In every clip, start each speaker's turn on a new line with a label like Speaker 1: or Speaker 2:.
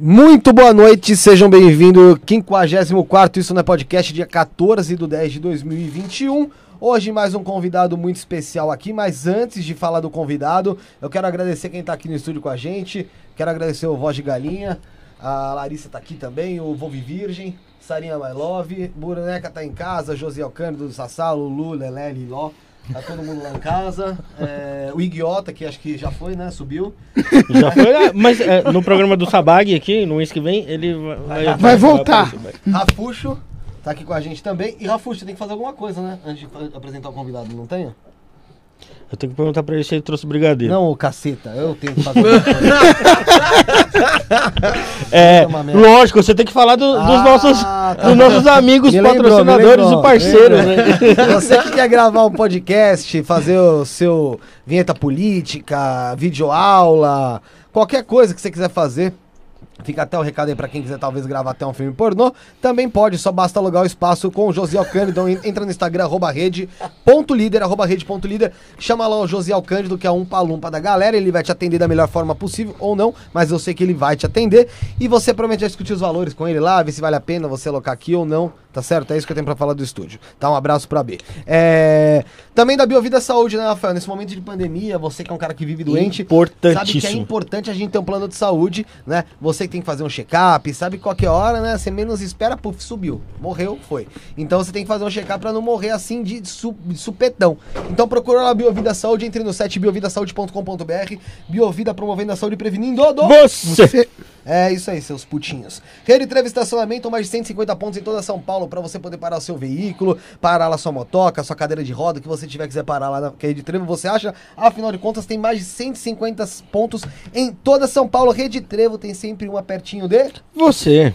Speaker 1: Muito boa noite, sejam bem-vindos. 54 Isso não é podcast, dia 14 de 10 de 2021. Hoje, mais um convidado muito especial aqui. Mas antes de falar do convidado, eu quero agradecer quem tá aqui no estúdio com a gente. Quero agradecer o Voz de Galinha. A Larissa tá aqui também, o Volvi Virgem, Sarinha My Love, Buraneca tá em casa, Josiel Cândido do Sassá, Lulu, Lelé, Liló. Tá todo mundo lá em casa. É, o Igiota, que acho que já foi, né? Subiu.
Speaker 2: Já foi, ah, mas é, no programa do Sabag aqui, no mês que vem, ele va- vai,
Speaker 1: Vai
Speaker 3: voltar.
Speaker 2: aparecer,
Speaker 1: Rafuxo tá aqui com a gente também. E Rafuxo, você tem que fazer alguma coisa, né? Antes de ap- apresentar o convidado, não tem?
Speaker 2: vai. Eu tenho que perguntar pra ele se ele trouxe brigadeiro.
Speaker 1: Não, ô, caceta, eu tenho que fazer alguma coisa.
Speaker 2: é,
Speaker 1: é uma merda.
Speaker 2: lógico, você tem que falar do- dos,
Speaker 1: Ah,
Speaker 2: nossos,
Speaker 1: tá.
Speaker 2: dos nossos amigos,
Speaker 1: Me lembrou, me
Speaker 2: patrocinadores
Speaker 1: lembrou. É.
Speaker 2: e parceiros,
Speaker 1: Me
Speaker 2: né?
Speaker 1: Você que quer gravar um podcast, fazer o seu vinheta política, videoaula, qualquer coisa que você quiser fazer. Fica até o recado aí pra quem quiser talvez gravar até um filme pornô. Também pode, só basta alugar o espaço com o Josiel Cândido. En- Entra no Instagram, arroba rede, ponto líder, arroba rede, ponto líder. Chama lá o Josiel Cândido, que é um palumpa da galera. Ele vai te atender da melhor forma possível ou não, mas eu sei que ele vai te atender. E você provavelmente vai discutir os valores com ele lá, ver se vale a pena você alocar aqui ou não. Tá certo? É isso que eu tenho pra falar do estúdio. Tá? Um abraço pra B. É, Também da Biovida Saúde, né, Rafael? Nesse momento de pandemia, você que é um cara que vive doente, sabe que é
Speaker 2: Importantíssimo.
Speaker 1: importante a gente ter um plano de saúde, né? Você que tem que fazer um check-up, sabe qualquer hora, né? Você menos espera, puf, subiu. Morreu, foi. Então você tem que fazer um check-up pra não morrer assim de, su- de supetão. Então procura lá a Biovida Saúde, entre no site biovidasaude.com.br, Biovida promovendo a saúde e prevenindo o do...
Speaker 2: Você!
Speaker 1: É isso aí, seus putinhos. Rede Trevo Estacionamento, mais de 150 pontos em toda São Paulo pra você poder parar o seu veículo, parar lá sua motoca, sua cadeira de roda, o que você tiver quiser parar lá na Rede Trevo, você acha? Afinal de contas, tem mais de 150 pontos em toda São Paulo. Rede Trevo tem sempre uma pertinho de.
Speaker 2: Você!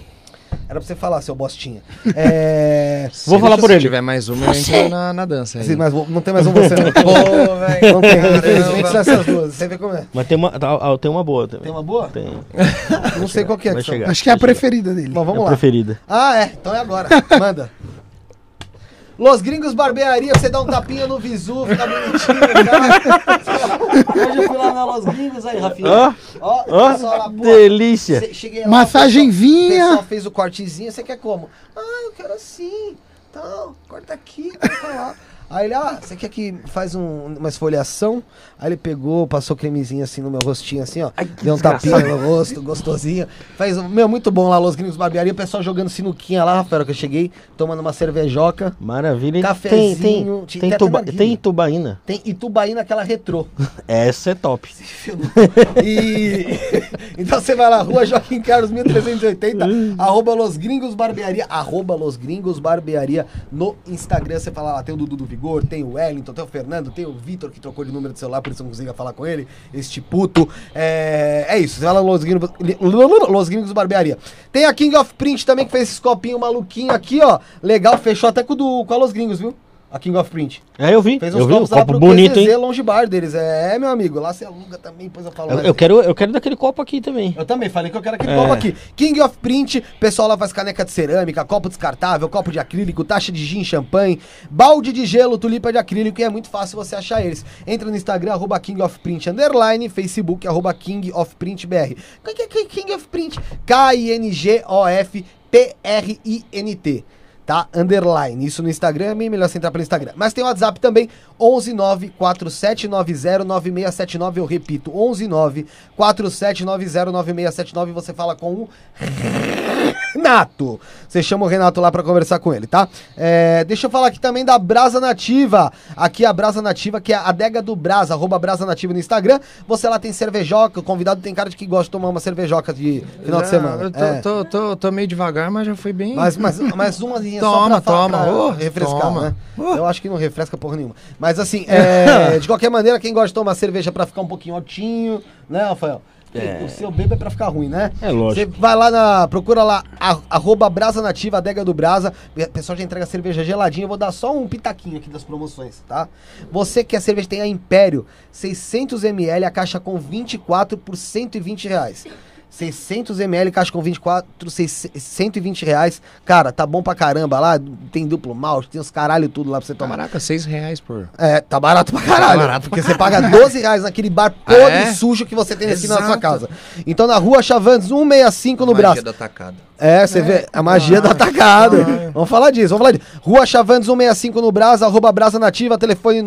Speaker 1: Era pra você falar, seu bostinha. É.
Speaker 2: Vou falar por
Speaker 3: Se
Speaker 2: ele.
Speaker 3: tiver mais uma, eu entro na, na dança aí.
Speaker 1: Sim, mas vou- não tem mais um você, não.
Speaker 3: Pô, velho.
Speaker 1: Não tem, infelizmente são essas duas. Você vê como é.
Speaker 2: Mas tem uma, ah, ah, tem uma boa também.
Speaker 1: Tem uma boa?
Speaker 2: Tem.
Speaker 1: Não sei qual que é.
Speaker 2: Vai
Speaker 1: são.
Speaker 2: chegar.
Speaker 4: Acho que é a preferida dele.
Speaker 1: Bom, vamos
Speaker 2: é a
Speaker 1: lá.
Speaker 2: preferida.
Speaker 1: Ah, é. Então é agora. Manda. Los Gringos Barbearia, você dá um tapinha no visu, fica bonitinho, cara. Hoje eu fui lá na Los Gringos, aí, Rafinha.
Speaker 2: Ó,
Speaker 1: Ó,
Speaker 2: ó,
Speaker 1: pessoal lá, pô.
Speaker 2: delícia.
Speaker 1: Cê- Cheguei lá,
Speaker 4: Massagem
Speaker 1: O pessoal- o pessoal
Speaker 4: vinha.
Speaker 1: fez o cortezinho, você quer como? Ah, eu quero assim. Então, corta aqui, corta lá. Aí ele, ah, você quer que faz um- uma esfoliação? Aí ele pegou, passou cremezinho assim no meu rostinho, assim, ó. deu um tapinha no rosto, gostosinho. Faz, um- meu, muito bom lá, Los Gringos Barbearia. O pessoal jogando sinuquinha lá, Rafael, que eu cheguei, tomando uma cervejoca.
Speaker 2: Maravilha. E Tem,
Speaker 1: Cafezinho,
Speaker 2: tem,
Speaker 1: tinha
Speaker 2: tem,
Speaker 1: até
Speaker 2: tuba,
Speaker 1: narguilha.
Speaker 2: tem tubaína.
Speaker 1: Tem Itubaína, aquela retrô.
Speaker 2: Essa é top.
Speaker 1: E então você vai lá, rua Joaquim Carlos 1380, arroba Los Gringos Barbearia, arroba Los Gringos Barbearia no Instagram. Você fala lá, tem o Dudu do Vigor, tem o Wellington, tem o Fernando, tem o Vitor que trocou de número de celular, por isso eu não consigo falar com ele, este puto. É, é isso, você vai lá no Los Gringos, Los Gringos Barbearia. Tem a King of Print também que fez esse copinho maluquinho aqui, ó. Legal, fechou até com, o do, com a Los Gringos, viu? A King of Print.
Speaker 2: É, eu vi.
Speaker 1: Fez uns
Speaker 2: eu vi um
Speaker 1: copos lá
Speaker 2: copo
Speaker 1: pro
Speaker 2: bonito,
Speaker 1: QZZ,
Speaker 2: hein?
Speaker 1: longe bar deles. É, meu amigo, lá você aluga também, depois eu falo.
Speaker 2: Eu,
Speaker 1: mais.
Speaker 2: eu quero, eu quero daquele copo aqui também.
Speaker 1: Eu também falei que eu quero aquele
Speaker 2: É.
Speaker 1: copo aqui. King of Print, pessoal lá faz caneca de cerâmica, copo descartável, copo de acrílico, taxa de gin, champanhe, balde de gelo, tulipa de acrílico e é muito fácil você achar eles. Entra no Instagram, arroba King of Print, underline, Facebook, arroba King of Print BR. Quem que é King- King of Print? K-I-N-G-O-F P-R-I-N-T. Tá? Underline. Isso no Instagram, é meio melhor você entrar pelo Instagram. Mas tem o WhatsApp também, 11947909679. Eu repito, 11947909679. Você fala com o Renato. Você chama o Renato lá pra conversar com ele, tá? É, deixa eu falar aqui também da Brasa Nativa. Aqui a Brasa Nativa, que é a adega do Brasa, arroba Brasa Nativa no Instagram. Você lá tem cervejoca, o convidado tem cara de que gosta de tomar uma cervejoca de final de
Speaker 3: Já-
Speaker 1: semana.
Speaker 3: Eu tô,
Speaker 1: É.
Speaker 3: tô, tô, tô meio devagar, mas já fui bem.
Speaker 1: Mas, mas, mas uma linha só
Speaker 3: Toma,
Speaker 1: pra, fa-
Speaker 3: toma.
Speaker 1: pra
Speaker 3: Ô,
Speaker 1: refrescar,
Speaker 3: toma.
Speaker 1: né? Eu acho que não refresca porra nenhuma. Mas assim, é, de qualquer maneira, quem gosta de tomar cerveja pra ficar um pouquinho altinho, né, Rafael? O seu bebo é pra ficar ruim, né?
Speaker 2: É lógico.
Speaker 1: Você vai lá na. Procura lá, a- arroba Brasa Nativa, adega do Brasa. O pessoal já entrega cerveja geladinha. Eu vou dar só um pitaquinho aqui das promoções, tá? Você quer cerveja, tem a Império, 600ml, a caixa com 24 por 120 reais. 600ml, caixa com 24, 6, 120 reais. Cara, tá bom pra caramba lá. Tem duplo malte, tem os caralho tudo lá pra você tomar.
Speaker 3: Caraca, seis reais por.
Speaker 1: É, tá barato pra caralho.
Speaker 3: barato
Speaker 1: porque você paga 12 reais naquele bar podre
Speaker 3: Ah, é?
Speaker 1: e sujo que você tem aqui na sua
Speaker 3: Exato.
Speaker 1: casa. Então, na rua Chavantes, 165 no braço.
Speaker 3: da tacada.
Speaker 1: É, você vê, a magia do atacado. Vamos falar disso, vamos falar disso. Rua Chavantes 165 no Brasa, arroba Brasa Nativa, telefone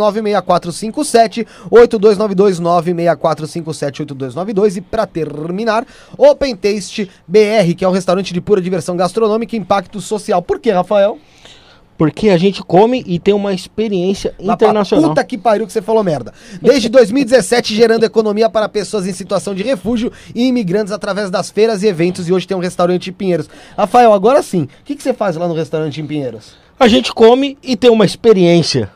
Speaker 1: 96457 8292 96457 8292 e pra terminar, Open Taste BR, que é um restaurante de pura diversão gastronômica e impacto social. Por quê, Rafael?
Speaker 2: Porque a gente come e tem uma experiência
Speaker 1: Lá pra
Speaker 2: internacional.
Speaker 1: Puta que pariu que você falou merda. Desde 2017, gerando economia para pessoas em situação de refúgio e imigrantes através das feiras e eventos. E hoje tem um restaurante em Pinheiros. Rafael, agora sim, o que, que você faz lá no restaurante em Pinheiros?
Speaker 2: A gente come e tem uma experiência.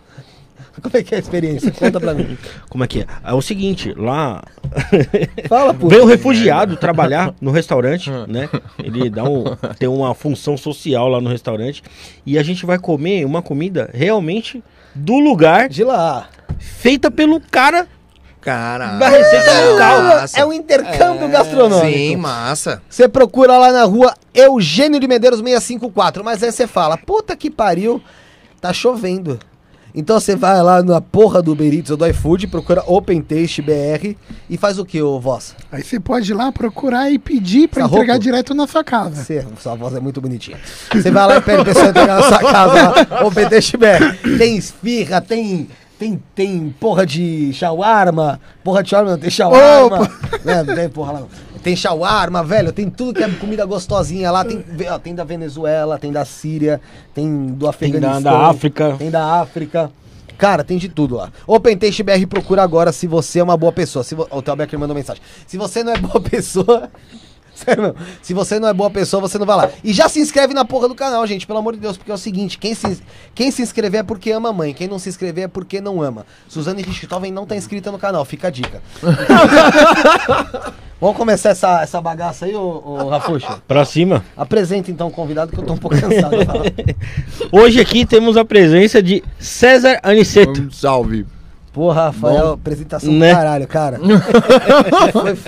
Speaker 1: Como é que é a experiência? Conta pra mim.
Speaker 2: Como é que é? É o seguinte, lá
Speaker 1: Fala, pô.
Speaker 2: vem o refugiado trabalhar no restaurante, né? Ele dá um, tem uma função social lá no restaurante e a gente vai comer uma comida realmente do lugar
Speaker 1: De lá.
Speaker 2: feita pelo cara
Speaker 3: Caraca.
Speaker 2: da receita local.
Speaker 3: Massa.
Speaker 1: É um é? intercâmbio gastronômico.
Speaker 3: Sim, massa.
Speaker 1: Você procura lá na rua Eugênio de Medeiros 654, mas aí você fala, puta que pariu, tá chovendo. Então você vai lá na porra do Uber Eats ou do iFood, procura Open Taste BR e faz o que, ô voz?
Speaker 4: Aí você pode ir lá procurar e pedir pra
Speaker 1: Essa
Speaker 4: entregar
Speaker 1: roupa?
Speaker 4: direto na sua casa.
Speaker 1: Você, sua voz é muito bonitinha. Você vai lá e pede a pessoa entregar na sua casa lá, Open Taste BR. Tem esfirra, tem... Tem, tem porra de shawarma, porra de shawarma, não tem shawarma. Né, Não tem porra lá não. Tem shawarma, velho, tem tudo que é comida gostosinha lá. Tem, ve- ó, tem da Venezuela, tem da Síria, tem do Afeganistão.
Speaker 2: da África.
Speaker 1: Tem da África. Cara, tem de tudo lá. Open Taste BR procura agora se você é uma boa pessoa. Se vo... O Theo Becker mandou mensagem. Se você não é boa pessoa... Sério, mesmo. se você não é boa pessoa, você não vai lá. E já se inscreve na porra do canal, gente, pelo amor de Deus, porque é o seguinte, quem se, quem se inscrever é porque ama a mãe, quem não se inscrever é porque não ama. Suzane Richthofen não tá inscrita no canal, fica a dica. Vamos começar essa, essa bagaça aí, ô, ô Rafuxo?
Speaker 2: Pra cima.
Speaker 1: Apresenta então o convidado que eu tô um pouco cansado. de falar.
Speaker 2: Hoje aqui temos a presença de César Aniceto.
Speaker 5: Um salve.
Speaker 1: Porra, Rafael, apresentação
Speaker 2: Né?
Speaker 1: do caralho, cara. Foi...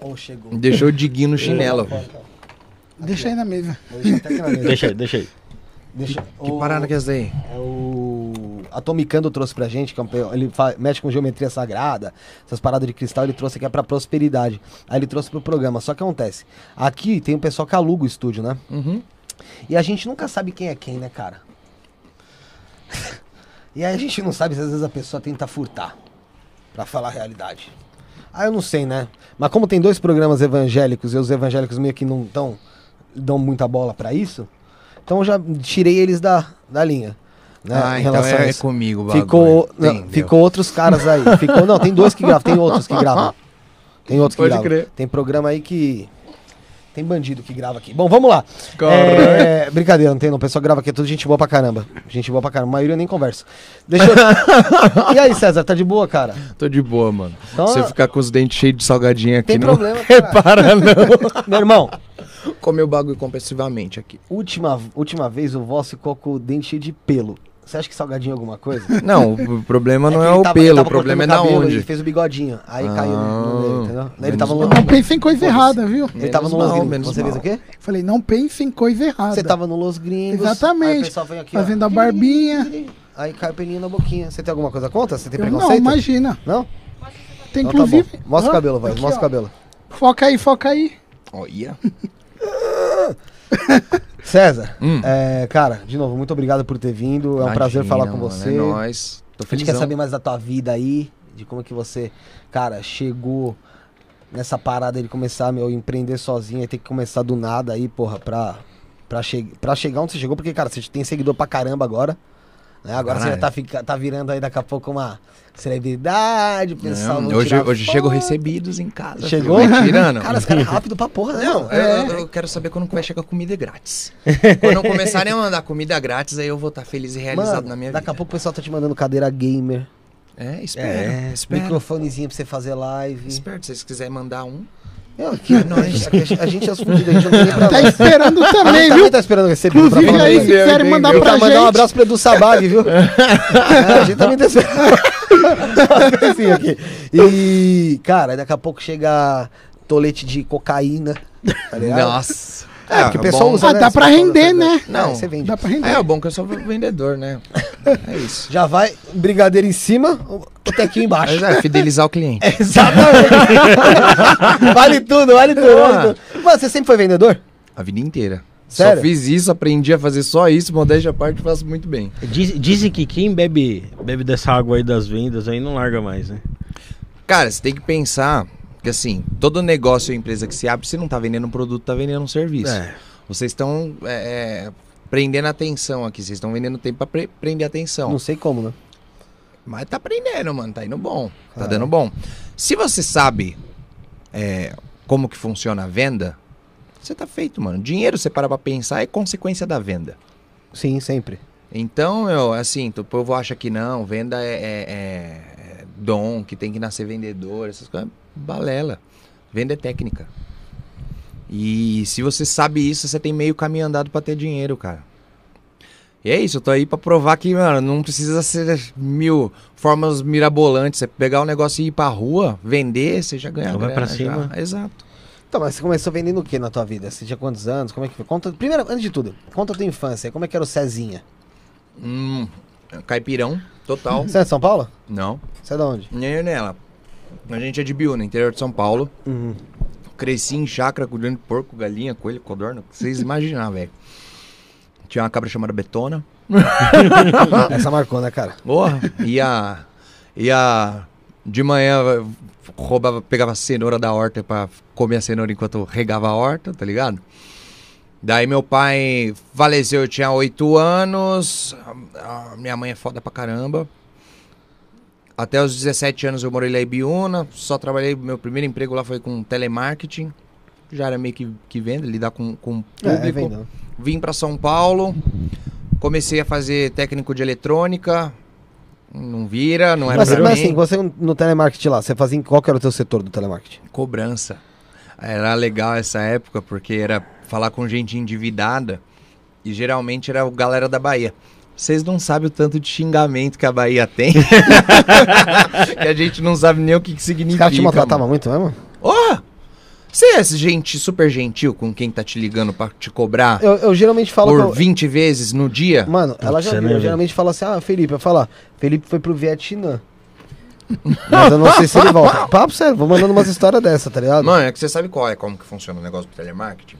Speaker 1: Oh, chegou.
Speaker 5: Deixou o Diguinho no chinelo.
Speaker 4: Deixa aí na mesa.
Speaker 1: Deixa até aqui na mesa.
Speaker 2: Deixa aí, deixa aí.
Speaker 1: Deixa-
Speaker 5: Que
Speaker 1: o-
Speaker 5: parada que é essa daí?
Speaker 1: É o Atomicando trouxe pra gente, que é um pe- ele fa- mexe com geometria sagrada, essas paradas de cristal, ele trouxe aqui é pra prosperidade. Aí ele trouxe pro programa. Só que acontece, aqui tem o pessoal que aluga o estúdio, né?
Speaker 5: Uhum.
Speaker 1: E a gente nunca sabe quem é quem, né, cara? e aí a gente não sabe se às vezes a pessoa tenta furtar pra falar a realidade. Ah, eu não sei, né? Mas como tem dois programas evangélicos e os evangélicos meio que não tão, dão muita bola pra isso, então eu já tirei eles da, da linha. Né,
Speaker 5: Ah,
Speaker 1: em
Speaker 5: então
Speaker 1: relação a
Speaker 5: é,
Speaker 1: isso.
Speaker 5: comigo, o bagulho.
Speaker 1: Ficou, não,
Speaker 5: Entendeu?
Speaker 1: ficou outros caras aí. Ficou, não, tem dois que gravam, tem outros que gravam. Tem outros que
Speaker 5: Pode
Speaker 1: gravam.
Speaker 5: crer.
Speaker 1: Tem programa aí que. Tem bandido que grava aqui. Bom, vamos lá.
Speaker 5: Correto.
Speaker 1: É, brincadeira, não tem não. O pessoal grava aqui, é tudo gente boa pra caramba. Gente boa pra caramba. A maioria nem conversa. Deixa eu... e aí, César, tá de boa, cara?
Speaker 5: Tô de boa, mano.
Speaker 1: Então,
Speaker 5: Se eu ficar com os dentes cheios de salgadinho aqui,
Speaker 1: Tem
Speaker 5: não
Speaker 1: problema, cara.
Speaker 5: repara, não.
Speaker 1: Meu irmão,
Speaker 5: Comeu o bagulho compulsivamente aqui.
Speaker 1: última, última vez o vó ficou com o dente cheio de pelo. Você acha que salgadinho é alguma coisa?
Speaker 5: Não, o problema não
Speaker 1: que
Speaker 5: é
Speaker 1: ele
Speaker 5: o
Speaker 1: tava- ele
Speaker 5: pelo, o
Speaker 1: tava
Speaker 5: problema é
Speaker 1: cortando
Speaker 5: na
Speaker 1: cabelo, Ele
Speaker 5: onde. Ah,
Speaker 1: fez o bigodinho. Aí caiu né, no, no dedo, entendeu? Ele tava no.
Speaker 5: mal.
Speaker 4: Não pensem em coisa errada, viu?
Speaker 1: Ele tava no
Speaker 5: Menos
Speaker 1: Los
Speaker 5: mal,
Speaker 1: Gringos.
Speaker 5: menos
Speaker 1: Você fez
Speaker 5: mal.
Speaker 1: o quê?
Speaker 4: Falei, não pensem em coisa errada.
Speaker 1: Você tava no Los Gringos.
Speaker 4: Exatamente.
Speaker 1: Aí o pessoal veio aqui, ó.
Speaker 4: Fazendo a barbinha.
Speaker 1: Aí cai o pelinho na boquinha. Você tem alguma coisa contra? Você tem
Speaker 4: Eu não,
Speaker 1: preconceito?
Speaker 4: imagina.
Speaker 1: Não?
Speaker 4: Tem
Speaker 1: Então tá
Speaker 4: inclusive.
Speaker 1: bom. Mostra o
Speaker 4: Ó,
Speaker 1: cabelo, vai.
Speaker 4: aqui,
Speaker 1: Mostra o
Speaker 4: ó.
Speaker 1: cabelo.
Speaker 4: Foca aí, foca aí.
Speaker 5: Olha.
Speaker 1: César,
Speaker 5: Hum.
Speaker 1: é, cara, de novo, muito obrigado por ter vindo. É um
Speaker 5: Imagina,
Speaker 1: prazer falar com
Speaker 5: mano,
Speaker 1: você.
Speaker 5: É nóis. Tô
Speaker 1: A gente quer
Speaker 5: felizão.
Speaker 1: saber mais da tua vida aí, de como que você, cara, chegou nessa parada de começar, meu, empreender sozinho, aí ter que começar do nada aí, porra, pra, pra, che pra chegar onde você chegou, porque, cara, você tem seguidor pra caramba agora. Né? Agora você já
Speaker 5: Caralho.
Speaker 1: tá, fica- tá virando aí daqui a pouco uma celebridade, o pessoal.
Speaker 5: Não,
Speaker 1: vão
Speaker 5: hoje
Speaker 1: tirar
Speaker 5: hoje
Speaker 1: foto.
Speaker 5: chegou recebidos em casa.
Speaker 1: Chegou?
Speaker 5: filho. Vai tirando.
Speaker 1: Cara, os caras rápido pra porra, né?
Speaker 5: Não, é,
Speaker 1: Não,
Speaker 5: eu- eu, eu quero saber quando que vai chegar comida grátis. quando começarem a mandar comida grátis, aí eu vou estar feliz e realizado
Speaker 1: Mano,
Speaker 5: na minha
Speaker 1: daqui a
Speaker 5: vida.
Speaker 1: pouco o pessoal tá te mandando cadeira gamer,
Speaker 5: É, espera. espera.
Speaker 1: microfonezinho pra você fazer live.
Speaker 5: Espera, se vocês quiserem mandar um.
Speaker 1: Meu, que, nós, a gente é os fudidos, a gente não tem nem pra
Speaker 4: Tá esperando também, viu?
Speaker 1: tá esperando receber.
Speaker 4: Inclusive,
Speaker 1: pra falar
Speaker 4: aí,
Speaker 1: a
Speaker 4: se
Speaker 1: verdade.
Speaker 4: quiserem
Speaker 5: entendeu,
Speaker 4: mandar
Speaker 1: Eu
Speaker 4: pra
Speaker 1: quero mandar um
Speaker 4: gente.
Speaker 1: abraço pro Edu Sabag, viu? É, a gente também tá esperando. Só uma coisinha aqui. E, cara, daqui a pouco chega tolete de cocaína. Tá ligado?
Speaker 5: Nossa.
Speaker 1: É, porque o pessoal
Speaker 5: bom.
Speaker 1: usa.
Speaker 4: Ah, dá
Speaker 1: Você
Speaker 4: pra
Speaker 1: fala,
Speaker 4: render,
Speaker 1: "Não,
Speaker 4: né?
Speaker 1: Não,
Speaker 5: Não.
Speaker 1: você vende.
Speaker 4: Dá pra render.
Speaker 5: É, o bom é que eu sou vendedor, né? É isso.
Speaker 1: Já vai brigadeiro em cima, o o tequinho embaixo.
Speaker 5: Mas é, fidelizar o cliente.
Speaker 1: Exatamente. vale tudo, vale tudo, vale tudo. Mano, você sempre foi vendedor?
Speaker 5: A vida inteira.
Speaker 1: Sério?
Speaker 5: Só fiz isso, aprendi a fazer só isso, modéstia à parte, faço muito bem.
Speaker 2: Diz- dizem que quem bebe, bebe dessa água aí das vendas aí não larga mais, né?
Speaker 5: Cara, você tem que pensar que assim, todo negócio ou empresa que se abre, você não tá vendendo um produto, tá vendendo um serviço.
Speaker 2: É.
Speaker 5: Vocês estão é, é, prendendo atenção aqui, vocês estão vendendo tempo pra pre- prender atenção.
Speaker 1: Não sei como, né?
Speaker 5: Mas tá aprendendo, mano. Tá indo bom. Tá
Speaker 1: Caralho.
Speaker 5: dando bom. Se você sabe é, como que funciona a venda, você tá feito, mano. Dinheiro, você para pra pensar, é consequência da venda.
Speaker 1: Sim, sempre.
Speaker 5: Então, meu, assim, o povo acha que não, venda é, é- é- é dom, que tem que nascer vendedor, essas coisas. Balela. Venda é técnica. E se você sabe isso, você tem meio caminho andado pra ter dinheiro, cara. E é isso, eu tô aí pra provar que, mano, não precisa ser mil formas mirabolantes. Você pegar o negócio e ir pra rua, vender, você já ganha
Speaker 2: Então vai
Speaker 5: grana,
Speaker 2: pra
Speaker 5: já.
Speaker 2: cima.
Speaker 5: Exato.
Speaker 1: Então, mas você começou vendendo o que na tua vida? Você tinha quantos anos? Como é que foi? Conta, primeiro, antes de tudo, conta a tua infância. Como é que era o Cezinha?
Speaker 5: Hum, caipirão, total.
Speaker 1: Você é de São Paulo?
Speaker 5: não,
Speaker 1: Você é de onde?
Speaker 5: nem eu nem ela. A gente é de Biúna, interior de São Paulo. Cresci em chácara, cuidando de porco, galinha, coelho, codorna. o que Vocês imaginam, velho. Tinha uma cabra chamada Betona.
Speaker 1: Essa marcou, né, cara?
Speaker 5: Porra. E a... E a... De manhã, eu roubava, pegava a cenoura da horta pra comer a cenoura enquanto eu regava a horta, tá ligado? Daí meu pai faleceu, eu tinha oito anos. a- a minha mãe é foda pra caramba. Até os 17 anos eu morei lá em Biúna, só trabalhei, meu primeiro emprego lá foi com telemarketing. Já era meio que, que venda, lidar com, com
Speaker 1: É,
Speaker 5: público.
Speaker 1: vendendo.
Speaker 5: Vim pra São Paulo, comecei a fazer técnico de eletrônica. Não vira, não era
Speaker 1: Mas, tipo assim,
Speaker 5: pra
Speaker 1: mas é
Speaker 5: mim.
Speaker 1: um assim, você no telemarketing lá, você fazia em qual que era o teu setor do telemarketing?
Speaker 5: Cobrança. Era legal essa época, porque era falar com gente endividada e geralmente era o galera da Bahia. Vocês não sabem o tanto de xingamento que a Bahia tem. que a gente não sabe nem o que, que
Speaker 1: Os
Speaker 5: significa.
Speaker 1: caras te tá maltratavam
Speaker 5: mano.
Speaker 1: muito mesmo?
Speaker 5: Ó! Você é gente super gentil com quem tá te ligando pra te cobrar
Speaker 1: Eu, eu geralmente falo.
Speaker 5: por
Speaker 1: que eu-
Speaker 5: 20 vezes no dia?
Speaker 1: Mano, ela já
Speaker 2: você
Speaker 1: viu,
Speaker 2: nem
Speaker 1: eu
Speaker 2: vê.
Speaker 1: geralmente fala assim, ah, Felipe, eu falo, ó, Felipe foi pro Vietnã. Mas eu não sei se ele volta. Papo sério, vou mandando umas histórias dessa, tá ligado?
Speaker 5: Mano, é que você sabe qual é como que funciona o negócio do telemarketing?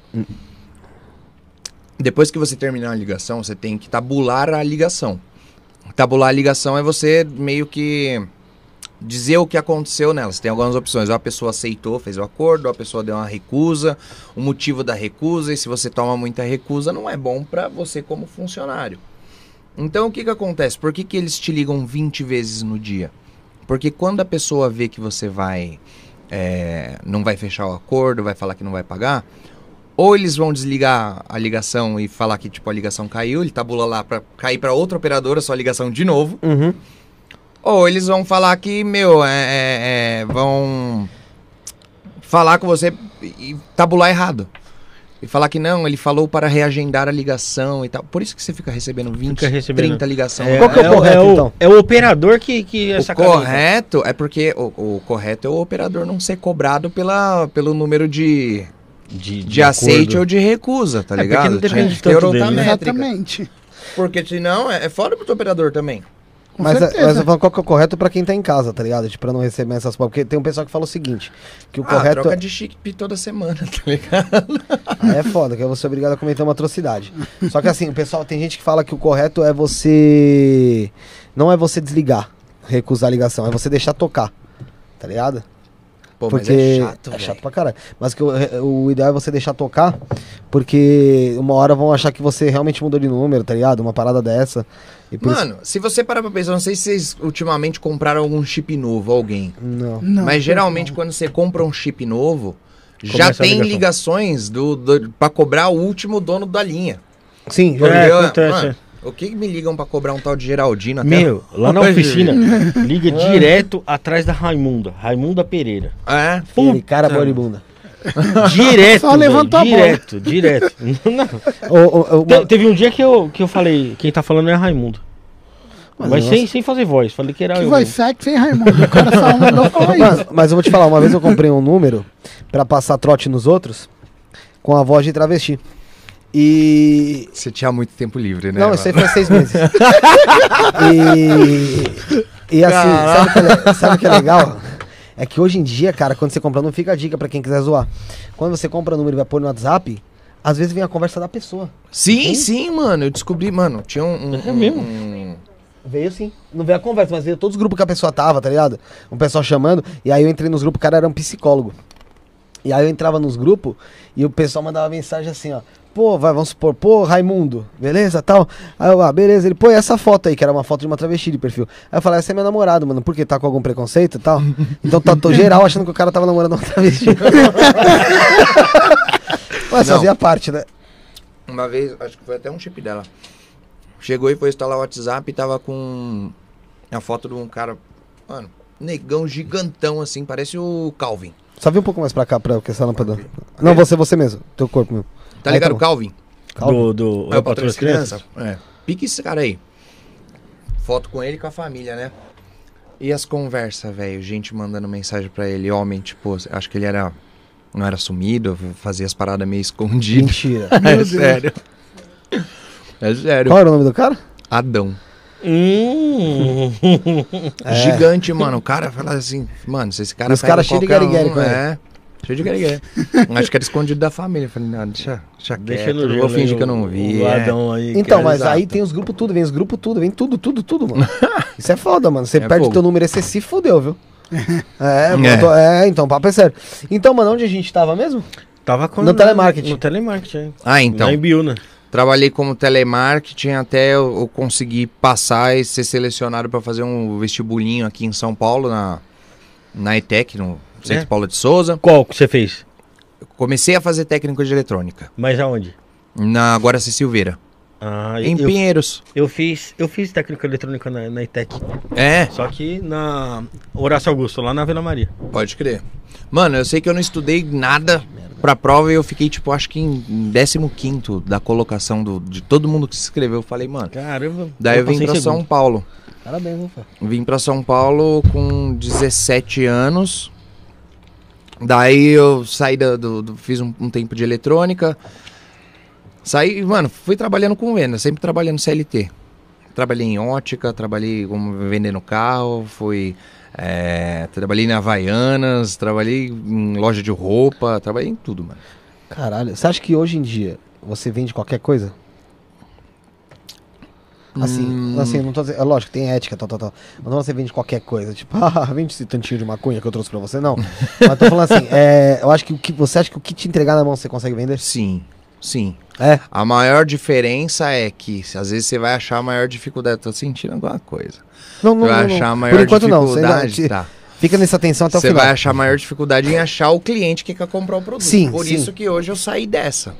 Speaker 5: Depois que você terminar a ligação, você tem que tabular a ligação. Tabular a ligação é você meio que dizer o que aconteceu nela. Você tem algumas opções. Ou a pessoa aceitou, fez o acordo, ou a pessoa deu uma recusa, o motivo da recusa, e se você toma muita recusa, não é bom pra você como funcionário. Então o que, que acontece? Por que, que eles te ligam 20 vezes no dia? Porque quando a pessoa vê que você vai é, não vai fechar o acordo, vai falar que não vai pagar, ou eles vão desligar a ligação e falar que tipo a ligação caiu, ele tabula lá pra cair pra outra operadora sua ligação de novo,
Speaker 1: Uhum.
Speaker 5: ou eles vão falar que meu é, é, é, vão falar com você e tabular errado. E falar que não, ele falou para reagendar a ligação e tal. Por isso que você fica recebendo 20,
Speaker 2: Fica recebendo.
Speaker 5: 30 ligações.
Speaker 2: É,
Speaker 1: Qual que é o
Speaker 2: é
Speaker 1: correto,
Speaker 2: o,
Speaker 1: então?
Speaker 2: é o operador que, que é
Speaker 5: O correto é porque o, o correto é o operador não ser cobrado pela, pelo número de,
Speaker 2: de,
Speaker 5: de aceite ou de recusa, tá
Speaker 2: É, porque
Speaker 5: ligado?
Speaker 2: não depende
Speaker 5: Tinha que
Speaker 2: tanto
Speaker 5: ter
Speaker 1: É,
Speaker 5: outra
Speaker 2: dele, né?
Speaker 5: métrica.
Speaker 4: Exatamente.
Speaker 5: Porque senão é, é foda pro teu operador também.
Speaker 4: Com
Speaker 1: Mas, é-
Speaker 4: certeza.
Speaker 1: mas eu falo qual que é o correto pra quem tá em casa, tá ligado? Tipo, pra não receber essas porra. Porque tem um pessoal que fala o seguinte: que o
Speaker 5: Ah,
Speaker 1: correto.
Speaker 5: troca de chip toda semana, tá ligado?
Speaker 1: Aí é foda, que eu vou ser obrigado a cometer uma atrocidade. Só que assim, o pessoal, tem gente que fala que o correto é você. Não é você desligar, recusar a ligação, é você deixar tocar. Tá ligado?
Speaker 5: Pô,
Speaker 1: porque
Speaker 5: mas é chato,
Speaker 1: é
Speaker 5: velho.
Speaker 1: chato pra caralho. Mas que o, o ideal é você deixar tocar, porque uma hora vão achar que você realmente mudou de número, tá ligado? Uma parada dessa. E por isso-
Speaker 5: Mano, se você parar pra pensar, não sei se vocês ultimamente compraram algum chip novo, alguém.
Speaker 1: Não.
Speaker 4: Não,
Speaker 5: mas geralmente
Speaker 4: não.
Speaker 5: quando você compra um chip novo, já
Speaker 2: Começa a
Speaker 5: tem
Speaker 2: ligação.
Speaker 5: ligações do, do, pra cobrar o último dono da linha.
Speaker 1: Sim,
Speaker 2: É,
Speaker 1: eu-
Speaker 5: Porque,
Speaker 2: acontece. é.
Speaker 5: mano, o que que me ligam pra cobrar um tal de Geraldino até
Speaker 2: Meu, lá na
Speaker 5: Hoje.
Speaker 2: oficina, liga
Speaker 1: Ah.
Speaker 2: direto atrás da Raimunda, Raimunda Pereira.
Speaker 5: É.
Speaker 1: aquele cara boribunda.
Speaker 2: Direto,
Speaker 4: Só levantou
Speaker 2: velho,
Speaker 4: a bola.
Speaker 2: direto, direto. Não,
Speaker 1: Ô, ô, ô,
Speaker 2: Te-
Speaker 1: mano,
Speaker 2: teve um dia que eu, que eu falei, quem tá falando é Raimundo.
Speaker 1: Mas
Speaker 2: Mas,
Speaker 1: nossa.
Speaker 2: sem, sem fazer voz, falei que era
Speaker 4: Que
Speaker 2: eu.
Speaker 4: vai ser que sem Raimundo. O cara só mandou falar isso.
Speaker 1: Mas, mas eu vou te falar, uma vez eu comprei um número pra passar trote nos outros com a voz de travesti. E.
Speaker 5: Você tinha muito tempo livre, né?
Speaker 1: Não, isso aí foi seis meses. e. E assim, sabe o que, é le- sabe o que é legal? É que hoje em dia, cara, quando você compra, não fica a dica pra quem quiser zoar. Quando você compra número e vai pôr no WhatsApp, às vezes vem a conversa da pessoa.
Speaker 5: Sim, sim, mano. Eu descobri, mano. Tinha um. um-
Speaker 2: Uhum. É mesmo?
Speaker 5: um-
Speaker 1: Veio sim. Não veio a conversa, mas veio todos os grupos que a pessoa tava, tá ligado? Um pessoal chamando. E aí eu entrei nos grupos, o cara era um psicólogo. E aí eu entrava nos grupos e o pessoal mandava mensagem assim, ó. Pô, vai, vamos supor, pô, Raimundo, beleza, tal. Aí eu, ah, beleza. Ele, pô, e essa foto aí, que era uma foto de uma travesti de perfil. Aí eu falei, essa é minha namorada, mano, por quê? Tá com algum preconceito e tal? Então tá tô geral achando que o cara tava namorando uma travesti. Mas
Speaker 5: Não.
Speaker 1: fazia parte, né?
Speaker 5: uma vez, acho que foi até um chip dela. Chegou e foi instalar o WhatsApp e tava com a foto de um cara. Mano, negão gigantão assim, parece o Calvin.
Speaker 1: Só vi um pouco mais pra cá, pra porque essa lâmpada. Não, você, você mesmo, teu corpo mesmo.
Speaker 5: Tá
Speaker 1: Aí
Speaker 5: ligado
Speaker 1: tá
Speaker 5: o
Speaker 1: bom.
Speaker 5: Calvin?
Speaker 1: Calma.
Speaker 2: Do, do
Speaker 5: É
Speaker 2: Eu Patroa das Crianças.
Speaker 5: É. Pique esse cara aí. Foto com ele e com a família, né? E as conversas, velho. Gente mandando mensagem pra ele. Homem, tipo, acho que ele era. Não era sumido, fazia as paradas meio escondidas.
Speaker 1: Mentira.
Speaker 5: É sério. É sério.
Speaker 1: Qual era o nome do cara?
Speaker 5: Adão.
Speaker 2: Hum.
Speaker 1: É.
Speaker 5: Gigante, mano. O cara fala assim, mano, se esse cara
Speaker 1: E os
Speaker 5: pega
Speaker 1: caras cheios de
Speaker 5: qualquer
Speaker 1: guerigueri com ele.
Speaker 5: É, cheio de guerigueri. Acho que era escondido da família. Eu Falei, não, deixa, deixa
Speaker 2: Deixa
Speaker 5: quieto,
Speaker 2: no
Speaker 5: vou
Speaker 2: gelo aí
Speaker 5: fingir que eu
Speaker 2: o-
Speaker 5: não vi.
Speaker 2: o
Speaker 5: é.
Speaker 2: Adão aí,
Speaker 1: Então,
Speaker 2: cara.
Speaker 1: mas
Speaker 5: exato.
Speaker 1: aí tem os grupos tudo, vem os grupos tudo, vem tudo, tudo, tudo, mano. Isso é foda, mano. Você
Speaker 5: É
Speaker 1: perde
Speaker 5: fogo.
Speaker 1: teu número, aí você se fudeu, viu? É, mano,
Speaker 5: É.
Speaker 1: tô- é, então, papo é sério. Então, mano, onde a gente tava mesmo?
Speaker 2: Tava com
Speaker 1: No telemarketing.
Speaker 2: No telemarketing, né? hein?
Speaker 5: Ah, então.
Speaker 2: Lá em Biúna.
Speaker 5: Trabalhei como telemarketing até eu eu conseguir passar e ser selecionado para fazer um vestibulinho aqui em São Paulo, na, na ETEC, no Centro
Speaker 2: É.
Speaker 5: Paulo de Souza.
Speaker 2: Qual que você fez?
Speaker 5: Eu Comecei a fazer técnico de eletrônica,
Speaker 2: Mas aonde?
Speaker 5: na Guaraci Silveira.
Speaker 2: Ah,
Speaker 5: em
Speaker 2: eu, eu,
Speaker 5: Pinheiros.
Speaker 2: eu fiz, eu fiz técnica eletrônica na, na ITEC.
Speaker 5: É,
Speaker 2: Só que na Horácio Augusto, lá na Vila Maria.
Speaker 5: pode crer. Mano, eu sei que eu não estudei nada pra prova e eu fiquei, tipo, acho que em em 15 da colocação do, de todo mundo que se inscreveu. Eu falei, mano.
Speaker 2: Caramba.
Speaker 5: Daí eu vim
Speaker 2: passei em
Speaker 5: pra São
Speaker 2: segundo.
Speaker 5: Paulo.
Speaker 2: Parabéns, Ufa.
Speaker 5: Vim pra São Paulo com 17 anos. Daí eu saí da- do. do- fiz um, um tempo de eletrônica. Saí, mano, fui trabalhando com venda, sempre trabalhando CLT. Trabalhei em ótica, trabalhei como vendendo carro, fui. é, trabalhei na Havaianas, trabalhei em loja de roupa, trabalhei em tudo, mano.
Speaker 1: Caralho, você acha que hoje em dia você vende qualquer coisa? Assim, assim, não tô dizendo, é lógico, tem ética, tal, tal, tal. Mas não você vende qualquer coisa, tipo, ah, vende esse tantinho de maconha que eu trouxe pra você, não. Mas tô falando assim, é, eu acho que o que você acha que o que te entregar na mão você consegue vender?
Speaker 5: Sim, sim.
Speaker 1: É.
Speaker 5: A maior diferença é que às vezes você vai achar a maior dificuldade. Tô sentindo alguma coisa.
Speaker 1: Não, não,
Speaker 5: Você vai
Speaker 1: não, não.
Speaker 5: achar a maior
Speaker 1: Por enquanto não, você
Speaker 5: dificuldade.
Speaker 1: ainda, te-
Speaker 5: tá.
Speaker 1: fica nessa atenção até o
Speaker 5: Você
Speaker 1: final.
Speaker 5: vai achar a maior dificuldade em achar o cliente que quer comprar o produto.
Speaker 1: Sim,
Speaker 5: Por
Speaker 1: sim.
Speaker 5: isso que hoje eu saí dessa.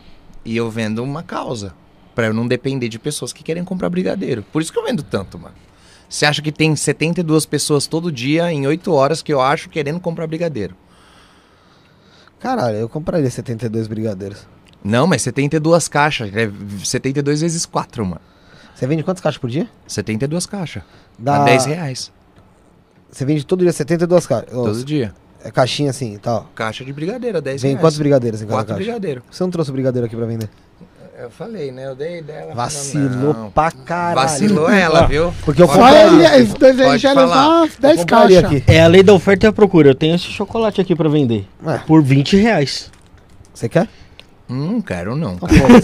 Speaker 5: E eu vendo uma causa. Pra eu não depender de pessoas que querem comprar brigadeiro. Por isso que eu vendo tanto, mano. Você acha que tem 72 pessoas todo dia, em 8 horas, que eu acho, querendo comprar brigadeiro.
Speaker 1: Caralho, eu compraria 72 brigadeiros.
Speaker 5: Não, mas 72 caixas. É 72 vezes 4, mano.
Speaker 1: Você vende quantas caixas por dia?
Speaker 5: 72 caixas.
Speaker 1: Dá
Speaker 5: A 10 reais.
Speaker 1: Você vende todo dia 72 caixas.
Speaker 5: Todo dia.
Speaker 1: É caixinha assim e tal.
Speaker 5: Caixa de brigadeiro, a 10
Speaker 1: Vem
Speaker 5: reais.
Speaker 1: quantos brigadeiros em cada
Speaker 5: Quatro
Speaker 1: caixa?
Speaker 5: brigadeiro.
Speaker 1: Você não trouxe o brigadeiro aqui pra vender?
Speaker 5: Eu falei, né? Eu dei ideia. ela falou,
Speaker 1: Vacilou
Speaker 5: "Não,
Speaker 1: pra caralho.
Speaker 5: Vacilou ela, viu?
Speaker 1: Porque eu
Speaker 5: Pode
Speaker 4: Só
Speaker 1: falar.
Speaker 5: falar.
Speaker 1: comprei-
Speaker 4: ele, esse dois aí
Speaker 5: Pode
Speaker 4: já
Speaker 5: falar.
Speaker 4: levar 10
Speaker 1: compraria
Speaker 4: caixas.
Speaker 1: aqui.
Speaker 2: É a lei da oferta e a procura. Eu tenho esse chocolate aqui pra vender.
Speaker 1: Ué.
Speaker 5: É.
Speaker 2: Por 20 reais.
Speaker 1: Você quer?
Speaker 5: Tá Hum, Não quero não. cara.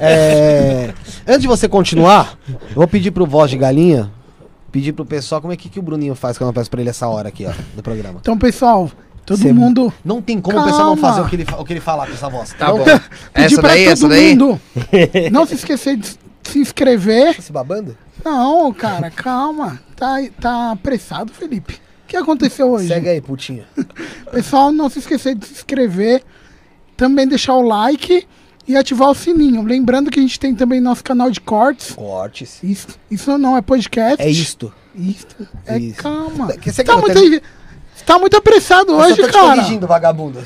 Speaker 1: É, Antes de você continuar, eu vou pedir pro Voz de Galinha, pedir pro pessoal como é que, que o Bruninho faz quando eu peço pra ele essa hora aqui, ó, do programa.
Speaker 4: Então, pessoal, todo
Speaker 1: Cê-
Speaker 4: mundo.
Speaker 1: Não tem como o pessoal não
Speaker 4: Calma.
Speaker 1: fazer o que ele, fa- o que ele falar com essa voz.
Speaker 5: Tá
Speaker 1: Não
Speaker 5: bom.
Speaker 1: tá
Speaker 4: pedir
Speaker 5: Essa
Speaker 4: pra
Speaker 5: daí,
Speaker 4: todo
Speaker 5: essa daí.
Speaker 4: mundo. Não se esquecer de se inscrever.
Speaker 1: se babando?
Speaker 4: Não, cara, calma. Tá, tá apressado, Felipe. O que aconteceu hoje?
Speaker 1: Segue aí, putinha.
Speaker 4: Pessoal, não se esquecer de se inscrever, também deixar o like e ativar o sininho. Lembrando que a gente tem também nosso canal de cortes.
Speaker 1: Cortes.
Speaker 4: Isso, isso não é podcast.
Speaker 1: É isto.
Speaker 4: Isso. É
Speaker 1: Isso.
Speaker 4: calma.
Speaker 1: Que você quer-
Speaker 4: Tá muito, você tá muito apressado
Speaker 1: Eu só
Speaker 4: hoje,
Speaker 1: tô te
Speaker 4: cara.
Speaker 1: corrigindo, vagabundo.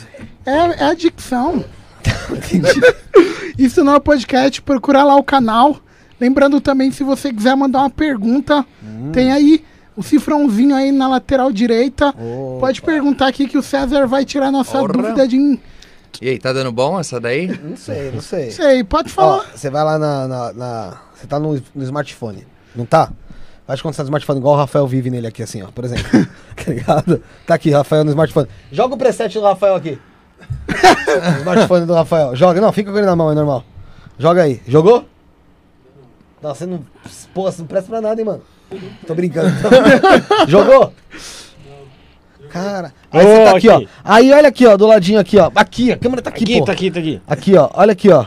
Speaker 4: É, é a dicção. Isso não é podcast, procura lá o canal. Lembrando também, se você quiser mandar uma pergunta,
Speaker 1: Hum.
Speaker 4: tem aí o cifrãozinho aí na lateral direita. Pode perguntar aqui que o César vai tirar nossa
Speaker 5: Ora.
Speaker 4: dúvida de. Não
Speaker 5: E aí, tá dando bom essa daí?
Speaker 1: Não sei, não sei.
Speaker 4: sei, pode
Speaker 1: É. Ó,
Speaker 4: falar.
Speaker 1: você vai lá na. na- na- você tá no, no smartphone, não tá? Acho que quando você tá no smartphone, igual o Rafael vive nele aqui, assim, ó, por exemplo. tá ligado? Tá aqui, Rafael no smartphone. Joga o preset do Rafael aqui. o smartphone do Rafael. Joga, não, fica com ele na mão, é normal. Joga aí. Jogou? Não, você não. Pô, você não presta pra nada, hein, mano. Tô brincando. Jogou? Cara. Aí você
Speaker 2: Ô,
Speaker 1: tá aqui,
Speaker 2: aqui.
Speaker 1: ó. Aí olha aqui, ó, do ladinho aqui, ó. Aqui, a câmera tá aqui, pô.
Speaker 2: aqui, tá aqui.
Speaker 1: Aqui, ó. Olha aqui, ó.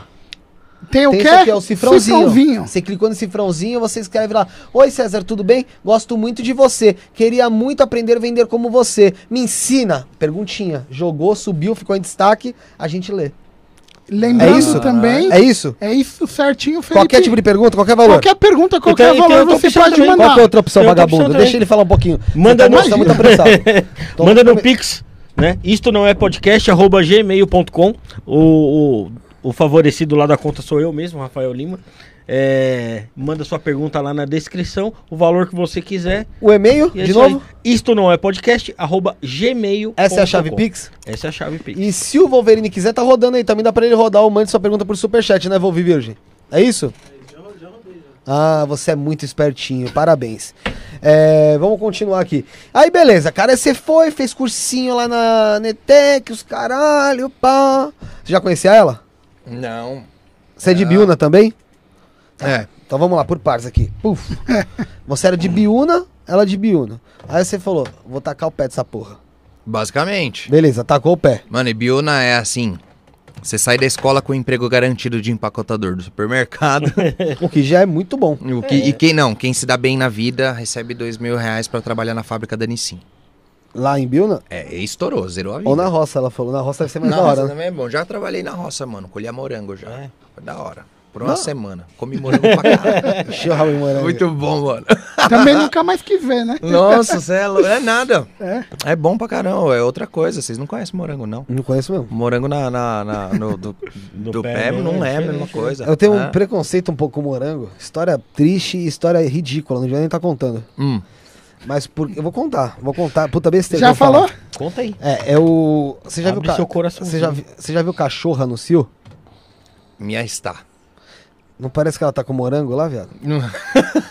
Speaker 4: Tem o
Speaker 1: Tem
Speaker 4: quê?
Speaker 1: isso aqui, é o cifrãozinho.
Speaker 4: Cifrãozinho.
Speaker 1: Você clicou no cifrãozinho, você escreve lá: Oi César, tudo bem? Gosto muito de você. Queria muito aprender a vender como você. Me ensina. Perguntinha. Jogou, subiu, ficou em destaque. A gente lê.
Speaker 4: Lembrando
Speaker 1: É isso?
Speaker 4: também.
Speaker 1: É isso?
Speaker 4: É isso certinho, Felipe.
Speaker 1: Qualquer tipo de pergunta, qualquer valor.
Speaker 4: Qualquer pergunta, qualquer
Speaker 2: E tem- e tem
Speaker 4: valor,
Speaker 2: outra
Speaker 4: você
Speaker 2: opção
Speaker 4: pode
Speaker 2: também.
Speaker 4: mandar.
Speaker 1: Qual que é outra opção,
Speaker 2: Tem outra
Speaker 1: vagabundo?
Speaker 2: opção também.
Speaker 1: Deixa ele falar um pouquinho.
Speaker 2: Manda
Speaker 1: Você tá, você tá muito apressado. Tô-
Speaker 2: Manda no Pix, né? Isto não é podcast, arroba gmail.com. O, o, o favorecido lá da conta sou eu mesmo, Rafael Lima. É, manda sua pergunta lá na descrição, o valor que você quiser.
Speaker 1: O e-mail,
Speaker 2: E é
Speaker 1: de
Speaker 2: isso aí.
Speaker 1: novo?
Speaker 2: Isto não é podcast, arroba gmail.
Speaker 1: Essa é a chave Pix.
Speaker 2: Essa é a chave Pix.
Speaker 1: E se o Wolverine quiser, tá rodando aí. Também dá pra ele rodar ou mande sua pergunta por superchat, né, Volvi Virgem? É isso? Ah, você é muito espertinho, parabéns. É, vamos continuar aqui. Aí, beleza, cara, você foi, fez cursinho lá na Netec, os caralho, pá. Você já conhecia ela?
Speaker 5: Não.
Speaker 1: Você é de Biúna também?
Speaker 5: É.
Speaker 1: Então vamos lá, por partes aqui. Puf. Você era de Biúna, ela de Biúna. Aí você falou, vou tacar o pé dessa porra.
Speaker 5: Basicamente.
Speaker 1: Beleza, tacou o pé.
Speaker 5: Mano, e Biona é assim. Você sai da escola com o emprego garantido de empacotador do supermercado.
Speaker 1: O que já é muito bom.
Speaker 5: o que, E quem não, quem se dá bem na vida, recebe dois mil reais pra trabalhar na fábrica da Nissin.
Speaker 1: Lá em Biúna,
Speaker 5: É, e estourou, zerou a vida.
Speaker 1: Ou na roça, ela falou. Na roça deve ser mais
Speaker 5: Na
Speaker 1: da hora.
Speaker 5: roça
Speaker 1: né?
Speaker 5: É? também é bom. Já trabalhei na roça, mano. Colhia morango já. Foi da hora. por uma semana. Comemoramos pra caralho.
Speaker 1: Encheu o rabo de morango.
Speaker 5: Muito bom, mano.
Speaker 4: Também nunca mais quis ver, né?
Speaker 5: Nossa, cê é louco. É nada. É. bom pra caramba, é outra coisa. Vocês não conhecem morango, não.
Speaker 1: Não conheço mesmo.
Speaker 5: Morango na, na- na- no, do, do pé,
Speaker 2: pé, né?
Speaker 5: não é a mesma
Speaker 2: Diferente,
Speaker 5: coisa.
Speaker 1: Eu tenho
Speaker 5: É.
Speaker 1: um preconceito um pouco com morango. História triste e história ridícula. Não devia nem estar contando.
Speaker 5: Hum.
Speaker 1: Mas por... eu vou contar. Vou contar. Puta besteira.
Speaker 4: Já
Speaker 1: que eu vou
Speaker 4: falou?
Speaker 1: falar.
Speaker 2: Conta aí.
Speaker 1: É, é o. Você já
Speaker 2: Abre
Speaker 1: viu. ca-
Speaker 2: seu coraçãozinho.
Speaker 1: Você já, vi- você já viu cachorra no cio?
Speaker 5: Minha está.
Speaker 1: Não parece que ela tá com morango lá, viado?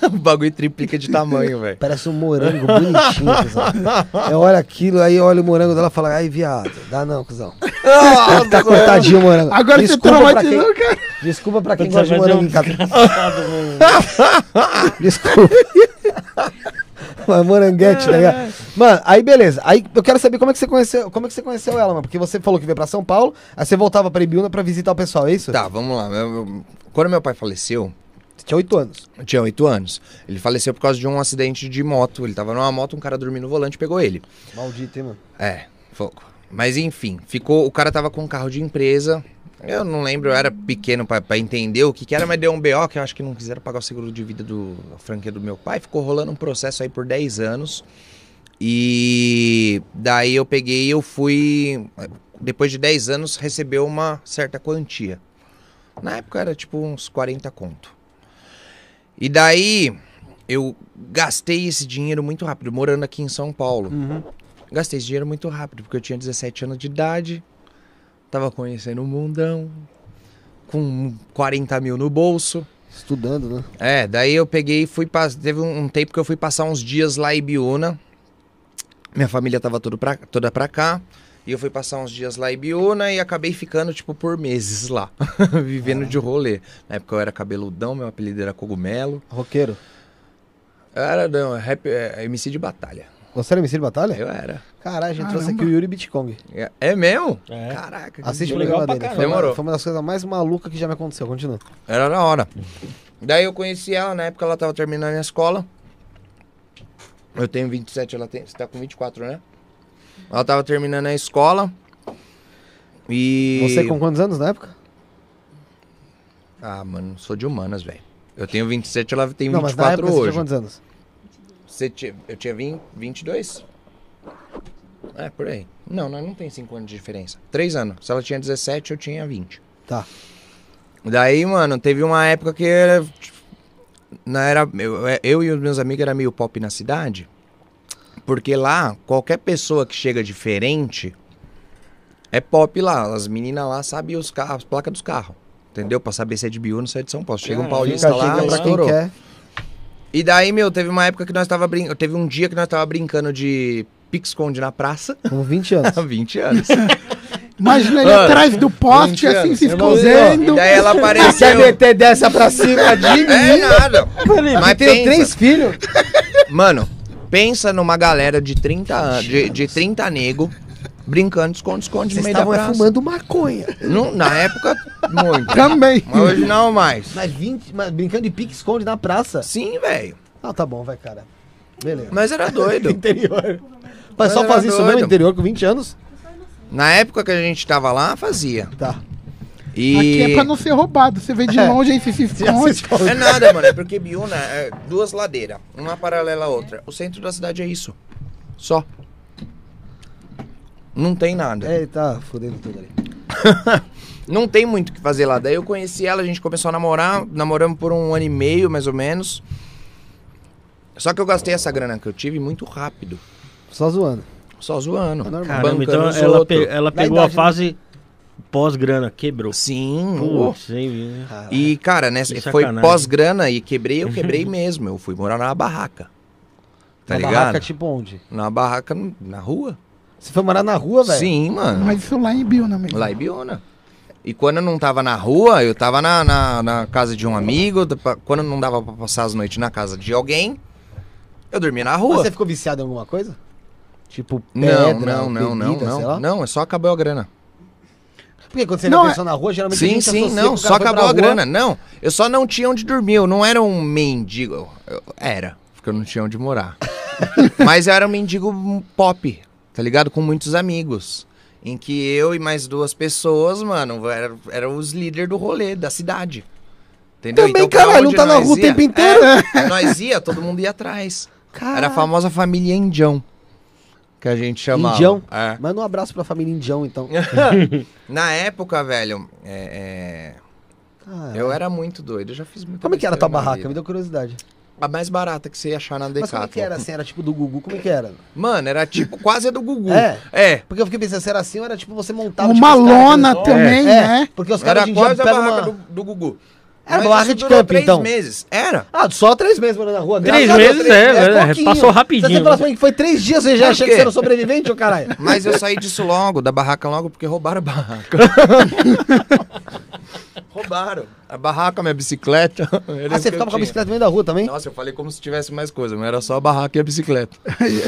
Speaker 5: o bagulho triplica de tamanho, velho.
Speaker 1: Parece um morango bonitinho, cuzão. Eu olho aquilo, aí eu olho o morango dela e falo, ai, viado, dá não, cuzão. Tá cortadinho o morango.
Speaker 4: Agora você
Speaker 1: pra quem,
Speaker 4: traumatizou, cara.
Speaker 1: Desculpa pra quem
Speaker 2: Quando
Speaker 1: gosta de
Speaker 2: você vai
Speaker 1: morango
Speaker 2: ver
Speaker 1: em casa.
Speaker 2: um cara.
Speaker 1: Desculpa. Mas moranguete, tá ligado? Mano, aí beleza. Aí eu quero saber como é que você conheceu, como é que você conheceu ela, mano. Porque você falou que veio pra São Paulo, aí você voltava pra Ibiúna pra visitar o pessoal, é isso?
Speaker 5: Tá, vamos lá. Eu- eu- Quando meu pai faleceu,
Speaker 1: Você tinha oito anos.
Speaker 5: eu tinha 8 anos. Ele faleceu por causa de um acidente de moto. Ele tava numa moto, um cara dormiu no volante e pegou ele.
Speaker 1: Maldito, hein, mano.
Speaker 5: É, fogo. Mas enfim, ficou. O cara tava com um carro de empresa. Eu não lembro, eu era pequeno pra pra entender o que, que era, mas deu um BO que eu acho que não quiseram pagar o seguro de vida do a franquia do meu pai. Ficou rolando um processo aí por 10 anos. E daí eu peguei, eu fui. Depois de 10 anos, recebeu uma certa quantia. Na época era tipo uns 40 conto. E daí eu gastei esse dinheiro muito rápido, morando aqui em São Paulo. Gastei esse dinheiro muito rápido, porque eu tinha 17 anos de idade, tava conhecendo o mundão, com 40 mil no bolso.
Speaker 1: Estudando, né?
Speaker 5: É, daí eu peguei e fui. pas- Teve um, um tempo que eu fui passar uns dias lá em Biúna. Minha família tava tudo pra, toda pra cá. E eu fui passar uns dias lá em Biúna e acabei ficando, tipo, por meses lá, vivendo de rolê. Na época eu era cabeludão, meu apelido era cogumelo.
Speaker 1: Roqueiro.
Speaker 5: Eu era, não, rap, é, MC de batalha.
Speaker 1: Você era MC de batalha?
Speaker 5: Eu era.
Speaker 1: Caralho, a gente trouxe
Speaker 4: Caramba.
Speaker 1: aqui o Yuri Bitcong.
Speaker 5: É, é mesmo?
Speaker 2: É.
Speaker 5: Caraca, que
Speaker 1: Assiste o
Speaker 2: Legal
Speaker 1: programa
Speaker 2: pra
Speaker 1: dele.
Speaker 2: caralho.
Speaker 1: Foi uma,
Speaker 5: Demorou.
Speaker 1: foi uma das coisas mais malucas que já me aconteceu. Continua.
Speaker 5: Era da hora. Daí eu conheci ela, na época ela tava terminando a escola. Eu tenho 27, ela tem. Você tá com 24, né? Ela tava terminando a escola. E.
Speaker 1: Você com quantos anos na época?
Speaker 5: Ah, mano, sou de humanas, velho. Eu tenho 27, ela tem
Speaker 1: Não, mas na
Speaker 5: 24
Speaker 1: época você tinha
Speaker 5: hoje.
Speaker 1: quantos anos?
Speaker 5: Você tinha, eu tinha 20, 22? É, por aí. Não, nós não tem 5 anos de diferença. 3 anos. Se ela tinha 17, eu tinha 20.
Speaker 1: Tá.
Speaker 5: Daí, mano, teve uma época que era. tipo, Não era eu, é, eu e os meus amigos era meio pop na cidade. Porque lá, qualquer pessoa que chega diferente é pop lá. As meninas lá sabem os carros, as placas dos carros. Entendeu? Pra saber se é de Biú ou se é de São Paulo. Chega um
Speaker 2: É,
Speaker 5: paulista
Speaker 2: fica
Speaker 5: lá,
Speaker 2: chegando
Speaker 1: pra quem
Speaker 5: estourou.
Speaker 1: quer.
Speaker 5: E daí, meu, teve uma época que nós tava brincando. Teve um dia que nós tava brincando de pique-esconde na praça.
Speaker 1: Com 20 anos.
Speaker 5: Há 20 anos.
Speaker 4: Imagina ele
Speaker 5: Mano,
Speaker 4: atrás do
Speaker 5: 20
Speaker 4: poste, assim, se
Speaker 1: anos.
Speaker 5: e
Speaker 4: escondendo.
Speaker 5: daí ela
Speaker 1: Quer
Speaker 5: apareceu.
Speaker 1: meter dessa pra cima de mim?
Speaker 5: É nada.
Speaker 1: Mas
Speaker 5: Mas
Speaker 1: tenho
Speaker 5: pensa.
Speaker 1: três filhos.
Speaker 5: Mano, pensa numa galera de 30 anos, de, de 30 nego, brincando de esconde-esconde no
Speaker 1: Vocês
Speaker 5: meio da
Speaker 1: estavam é
Speaker 5: praça.
Speaker 1: fumando maconha.
Speaker 5: Não, na época, muito.
Speaker 4: Também.
Speaker 5: Mas hoje não mais.
Speaker 1: Mas, 20, mas brincando de pique-esconde na praça.
Speaker 5: Sim, velho.
Speaker 1: Ah, tá bom, vai, cara. Beleza.
Speaker 5: Mas era doido.
Speaker 1: Interior. Mas só
Speaker 5: Mas era
Speaker 1: fazer isso mesmo
Speaker 5: doido.
Speaker 1: interior com 20 anos?
Speaker 5: Na época que a gente tava lá, fazia.
Speaker 1: Tá.
Speaker 5: E...
Speaker 4: Aqui é pra não ser roubado. Você vem de
Speaker 1: É.
Speaker 4: longe, aí você se esconde.
Speaker 5: É nada, mano. É porque Biúna é duas ladeiras, uma paralela à outra. O centro da cidade é isso. Só. Não tem nada.
Speaker 1: É, tá fudendo tudo ali.
Speaker 5: Não tem muito o que fazer lá. Daí eu conheci ela, a gente começou a namorar. Namoramos por um ano e meio, mais ou menos. Só que eu gastei essa grana que eu tive muito rápido.
Speaker 1: Só zoando.
Speaker 5: Só zoando.
Speaker 1: Tá normal.
Speaker 2: Caramba, então
Speaker 5: os
Speaker 2: ela,
Speaker 5: outros.
Speaker 2: pe- ela
Speaker 1: Na
Speaker 2: pegou a
Speaker 1: idade, né?
Speaker 2: fase pós-grana, quebrou.
Speaker 5: Sim. oh.
Speaker 2: Putz, hein, viu?
Speaker 5: E, cara, né,
Speaker 2: Que
Speaker 5: foi
Speaker 2: sacanagem.
Speaker 5: pós-grana e quebrei, eu quebrei mesmo. Eu fui morar numa barraca. Tá
Speaker 1: Uma
Speaker 5: ligado?
Speaker 1: barraca tipo onde?
Speaker 5: Na barraca, n- na rua.
Speaker 1: Você foi morar na rua, velho?
Speaker 5: Sim, mano.
Speaker 4: Mas isso lá em Biúna mesmo.
Speaker 5: Lá em Biona. E quando eu não tava na rua, eu tava na, na, na casa de um amigo. da- pra- Quando não dava pra passar as noites na casa de alguém, eu dormia na
Speaker 1: Mas
Speaker 5: rua.
Speaker 1: Você ficou viciado em alguma coisa? Tipo pedra,
Speaker 5: Não, não, não, não,
Speaker 1: bebida, sei lá?
Speaker 5: não. Não, é só acabou a grana.
Speaker 1: Porque quando você vê
Speaker 4: Não,
Speaker 1: a
Speaker 4: é-
Speaker 1: pessoa na rua, geralmente a
Speaker 5: Sim,
Speaker 1: gente
Speaker 5: sim,
Speaker 1: associa
Speaker 5: não.
Speaker 1: que o
Speaker 5: Só
Speaker 1: cara foi
Speaker 5: acabou a
Speaker 1: pra rua.
Speaker 5: grana. Não, eu só não tinha onde dormir. Eu não era um mendigo. Eu era, porque eu não tinha onde morar. Mas eu era um mendigo pop, tá ligado? Com muitos amigos. Em que eu e mais duas pessoas, mano, era, era os líderes do rolê da cidade. Entendeu? Então,
Speaker 1: Também,
Speaker 5: pra
Speaker 1: caralho, não
Speaker 5: onde
Speaker 1: tá na
Speaker 5: nós
Speaker 1: rua o
Speaker 5: ia-
Speaker 1: tempo inteiro? Ah.
Speaker 5: É, nós ia, todo mundo ia atrás. Era a famosa família Indião. Que a gente chamava.
Speaker 1: Indião?
Speaker 5: É.
Speaker 1: Manda um abraço pra família Indião, então.
Speaker 5: Na época, velho, é,
Speaker 1: Ah,
Speaker 5: é, eu era muito doido, eu já fiz muito.
Speaker 1: Como é que era a tua barraca? Me
Speaker 5: Vida.
Speaker 1: deu curiosidade.
Speaker 5: A mais barata que você ia achar na
Speaker 1: Mas como é que
Speaker 5: Decathlon.
Speaker 1: era assim? Era tipo do Gugu? Como é que era?
Speaker 5: Mano, era tipo quase a do Gugu.
Speaker 1: É?
Speaker 5: É.
Speaker 1: Porque eu fiquei pensando, se era assim, ou era tipo você montava.
Speaker 4: Uma
Speaker 1: tipo, os caras
Speaker 4: lona
Speaker 1: que-
Speaker 2: É.
Speaker 4: também,
Speaker 1: É,
Speaker 4: né?
Speaker 1: porque os caras
Speaker 5: Era
Speaker 1: hoje em dia
Speaker 5: quase a
Speaker 1: pegam
Speaker 5: barraca
Speaker 1: uma...
Speaker 5: do, do Gugu.
Speaker 1: Era
Speaker 5: Mas
Speaker 1: barraca
Speaker 5: isso
Speaker 1: de
Speaker 5: durou
Speaker 1: campo,
Speaker 5: três
Speaker 1: então?
Speaker 5: meses. Era.
Speaker 1: Ah, só três meses morando na rua.
Speaker 2: Três
Speaker 1: Graças a Deus,
Speaker 2: meses, é,
Speaker 1: meses,
Speaker 2: é,
Speaker 1: pouquinho.
Speaker 2: passou
Speaker 1: Se você
Speaker 2: rapidinho,
Speaker 1: falasse
Speaker 2: né?
Speaker 1: pra mim que foi três dias, você já
Speaker 5: Por
Speaker 1: acha que
Speaker 5: quê?
Speaker 1: você era sobrevivente, ô caralho?
Speaker 5: Mas eu saí disso logo, da barraca logo, porque roubaram a barraca. roubaram. A barraca, minha bicicleta.
Speaker 1: Ah, você ficava com a bicicleta no meio da rua também?
Speaker 5: Nossa, eu falei como se tivesse mais coisa, mas era só a barraca e a bicicleta.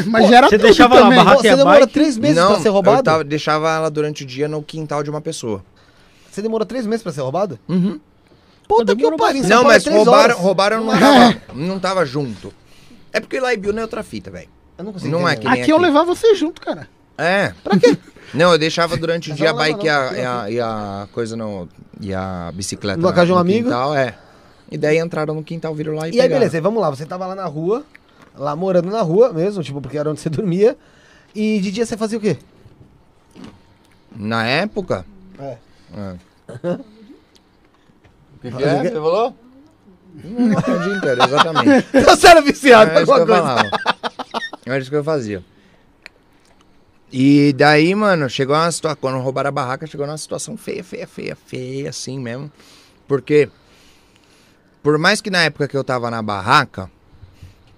Speaker 4: Mas já era
Speaker 2: você
Speaker 4: tudo
Speaker 2: deixava lá a
Speaker 4: também.
Speaker 1: Pô,
Speaker 2: barraca-
Speaker 1: você
Speaker 2: é
Speaker 1: demora
Speaker 2: bike?
Speaker 1: três meses pra ser
Speaker 5: eu
Speaker 1: roubado?
Speaker 5: tava- deixava ela durante o dia no quintal de uma pessoa.
Speaker 1: Você demorou três meses pra ser roubado?
Speaker 5: Uhum.
Speaker 1: Puta que
Speaker 2: demorou
Speaker 1: pariu, em São
Speaker 5: Não,
Speaker 1: Paulo é
Speaker 5: mas
Speaker 1: três
Speaker 5: roubaram,
Speaker 1: horas. é.
Speaker 5: roubaram não, tava, não tava junto. É porque lá em Bill não é outra fita, velho.
Speaker 1: Eu não consigo
Speaker 5: Não
Speaker 1: entender.
Speaker 5: é que nem-
Speaker 4: Aqui, eu
Speaker 5: aqui.
Speaker 4: levava você junto, cara.
Speaker 5: É. Pra quê? Não, eu deixava durante o
Speaker 1: Mas
Speaker 5: dia a
Speaker 1: ela leva
Speaker 5: bike e
Speaker 1: não,
Speaker 5: a,
Speaker 1: não,
Speaker 5: e a- e a coisa não. E a bicicleta.
Speaker 1: Na casa de um amigo?
Speaker 5: Quintal, é. E daí entraram no quintal, viram lá
Speaker 1: E aí,
Speaker 5: e, pegaram.
Speaker 1: beleza, aí vamos lá. Você tava lá na rua, lá morando na rua mesmo, tipo, porque era onde você dormia. E de dia você fazia o quê?
Speaker 5: Na época.
Speaker 1: É.
Speaker 5: É. O que, que é? Você falou? Não, o dia inteiro, exatamente.
Speaker 1: Você era viciado
Speaker 5: Era
Speaker 1: por
Speaker 5: É isso que
Speaker 1: alguma coisa.
Speaker 5: eu falava. Era isso que eu fazia. E daí, mano, chegou uma situação. Quando roubaram a barraca, chegou numa situação feia, feia, feia, feia, assim mesmo. Porque, por mais que na época que eu tava na barraca,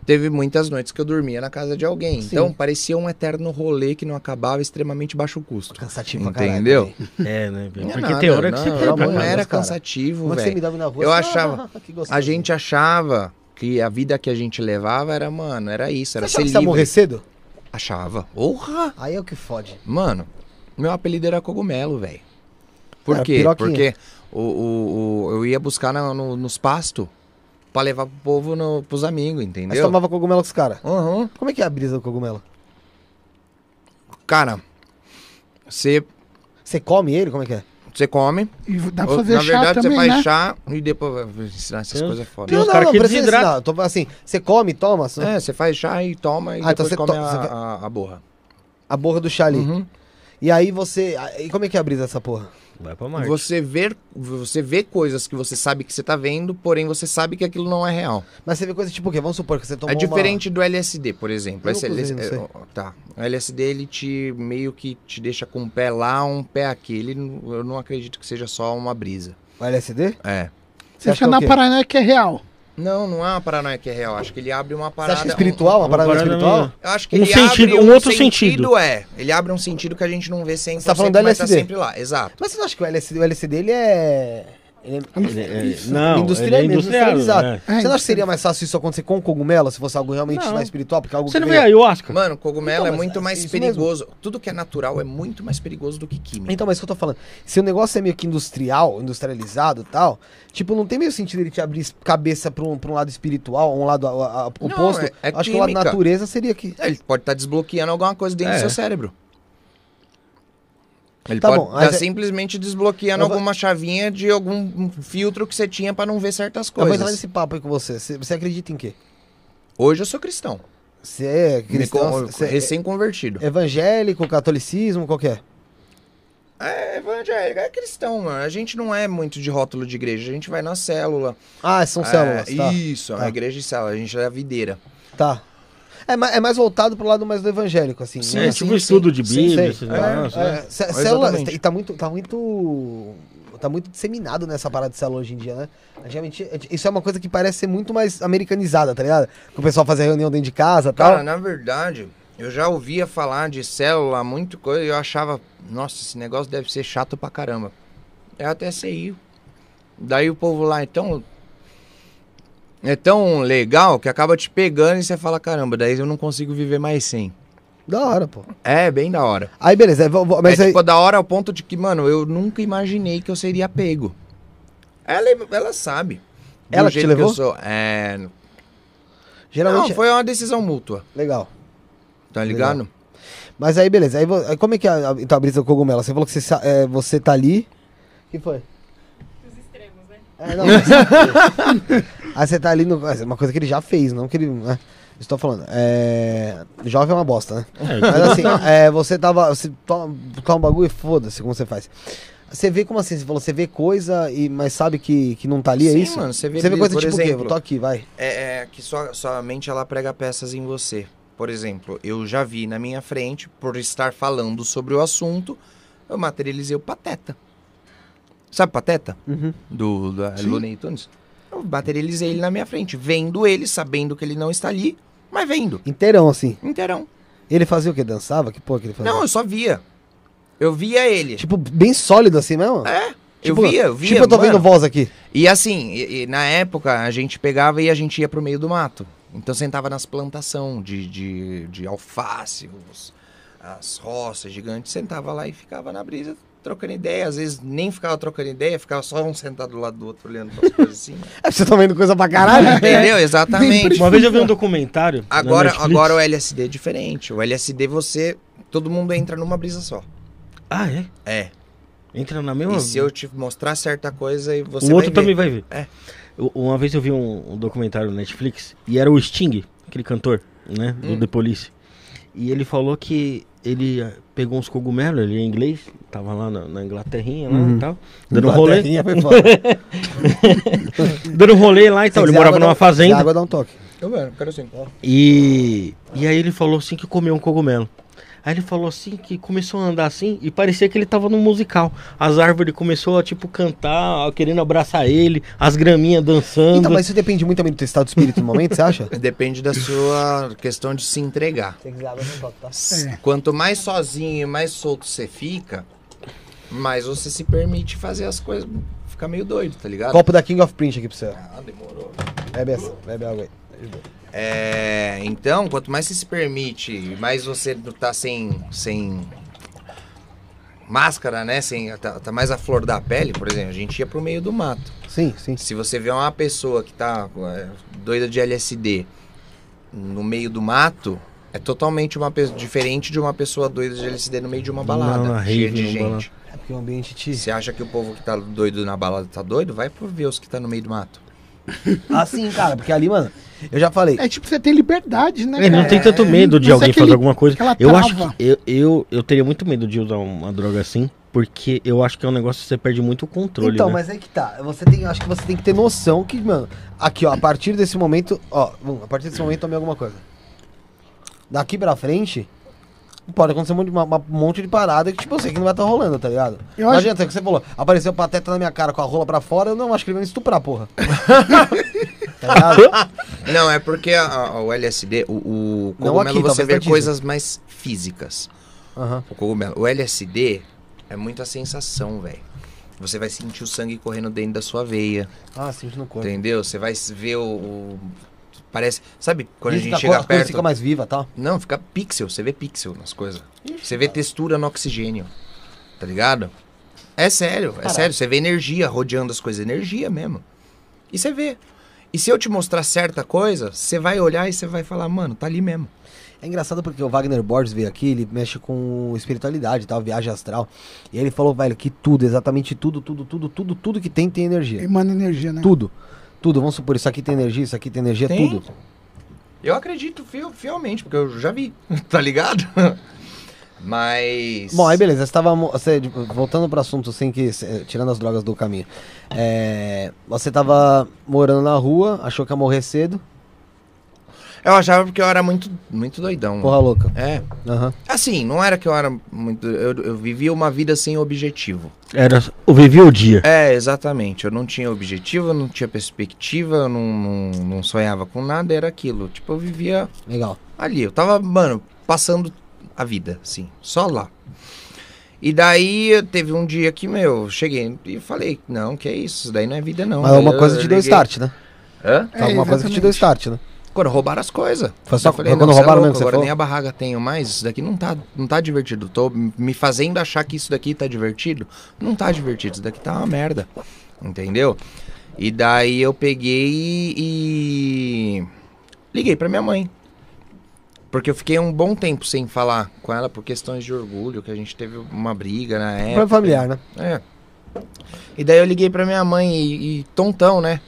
Speaker 5: teve muitas noites que eu dormia na casa de alguém.
Speaker 1: Sim.
Speaker 5: Então, parecia um eterno rolê que não acabava, extremamente baixo custo.
Speaker 1: Cansativo pra caralho.
Speaker 5: Entendeu?
Speaker 2: É, né?
Speaker 5: Não é
Speaker 2: Porque
Speaker 5: nada,
Speaker 2: tem hora que
Speaker 5: não,
Speaker 2: você
Speaker 1: pelo
Speaker 5: não,
Speaker 1: amor de
Speaker 5: não
Speaker 1: Deus, cara.
Speaker 5: era cansativo,
Speaker 1: Quando você me
Speaker 5: velho.
Speaker 1: dava na rua,
Speaker 5: Eu
Speaker 1: você-
Speaker 5: achava-
Speaker 1: Ah, que gostoso.
Speaker 5: A gente achava que a vida que a gente levava era, mano, era isso,
Speaker 1: Você
Speaker 5: era
Speaker 1: achava
Speaker 5: ser
Speaker 1: que você ia
Speaker 5: livre.
Speaker 1: morrer cedo?
Speaker 5: Achava. Porra!
Speaker 1: Aí é o que fode.
Speaker 5: Mano, meu apelido era cogumelo, velho. Por
Speaker 1: Era
Speaker 5: quê?
Speaker 1: piroquinha.
Speaker 5: Porque o, o, o- eu ia buscar na- no- nos pastos pra levar pro povo, no, pros amigos,
Speaker 1: Aí você
Speaker 5: entendeu?
Speaker 1: tomava cogumelo com os caras.
Speaker 5: Uhum.
Speaker 1: Como é que é a brisa do cogumelo?
Speaker 5: Cara, você
Speaker 1: Você come ele? Como é que é?
Speaker 5: você come,
Speaker 4: E dá pra
Speaker 5: ou,
Speaker 4: fazer
Speaker 5: na
Speaker 4: chá
Speaker 5: verdade você
Speaker 4: também,
Speaker 5: faz
Speaker 4: né?
Speaker 5: chá e depois vou ensinar essas
Speaker 2: Tem uns-
Speaker 5: coisas é
Speaker 2: tem
Speaker 5: foda.
Speaker 2: uns cara que
Speaker 1: precisa
Speaker 2: desidrata.
Speaker 1: ensinar. Eu Tô, assim, você come, toma assim,
Speaker 5: É, você faz chá e toma e
Speaker 1: Ah, então
Speaker 5: depois
Speaker 1: você
Speaker 5: come
Speaker 1: to-
Speaker 5: a,
Speaker 1: você vai-
Speaker 5: a, a borra.
Speaker 1: a borra do chá ali.
Speaker 5: Uhum.
Speaker 1: E aí você. E como é que é a brisa dessa porra?
Speaker 2: Vai pra Marte.
Speaker 5: Você ver, você vê coisas que você sabe que você tá vendo, porém você sabe que aquilo não é real.
Speaker 1: Mas você vê coisa tipo o quê? Vamos supor que você tomou
Speaker 5: é diferente do LSD, por exemplo.
Speaker 1: Eu nunca usei,
Speaker 5: LS-
Speaker 1: não sei.
Speaker 5: é, tá. O LSD ele te meio que te deixa com um pé lá, um pé aqui. Ele n- eu não acredito que seja só uma brisa.
Speaker 1: Uma... O LSD?
Speaker 5: É.
Speaker 1: acha que
Speaker 4: Você
Speaker 1: é
Speaker 4: acha
Speaker 1: o
Speaker 4: na
Speaker 1: quê?
Speaker 4: Paraná que é real.
Speaker 5: Não, não é uma paranoia que é real. Acho que ele abre uma
Speaker 1: Você
Speaker 5: parada.
Speaker 1: acha que é espiritual? Uma
Speaker 2: Uma
Speaker 1: parada,
Speaker 2: parada
Speaker 1: espiritual?
Speaker 2: meio-
Speaker 5: um- eu acho que
Speaker 2: Um
Speaker 5: ele
Speaker 2: sentido,
Speaker 5: abre
Speaker 2: um outro sentido.
Speaker 5: É, ele abre um sentido que a gente não vê sempre.
Speaker 1: Você tá falando do
Speaker 5: mas tá
Speaker 1: LSD.
Speaker 5: sempre lá, exato.
Speaker 1: Mas você não acha que o LSD, o LSD ele é. Ele é...
Speaker 2: Ele é- não,
Speaker 1: industrial-
Speaker 2: ele é industrializado. né?
Speaker 1: Você não
Speaker 4: É,
Speaker 1: acha que seria mais fácil isso acontecer com o cogumelo, se fosse algo realmente
Speaker 2: Não.
Speaker 1: mais espiritual? Porque é algo
Speaker 2: Você
Speaker 1: que
Speaker 2: não vê
Speaker 1: veio-
Speaker 2: ayahuasca?
Speaker 5: Mano, cogumelo
Speaker 1: Então,
Speaker 5: é
Speaker 1: mas
Speaker 5: muito mais
Speaker 1: isso mesmo.
Speaker 5: perigoso. Tudo que é natural é muito mais perigoso do que químico.
Speaker 1: Então, mas isso que eu tô falando, se o negócio é meio que industrial, industrializado e tal, tipo, não tem meio sentido ele te abrir es- cabeça pra um, pra um lado espiritual, um lado a- a- oposto.
Speaker 5: é- é
Speaker 1: Acho que o lado
Speaker 5: química.
Speaker 1: natureza seria que.
Speaker 5: É, Ele pode estar desbloqueando alguma coisa dentro
Speaker 2: É.
Speaker 5: do seu cérebro. Ele
Speaker 1: Tá
Speaker 5: pode
Speaker 1: bom, mas
Speaker 5: estar
Speaker 1: é-
Speaker 5: simplesmente desbloqueando
Speaker 1: Eu vou-
Speaker 5: alguma chavinha de algum filtro que você tinha pra não ver certas
Speaker 1: Eu vou entrar
Speaker 5: coisas.
Speaker 1: nesse papo aí com você. Você, você acredita em quê?
Speaker 5: Hoje eu sou cristão.
Speaker 1: Você é
Speaker 5: Me
Speaker 1: cristão?
Speaker 5: con-
Speaker 1: Você é
Speaker 5: Recém-convertido.
Speaker 1: evangélico, catolicismo, qual que é?
Speaker 5: É evangélico, é cristão, mano. A gente não é muito de rótulo de igreja. A gente vai na célula.
Speaker 1: Ah, são
Speaker 5: É,
Speaker 1: células, tá.
Speaker 5: Isso,
Speaker 1: Tá.
Speaker 5: a igreja e célula. A gente é a videira.
Speaker 1: Tá. É, ma- é mais voltado pro lado mais do evangélico, assim.
Speaker 5: Sim,
Speaker 1: né?
Speaker 2: é
Speaker 5: sim,
Speaker 2: tipo
Speaker 5: sim.
Speaker 2: estudo de
Speaker 1: Sim,
Speaker 2: Bíblia,
Speaker 1: sei.
Speaker 2: esses
Speaker 1: É,
Speaker 2: negócios, né?
Speaker 1: é, cé- célula,
Speaker 5: Exatamente.
Speaker 1: e tá muito, tá muito, tá muito disseminado nessa parada de célula hoje em dia, né? Antigamente, anti- isso é uma coisa que parece ser muito mais americanizada, tá ligado? Que o pessoal fazia reunião dentro de casa, e tal.
Speaker 5: Cara, na verdade, eu já ouvia falar de célula, muito coisa, e eu achava, nossa, esse negócio deve ser chato pra caramba. É até CI. Daí o povo lá, então. É tão legal que acaba te pegando e você fala, caramba, daí eu não consigo viver mais sem.
Speaker 1: Da hora, pô.
Speaker 5: É, bem da hora.
Speaker 1: Aí, beleza. aí vo- vo- Mas
Speaker 5: é
Speaker 1: aí,
Speaker 5: tipo da hora ao ponto de que, mano, eu nunca imaginei que eu seria pego. Ela, ela sabe. Do
Speaker 1: Ela que te
Speaker 5: jeito eu
Speaker 1: levou?
Speaker 5: sou. É.
Speaker 1: geralmente... é
Speaker 5: Não, foi uma decisão mútua,
Speaker 1: Legal.
Speaker 5: tá
Speaker 1: Legal.
Speaker 5: ligado?
Speaker 1: Mas aí, beleza. Aí, vo- aí como é que é a, a, então, a brisa do cogumelo? Você falou que você, sa- é, você tá ali... O que foi?
Speaker 6: Os extremos, né?
Speaker 1: É, não, mas- Aí você tá ali no. Uma coisa que ele já fez, não que ele. Né? Estou falando. É... Jovem é uma bosta, né? Mas assim, é, você tava. Você toma, toma um bagulho e foda-se como você faz. Você vê como assim? Você falou, você vê coisa, e, mas sabe que, que não tá ali, é
Speaker 5: Sim,
Speaker 1: isso?
Speaker 5: mano, você vê-
Speaker 1: você vê coisa
Speaker 5: por
Speaker 1: tipo o quê?
Speaker 5: exemplo-
Speaker 1: Eu tô aqui, vai.
Speaker 5: É, é que sua, sua mente ela prega peças em você. Por exemplo, eu já vi na minha frente, por estar falando sobre o assunto, eu materializei o Pateta. Sabe o Pateta? Do, da Looney Tunes? Eu materializei ele na minha frente, vendo ele, sabendo que ele não está ali, mas vendo,
Speaker 1: Inteirão, assim.
Speaker 5: inteirão.
Speaker 1: Ele fazia o quê? Dançava? Que porra que ele fazia?
Speaker 5: Não, eu só via. Eu via ele.
Speaker 1: Tá Tipo, bem sólido assim mesmo?
Speaker 5: É,
Speaker 1: Tipo,
Speaker 5: eu via, eu via.
Speaker 1: Tipo, eu tô
Speaker 5: mano.
Speaker 1: vendo voz aqui.
Speaker 5: E assim, e- e na época a gente pegava e a gente ia pro meio do mato. Então sentava nas plantações de, de, de alface, os- as roças gigantes, sentava lá e ficava na brisa trocando ideia. Às vezes nem ficava trocando ideia, ficava só um sentado do lado do outro olhando para as coisas assim.
Speaker 1: É, você tá vendo coisa pra caralho?
Speaker 5: Entendeu? Exatamente.
Speaker 2: Uma vez eu vi um documentário. na
Speaker 5: Agora,
Speaker 2: Netflix.
Speaker 5: agora o LSD é diferente. O LSD você. Todo mundo entra numa brisa só.
Speaker 2: Ah, é?
Speaker 5: É.
Speaker 2: Entra na mesma.
Speaker 5: E se eu te mostrar certa coisa e você.
Speaker 2: o outro
Speaker 5: vai ver.
Speaker 2: também vai ver.
Speaker 5: É.
Speaker 2: U- Uma vez eu vi um, um documentário no Netflix e era o Sting, aquele cantor, né? Do
Speaker 5: Hum.
Speaker 2: The Police. E ele falou que ele ah, pegou uns cogumelos, ele é inglês, tava lá na, na Inglaterrinha lá
Speaker 1: Uhum.
Speaker 2: e tal, dando um rolê.
Speaker 1: Terrinha foi foda. Se
Speaker 2: Dando um rolê lá e tal. Ele
Speaker 1: quiser
Speaker 2: morava
Speaker 1: água, dá-
Speaker 2: numa
Speaker 1: se quiser
Speaker 2: fazenda.
Speaker 1: água dá um toque.
Speaker 5: Eu quero, quero assim, sim.
Speaker 2: E, e aí ele falou assim que comeu um cogumelo. Aí ele falou assim que começou a andar assim e parecia que ele tava num musical. As árvores começou a tipo cantar, a- querendo abraçar ele, as graminhas dançando.
Speaker 1: Então, mas isso depende muito também do teu estado de espírito no momento, você acha?
Speaker 5: Depende da sua questão de se entregar.
Speaker 1: Se quiser água dá um toque, tá?
Speaker 4: É.
Speaker 5: Quanto mais sozinho e mais solto você fica, mais você se permite fazer as coisas. Ficar meio doido, tá ligado?
Speaker 1: Copo da King of Print aqui pra você.
Speaker 5: Ah, demorou.
Speaker 1: Bebe essa, bebe água aí.
Speaker 5: É, então, quanto mais você se permite, mais você não tá sem. sem máscara, né? Sem, tá, tá mais à flor da pele, por exemplo, a gente ia pro meio do mato.
Speaker 1: Sim, sim.
Speaker 5: Se você vê uma pessoa que tá é, doida de LSD no meio do mato, é totalmente uma pessoa diferente de uma pessoa doida de LSD no meio de uma balada,
Speaker 2: Não, na
Speaker 5: cheia
Speaker 2: rave,
Speaker 5: de
Speaker 2: numa balada.
Speaker 5: gente.
Speaker 1: É porque o ambiente te.
Speaker 5: Você acha que o povo que tá doido na balada tá doido? Vai por ver os que tá no meio do mato.
Speaker 1: Assim, cara, porque ali, mano, eu já falei.
Speaker 4: É tipo, você tem liberdade, né?
Speaker 2: É, não
Speaker 4: cara?
Speaker 2: tem tanto medo de
Speaker 4: Mas é
Speaker 2: alguém
Speaker 4: aquele-
Speaker 2: fazer alguma coisa.
Speaker 4: aquela
Speaker 2: Eu
Speaker 4: trava.
Speaker 2: acho que eu, eu, eu teria muito medo de usar uma droga assim, porque eu acho que é um negócio que você perde muito o controle.
Speaker 1: Então,
Speaker 2: né?
Speaker 1: mas é que tá. Você tem, acho que você tem que ter noção que, mano, aqui, ó, a partir desse momento, ó, bom, a partir desse momento tomei alguma coisa. Daqui pra frente, pode acontecer um monte, de- uma- uma- um monte de parada que, tipo, eu sei que não vai estar rolando, tá ligado?
Speaker 4: Eu
Speaker 1: não
Speaker 4: acho-
Speaker 1: adianta, é o que você falou, apareceu o pateta na minha cara com a rola pra fora, eu não acho que ele vai me estuprar, porra. tá ligado?
Speaker 5: Não, é porque a- a- o LSD, o, o
Speaker 1: Não
Speaker 5: cogumelo
Speaker 1: aqui,
Speaker 5: você
Speaker 1: talvez
Speaker 5: vê
Speaker 1: na Disney.
Speaker 5: coisas mais físicas.
Speaker 1: Aham.
Speaker 5: O cogumelo. O LSD é muito a sensação, velho. Você vai sentir o sangue correndo dentro da sua veia.
Speaker 1: Ah, sente no corpo.
Speaker 5: Entendeu? Você vai ver o. o- Parece. Sabe quando
Speaker 1: Diz
Speaker 5: a
Speaker 1: que
Speaker 5: gente
Speaker 1: a
Speaker 5: chega
Speaker 1: coisa- a coisa
Speaker 5: perto.
Speaker 1: fica mais viva, tá?
Speaker 5: Não, fica pixel. Você vê pixel nas coisas. Você vê textura no oxigênio. Tá ligado? É sério, é sério. Você vê energia rodeando as coisas. Energia mesmo. E você vê. E se eu te mostrar certa coisa, você vai olhar e você vai falar, mano, tá ali mesmo.
Speaker 1: É engraçado porque o Wagner Borges veio aqui, ele mexe com espiritualidade e tal, viagem astral. E aí ele falou, velho, que tudo, exatamente tudo, tudo, tudo, tudo, tudo que tem tem energia.
Speaker 4: Emana energia, né?
Speaker 1: Tudo. Tudo, vamos supor, isso aqui tem energia, isso aqui tem energia,
Speaker 5: Tem.
Speaker 1: tudo.
Speaker 5: Eu acredito fiel- fielmente, porque eu já vi, tá ligado? Mas.
Speaker 1: Bom, aí beleza, você tava. mo- Você, tipo, voltando pro assunto, assim, que. eh, Tirando as drogas do caminho. É, você tava morando na rua, achou que ia morrer cedo.
Speaker 5: Eu achava porque eu era muito, muito doidão.
Speaker 1: Porra louca.
Speaker 5: É.
Speaker 1: Aham.
Speaker 5: Assim, não era que eu era muito. Eu, eu vivia uma vida sem objetivo.
Speaker 2: Era, eu vivi o dia.
Speaker 5: É, exatamente. Eu não tinha objetivo, eu não tinha perspectiva, eu não, não, não sonhava com nada, era aquilo. Tipo, eu vivia
Speaker 1: Legal.
Speaker 5: ali. Eu tava, mano, passando a vida, assim, só lá. E daí eu- teve um dia que, meu, eu cheguei e falei: não, que é isso, isso daí não é vida, não.
Speaker 1: Mas alguma
Speaker 5: Aí eu
Speaker 1: coisa que te deu
Speaker 5: liguei-
Speaker 1: start, né?
Speaker 5: Hã?
Speaker 4: É,
Speaker 1: alguma coisa que te deu
Speaker 4: exatamente.
Speaker 1: start, né?
Speaker 5: Quando roubaram as coisas.
Speaker 1: Foi só
Speaker 5: Eu falei,
Speaker 1: quando
Speaker 5: não, cê é
Speaker 1: roubaram
Speaker 5: louco,
Speaker 1: mesmo que você
Speaker 5: Agora
Speaker 1: falou?
Speaker 5: nem a barraga tenho mais, isso daqui não tá, não tá divertido. Tô me fazendo achar que isso daqui tá divertido. Não tá divertido, isso daqui tá uma merda. Entendeu? E daí eu peguei e. Liguei pra minha mãe. Porque eu fiquei um bom tempo sem falar com ela por questões de orgulho, que a gente teve uma briga na
Speaker 1: Problema
Speaker 5: época.
Speaker 1: familiar, né?
Speaker 5: É. E daí eu liguei pra minha mãe e, e tontão, né?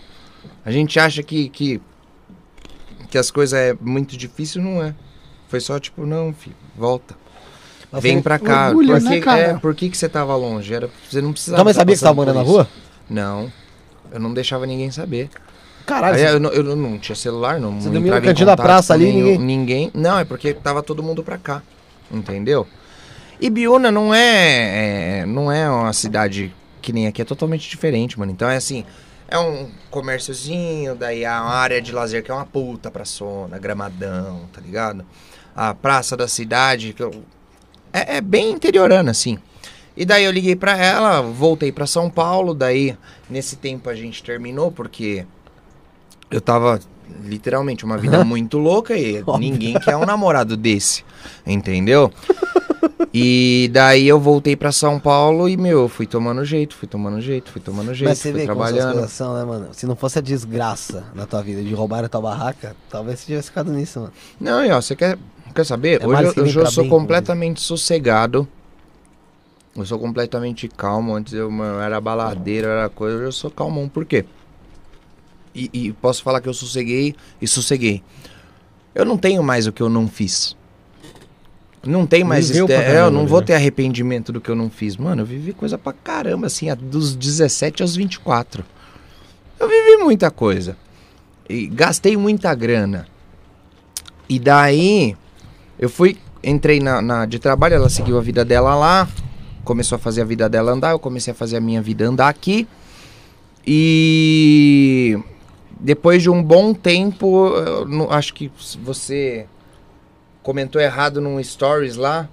Speaker 5: A gente acha que, que, que as coisas é muito difícil, não é. Foi só tipo, não, filho, volta.
Speaker 1: Mas
Speaker 5: Vem
Speaker 1: foi-
Speaker 5: pra cá.
Speaker 4: orgulho,
Speaker 5: por
Speaker 4: né,
Speaker 5: que,
Speaker 4: cara?
Speaker 5: é, por que, que você tava longe? Era, você não precisava.
Speaker 1: Tua mãe
Speaker 5: tá
Speaker 1: sabia que você tava
Speaker 5: passando por
Speaker 1: morando na
Speaker 5: isso.
Speaker 1: rua?
Speaker 5: Não. Eu não deixava ninguém saber.
Speaker 1: Caralho,
Speaker 5: Aí é
Speaker 1: você-
Speaker 5: eu, não- eu não tinha celular, não.
Speaker 1: Você
Speaker 5: não
Speaker 1: dormia no
Speaker 5: entrava em
Speaker 1: cantinho da
Speaker 5: contato
Speaker 1: praça
Speaker 5: com
Speaker 1: ali,
Speaker 5: nenhum- ninguém. Não, é porque tava todo mundo pra cá. Entendeu? E Biúna não é, é- Não é uma cidade que nem aqui, é totalmente diferente, mano. Então é assim. É um comérciozinho, daí a área de lazer que é uma puta praçona, gramadão, tá ligado? A praça da cidade, que eu- é, é bem interiorana, assim. E daí eu liguei pra ela, voltei pra São Paulo, daí nesse tempo a gente terminou, porque eu tava literalmente uma vida muito louca e ninguém quer um namorado desse, entendeu? E daí eu voltei pra São Paulo e, meu, fui tomando jeito, fui tomando jeito, fui tomando jeito,
Speaker 1: Mas você
Speaker 5: fui
Speaker 1: vê como essas
Speaker 5: trabalhando.
Speaker 1: coisas são, né, mano? Se não fosse a desgraça na tua vida de roubar a tua barraca, talvez você tivesse ficado nisso, mano.
Speaker 5: Não, e ó, você quer, quer saber?
Speaker 1: É
Speaker 5: hoje
Speaker 1: mais
Speaker 5: eu,
Speaker 1: que
Speaker 5: hoje
Speaker 1: vem
Speaker 5: eu
Speaker 1: pra
Speaker 5: sou
Speaker 1: bem,
Speaker 5: completamente sossegado. Eu sou completamente calmo. Antes eu mano, era baladeiro, era coisa. Hoje eu sou calmão. Por quê? E, e posso falar que eu sosseguei e sosseguei. Eu não tenho mais o que eu não fiz. Não tem mais
Speaker 2: Viveu
Speaker 5: este-
Speaker 2: pra
Speaker 5: é, Eu
Speaker 2: caramba,
Speaker 5: não
Speaker 2: né?
Speaker 5: vou ter arrependimento do que eu não fiz. Mano, eu vivi coisa pra caramba, assim, a- dos 17 aos 24. Eu vivi muita coisa. E gastei muita grana. E daí, eu fui, entrei na, na- de trabalho, ela seguiu a vida dela lá, começou a fazer a vida dela andar, eu comecei a fazer a minha vida andar aqui. E depois de um bom tempo, eu não- acho que você comentou errado num stories lá.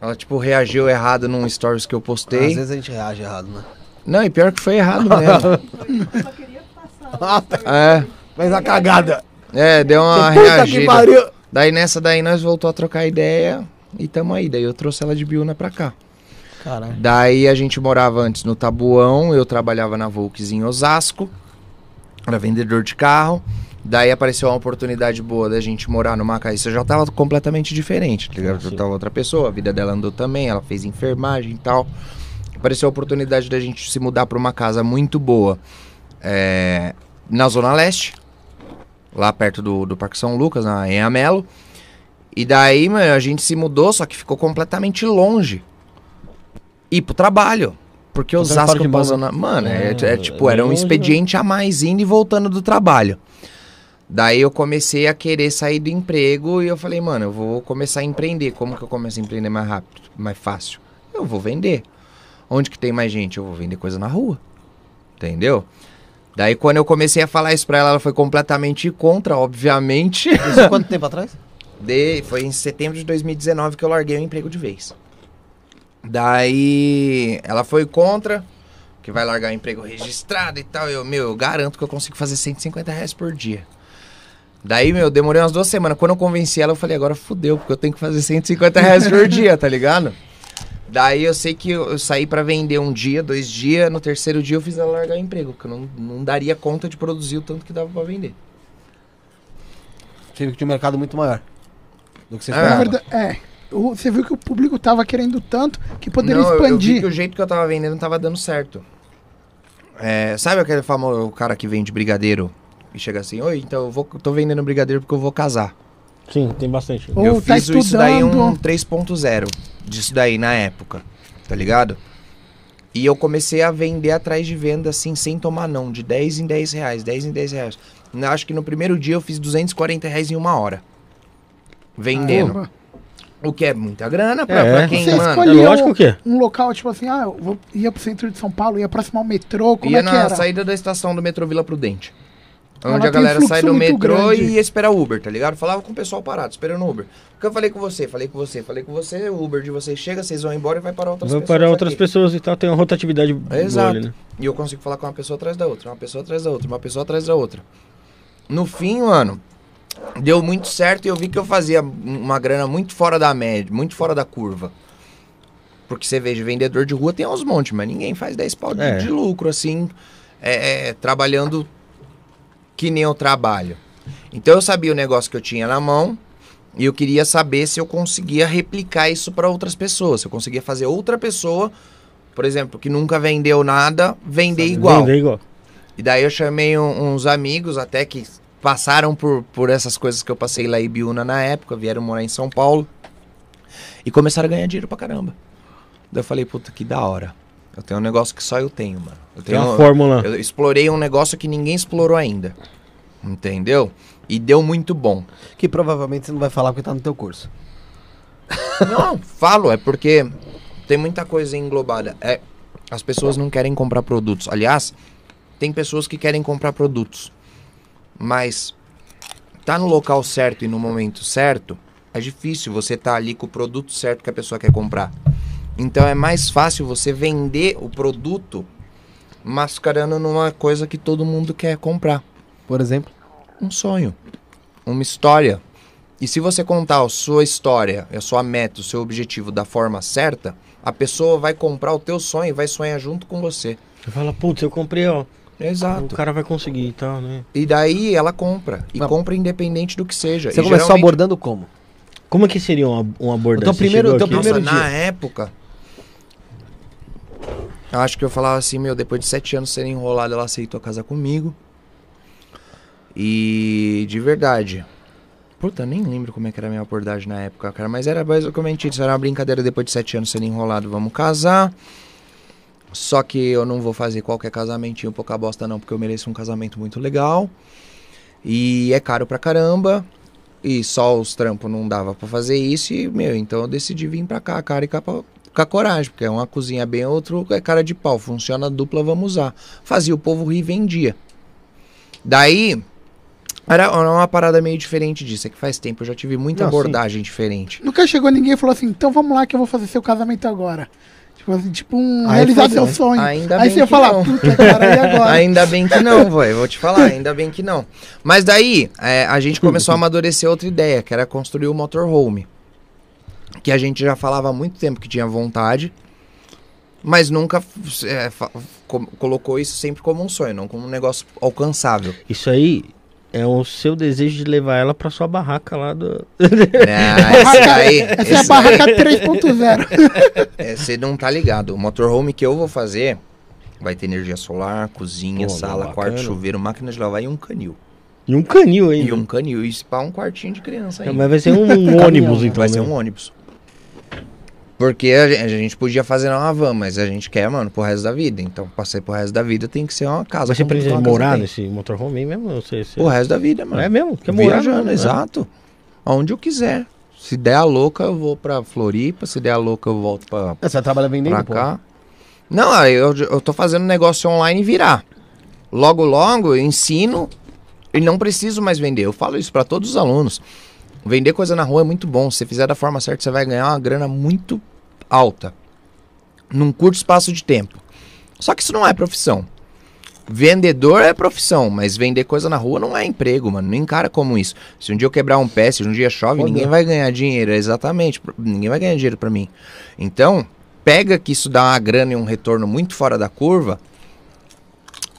Speaker 5: Ela, tipo, reagiu errado num stories que eu
Speaker 1: Às
Speaker 5: postei.
Speaker 1: vezes a gente reage errado, né?
Speaker 5: Não, e pior que foi errado mesmo. é,
Speaker 1: Mas a cagada.
Speaker 5: é, deu uma
Speaker 1: Puta que
Speaker 5: reagida.
Speaker 1: pariu.
Speaker 5: Daí nessa daí nós voltou a trocar ideia e tamo aí. Daí eu trouxe ela de Biúna pra cá.
Speaker 1: Caralho.
Speaker 5: Daí a gente morava antes no Tabuão, eu trabalhava na Volks em Osasco, era vendedor de carro. Daí apareceu uma oportunidade boa da gente morar no Macaís. Eu já tava completamente diferente, tá ligado? Eu tava outra pessoa, a vida dela andou também, ela fez enfermagem e tal. Apareceu a oportunidade da gente se mudar pra uma casa muito boa é, na Zona Leste, lá perto do, do Parque São Lucas, na, em Amelo. E daí, mano, a gente se mudou, só que ficou completamente longe ir pro trabalho. Porque
Speaker 2: Então,
Speaker 5: Osasco
Speaker 2: fora de mão,
Speaker 5: pra
Speaker 2: né?
Speaker 5: zona. Mano, é,
Speaker 2: É,
Speaker 5: é tipo,
Speaker 2: é
Speaker 5: era um
Speaker 2: longe, né?
Speaker 5: expediente a mais indo e voltando do trabalho. Daí eu comecei a querer sair do emprego e eu falei, mano, eu vou começar a empreender. Como que eu começo a empreender mais rápido, mais fácil? Eu vou vender. Onde que tem mais gente? Eu vou vender coisa na rua. Entendeu? Daí quando eu comecei a falar isso pra ela, ela foi completamente contra, obviamente.
Speaker 1: Isso quanto tempo atrás?
Speaker 5: De, foi em setembro de 2019 que eu larguei o emprego de vez. Daí ela foi contra, que vai largar o emprego registrado e tal. Eu, meu, eu garanto que eu consigo fazer 150 reais por dia. Daí, meu, demorei umas duas semanas. Quando eu convenci ela, eu falei, agora fudeu, porque eu tenho que fazer 150 reais por dia, tá ligado? Daí eu sei que eu, eu saí pra vender um dia, dois dias. No terceiro dia eu fiz ela largar o emprego, porque eu não, não daria conta de produzir o tanto que dava pra vender.
Speaker 1: Tive que ter um mercado muito maior do que você
Speaker 5: É.
Speaker 4: Na
Speaker 1: esperava.
Speaker 4: verdade, é. O- Você viu que o público tava querendo tanto que poderia
Speaker 5: Não, eu- Eu, vi
Speaker 4: expandir.
Speaker 5: que o jeito que eu tava vendendo tava dando certo. É, sabe aquele famoso cara que vende brigadeiro e chega assim, oi, então eu vou, tô vendendo brigadeiro porque eu vou casar.
Speaker 2: Sim, tem bastante.
Speaker 4: Ou
Speaker 5: eu
Speaker 4: tá
Speaker 5: fiz isso daí um
Speaker 4: estudando.
Speaker 5: 3.0 disso daí na época, tá ligado? E eu comecei a vender atrás de venda assim, sem tomar não, de 10 em 10 reais, 10 em 10 reais. Na- Acho que no primeiro dia eu fiz 240 reais em uma hora. Vendendo.
Speaker 4: Caramba.
Speaker 5: o que é muita grana pra,
Speaker 2: É.
Speaker 5: pra quem,
Speaker 4: Você
Speaker 5: mano.
Speaker 2: É
Speaker 4: Olha,
Speaker 2: lógico que é.
Speaker 4: Um local, tipo assim, ah, eu vou- ia pro centro de São Paulo, ia aproximar o metrô, como
Speaker 5: ia
Speaker 4: é que
Speaker 5: na
Speaker 4: era?
Speaker 5: saída da estação do metrô Vila Prudente. É
Speaker 4: Ela
Speaker 5: Onde a
Speaker 4: tem um
Speaker 5: galera
Speaker 4: fluxo
Speaker 5: sai do
Speaker 4: muito
Speaker 5: metrô
Speaker 4: grande.
Speaker 5: e ia esperar o Uber, tá ligado? Falava com o pessoal parado, esperando o Uber. Porque eu falei com você, falei com você, falei com você, o Uber de vocês chega, vocês vão embora e vai parar outras
Speaker 2: Vai
Speaker 5: pessoas.
Speaker 2: parar outras
Speaker 5: aqui.
Speaker 2: pessoas e tal, tem uma rotatividade boa
Speaker 5: Exato.
Speaker 2: ali, né?
Speaker 5: E eu consigo falar com uma pessoa atrás da outra, uma pessoa atrás da outra, uma pessoa atrás da outra. No fim, mano, deu muito certo e eu vi que eu fazia uma grana muito fora da média, muito fora da curva. Porque você veja, vendedor de rua tem uns montes, mas ninguém faz 10 pau de,
Speaker 2: É.
Speaker 5: de lucro, assim, é, é, trabalhando que nem eu trabalho. Então eu sabia o negócio que eu tinha na mão e eu queria saber se eu conseguia replicar isso para outras pessoas, se eu conseguia fazer outra pessoa Por exemplo, que nunca vendeu nada, vender igual.
Speaker 2: Vender igual.
Speaker 5: E daí eu chamei um- uns amigos até que passaram por, por essas coisas que eu passei lá em Biúna na época, vieram morar em São Paulo e começaram a ganhar dinheiro pra caramba. Daí eu falei, puta, que da hora. Eu tenho um negócio que só eu tenho, mano. Eu
Speaker 2: Tem
Speaker 5: tenho,
Speaker 2: uma fórmula.
Speaker 5: eu explorei um negócio que ninguém explorou ainda. Entendeu? E deu muito bom.
Speaker 1: Que provavelmente você não vai falar porque tá no teu curso.
Speaker 5: Não, falo, é porque tem muita coisa englobada. É, as pessoas não querem comprar produtos. Aliás, tem pessoas que querem comprar produtos. Mas tá no local certo e no momento certo, é difícil você tá ali com o produto certo que a pessoa quer comprar. Então é mais fácil você vender o produto mascarando numa coisa que todo mundo quer comprar
Speaker 1: Por exemplo.
Speaker 5: um sonho, uma história. E se você contar a sua história, a sua meta, o seu objetivo da forma certa, a pessoa vai comprar o teu sonho e vai sonhar junto com você.
Speaker 2: Fala, putz, eu comprei, ó. O
Speaker 1: Uhum.
Speaker 5: Exato.
Speaker 2: cara vai conseguir e tal, né?
Speaker 5: E daí ela compra. E
Speaker 1: Mas-
Speaker 5: compra independente do que seja.
Speaker 1: Você
Speaker 5: e
Speaker 1: começou
Speaker 5: geralmente-
Speaker 1: abordando como?
Speaker 2: Como é que seria uma, uma abordagem?
Speaker 1: Então,
Speaker 2: Você
Speaker 1: primeiro-
Speaker 2: chegou
Speaker 1: então,
Speaker 2: aqui-
Speaker 1: no primeiro
Speaker 5: Nossa, na época. eu Acho que eu falava assim, meu, depois de sete anos sendo enrolado, ela aceitou casar comigo. E de verdade. Puta, nem lembro como é que era a minha abordagem na época, cara. Mas era basicamente isso, era uma brincadeira depois de sete anos sendo enrolado, vamos casar. Só que eu não vou fazer qualquer casamentinho pouca bosta, não, porque eu mereço um casamento muito legal. E é caro pra caramba. E só os trampos não dava pra fazer isso. E, meu, então eu decidi vir pra cá, cara, e capa- com a coragem, porque é uma cozinha bem, outro é cara de pau. Funciona dupla, vamos usar. Fazia o povo rir e vendia. Daí. Era era uma parada meio diferente disso. É que faz tempo, eu já tive muita
Speaker 2: Não, sim.
Speaker 5: abordagem diferente.
Speaker 4: Nunca chegou ninguém e falou assim, então vamos lá que eu vou fazer seu casamento agora. Tipo, assim, tipo um
Speaker 5: Aí foi-
Speaker 4: realizar
Speaker 5: né?
Speaker 4: seu sonho.
Speaker 5: ainda
Speaker 4: aí
Speaker 5: bem
Speaker 4: você
Speaker 5: que
Speaker 4: fala,
Speaker 5: não.
Speaker 4: puta cara, e agora?
Speaker 5: Ainda bem que não, velho. Vou te falar, ainda bem que não. Mas daí, é, a gente começou a amadurecer outra ideia, que era construir o motorhome. Que a gente já falava há muito tempo que tinha vontade, mas nunca é, fa- co- colocou isso sempre como um sonho, não como um negócio alcançável.
Speaker 2: Isso aí é o seu desejo de levar ela pra sua barraca lá do.
Speaker 5: É, esse aí,
Speaker 4: Essa é a
Speaker 5: esse-
Speaker 4: barraca 3.0.
Speaker 5: é, você não tá ligado. O motorhome que eu vou fazer vai ter energia solar, cozinha,
Speaker 2: Pô,
Speaker 5: sala,
Speaker 2: bacana.
Speaker 5: quarto, chuveiro, máquina de lavar e um canil.
Speaker 2: E um canil ainda.
Speaker 5: E um canil, e pá, um quartinho de criança
Speaker 2: Não,
Speaker 5: ainda.
Speaker 2: mas vai ser um, um ônibus, então.
Speaker 5: Vai ser
Speaker 2: né?
Speaker 5: um ônibus. Porque a gen- a gente podia fazer uma van, mas a gente quer, mano, pro resto da vida. Então, passei pro resto da vida, tem que ser uma casa.
Speaker 2: Mas você
Speaker 5: como
Speaker 2: pretende
Speaker 5: uma casa
Speaker 2: morar
Speaker 5: tem.
Speaker 2: nesse motorhome aí mesmo? Não sei se.
Speaker 5: O resto da vida, mano.
Speaker 2: é mesmo? Quer morar mesmo,
Speaker 5: Viajando,
Speaker 2: né?
Speaker 5: exato. Aonde eu quiser. Se der a louca, eu vou pra Floripa. Se der a louca, eu volto pra,
Speaker 1: Ah, Você vai trabalhar vendendo,
Speaker 5: pra
Speaker 1: pô.
Speaker 5: cá. Não, ah, eu, eu tô fazendo negócio online virar. Logo, logo, eu ensino e não preciso mais vender. Eu falo isso pra todos os alunos. Vender coisa na rua é muito bom. Se você fizer da forma certa, você vai ganhar uma grana muito alta. Num curto espaço de tempo. Só que isso não é profissão. Vendedor é profissão, mas vender coisa na rua não é emprego, mano. Não encara como isso. Se um dia eu quebrar um pé, se um dia chove,
Speaker 1: Fodeu.
Speaker 5: ninguém vai ganhar dinheiro. é Exatamente. pro- Ninguém vai ganhar dinheiro pra mim. Então, pega que isso dá uma grana e um retorno muito fora da curva.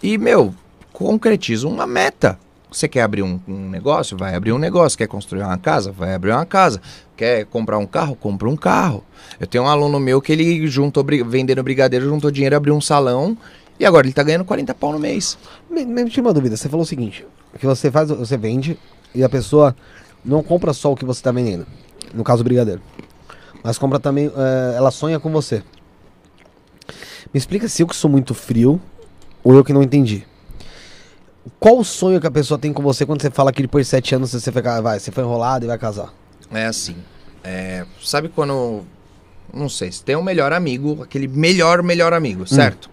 Speaker 5: E, meu, concretiza uma meta. Você quer abrir um, um negócio? Vai abrir um negócio. Quer construir uma casa? Vai abrir uma casa. Quer comprar um carro? Compra um carro. Eu tenho um aluno meu que ele juntou, bri- vendendo brigadeiro, juntou dinheiro, abriu um salão e agora ele tá ganhando 40 pau no mês.
Speaker 1: Me, me tira uma dúvida. Você falou o seguinte: que você faz, você vende e a pessoa não compra só o que você tá vendendo. No caso, o brigadeiro. Mas compra também. eh, ela sonha com você. Me explica se eu que sou muito frio ou eu que não entendi. Qual o sonho que a pessoa tem com você quando você fala que depois de sete anos você foi, ca- vai, você foi enrolado e vai casar?
Speaker 5: É assim. é, sabe quando. Não sei, se tem um melhor amigo, aquele melhor, melhor amigo, certo?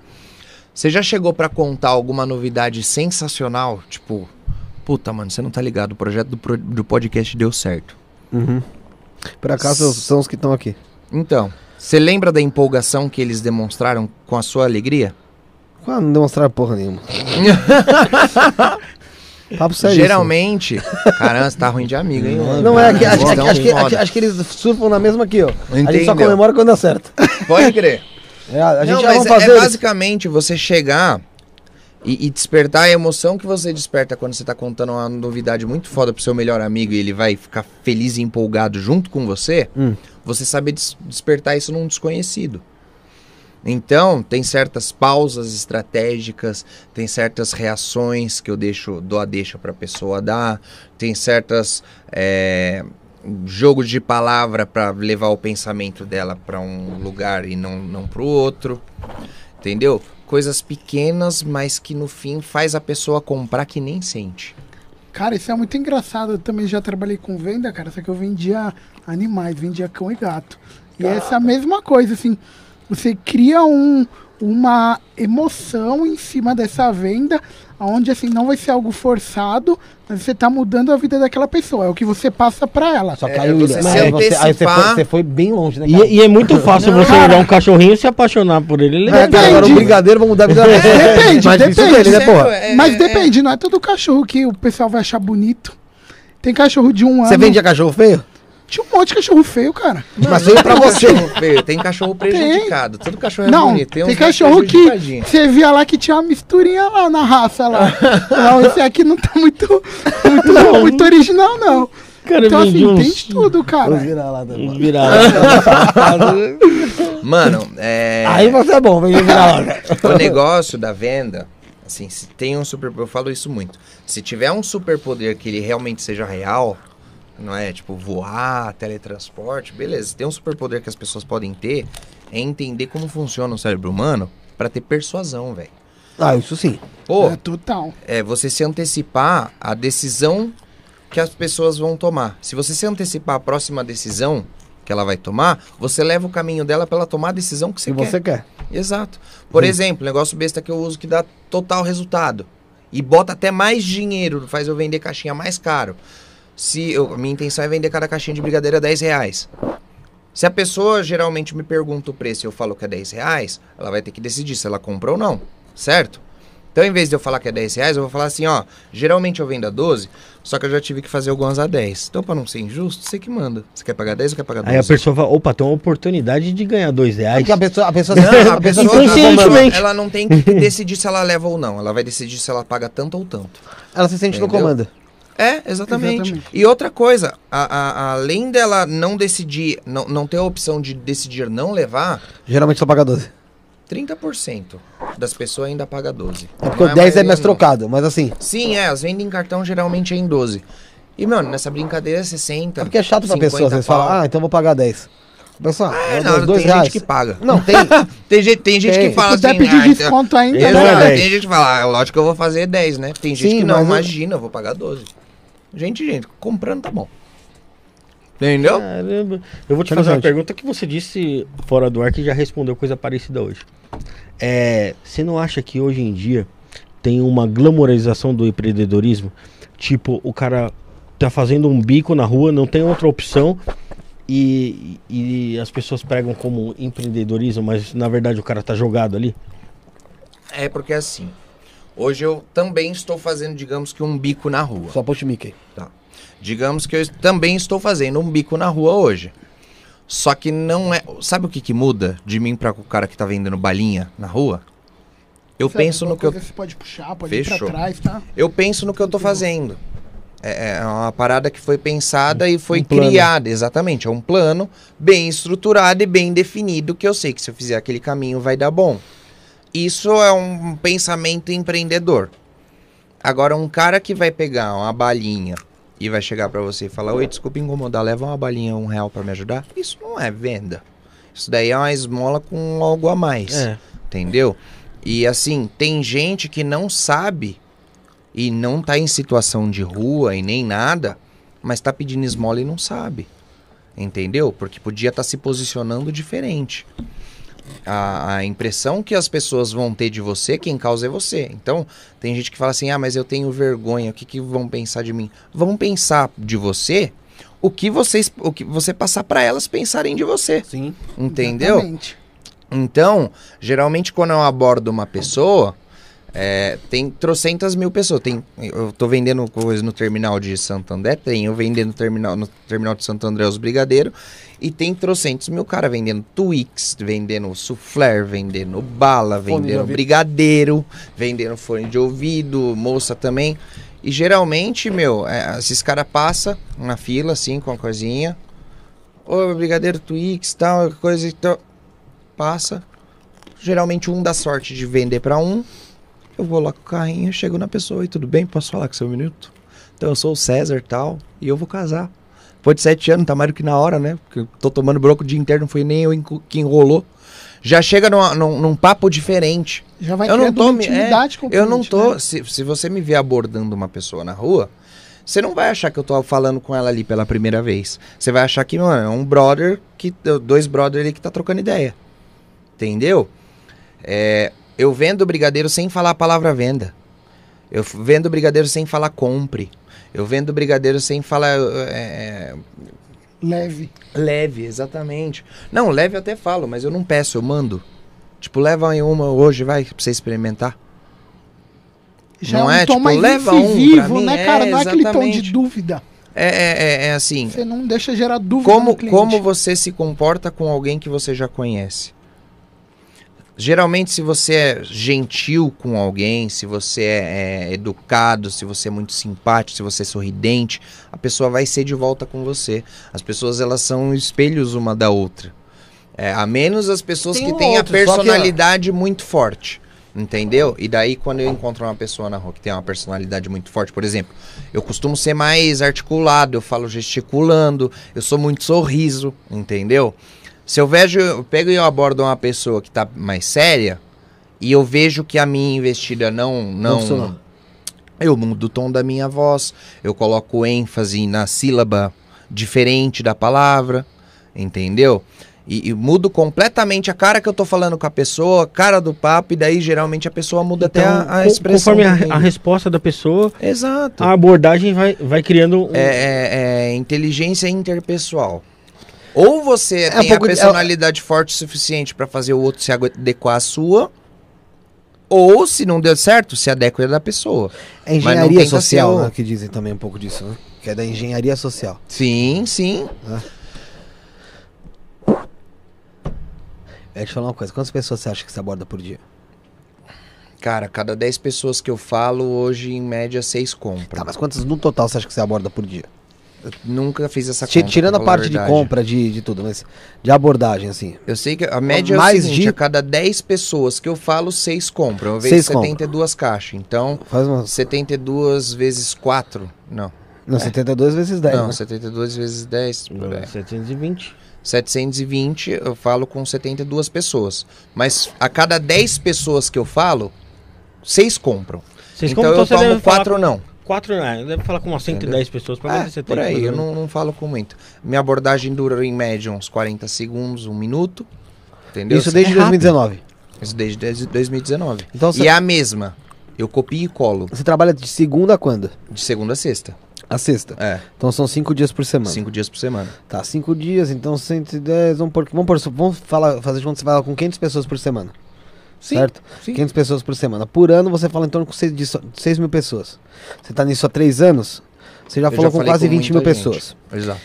Speaker 5: Você já chegou pra contar alguma novidade sensacional? Tipo, puta, mano, você não tá ligado, o projeto do, pro- do podcast deu certo.
Speaker 1: Por acaso são os que estão aqui.
Speaker 5: Então, você lembra da empolgação que eles demonstraram com a sua alegria?
Speaker 1: Ah, não demonstraram porra nenhuma. Papo sério. isso, mano.
Speaker 5: Geralmente. Caramba, você tá ruim de amigo, hein? mano? um
Speaker 1: Não, é que acho,
Speaker 5: Vocês
Speaker 1: acho-
Speaker 5: tão
Speaker 1: acho que,
Speaker 5: foda.
Speaker 1: acho- acho que eles surfam na mesma aqui, ó. A gente só
Speaker 5: Entendeu.
Speaker 1: comemora quando acerta.
Speaker 5: Pode crer.
Speaker 1: É, a gente
Speaker 5: não,
Speaker 1: já
Speaker 5: mas
Speaker 1: vamos
Speaker 5: é-
Speaker 1: fazer.
Speaker 5: é
Speaker 1: isso.
Speaker 5: basicamente você chegar e, e despertar a emoção que você desperta quando você tá contando uma novidade muito foda pro seu melhor amigo e ele vai ficar feliz e empolgado junto com você.
Speaker 1: Hum.
Speaker 5: Você saber des- despertar isso num desconhecido. Então, tem certas pausas estratégicas, tem certas reações que eu deixo, dou a deixa para a pessoa dar, tem certas é, jogos de palavra para levar o pensamento dela para um lugar e não, não para o outro. Entendeu? Coisas pequenas, mas que no fim faz a pessoa comprar que nem sente.
Speaker 4: Cara, isso é muito engraçado. Eu também já trabalhei com venda, cara, só que eu vendia animais, vendia cão e gato. E essa é mesma coisa, assim, você cria um, uma emoção em cima dessa venda, onde assim, não vai ser algo forçado, mas você tá mudando a vida daquela pessoa. É o que você passa pra ela.
Speaker 1: Só
Speaker 5: É,
Speaker 1: caiu William.
Speaker 5: você se
Speaker 1: Mas aí você, aí você, foi,
Speaker 5: antecipar-
Speaker 1: você foi bem longe, né? cara?
Speaker 2: E, e é muito fácil você olhar um cachorrinho e se apaixonar por ele. Ele
Speaker 1: É, cara, agora o
Speaker 4: Depende.
Speaker 1: brigadeiro vai mudar a vida da pessoa.
Speaker 4: depende,
Speaker 1: Mas isso
Speaker 4: depende.
Speaker 1: dele, né, porra?
Speaker 4: Mas depende, não é todo cachorro que o pessoal vai achar bonito. Tem cachorro de um
Speaker 1: Você
Speaker 4: ano.
Speaker 1: vendia cachorro feio?
Speaker 4: Tinha um monte de cachorro feio, cara.
Speaker 1: Mas veio pra você.
Speaker 5: Feio, Tem cachorro prejudicado. Todo cachorro é
Speaker 4: não,
Speaker 5: bonito.
Speaker 4: tem,
Speaker 5: uns
Speaker 4: cachorro que
Speaker 5: prejudicadinhos.
Speaker 4: você via lá que tinha uma misturinha lá na raça lá. não, esse aqui não tá muito, muito, muito original, não.
Speaker 2: Cara,
Speaker 4: então, assim,
Speaker 2: vendia uns-
Speaker 4: tem de tudo,
Speaker 1: Os
Speaker 4: cara. É,
Speaker 1: vira-lata,
Speaker 2: uns
Speaker 1: mano.
Speaker 2: virados.
Speaker 5: Mano, é.
Speaker 1: Aí você é bom, vem vira-lata.
Speaker 5: O negócio da venda, assim, se tem um super, eu falo isso muito. Se tiver um superpoder que ele realmente seja real, não é tipo voar, teletransporte, beleza. Se tem um superpoder que as pessoas podem ter, é entender como funciona o cérebro humano pra ter persuasão, velho.
Speaker 1: Ah, isso sim.
Speaker 5: Pô,
Speaker 4: É total.
Speaker 5: é você se antecipar a decisão que as pessoas vão tomar. Se você se antecipar a próxima decisão que ela vai tomar, você leva o caminho dela pra ela tomar a decisão que
Speaker 1: Se
Speaker 5: você quer.
Speaker 1: você quer.
Speaker 5: Exato.
Speaker 2: Hum.
Speaker 5: Por exemplo, negócio besta que eu uso que dá total resultado. E bota até mais dinheiro, faz eu vender caixinha mais caro. Se eu, minha intenção é vender cada caixinha de brigadeiro a 10 reais. Se a pessoa geralmente me pergunta o preço e eu falo que é 10 reais, ela vai ter que decidir se ela compra ou não, certo? Então, em vez de eu falar que é 10 reais, eu vou falar assim, ó, geralmente eu vendo a 12, só que eu já tive que fazer algumas a 10. Então, pra não ser injusto, você que manda. Você quer pagar 10 ou quer pagar 12?
Speaker 2: Aí a pessoa fala, opa, tem uma oportunidade de ganhar dois reais.
Speaker 1: Porque É a pessoa, a pessoa,
Speaker 5: Não,
Speaker 1: a
Speaker 5: a
Speaker 1: pessoa tá
Speaker 5: pessoa ela-
Speaker 2: Inconscientemente.
Speaker 5: ela não tem que decidir se ela leva ou não. Ela vai decidir se ela paga tanto ou tanto.
Speaker 1: ela se sente no
Speaker 5: Entendeu?
Speaker 1: comando.
Speaker 5: É, exatamente.
Speaker 4: Exatamente.
Speaker 5: E outra coisa, a- a- além dela não decidir, não, não ter a opção de decidir não levar,
Speaker 1: Geralmente só paga É 12.
Speaker 5: 30% das pessoas ainda paga 12.
Speaker 1: É porque
Speaker 5: Não
Speaker 1: o 10 é
Speaker 5: maioria,
Speaker 1: mais
Speaker 5: não.
Speaker 1: trocado, mas assim.
Speaker 5: Sim, é, as vendas em cartão geralmente é em 12. E, mano, nessa brincadeira é 60.
Speaker 1: É porque é chato pra
Speaker 5: 50
Speaker 1: pessoa, às vezes
Speaker 5: pau.
Speaker 1: fala, ah, então eu vou pagar 10. Pessoal,
Speaker 5: É,
Speaker 1: é,
Speaker 5: não,
Speaker 1: dois
Speaker 5: tem
Speaker 1: reais.
Speaker 5: gente que paga.
Speaker 1: Não, tem.
Speaker 5: Tem gente, tem gente
Speaker 1: Tem.
Speaker 5: que
Speaker 4: Se
Speaker 5: fala assim.
Speaker 4: puder pedir
Speaker 5: "Ah, então-
Speaker 4: desconto ainda,
Speaker 2: Exato.
Speaker 4: né?
Speaker 5: Exato,
Speaker 2: dez.
Speaker 5: tem gente que fala, ah, lógico que eu vou fazer 10, né? Tem gente
Speaker 1: Sim,
Speaker 5: que não,
Speaker 1: mas é eu-
Speaker 5: imagina, eu... vou pagar 12. Gente, gente, comprando tá bom. Entendeu?
Speaker 2: Caramba. Eu vou te fazer uma
Speaker 1: Interessante.
Speaker 2: pergunta que você disse fora do ar que já respondeu coisa parecida hoje. É, você não acha que hoje em dia tem uma glamorização do empreendedorismo? Tipo, o cara tá fazendo um bico na rua, não tem outra opção e, e as pessoas pregam como empreendedorismo, mas na verdade o cara tá jogado ali.
Speaker 5: É porque assim, hoje eu também estou fazendo, digamos que um bico na rua. tá?
Speaker 1: Só puxa o Mickey.
Speaker 5: Digamos que eu também estou fazendo um bico na rua hoje. Só que não é. Sabe o que, que muda de mim pra o cara que tá vendendo balinha na rua? Eu
Speaker 4: Sabe, é
Speaker 5: penso no
Speaker 4: alguma
Speaker 5: que eu
Speaker 4: coisa Você pode puxar, pode ir pra
Speaker 5: Fechou.
Speaker 4: trás, tá?
Speaker 5: Eu penso no que eu tô fazendo. É, é uma parada que foi pensada e foi
Speaker 2: Um plano.
Speaker 5: criada, exatamente. É um plano bem estruturado e bem definido que eu sei que se eu fizer aquele caminho vai dar bom. Isso é um pensamento empreendedor. Agora, um cara que vai pegar uma balinha e vai chegar pra você e falar: Oi, desculpa incomodar, leva uma balinha, um real pra me ajudar. Isso não é venda. Isso daí é uma esmola com algo a mais
Speaker 2: É.
Speaker 5: entendeu? E assim, tem gente que não sabe e não tá em situação de rua e nem nada, mas tá pedindo esmola e não sabe. Entendeu? Porque podia estar se posicionando diferente. A, a impressão que as pessoas vão ter de você, quem causa é você. Então, tem gente que fala assim: ah, mas eu tenho vergonha, o que, que vão pensar de mim? Vão pensar de você o que, vocês, o que você passar para elas pensarem de você.
Speaker 1: Sim.
Speaker 5: Entendeu?
Speaker 4: Exatamente.
Speaker 5: Então, geralmente quando eu abordo uma pessoa, é, tem trocentas mil pessoas. Tem, eu tô vendendo coisa no terminal de Santander, tem eu vendendo no terminal, no terminal de Santo André os Brigadeiro, e tem trocentos mil cara vendendo Twix, vendendo Soufflé, vendendo bala,
Speaker 1: Fone de
Speaker 5: vendendo
Speaker 1: ouvido.
Speaker 5: brigadeiro, vendendo fone de ouvido, moça também. E geralmente, meu, é, esses caras passam na fila, assim, com a coisinha. Ô, brigadeiro Twix, tal, coisa e tal. Passa. Geralmente um dá sorte de vender pra um. Eu vou lá com o carrinho, chego na pessoa e tudo bem, posso falar com seu minuto? Então eu sou o César tal, e eu vou casar. Depois de sete anos, tá mais do que na hora, né? Porque eu tô tomando broco o dia inteiro, não foi nem eu enco- que enrolou. Já chega numa- num, num papo diferente.
Speaker 4: Já vai
Speaker 5: Eu não
Speaker 4: criando
Speaker 5: tô
Speaker 4: uma
Speaker 5: me- é,
Speaker 4: intimidade com o
Speaker 5: Eu não
Speaker 4: cliente,
Speaker 5: tô.
Speaker 4: né?
Speaker 5: Se, se você me ver abordando uma pessoa na rua, você não vai achar que eu tô falando com ela ali pela primeira vez. Você vai achar que, mano, é um brother que. Dois brother ali que tá trocando ideia. Entendeu? É, eu vendo brigadeiro sem falar a palavra venda. Eu f- vendo brigadeiro sem falar compre. Eu vendo brigadeiro sem falar. é,
Speaker 4: Leve.
Speaker 5: Leve, exatamente. Não, leve eu até falo, mas eu não peço, eu mando. Tipo, leva aí uma hoje, vai, pra você experimentar.
Speaker 4: Já
Speaker 5: Não
Speaker 4: é um
Speaker 5: é,
Speaker 4: tom
Speaker 5: tipo,
Speaker 4: mais
Speaker 5: leva um pra
Speaker 4: incisivo,
Speaker 5: mim,
Speaker 4: né,
Speaker 5: é,
Speaker 4: cara? não é aquele tom de
Speaker 5: exatamente.
Speaker 4: dúvida.
Speaker 5: É, é, é, é assim.
Speaker 4: Você não deixa gerar dúvida
Speaker 5: Como,
Speaker 4: no cliente.
Speaker 5: como você se comporta com alguém que você já conhece? Geralmente, se você é gentil com alguém, se você é, é, educado, se você é muito simpático, se você é sorridente, a pessoa vai ser de volta com você. As pessoas, elas são espelhos uma da outra. É, a menos as pessoas
Speaker 1: Tem
Speaker 5: que
Speaker 1: um
Speaker 5: têm a
Speaker 1: outro, só que, ó.
Speaker 5: personalidade muito forte. Entendeu? E daí, quando eu encontro uma pessoa na rua que tem uma personalidade muito forte, por exemplo, eu costumo ser mais articulado, eu falo gesticulando, eu sou muito sorriso, entendeu? Se eu vejo, eu pego e eu abordo uma pessoa que tá mais séria e eu vejo que a minha investida não não,
Speaker 1: funcionou.
Speaker 5: eu mudo o tom da minha voz, eu coloco ênfase na sílaba diferente da palavra, entendeu? E, e mudo completamente a cara que eu tô falando com a pessoa, a cara do papo, e daí geralmente a pessoa muda até a, a
Speaker 2: co-
Speaker 5: expressão.
Speaker 2: Então, Conforme
Speaker 5: também.
Speaker 2: a, a resposta da pessoa,
Speaker 5: Exato.
Speaker 2: a abordagem vai, vai criando um-
Speaker 5: É, é- é inteligência interpessoal. Ou você
Speaker 1: É um
Speaker 5: tem
Speaker 1: pouco
Speaker 5: a
Speaker 1: de-
Speaker 5: personalidade forte o suficiente pra fazer o outro se adequar à sua, ou se não deu certo, se adequa da pessoa.
Speaker 1: É
Speaker 5: não
Speaker 1: engenharia
Speaker 5: tenta
Speaker 1: social,
Speaker 5: ser o-
Speaker 1: né, que dizem também um pouco disso, né? Que é da engenharia social.
Speaker 5: Sim, sim.
Speaker 1: É, deixa eu falar uma coisa. Quantas pessoas você acha que você aborda por dia?
Speaker 5: Cara, cada 10 pessoas que eu falo, hoje em média 6 compram.
Speaker 1: Tá, mas quantas no total você acha que você aborda por dia?
Speaker 5: Eu nunca fiz essa
Speaker 1: Ti-
Speaker 5: conta.
Speaker 1: Tirando a
Speaker 5: pra falar
Speaker 1: parte de
Speaker 5: verdade.
Speaker 1: compra, de, de tudo, mas de abordagem, assim.
Speaker 5: Eu sei que a média
Speaker 1: Mais
Speaker 5: é o seguinte,
Speaker 1: de-
Speaker 5: a cada 10 pessoas que eu falo, 6 compram. Eu
Speaker 1: Seis
Speaker 5: vejo
Speaker 1: compram.
Speaker 5: 72 caixas. Então,
Speaker 1: Faz uma.
Speaker 5: 72 vezes 4. Não.
Speaker 1: Não, 72 vezes 10.
Speaker 5: É. não,
Speaker 1: né?
Speaker 5: 72 vezes 10. por
Speaker 2: é.
Speaker 5: aí.
Speaker 2: 720.
Speaker 5: 720, eu falo com 72 pessoas. Mas a cada 10 pessoas que eu falo, 6 compram.
Speaker 2: Vocês
Speaker 5: então
Speaker 2: como
Speaker 5: eu
Speaker 2: então você
Speaker 5: tomo
Speaker 2: deve
Speaker 5: 4
Speaker 2: 4
Speaker 5: ou não.
Speaker 2: Quatro, né? Deve falar com umas 110 pessoas pra ver
Speaker 5: É,
Speaker 2: se você
Speaker 5: por
Speaker 2: tem
Speaker 5: aí,
Speaker 2: mais
Speaker 5: eu
Speaker 2: ou menos.
Speaker 1: um-
Speaker 5: não, não falo com muito. Minha abordagem dura em média uns 40 segundos, um minuto. Entendeu?
Speaker 1: Isso desde
Speaker 2: É rápido.
Speaker 1: 2019.
Speaker 5: Isso desde dez- 2019.
Speaker 1: Então você
Speaker 5: E é a mesma. Eu copio e colo,
Speaker 1: você trabalha de segunda a quando?
Speaker 5: de segunda a sexta.
Speaker 1: A sexta.
Speaker 5: É,
Speaker 1: Então são cinco dias por semana.
Speaker 5: cinco dias por semana.
Speaker 1: Tá, cinco dias, então 110, vamos por, vamos, por, vamos falar, fazer de conta que você fala com 500 pessoas por semana,
Speaker 5: Sim,
Speaker 1: certo?
Speaker 5: sim.
Speaker 1: 500 pessoas por semana. Por ano você fala em torno com seis- de 6 mil pessoas. Você tá nisso há três anos, você já
Speaker 5: Eu
Speaker 1: falou com
Speaker 5: falei
Speaker 1: quase 20 mil
Speaker 5: muita gente.
Speaker 1: pessoas.
Speaker 5: Exato.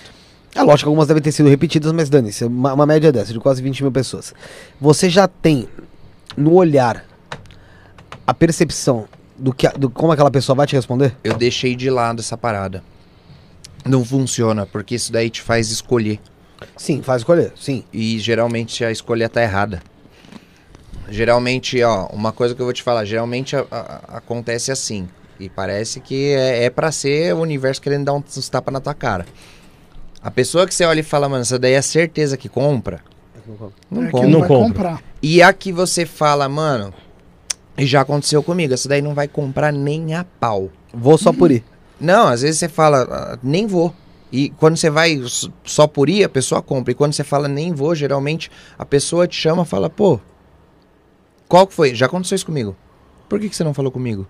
Speaker 1: É lógico que algumas devem ter sido repetidas, mas dane-se, é uma, uma média dessa, de quase 20 mil pessoas. Você já tem no olhar a percepção do que a- do como aquela pessoa vai te responder?
Speaker 5: Eu deixei de lado essa parada. Não funciona, porque isso daí te faz escolher.
Speaker 1: Sim, faz escolher, sim.
Speaker 5: E geralmente a escolha tá errada. Geralmente, ó, uma coisa que eu vou te falar, geralmente a- a- acontece assim. E parece que é, é para ser o universo querendo dar um- uns tapas na tua cara. A pessoa que você olha e fala, mano, essa daí é certeza que compra. Não
Speaker 4: É que
Speaker 5: compra.
Speaker 2: não
Speaker 4: vai
Speaker 2: compra.
Speaker 4: comprar.
Speaker 5: E a que você fala, mano, e já aconteceu comigo, essa daí não vai comprar nem a pau.
Speaker 1: Vou só por ir.
Speaker 5: Não, às vezes você fala, "Ah, nem vou. E quando você vai s- só por ir, a pessoa compra. E quando você fala, nem vou, geralmente a pessoa te chama e fala, pô, qual que foi? Já aconteceu isso comigo. Por que, que você não falou comigo?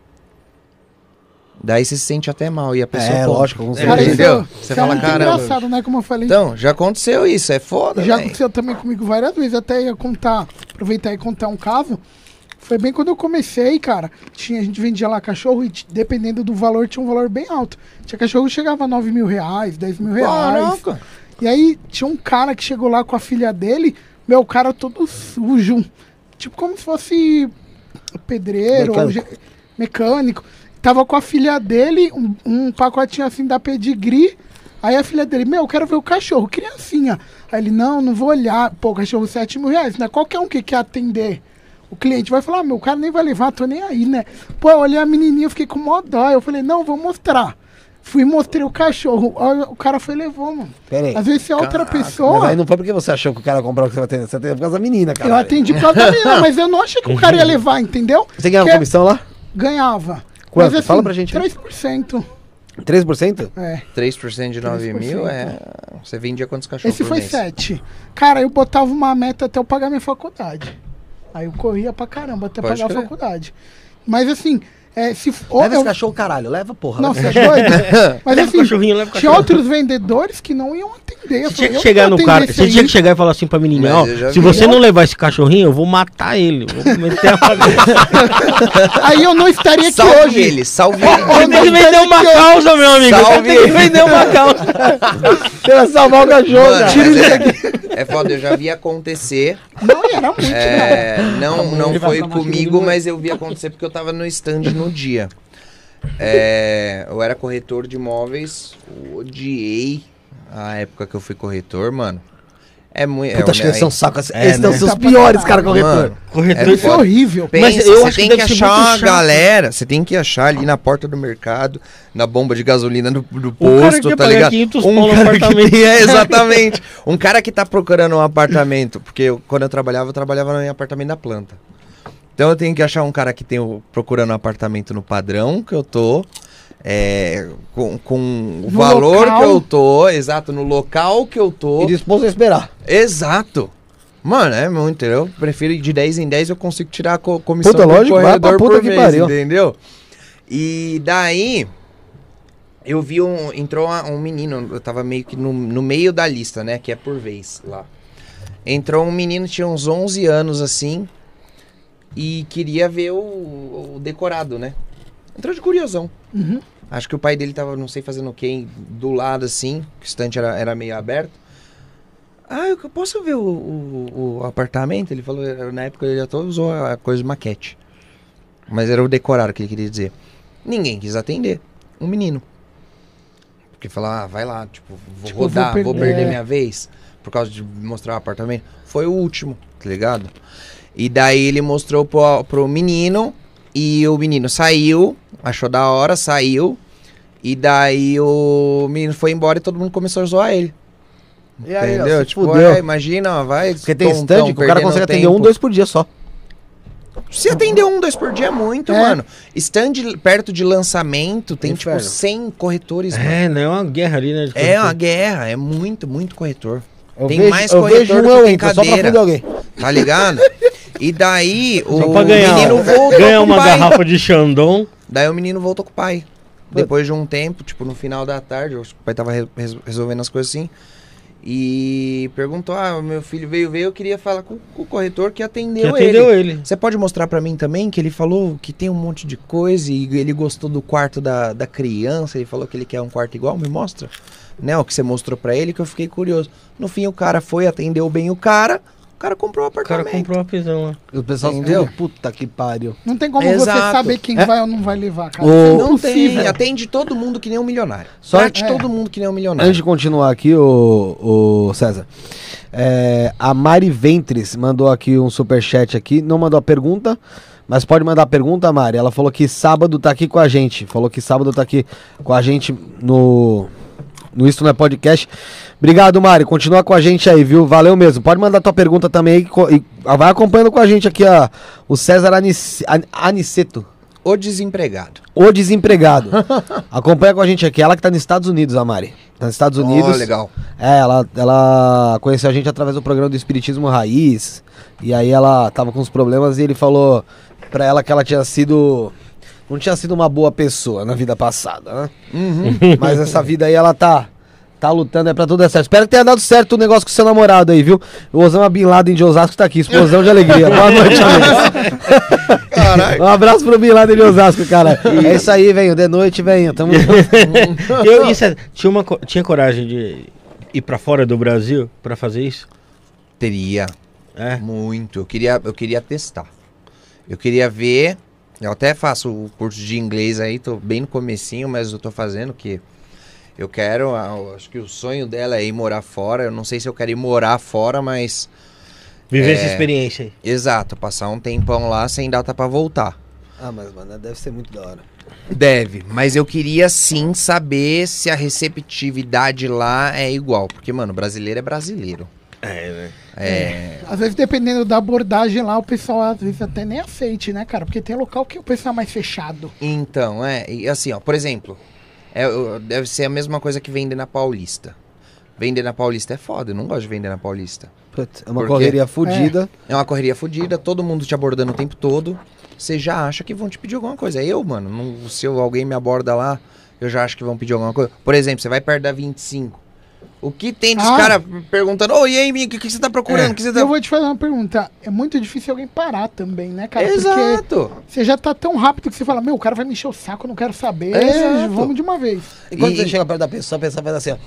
Speaker 5: Daí você se sente até mal e a pessoa.
Speaker 1: É,
Speaker 5: compra.
Speaker 1: lógico, com
Speaker 5: Cara,
Speaker 1: certeza.
Speaker 5: isso- entendeu?
Speaker 4: Isso,
Speaker 5: Você
Speaker 4: isso é
Speaker 5: fala,
Speaker 4: muito
Speaker 5: caramba.
Speaker 4: engraçado, né? Como eu falei.
Speaker 5: Então, já aconteceu isso, é foda.
Speaker 4: Já
Speaker 5: véi.
Speaker 4: aconteceu também comigo várias vezes. Até ia contar, aproveitar e contar um caso. Foi bem quando eu comecei, cara. Tinha, a gente vendia lá cachorro e t- dependendo do valor, tinha um valor bem alto. Tinha cachorro que chegava a 9 mil reais, 10 mil reais.
Speaker 5: Caraca.
Speaker 4: E aí tinha um cara que chegou lá com a filha dele, meu o cara todo sujo. Tipo como se fosse pedreiro, ou
Speaker 1: Mecânico.
Speaker 4: ge- mecânico. Tava com a filha dele, um, um pacotinho assim da pedigree. Aí a filha dele, meu, eu quero ver o cachorro, né? criancinha. Aí ele, não, não vou olhar. Pô, cachorro 7 mil reais, não é qualquer um que quer atender O cliente vai falar, ah, meu, o cara nem vai levar, tô nem aí, né? Pô, eu olhei a menininha, eu fiquei com mó dó. Eu falei, não, vou mostrar. Fui e mostrei o cachorro. Ó, O cara foi e levou, mano.
Speaker 1: Pera aí.
Speaker 4: Às vezes se é outra
Speaker 1: Mas
Speaker 4: pessoa.
Speaker 1: aí não foi porque você achou que o cara comprou o que você vai atender. Você atendeu por causa da menina, cara.
Speaker 4: Eu atendi por causa da menina, mas eu não achei que o cara ia levar, entendeu?
Speaker 1: Você ganhava
Speaker 4: Que-
Speaker 1: comissão lá?
Speaker 4: Ganhava. assim,
Speaker 1: Quanto? Fala pra gente aí.
Speaker 4: 3%.
Speaker 1: 3%?
Speaker 4: É.
Speaker 5: 3% de 9 mil é. Você vendia quantos cachorros
Speaker 4: Esse
Speaker 5: por
Speaker 4: foi
Speaker 5: mês?
Speaker 4: 7. Cara, eu botava uma meta até eu pagar minha faculdade. Aí eu corria pra caramba até
Speaker 5: Pode
Speaker 4: pagar
Speaker 5: crer.
Speaker 4: a faculdade. Mas assim, é, se. f- Ou
Speaker 1: Leva esse
Speaker 4: eu...
Speaker 1: cachorro, caralho. Leva, porra.
Speaker 4: Não,
Speaker 1: leva.
Speaker 4: você é doido? Mas
Speaker 2: Leva o
Speaker 4: assim,
Speaker 2: cachorrinho, leva o
Speaker 4: tinha
Speaker 2: cachorro.
Speaker 4: outros vendedores que não iam atender. Eu
Speaker 2: Você tinha
Speaker 4: falei,
Speaker 2: que
Speaker 4: eu
Speaker 2: chegar
Speaker 4: não
Speaker 2: no
Speaker 4: atendo
Speaker 2: cara,
Speaker 4: esse
Speaker 2: você
Speaker 4: aí.
Speaker 2: tinha que chegar e falar assim pra menininha,
Speaker 5: Mas
Speaker 2: ó,
Speaker 5: eu já
Speaker 2: se
Speaker 5: vi.
Speaker 2: você não levar esse cachorrinho, eu vou matar ele. Eu vou meter a faca.
Speaker 4: Aí eu não estaria aqui
Speaker 5: Salve
Speaker 4: hoje.
Speaker 5: ele, salve
Speaker 2: Você
Speaker 5: ele.
Speaker 2: tem que vender uma causa, meu amigo. Você
Speaker 5: Salve.
Speaker 2: tem que vender uma causa.
Speaker 1: Você vai salvar o cachorro,
Speaker 5: Mano,
Speaker 1: cara.
Speaker 5: mas é, é foda, eu já vi acontecer.
Speaker 4: Não, era muito, né?
Speaker 5: É, não, não foi comigo, mas eu vi acontecer porque eu tava no stand no dia. É, eu era corretor de imóveis, odiei a época que eu fui corretor, mano. É muito.
Speaker 1: Puta,
Speaker 5: é,
Speaker 1: acho que eles são
Speaker 5: aí-
Speaker 1: sacos.
Speaker 2: É,
Speaker 1: Esses são
Speaker 2: né?
Speaker 1: os seus piores,
Speaker 5: tá
Speaker 1: cara, corretor.
Speaker 5: Mano,
Speaker 2: Corretor.
Speaker 5: É
Speaker 4: Isso é
Speaker 5: foda.
Speaker 4: horrível.
Speaker 5: Pensa,
Speaker 2: Mas eu
Speaker 5: você
Speaker 2: acho que
Speaker 5: tem que,
Speaker 2: deve ser muito
Speaker 5: achar uma
Speaker 2: chato.
Speaker 5: galera, você tem que achar ali na porta do mercado, na bomba de gasolina do, do
Speaker 2: O Um cara que
Speaker 5: posto,
Speaker 2: ia
Speaker 5: tá
Speaker 2: pagar
Speaker 5: ligado?
Speaker 2: 500 pau
Speaker 5: um
Speaker 2: no
Speaker 5: cara que
Speaker 2: apartamento.
Speaker 5: tem, é, exatamente. Um cara que tá procurando um apartamento, porque eu- quando eu trabalhava, eu trabalhava em apartamento da planta. Então eu tenho que achar um cara que tem o- procurando um apartamento no padrão que eu tô, é, com, com o
Speaker 4: No
Speaker 5: valor
Speaker 4: local.
Speaker 5: que eu tô, exato, no local que eu tô.
Speaker 1: E disposto a esperar.
Speaker 5: Exato. Mano, é muito. Eu prefiro ir de 10 em 10, eu consigo tirar a co- comissão
Speaker 1: Puta,
Speaker 5: do
Speaker 1: lógico, vai pra
Speaker 5: corredor
Speaker 1: puta
Speaker 5: por
Speaker 1: que
Speaker 5: mês,
Speaker 1: pariu.
Speaker 5: entendeu? E daí, eu vi um... Entrou uma- um menino, eu tava meio que no, no meio da lista, né? Que é por vez lá. Entrou um menino, tinha uns 11 anos, assim, e queria ver o, o decorado, né? Entrou de curiosão.
Speaker 4: Uhum.
Speaker 5: Acho que o pai dele tava, não sei, fazendo o quê, do lado, assim, que o estante era, era meio aberto. Ah, eu posso ver o, o- o apartamento? Ele falou, era- na época ele até usou a coisa de maquete. Mas era o decorado que ele queria dizer. Ninguém quis atender. Um menino. Porque falou, ah, vai lá, tipo, vou
Speaker 4: Tipo, vou
Speaker 5: rodar, vou,
Speaker 4: perder.
Speaker 5: perder minha vez. Por causa de mostrar o apartamento. Foi o último, tá ligado? E daí ele mostrou pro, pro menino. E o menino saiu, achou da hora, saiu. E daí o menino foi embora e todo mundo começou a zoar ele.
Speaker 1: E aí, ó,
Speaker 5: Entendeu?
Speaker 1: se
Speaker 5: tipo,
Speaker 1: fudeu.
Speaker 5: é, imagina, vai.
Speaker 1: Porque tem
Speaker 5: tontão,
Speaker 1: stand que o cara
Speaker 5: perdendo
Speaker 1: consegue atender
Speaker 5: tempo.
Speaker 1: um, dois por dia só.
Speaker 5: Se atender um, dois por dia é muito,
Speaker 4: É.
Speaker 5: mano. Stand perto de lançamento tem,
Speaker 1: É Inferno.
Speaker 5: tipo 100 corretores. mano.
Speaker 2: É, não é uma guerra ali, né? de
Speaker 5: É uma
Speaker 2: corretor.
Speaker 5: guerra, é muito, muito corretor.
Speaker 1: Eu
Speaker 5: Tem
Speaker 1: vejo,
Speaker 5: mais
Speaker 1: eu
Speaker 5: corretor
Speaker 1: vejo
Speaker 5: do
Speaker 1: um,
Speaker 5: que
Speaker 1: eu
Speaker 5: tem
Speaker 1: entro, só pra
Speaker 5: cadeira.
Speaker 1: fuder alguém.
Speaker 5: Tá ligado? E daí
Speaker 2: Só
Speaker 5: o
Speaker 2: pra ganhar,
Speaker 5: menino um
Speaker 2: ó.
Speaker 5: voltou
Speaker 2: ganha
Speaker 5: com o
Speaker 2: uma
Speaker 5: pai.
Speaker 2: garrafa de Xandão.
Speaker 5: Daí o menino voltou com o pai. Depois de um tempo, tipo, no final da tarde, acho que o pai tava re- res- resolvendo as coisas assim. E perguntou: Ah, meu filho veio ver, eu queria falar com, com o corretor que atendeu,
Speaker 2: Que atendeu
Speaker 5: ele.
Speaker 2: ele.
Speaker 5: Você pode mostrar pra mim também que ele falou que tem um monte de coisa e ele gostou do quarto da, da criança, ele falou que ele quer um quarto igual, me mostra. Né, o que você mostrou pra ele que eu fiquei curioso. No fim o cara foi, atendeu bem o cara, o cara comprou o
Speaker 2: O cara
Speaker 5: apartamento.
Speaker 2: comprou uma prisão lá.
Speaker 1: E O pessoal
Speaker 5: Entendeu?
Speaker 1: tudo, puta que pariu.
Speaker 4: Não tem como você
Speaker 5: Exato.
Speaker 4: saber quem vai ou não vai levar, cara. é
Speaker 1: O-
Speaker 5: Não tem,
Speaker 4: Impossível.
Speaker 5: atende todo mundo que nem um milionário.
Speaker 1: Só-
Speaker 5: Trate
Speaker 4: é.
Speaker 5: todo mundo que nem um milionário.
Speaker 1: Antes de continuar aqui, o, César, é, a Mari Ventres mandou aqui um superchat aqui, não mandou a pergunta, mas pode mandar a pergunta, Mari. Ela falou que sábado tá aqui com a gente, falou que sábado tá aqui com a gente no, no Isto Não É Podcast. Obrigado, Mari, continua com a gente aí, viu? Valeu mesmo. Pode mandar tua pergunta também aí, co- e vai acompanhando com a gente aqui, ó, o César Anice- An- Aniceto.
Speaker 5: O desempregado.
Speaker 1: O desempregado. Acompanha com a gente aqui. Ela que tá nos Estados Unidos, a Mari. Tá nos Estados Unidos.
Speaker 5: Ó, legal.
Speaker 1: É, ela, ela conheceu a gente através do programa do Espiritismo Raiz. E aí ela tava com uns problemas e ele falou pra ela que ela tinha sido. Não tinha sido uma boa pessoa na vida passada, né?
Speaker 5: Uhum.
Speaker 1: Mas essa vida aí ela tá. Tá lutando, é pra tudo dar certo. Espero que tenha dado certo o negócio com seu namorado aí, viu? O Osama Bin Laden de Osasco tá aqui, explosão de alegria. Boa noite, amigos.
Speaker 5: Caralho.
Speaker 1: Um abraço pro Bin Laden de Osasco, cara. É isso aí, venho. De noite, venho. Tamo junto.
Speaker 2: Eu, isso é- tinha, uma, co- tinha coragem de ir pra fora do Brasil pra fazer isso?
Speaker 5: Teria
Speaker 2: É.
Speaker 5: muito. Eu queria, eu queria testar. Eu queria ver. Eu até faço o curso de inglês aí, tô bem no comecinho, mas eu tô fazendo que eu quero, ah, eu acho que o sonho dela é ir morar fora. Eu não sei se eu quero ir morar fora, mas
Speaker 2: Viver essa experiência aí.
Speaker 5: Exato, passar um tempão lá sem data pra voltar.
Speaker 1: Ah, mas, mano, deve ser muito da hora.
Speaker 5: Deve, mas eu queria sim saber se a receptividade lá é igual. Porque, mano, brasileiro é brasileiro.
Speaker 2: É, né?
Speaker 5: É,
Speaker 4: Às vezes, dependendo da abordagem lá, o pessoal às vezes até nem aceite, né, cara? Porque tem local que o pessoal é mais fechado.
Speaker 5: Então, é, e assim, ó, por exemplo, é, o- deve ser a mesma coisa que vender na Paulista. Vender na Paulista é foda, eu não gosto de vender na Paulista.
Speaker 1: Putz, é uma
Speaker 5: Por quê?
Speaker 1: correria fodida.
Speaker 5: É uma correria fodida, todo mundo te abordando o tempo todo. Você já acha que vão te pedir alguma coisa. É Eu, mano, não- se eu- alguém me aborda lá, eu já acho que vão pedir alguma coisa. Por exemplo, você vai perto da 25. O que tem dos
Speaker 4: Ah.
Speaker 5: caras perguntando, ô, e aí, Mick, o que, que você tá procurando? O que você tá...
Speaker 4: É, Eu vou te fazer uma pergunta. É muito difícil alguém parar também, né, cara? Porque
Speaker 5: Exato.
Speaker 4: você já tá tão rápido que você fala, meu, o cara vai me encher o saco, eu não quero saber.
Speaker 1: Exato.
Speaker 4: Vamos de uma vez.
Speaker 1: E quando
Speaker 5: E-
Speaker 1: É. você chega perto da pessoa, a pessoa faz assim, ó.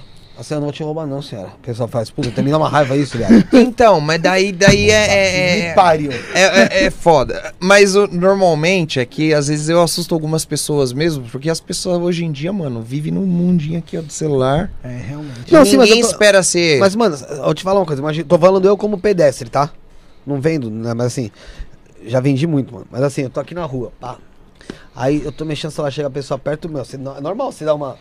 Speaker 1: A senhora não vou te roubar, não, senhora. A pessoa faz, puta, também dá uma raiva isso, viado.
Speaker 5: Então, mas daí, daí é- é-
Speaker 1: Me
Speaker 5: é...
Speaker 1: pariu.
Speaker 5: É, é, é foda. Mas o- normalmente é que às vezes eu assusto algumas pessoas mesmo, porque as pessoas hoje em dia, mano, vivem num mundinho aqui ó, do celular.
Speaker 4: É, realmente.
Speaker 1: Não,
Speaker 5: Ninguém
Speaker 1: sim, mas eu tô-
Speaker 5: espera ser.
Speaker 1: Mas, mano, eu vou te falar uma coisa. Imagina, tô falando eu como pedestre, tá? Não vendo, né? Mas assim, já vendi muito, mano. Mas assim, eu tô aqui na rua, pá. Aí eu tô mexendo, sei lá, chega a pessoa perto, meu, você, não- é normal você dar uma...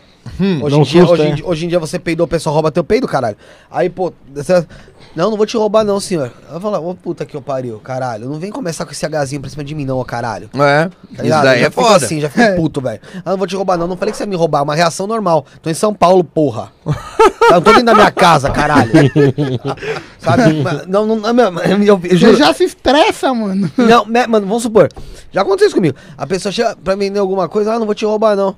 Speaker 1: hoje,
Speaker 2: dá um
Speaker 1: em dia,
Speaker 2: susto,
Speaker 1: hoje, em
Speaker 2: é.
Speaker 1: dia- hoje em dia você peidou, o pessoal rouba teu peido, caralho. Aí, pô, você- não, não vou te roubar não, senhor. Eu falo, ô puta que eu pariu, caralho. Não vem começar com esse Hzinho pra cima de mim não, ô caralho.
Speaker 5: É,
Speaker 1: Tá
Speaker 5: isso
Speaker 1: ligado?
Speaker 5: daí
Speaker 1: já
Speaker 5: é
Speaker 1: fico
Speaker 5: foda.
Speaker 1: assim, já fico puto, velho. Ah, não vou te roubar, não. Não falei que você ia me roubar, é uma reação normal. Tô em São Paulo, porra. Tá, Eu não tô dentro da minha casa, caralho. Sabe? Mas, Não, não, não, meu, eu, eu,
Speaker 4: Você
Speaker 1: juro.
Speaker 4: já se estressa, mano.
Speaker 1: Não, me- mano, vamos supor. Já aconteceu isso comigo. A pessoa chega pra vender alguma coisa, ah, não vou te roubar, não.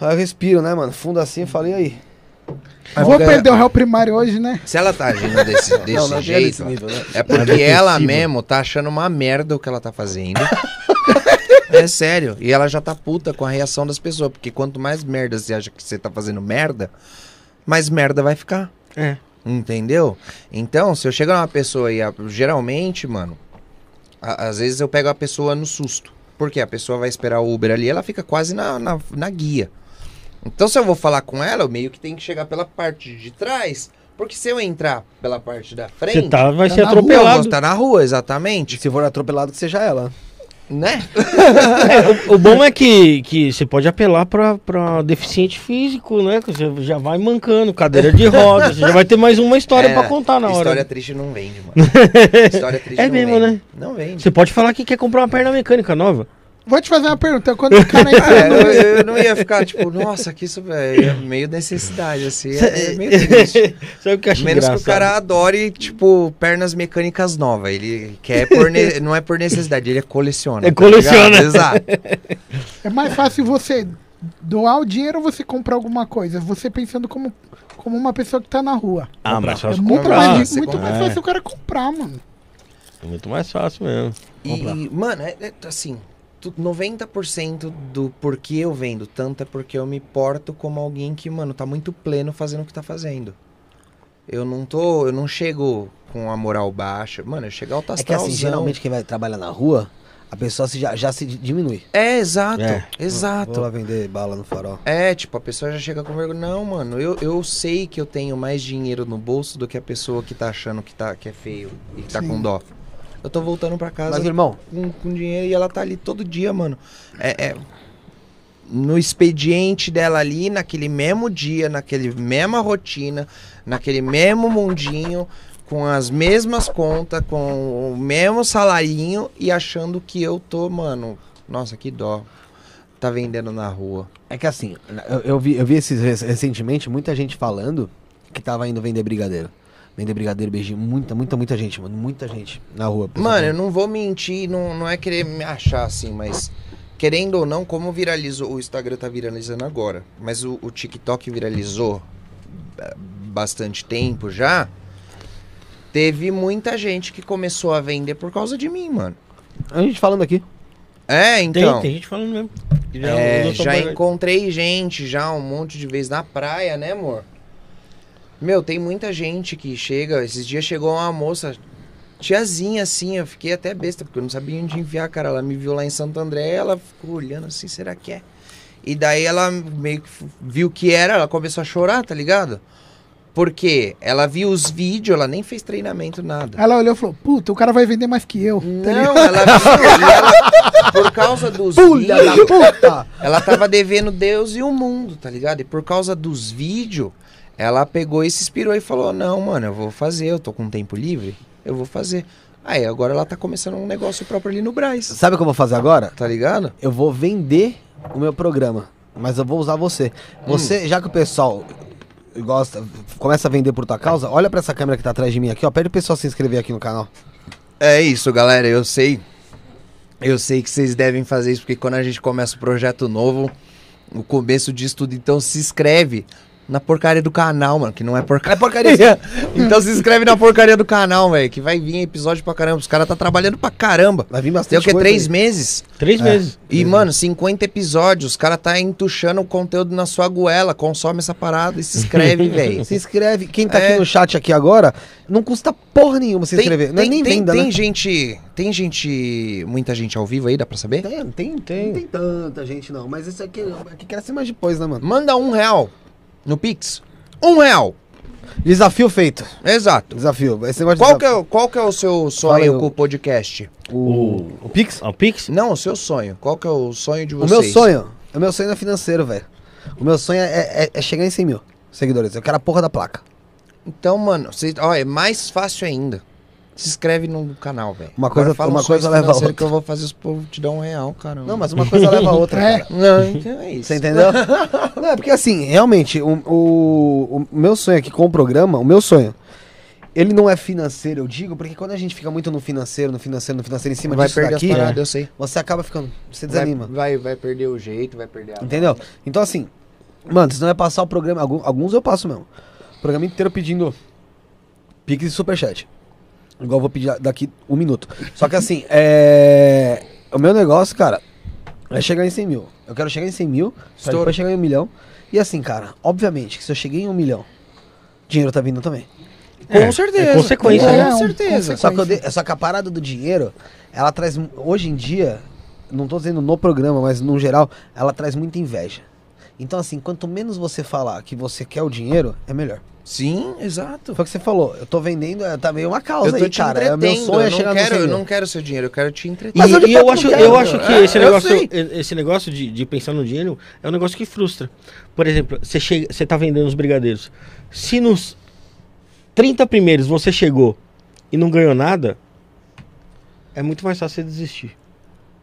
Speaker 1: Aí eu respiro, né, mano? Fundo assim, falei aí.
Speaker 2: É,
Speaker 4: Vou perder o réu primário hoje, né?
Speaker 5: Se ela tá agindo desse, desse
Speaker 1: não chega
Speaker 5: jeito,
Speaker 1: nesse nível, né?
Speaker 5: é porque ela mesmo tá achando uma merda o que ela tá fazendo. é sério. E ela já tá puta com a reação das pessoas, porque quanto mais merda você acha que você tá fazendo merda, mais merda vai ficar.
Speaker 2: É.
Speaker 5: Entendeu? Então, se eu chegar numa pessoa e a- geralmente, mano, a- às vezes eu pego a pessoa no susto. Porque a pessoa vai esperar o Uber ali, ela fica quase na, na, na guia. Então, se eu vou falar com ela, eu meio que tenho que chegar pela parte de trás. Porque se eu entrar pela parte da frente.
Speaker 2: Você tá, vai
Speaker 4: tá
Speaker 2: ser
Speaker 4: na rua,
Speaker 5: eu vou
Speaker 2: atropelado.
Speaker 5: estar na rua, exatamente.
Speaker 1: Se for atropelado, que seja ela.
Speaker 5: Né?
Speaker 2: É, o, o bom é que, que você pode apelar pra, pra deficiente físico, né? Que você já vai mancando, cadeira de rodas, você já vai ter mais uma história
Speaker 5: É,
Speaker 2: pra contar Tá na hora.
Speaker 5: História triste não vende, mano. História triste
Speaker 2: É
Speaker 5: não
Speaker 2: mesmo,
Speaker 5: vende.
Speaker 2: né?
Speaker 5: Não vende.
Speaker 2: Você pode falar que quer comprar uma perna mecânica nova.
Speaker 4: Vou te fazer uma pergunta. Quando o cara entra
Speaker 5: É,
Speaker 4: no-
Speaker 5: eu, eu não ia ficar tipo, nossa, que isso é é meio necessidade, assim. É, é meio triste.
Speaker 2: Sabe o que eu acho
Speaker 5: É Menos
Speaker 2: engraçado?
Speaker 5: que o cara adore, tipo, pernas mecânicas novas. Ele quer por. ne- Não é por necessidade, ele coleciona.
Speaker 2: É,
Speaker 5: tá
Speaker 2: coleciona.
Speaker 5: ligado? Exato.
Speaker 4: É mais fácil você doar o dinheiro ou você comprar alguma coisa? Você pensando como, como uma pessoa que tá na rua.
Speaker 2: Ah, mas só
Speaker 4: É
Speaker 2: se
Speaker 4: muito,
Speaker 2: comprar.
Speaker 4: mais,
Speaker 5: você
Speaker 4: di- muito
Speaker 5: compra.
Speaker 4: mais
Speaker 2: É.
Speaker 4: fácil o cara comprar, mano.
Speaker 2: É muito mais fácil mesmo.
Speaker 5: E, mano, é, é assim. tu- 90% do porquê eu vendo tanto é porque eu me porto como alguém que, mano, tá muito pleno fazendo o que tá fazendo. Eu não tô. Eu não chego com a moral baixa. Mano, eu chego alto
Speaker 1: É que assim,
Speaker 5: astralzão.
Speaker 1: geralmente quem vai trabalhar na rua, a pessoa se, já, já se di- diminui.
Speaker 5: É, exato.
Speaker 2: É.
Speaker 5: Exato.
Speaker 1: Vou lá vender bala no farol.
Speaker 5: É, tipo, a pessoa já chega com vergonha. Não, mano, eu, eu sei que eu tenho mais dinheiro no bolso do que a pessoa que tá achando que, tá, que é feio e que tá
Speaker 4: Sim.
Speaker 5: com dó. Eu tô voltando pra casa
Speaker 1: Mas, irmão,
Speaker 5: com, com dinheiro e ela tá ali todo dia, mano. É, é- no expediente dela ali, naquele mesmo dia, naquele mesma rotina, naquele mesmo mundinho, com as mesmas contas, com o mesmo salarinho e achando que eu tô, mano, nossa, que dó. Tá vendendo na rua.
Speaker 1: É que assim, eu, eu vi, eu vi esses rec- recentemente muita gente falando que tava indo vender brigadeiro. Vender brigadeiro, beijinho. Muita, muita, muita gente, mano. Muita gente na rua. pessoal.
Speaker 5: Mano, eu não vou mentir, não, não é querer me achar assim, mas querendo ou não, como viralizou, o Instagram tá viralizando agora, mas o, o TikTok viralizou ba- bastante tempo já. Teve muita gente que começou a vender por causa de mim, mano.
Speaker 1: A gente falando aqui.
Speaker 5: É,
Speaker 2: Tem,
Speaker 5: então.
Speaker 2: tem gente falando mesmo. Que já
Speaker 5: É,
Speaker 2: usou sua
Speaker 5: já
Speaker 2: perna.
Speaker 5: encontrei gente já um monte de vezes na praia, né, amor? Meu, tem muita gente que chega. Esses dias chegou uma moça, tiazinha assim, eu fiquei até besta, porque eu não sabia onde enviar, cara. Ela me viu lá em Santo André, ela ficou olhando assim, será que é? E daí ela meio que viu que era, ela começou a chorar, tá ligado? Porque ela viu os vídeos, ela nem fez treinamento, nada.
Speaker 4: Ela olhou e falou, puta, o cara vai vender mais que eu. Ah, tá ligado?
Speaker 5: Não, ela viu, e ela, por causa dos
Speaker 1: Pulha
Speaker 5: vídeos,
Speaker 1: da puta!
Speaker 5: ela tava devendo Deus e o mundo, tá ligado? E por causa dos vídeos, ela pegou e se inspirou e falou: Não, mano, eu vou fazer, eu tô com tempo livre, eu vou fazer. Aí agora ela tá começando um negócio próprio ali no Braz,
Speaker 1: Sabe o que eu vou fazer agora?
Speaker 5: tá ligado?
Speaker 1: Eu vou vender o meu programa, mas eu vou usar você.
Speaker 5: Hum.
Speaker 1: Você, já que o pessoal gosta, começa a vender por tua causa, olha pra essa câmera que tá atrás de mim aqui, ó. Pede o pessoal se inscrever aqui no canal.
Speaker 5: É isso, galera, eu sei. Eu sei que vocês devem fazer isso, porque quando a gente começa um projeto novo, o começo disso tudo, então se inscreve na porcaria do canal, mano, que não é porcaria. É porcaria. então se inscreve na porcaria do canal, velho, que vai vir episódio pra caramba. Os caras tá trabalhando pra caramba.
Speaker 1: Vai vir
Speaker 5: Tem
Speaker 1: bastante
Speaker 5: o que?
Speaker 1: coisa
Speaker 5: Três
Speaker 1: aí.
Speaker 5: meses?
Speaker 2: Três meses.
Speaker 5: E, mano, 50 episódios. Os caras tá entuchando o conteúdo na sua goela. Consome essa parada e se inscreve, velho.
Speaker 1: Se inscreve. Quem tá
Speaker 5: É.
Speaker 1: aqui no chat aqui agora, não custa porra nenhuma se inscrever. não é nem
Speaker 5: tem,
Speaker 1: venda,
Speaker 5: tem
Speaker 1: né?
Speaker 5: gente. Tem gente. Muita gente ao vivo aí, dá pra saber?
Speaker 1: Tem, tem, tem. Não tem tanta gente, não. Mas isso aqui, aqui quer ser mais depois, né, mano?
Speaker 5: Manda um real no Pix. Um real.
Speaker 1: Desafio feito.
Speaker 5: Exato.
Speaker 1: Desafio. Esse negócio de
Speaker 5: Qual que,
Speaker 1: desafio.
Speaker 5: é, o- qual que é o seu
Speaker 1: Fala aí,
Speaker 5: sonho
Speaker 1: o-
Speaker 5: com o podcast?
Speaker 1: é O, o Pix?
Speaker 2: Ah, O Pix?
Speaker 5: Não, o seu sonho. Qual que é o sonho de
Speaker 1: O
Speaker 5: vocês?
Speaker 1: meu sonho. O meu sonho não é financeiro, velho. O meu sonho é, é- é chegar em 100 mil seguidores. Eu quero a porra da placa.
Speaker 5: Então, mano, cês, ó, é mais fácil ainda. Se inscreve no canal, velho.
Speaker 1: Uma
Speaker 5: Agora
Speaker 1: coisa-
Speaker 5: fala
Speaker 1: uma
Speaker 5: uns sonhos
Speaker 1: coisa leva a
Speaker 5: financeiros que
Speaker 1: outra.
Speaker 5: eu vou fazer os povos te dar um real, caramba.
Speaker 1: Não, mas uma coisa leva a outra.
Speaker 4: É.
Speaker 1: cara.
Speaker 5: Não, então é isso.
Speaker 1: Você entendeu? Não, é porque assim, realmente, o, o, o meu sonho aqui com o programa, o meu sonho, ele não é financeiro, eu digo, porque quando a gente fica muito no financeiro, no financeiro, no financeiro, em cima
Speaker 5: vai
Speaker 1: disso
Speaker 5: perder
Speaker 1: daqui,
Speaker 5: as paradas, eu sei.
Speaker 1: você acaba ficando, você
Speaker 5: Vai-
Speaker 1: desanima.
Speaker 5: Vai, vai perder o jeito, vai perder a...
Speaker 1: Entendeu? Então, assim, mano, se não é passar o programa, algum- alguns eu passo mesmo. O programa inteiro pedindo piques e superchat. Igual eu vou pedir daqui um minuto. Só que, assim, é. O meu negócio, cara, é chegar em 100 mil. Eu quero chegar em 100 mil, pra
Speaker 5: Estouro.
Speaker 1: depois chegar em um milhão. E, assim, cara, obviamente que se eu cheguei em um milhão, dinheiro tá vindo também.
Speaker 2: É,
Speaker 5: com certeza.
Speaker 2: é consequência,
Speaker 5: com
Speaker 2: né?
Speaker 4: É, um-
Speaker 5: certeza.
Speaker 1: Só que, eu dei- só que a parada do dinheiro, ela traz. mu- Hoje em dia, não tô dizendo no programa, mas no geral, ela traz muita inveja. Então, assim, quanto menos você falar que você quer o dinheiro, é melhor.
Speaker 5: Sim, exato.
Speaker 1: Foi o que você falou. Eu tô vendendo, é, tá meio uma causa
Speaker 5: Eu tô
Speaker 1: aí,
Speaker 5: te
Speaker 1: cara. É o meu
Speaker 5: entretendo,
Speaker 1: sonho é
Speaker 5: eu não
Speaker 1: chegar
Speaker 5: quero,
Speaker 1: no
Speaker 5: eu
Speaker 1: 100 mil.
Speaker 5: não quero seu dinheiro, eu quero te entreter.
Speaker 2: E,
Speaker 1: Mas eu de
Speaker 2: e eu,
Speaker 1: fato
Speaker 2: acho,
Speaker 1: não quero.
Speaker 2: tá eu acho que
Speaker 5: É,
Speaker 2: esse
Speaker 5: eu
Speaker 2: negócio,
Speaker 5: sei.
Speaker 2: esse negócio de, de pensar no dinheiro é um negócio que frustra. Por exemplo, você, chega, você tá vendendo os brigadeiros. Se nos 30 primeiros você chegou e não ganhou nada, é muito mais fácil você desistir.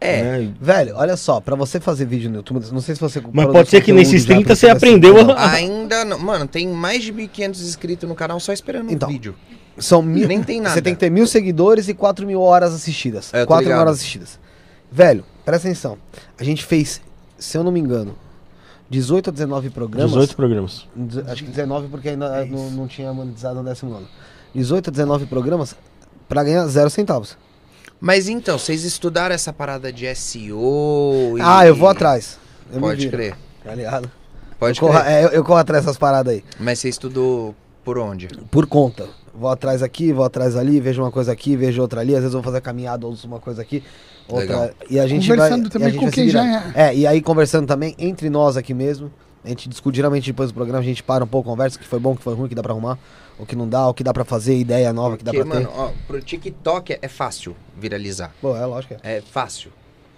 Speaker 5: É.
Speaker 2: né?
Speaker 1: Velho, olha só, pra você fazer vídeo no YouTube, não sei se você.
Speaker 2: Mas
Speaker 1: produz
Speaker 2: pode ser que
Speaker 1: conteúdo
Speaker 2: nesses
Speaker 1: já
Speaker 2: 30
Speaker 1: pra
Speaker 2: você
Speaker 1: esse
Speaker 2: aprendeu
Speaker 1: canal.
Speaker 2: a...
Speaker 5: Ainda não. Mano, tem mais de 1.500 inscritos no canal só esperando
Speaker 1: Então.
Speaker 5: um vídeo.
Speaker 1: São mil.
Speaker 5: Nem tem nada.
Speaker 1: Você tem que ter mil seguidores e 4 mil horas assistidas.
Speaker 5: É, eu tô
Speaker 1: 4 mil
Speaker 5: ligado.
Speaker 1: horas assistidas. Velho, presta atenção. A gente fez, se eu não me engano, 18 ou 19 programas.
Speaker 2: 18 programas.
Speaker 1: Deze- Acho que 19 porque
Speaker 5: É
Speaker 1: ainda não, não tinha monetizado no décimo ano. 18 ou 19 programas pra ganhar zero centavos.
Speaker 5: Mas então, vocês estudaram essa parada de SEO e-
Speaker 1: Ah, eu vou atrás. Eu me
Speaker 5: Pode
Speaker 1: viro,
Speaker 5: crer.
Speaker 1: Tá ligado?
Speaker 5: Pode
Speaker 1: eu, corro,
Speaker 5: crer.
Speaker 1: é, eu- eu corro atrás dessas paradas aí.
Speaker 5: Mas você estudou por onde?
Speaker 1: Por conta. Vou atrás aqui, vou atrás ali, vejo uma coisa aqui, vejo outra ali. Às vezes eu vou fazer caminhada, ouço uma coisa aqui.
Speaker 5: Legal.
Speaker 1: Outra, e a gente
Speaker 4: Conversando
Speaker 1: vai, e
Speaker 4: também
Speaker 1: a gente
Speaker 4: com
Speaker 1: vai se
Speaker 4: quem já
Speaker 1: virando. É, e aí conversando também entre nós aqui mesmo. A gente discute geralmente depois do programa, a gente para um pouco, conversa o que foi bom, o que foi ruim, o que dá pra arrumar, o que não dá, o que dá pra fazer, ideia nova é que dá
Speaker 5: Porque,
Speaker 1: pra
Speaker 5: mano,
Speaker 1: ter.
Speaker 5: ó, pro TikTok é- é fácil viralizar.
Speaker 1: Pô, é lógico. que É.
Speaker 5: É fácil.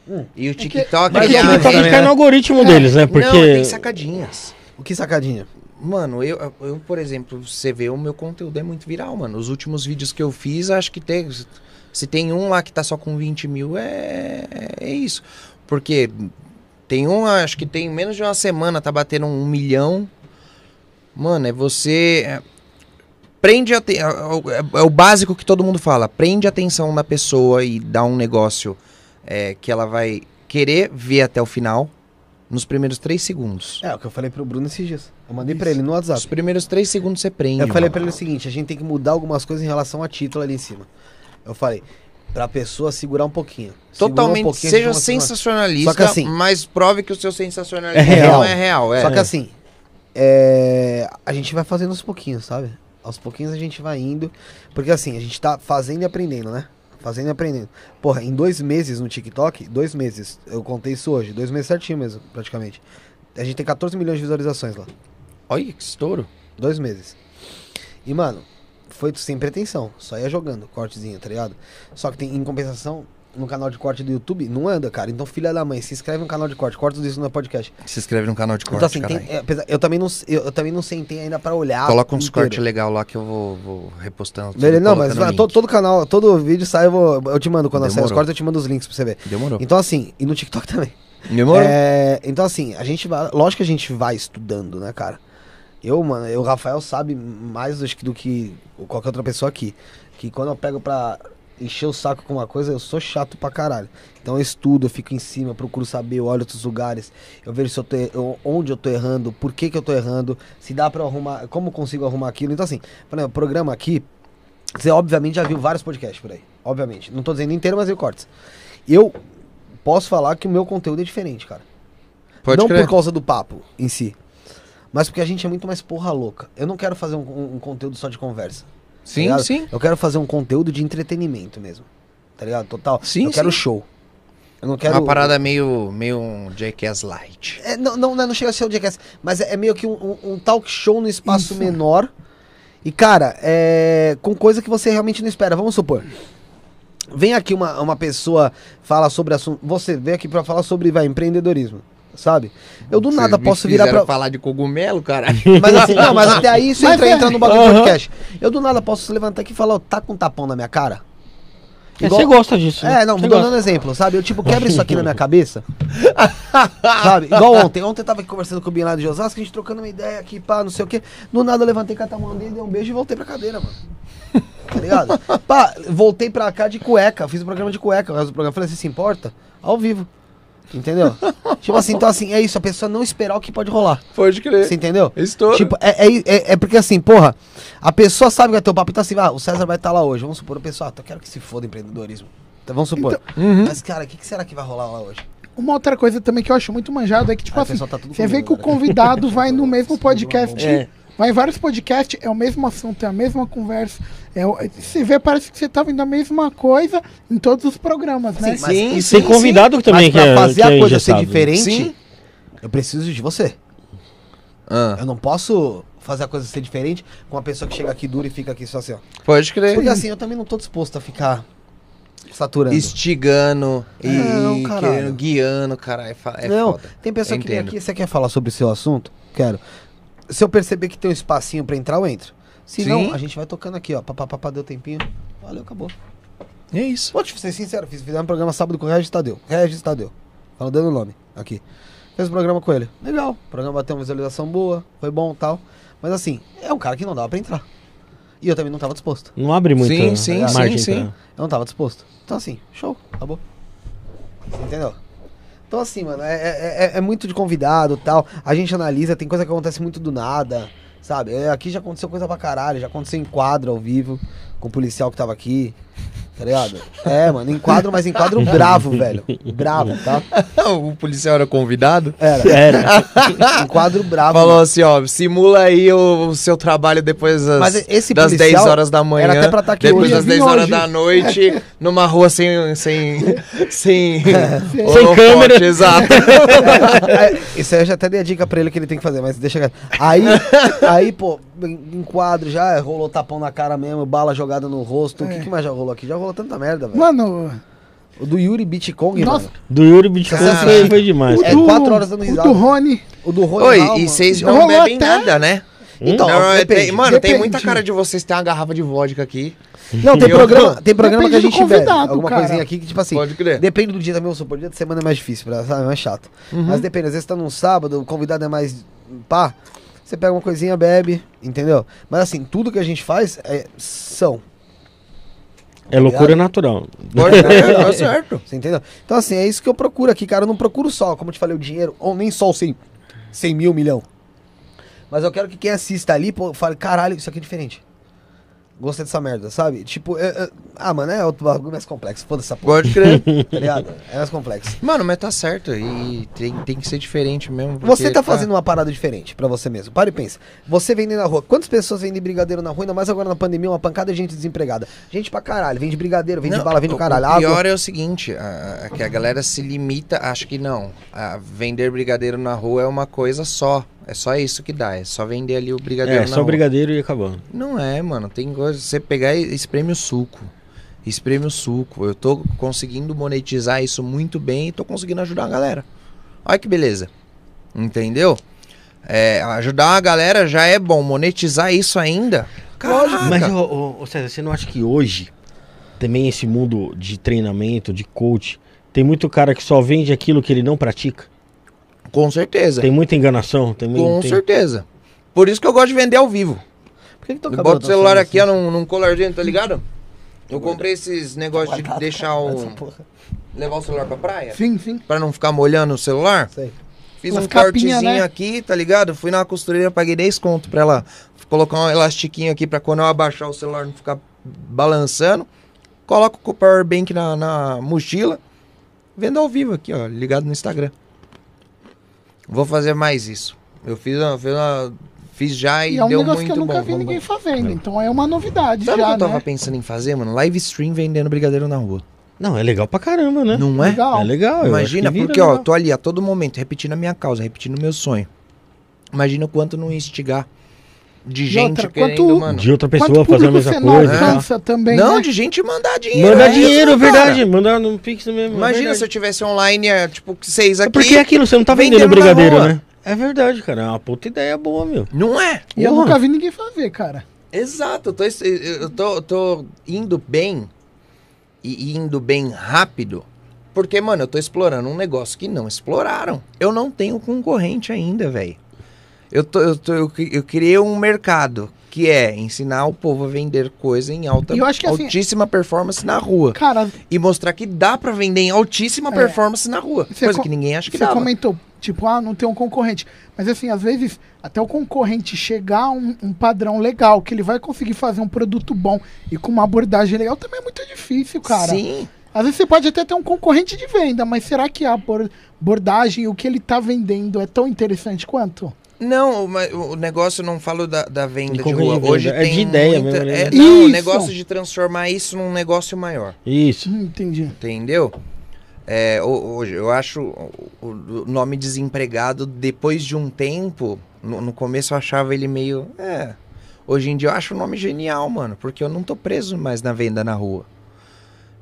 Speaker 1: Hum.
Speaker 5: E o TikTok
Speaker 2: Mas o
Speaker 5: ele
Speaker 1: é,
Speaker 5: abre-
Speaker 2: TikTok
Speaker 1: também,
Speaker 2: cai
Speaker 1: né?
Speaker 2: no algoritmo deles, né? Porque...
Speaker 5: Não, tem sacadinhas.
Speaker 1: O que sacadinha?
Speaker 5: Mano, eu, eu, por exemplo, você vê, o meu conteúdo é muito viral, mano. Os últimos vídeos que eu fiz, acho que tem. Se tem um lá que tá só com 20 mil, é, é isso. Porque tem um, acho que tem menos de uma semana, tá batendo um milhão. Mano, é você. é, prende a, te- é, o- é- é o básico que todo mundo fala. Prende a atenção da pessoa e dá um negócio é, que ela vai querer ver até o final nos primeiros três segundos.
Speaker 1: É, o que eu falei pro Bruno esses dias. Eu mandei pra ele no
Speaker 5: Os
Speaker 1: WhatsApp.
Speaker 5: primeiros três segundos você prende.
Speaker 1: Eu falei
Speaker 5: mano.
Speaker 1: pra ele o seguinte, a gente tem que mudar algumas coisas em relação a título ali em cima. Eu falei, pra pessoa segurar um pouquinho. Segurou
Speaker 5: Totalmente,
Speaker 1: um pouquinho, a gente
Speaker 5: seja
Speaker 1: vai segurar.
Speaker 5: sensacionalista,
Speaker 1: Só que assim-
Speaker 5: mas prove que o seu sensacionalismo
Speaker 2: É real.
Speaker 5: não é real. É.
Speaker 1: Só que assim, é, a gente vai fazendo aos pouquinhos, sabe? Aos pouquinhos a gente vai indo. Porque assim, a gente tá fazendo e aprendendo, né? Fazendo e aprendendo. Porra, em dois meses no TikTok, dois meses, eu contei isso hoje, dois meses certinho mesmo, praticamente. A gente tem 14 milhões de visualizações lá.
Speaker 5: Olha que estouro.
Speaker 1: Dois meses. E, mano, foi sem pretensão. Só ia jogando, cortezinho, tá ligado? Só que tem, em compensação, no canal de corte do YouTube, não anda, cara. Então, filha da mãe, se inscreve no canal de corte. Corta tudo isso no podcast.
Speaker 5: Se inscreve no canal de corte,
Speaker 1: então, assim, tem-
Speaker 5: caralho.
Speaker 1: é, apesar- eu, também não, s- eu, eu também não sentei ainda pra olhar.
Speaker 5: Coloca uns
Speaker 1: inteiro.
Speaker 5: cortes legal lá que eu vou, vou repostando. tudo,
Speaker 1: Beleza, não, mas
Speaker 5: colocando
Speaker 1: vai-
Speaker 5: link.
Speaker 1: todo, todo canal, todo vídeo sai, eu, vou- eu te mando quando sair os
Speaker 5: Demorou.
Speaker 1: cortes, eu te mando os links pra você ver.
Speaker 5: Demorou.
Speaker 1: Então, assim, e no TikTok também.
Speaker 5: Demorou?
Speaker 1: É, então, assim, a gente vai. Lógico que a gente vai estudando, né, cara? Eu, mano, eu, o Rafael sabe mais acho que do que qualquer outra pessoa aqui. Que quando eu pego pra encher o saco com uma coisa, eu sou chato pra caralho. Então eu estudo, eu fico em cima, eu procuro saber, eu olho outros lugares, eu vejo se eu tô, er- eu- onde eu tô errando, por que que eu tô errando, se dá pra eu arrumar, como eu consigo arrumar aquilo. Então, assim, por exemplo, programa aqui, você obviamente já viu vários podcasts por aí. Obviamente. Não tô dizendo inteiro, mas eu cortes. Eu posso falar que o meu conteúdo é diferente, cara.
Speaker 5: Pode
Speaker 1: não
Speaker 5: crer.
Speaker 1: por causa do papo em si. Mas porque a gente é muito mais porra louca. Eu não quero fazer um, um- um conteúdo só de conversa. tá
Speaker 5: Sim,
Speaker 1: ligado?
Speaker 5: sim.
Speaker 1: Eu quero fazer um conteúdo de entretenimento mesmo. Tá ligado? Total.
Speaker 5: Sim,
Speaker 1: Eu quero
Speaker 5: sim.
Speaker 1: show. Eu não quero.
Speaker 5: Uma parada meio, meio um Jackass Light.
Speaker 1: É, não, não, não chega a ser o Jackass, mas é, é meio que um, um- um talk show no espaço menor. E, cara, é, com coisa que você realmente não espera. Vamos supor. Vem aqui uma, uma pessoa fala sobre assunto. Você vem aqui pra falar sobre vai, empreendedorismo, sabe? Eu do nada
Speaker 5: Vocês me
Speaker 1: posso virar
Speaker 5: fizeram
Speaker 1: pra.
Speaker 5: falar de cogumelo, caralho.
Speaker 1: Mas assim, não, mas até aí isso
Speaker 4: Mas
Speaker 1: entra,
Speaker 4: é.
Speaker 1: entra no bagulho do
Speaker 2: Aham.
Speaker 1: podcast. Eu do nada posso levantar aqui e falar, ó, tá com um tapão na minha cara?
Speaker 2: É,
Speaker 1: Igual-
Speaker 2: Você gosta disso. né?
Speaker 1: É, não,
Speaker 2: Você
Speaker 1: vou
Speaker 2: gosta.
Speaker 1: dando exemplo, sabe? Eu, tipo, quebra isso aqui na minha cabeça. sabe? Igual ontem. Ontem eu tava aqui conversando com o Bin Laden de Osasco, a gente trocando uma ideia aqui, pá, não sei o quê. Do nada eu levantei com a mão dele, dei um beijo e voltei pra cadeira, mano. Tá ligado? pá, voltei pra cá de cueca. Fiz o programa de cueca. O resto do programa. Falei, você se importa? Ao vivo. Entendeu? tipo assim, então assim, é isso. A pessoa não esperar o que pode rolar.
Speaker 3: Pode crer.
Speaker 1: Você entendeu?
Speaker 3: Estouro.
Speaker 1: Tipo, é, é, é, é porque assim, porra, a pessoa sabe que é teu papo, então assim, ah, o César vai estar lá hoje. Vamos supor, o pessoal, ah, eu quero que se foda empreendedorismo. Então vamos supor. Mas, cara, o que, que será que vai rolar lá hoje?
Speaker 4: Uma outra coisa também que eu acho muito manjado é que, tipo
Speaker 1: Aí o
Speaker 4: assim,
Speaker 1: pessoal tá tudo
Speaker 4: você vê
Speaker 1: comigo
Speaker 4: que o
Speaker 1: agora.
Speaker 4: convidado vai
Speaker 1: tá
Speaker 4: no mesmo podcast,
Speaker 1: né?
Speaker 2: É.
Speaker 4: vai em vários podcasts, é o mesmo assunto, é a mesma conversa. É, o- você vê, parece que você tá vendo a mesma coisa em todos os programas, né?
Speaker 1: Sim, mas-
Speaker 5: Sim,
Speaker 2: E tem convidado também
Speaker 1: Mas pra
Speaker 2: que é,
Speaker 1: fazer
Speaker 2: que é
Speaker 1: a coisa ser
Speaker 2: engessado.
Speaker 1: diferente,
Speaker 5: Sim.
Speaker 1: eu preciso de você.
Speaker 5: Ah,
Speaker 1: Eu não posso fazer a coisa ser diferente com uma pessoa que chega aqui dura e fica aqui só assim, ó.
Speaker 5: pode crer.
Speaker 1: Porque assim, eu também não tô disposto a ficar saturando.
Speaker 5: Instigando e
Speaker 1: Não, É, um caralho.
Speaker 5: querendo, guiando, caralho. É, fa- é
Speaker 1: não,
Speaker 5: foda.
Speaker 1: tem pessoa
Speaker 5: Eu
Speaker 1: que vem
Speaker 5: entendo.
Speaker 1: aqui, você quer falar sobre o seu assunto? Quero. Se eu perceber que tem um espacinho pra entrar, eu entro. Se não,
Speaker 5: Sim.
Speaker 1: a gente vai tocando aqui, ó. Papapá, deu tempinho. Valeu, acabou.
Speaker 5: É isso.
Speaker 1: Vou te ser sincero, fiz, fizemos um programa sábado com o Regis Tadeu. Regis Tadeu. Fala dando o nome aqui. Fez um programa com ele. Legal. O programa bateu uma visualização boa, foi bom e tal. Mas assim, é um cara que não dava pra entrar. E eu também não tava disposto.
Speaker 2: Não abre muito
Speaker 5: Sim, sim,
Speaker 2: né? margem
Speaker 5: sim, sim.
Speaker 2: pra-
Speaker 1: Eu não tava disposto. Então assim, show, acabou. Você entendeu? Então assim, mano, é, é- é- é muito de convidado tal. A gente analisa, tem coisa que acontece muito do nada, sabe? É, aqui já aconteceu coisa pra caralho, já aconteceu em quadro ao vivo, com o policial que tava aqui. Tá ligado? É, mano, enquadro, mas enquadro bravo, velho. Bravo, tá?
Speaker 5: o policial era convidado.
Speaker 1: Era.
Speaker 2: Era.
Speaker 1: Enquadro bravo.
Speaker 5: Falou assim, ó, simula aí o, o seu trabalho depois das,
Speaker 1: Mas esse
Speaker 5: das
Speaker 1: policial
Speaker 5: 10 horas da manhã.
Speaker 1: era até pra tá aqui
Speaker 5: depois
Speaker 1: hoje,
Speaker 5: das
Speaker 4: vim
Speaker 5: 10 horas
Speaker 4: hoje.
Speaker 5: da noite, numa rua sem. sem. sem.
Speaker 2: Sem câmera.
Speaker 5: Exato.
Speaker 1: Aí, É, Isso aí eu já até dei a dica pra ele que ele tem que fazer, mas deixa quieto. Aí, aí pô, em em quadro já rolou tapão na cara mesmo, bala jogada no rosto. O que, que mais já rolou aqui? Já rolou tanta merda, velho.
Speaker 4: É. Mano,
Speaker 1: O do Yuri Bitcoin,
Speaker 4: Nossa.
Speaker 1: mano.
Speaker 2: Do Yuri Bitcoin
Speaker 1: Cara,
Speaker 2: foi, foi demais.
Speaker 4: o
Speaker 1: é
Speaker 2: cara.
Speaker 4: do,
Speaker 1: quatro horas dando
Speaker 4: o
Speaker 1: risada.
Speaker 4: do Rony,
Speaker 1: O do Rony.
Speaker 5: Oi, e vocês não
Speaker 4: Rolou
Speaker 5: bebem
Speaker 4: até-
Speaker 5: nada, né?
Speaker 1: Então,
Speaker 5: Não,
Speaker 1: depende.
Speaker 5: tem- mano, tem
Speaker 4: depende.
Speaker 5: muita cara de vocês ter uma garrafa de vodka aqui.
Speaker 1: Não, tem
Speaker 5: Eu-
Speaker 1: programa, tem programa que a
Speaker 4: Depende do
Speaker 1: gente bebe.
Speaker 4: convidado,
Speaker 1: Alguma
Speaker 4: cara.
Speaker 1: coisinha aqui que, tipo assim,
Speaker 5: Pode crer.
Speaker 1: depende do dia também, eu supor, dia de semana é mais difícil, pra- sabe? É mais chato.
Speaker 5: Uhum.
Speaker 1: Mas depende, às vezes tá num sábado, o convidado é mais pá, você pega uma coisinha, bebe, entendeu? Mas assim, tudo que a gente faz é são,
Speaker 2: É loucura natural.
Speaker 5: Pode crer, tá certo.
Speaker 1: você entendeu? Então assim, é isso que eu procuro aqui, cara. Eu não procuro só, como eu te falei, o dinheiro, ou nem só o 100, 100 mil, um milhão. Mas eu quero que quem assista ali, pô, fale, caralho, isso aqui é diferente. Gostei dessa merda, sabe? Tipo, eu- eu- ah, mano, é outro bagulho mais complexo. Foda essa porra.
Speaker 5: Pode crer.
Speaker 1: tá ligado? É mais complexo.
Speaker 5: Mano, mas tá certo. E tem, tem que ser diferente mesmo.
Speaker 1: Você
Speaker 5: porque
Speaker 1: tá fazendo uma parada diferente pra você mesmo. Para e pensa. Você vende na rua. Quantas pessoas vendem brigadeiro na rua? Ainda mais agora na pandemia, uma pancada de gente desempregada. Gente pra caralho. Vende brigadeiro, vende
Speaker 5: Não,
Speaker 1: bala, vende
Speaker 5: o-
Speaker 1: caralho. Ah,
Speaker 5: O pior
Speaker 1: água.
Speaker 5: é o seguinte, a- a- que a galera se limita, acho que não. A vender brigadeiro na rua é uma coisa só. É só isso que dá. É só vender ali o brigadeiro.
Speaker 2: É,
Speaker 5: na
Speaker 2: só
Speaker 5: rua.
Speaker 2: brigadeiro e acabou.
Speaker 5: Não é, mano. Tem coisa. Você pegar e espreme o suco. Espreme o suco. Eu tô conseguindo monetizar isso muito bem e tô conseguindo ajudar a galera. Olha que beleza. Entendeu? É, ajudar a galera já é bom. Monetizar isso ainda. Caraca.
Speaker 2: Mas, ô, ô, ô, César, você não acha que hoje, também esse mundo de treinamento, de coach, tem muito cara que só vende aquilo que ele não pratica?
Speaker 5: Com certeza.
Speaker 2: Tem muita enganação? Tem,
Speaker 5: É. Com
Speaker 2: tem...
Speaker 5: certeza. Por isso que eu gosto de vender ao vivo.
Speaker 1: Por que que teu
Speaker 5: é Eu
Speaker 1: cabelo
Speaker 5: boto o
Speaker 1: tá
Speaker 5: celular
Speaker 1: saindo
Speaker 5: aqui ó,
Speaker 1: assim?
Speaker 5: num, num colarzinho, tá ligado? Eu comprei esses negócios de deixar o. levar o celular pra praia.
Speaker 4: Sim, sim.
Speaker 5: Pra não ficar molhando o celular.
Speaker 1: Sei.
Speaker 5: Fiz
Speaker 4: Umas
Speaker 5: um
Speaker 4: capinha,
Speaker 5: cortezinho
Speaker 4: né?
Speaker 5: aqui, tá ligado? Fui na costureira, paguei 10 conto pra ela colocar um elastiquinho aqui pra quando eu abaixar o celular não ficar balançando. Coloco o power bank na, na mochila. Vendo ao vivo aqui, ó, ligado no Instagram. Vou fazer mais isso. Eu fiz, uma- fiz, uma- fiz já e,
Speaker 4: E é um
Speaker 5: deu
Speaker 4: negócio
Speaker 5: muito
Speaker 4: que eu nunca
Speaker 5: bom.
Speaker 4: vi
Speaker 5: vamos-
Speaker 4: ninguém fazendo. Então é uma novidade
Speaker 5: Sabe o que
Speaker 4: já,
Speaker 5: eu tava
Speaker 4: né?
Speaker 5: pensando em fazer, mano? Live stream vendendo brigadeiro na rua.
Speaker 2: Não, é legal pra caramba, né?
Speaker 5: Não é?
Speaker 4: Legal.
Speaker 2: É legal. eu
Speaker 5: Imagina,
Speaker 2: acho que vira né? Um
Speaker 5: porque ó, eu
Speaker 2: legal.
Speaker 5: tô ali a todo momento repetindo a minha causa, repetindo o meu sonho. Imagina o quanto não ia instigar de gente
Speaker 4: outra,
Speaker 5: querendo,
Speaker 4: quanto-
Speaker 5: mano.
Speaker 2: De outra
Speaker 4: Quanto
Speaker 2: pessoa fazer a
Speaker 4: público
Speaker 2: mesma
Speaker 4: você não
Speaker 2: coisa. e tal.
Speaker 4: alcança também,
Speaker 5: não,
Speaker 4: né?
Speaker 5: de gente mandar dinheiro.
Speaker 2: Mandar
Speaker 5: é isso,
Speaker 2: dinheiro,
Speaker 5: cara.
Speaker 2: verdade. Mandar no Pix mesmo. é
Speaker 5: Imagina
Speaker 2: verdade.
Speaker 5: se eu tivesse online, é, tipo, seis
Speaker 2: É
Speaker 5: aqui.
Speaker 2: porque é aquilo, você não tá vendendo
Speaker 5: vendendo na
Speaker 2: brigadeiro,
Speaker 5: rua.
Speaker 2: né? É verdade, cara. É uma puta ideia boa, meu.
Speaker 5: Não é?
Speaker 4: E eu
Speaker 2: Porra.
Speaker 4: nunca vi ninguém fazer, cara.
Speaker 5: Exato, eu tô, es- eu tô, eu tô indo bem e indo bem rápido. Porque, mano, eu tô explorando um negócio que não exploraram. Eu não tenho concorrente ainda, velho. Eu, tô- eu, tô- eu, cri- eu criei um mercado que é ensinar o povo a vender coisa em alta,
Speaker 4: E eu acho que, assim,
Speaker 5: altíssima performance na rua.
Speaker 4: Cara,
Speaker 5: E mostrar que dá pra vender em altíssima
Speaker 4: É.
Speaker 5: performance na rua.
Speaker 4: Você
Speaker 5: coisa
Speaker 4: co-
Speaker 5: que ninguém acha que
Speaker 4: Você
Speaker 5: dá.
Speaker 4: comentou, tipo, ah, não tem um concorrente. Mas assim, às vezes, até o concorrente chegar a um, um padrão legal, que ele vai conseguir fazer um produto bom e com uma abordagem legal, também é muito difícil, cara.
Speaker 5: Sim.
Speaker 4: Às vezes você pode até ter um concorrente de venda, mas será que a abor- abordagem, o que ele tá vendendo é tão interessante quanto?
Speaker 5: Não, mas o negócio não falo da, da venda
Speaker 2: De
Speaker 5: de
Speaker 2: concorrente
Speaker 5: rua.
Speaker 2: de venda,
Speaker 5: Hoje
Speaker 2: é
Speaker 5: tem
Speaker 2: de ideia mesmo,
Speaker 5: muita,
Speaker 2: né?
Speaker 5: é, não, o
Speaker 4: Isso.
Speaker 5: negócio de transformar isso num negócio maior,
Speaker 2: Isso.
Speaker 4: Hum, entendi.
Speaker 5: entendeu? É, ho- hoje eu acho o- o nome desempregado depois de um tempo, no, no começo eu achava ele meio, é. Hoje em dia eu acho o nome genial, mano, porque eu não tô preso mais na venda na rua.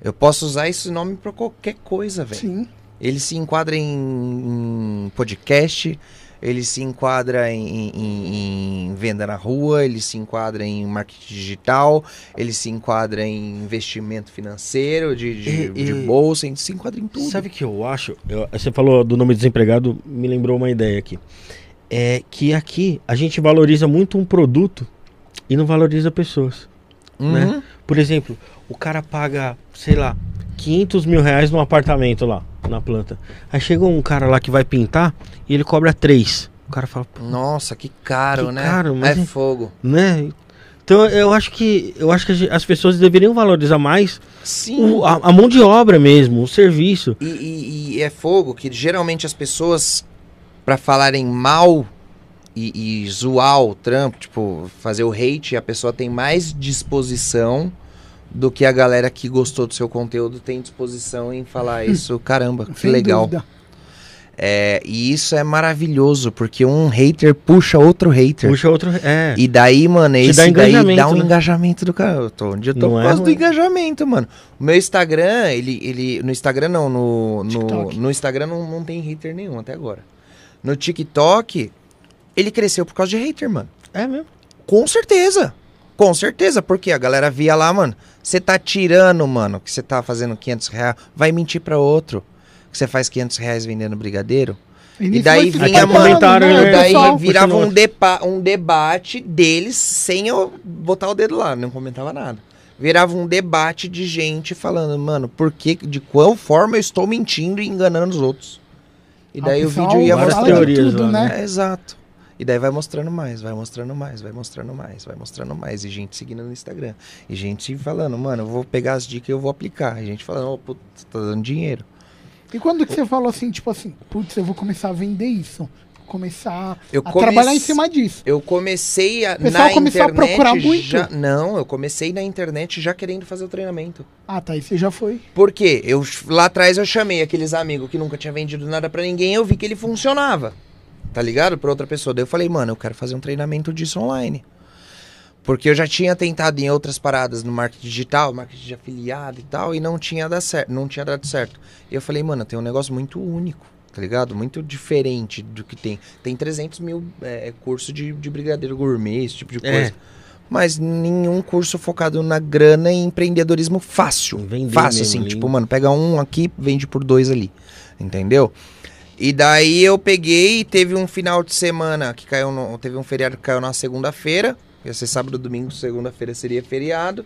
Speaker 5: Eu posso usar esse nome pra qualquer coisa, velho.
Speaker 4: Sim.
Speaker 5: Ele se enquadra em, em podcast, ele se enquadra em, em- em venda na rua, ele se enquadra em marketing digital, ele se enquadra em investimento financeiro, de, de,
Speaker 2: E-
Speaker 5: de
Speaker 2: e-
Speaker 5: bolsa, ele se enquadra em tudo.
Speaker 2: Sabe o que eu acho? Eu- você falou do nome desempregado, me lembrou uma ideia aqui. É que aqui a gente valoriza muito um produto e não valoriza pessoas.
Speaker 5: Uhum.
Speaker 2: né? Por exemplo, o cara paga, sei lá, 500 mil reais num apartamento lá, na planta. Aí chega um cara lá que vai pintar e ele cobra 3. O cara fala, "Pô,
Speaker 5: Nossa, que caro,
Speaker 2: Que
Speaker 5: né?
Speaker 2: caro, mas
Speaker 5: é
Speaker 2: é-
Speaker 5: fogo.
Speaker 2: né? Então eu acho que eu acho que a gen- as pessoas deveriam valorizar mais
Speaker 5: Sim.
Speaker 2: o- a, a mão de obra mesmo, o serviço.
Speaker 5: E, e- e é fogo que geralmente as pessoas, pra falarem mal e, e zoar o trampo, tipo, fazer o hate, a pessoa tem mais disposição do que a galera que gostou do seu conteúdo tem disposição em falar isso. Caramba, que
Speaker 4: Hum. sem
Speaker 5: legal.
Speaker 4: dúvida.
Speaker 5: É, e isso é maravilhoso, porque um hater puxa outro hater.
Speaker 2: Puxa outro, é.
Speaker 5: E daí, mano,
Speaker 2: Te
Speaker 5: esse
Speaker 2: dá engajamento,
Speaker 5: daí dá um
Speaker 2: né?
Speaker 5: engajamento do cara. Eu tô, onde eu tô
Speaker 2: Não
Speaker 5: por
Speaker 2: é
Speaker 5: causa do
Speaker 2: ruim.
Speaker 5: engajamento, mano. O meu Instagram, ele. ele no Instagram não, no. No,
Speaker 4: TikTok.
Speaker 5: no Instagram não, não tem hater nenhum até agora. No TikTok, ele cresceu por causa de hater, mano.
Speaker 2: É mesmo.
Speaker 5: Com certeza. Com certeza, porque a galera via lá, mano, você tá tirando, mano, que você tá fazendo 500 reais, vai mentir pra outro. Que você faz 500 reais vendendo brigadeiro.
Speaker 4: nisso
Speaker 5: daí
Speaker 4: vai se
Speaker 5: vinha,
Speaker 4: espalhando,
Speaker 5: mano,
Speaker 2: comentário,
Speaker 4: né,
Speaker 2: né?
Speaker 4: o
Speaker 5: E daí
Speaker 4: pessoal?
Speaker 5: virava
Speaker 2: Puxando
Speaker 5: um, depa- um debate deles sem eu botar o dedo lá, não comentava nada. Virava um debate de gente falando, mano, por que, de qual forma eu estou mentindo e enganando os outros. E
Speaker 4: Ah,
Speaker 5: daí o
Speaker 4: pessoal
Speaker 5: vídeo ia
Speaker 4: fala de
Speaker 2: várias
Speaker 5: mostrando.
Speaker 2: teorias
Speaker 4: tudo,
Speaker 2: lá, né?
Speaker 4: né?
Speaker 5: É, exato. E daí vai mostrando mais, vai mostrando mais, vai mostrando mais, vai mostrando mais. E gente seguindo no Instagram. E gente falando, mano, eu vou pegar as dicas e eu vou aplicar. E gente falando, ô, puta, tá dando dinheiro.
Speaker 4: E quando que você falou assim, tipo assim, putz, eu vou começar a vender isso? Vou começar
Speaker 5: Eu
Speaker 4: a trabalhar em
Speaker 5: comece-
Speaker 4: cima disso.
Speaker 5: Eu comecei a,
Speaker 4: O pessoal
Speaker 5: na
Speaker 4: começou a
Speaker 5: internet.
Speaker 4: procurar muito?
Speaker 5: já- não, eu comecei na internet já querendo fazer o treinamento.
Speaker 4: Ah, tá, aí você já foi.
Speaker 5: Por quê? Eu, lá atrás eu chamei aqueles amigos que nunca tinha vendido nada pra ninguém, eu vi que ele funcionava. tá ligado? Pra outra pessoa. Daí eu falei, mano, eu quero fazer um treinamento disso online. Porque eu já tinha tentado em outras paradas no marketing digital, marketing de afiliado e tal, e não tinha dado certo. Não tinha dado certo. E eu falei, mano, tem um negócio muito único, tá ligado? Muito diferente do que tem. Tem 300 mil é, curso de, de brigadeiro gourmet, esse tipo de
Speaker 2: É.
Speaker 5: coisa. Mas nenhum curso focado na grana e empreendedorismo fácil.
Speaker 2: Vender
Speaker 5: fácil,
Speaker 2: mesmo,
Speaker 5: assim.
Speaker 2: limpo.
Speaker 5: Tipo, mano, pega um aqui, vende por dois ali. Entendeu? E daí eu peguei e teve um final de semana que caiu no, teve um feriado que caiu na segunda-feira. Ia ser sábado, domingo, segunda-feira seria feriado.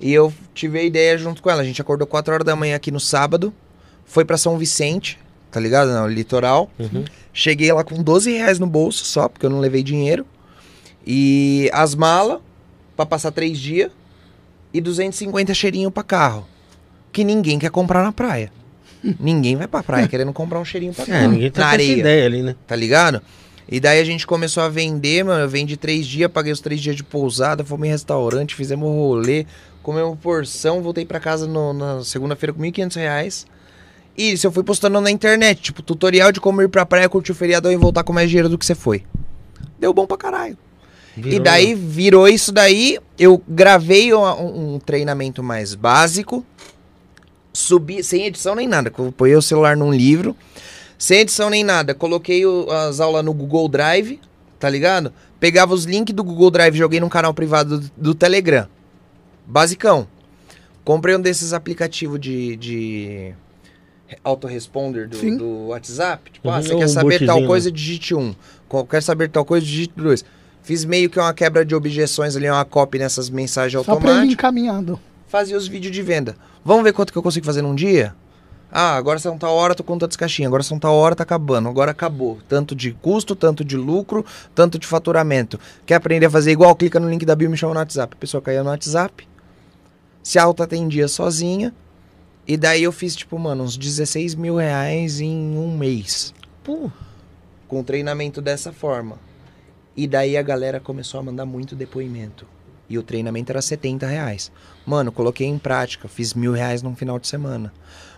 Speaker 5: E eu tive a ideia junto com ela. A gente acordou 4 horas da manhã aqui no sábado. Foi pra São Vicente, tá ligado? No litoral.
Speaker 2: Uhum.
Speaker 5: Cheguei lá com 12 reais no bolso só, porque eu não levei dinheiro. E as malas pra passar três dias. E 250 cheirinho pra carro. Que ninguém quer comprar na praia. ninguém vai pra praia querendo comprar um cheirinho pra
Speaker 2: É,
Speaker 5: carro.
Speaker 2: ninguém tá
Speaker 5: na
Speaker 2: com essa
Speaker 5: areia
Speaker 2: ideia ali, né?
Speaker 5: tá ligado? E daí a gente começou a vender, mano. Eu vendi três dias, paguei os três dias de pousada, fomos em restaurante, fizemos rolê, comemos porção, voltei pra casa no- na segunda-feira com 1.500 reais. E isso eu fui postando na internet, tipo, tutorial de como ir pra praia, curtir o feriadão e voltar com mais dinheiro do que você foi. Deu bom pra caralho. E
Speaker 2: Virou- um-
Speaker 5: daí virou isso daí. Eu gravei uma- um, um treinamento mais básico. Subi sem edição nem nada. que eu Põe o celular num livro. Sem edição nem nada. Coloquei o- as aulas no Google Drive, tá ligado? Pegava os links do Google Drive, joguei num canal privado do, do Telegram. Basicão. Comprei um desses aplicativos de, de autoresponder do,
Speaker 4: Sim.
Speaker 5: do WhatsApp. Tipo,
Speaker 2: Uhum,
Speaker 5: ah, você
Speaker 2: um
Speaker 5: quer saber
Speaker 2: botzinho,
Speaker 5: tal
Speaker 2: né?
Speaker 5: coisa, digite um. Co- Quer saber tal coisa, digite dois. Fiz meio que uma quebra de objeções ali, uma copy nessas mensagens
Speaker 4: Só pra ele
Speaker 5: automáticas.
Speaker 4: encaminhando.
Speaker 5: Fazia os vídeos de venda. Vamos ver quanto que eu consigo fazer num dia? Ah, agora são tal hora, tô com tantas caixinhas. Agora são tal hora, tá acabando. Agora acabou. Tanto de custo, tanto de lucro, tanto de faturamento. Quer aprender a fazer igual? Clica no link da bio e me chama no WhatsApp. A pessoa caía no WhatsApp. Se auto-atendia sozinha. E daí eu fiz, tipo, mano, uns 16 mil reais em um mês
Speaker 2: Pô,
Speaker 5: com treinamento dessa forma. E daí a galera começou a mandar muito depoimento. E o treinamento era 70 reais. Mano, coloquei em prática, fiz mil reais num final de semana.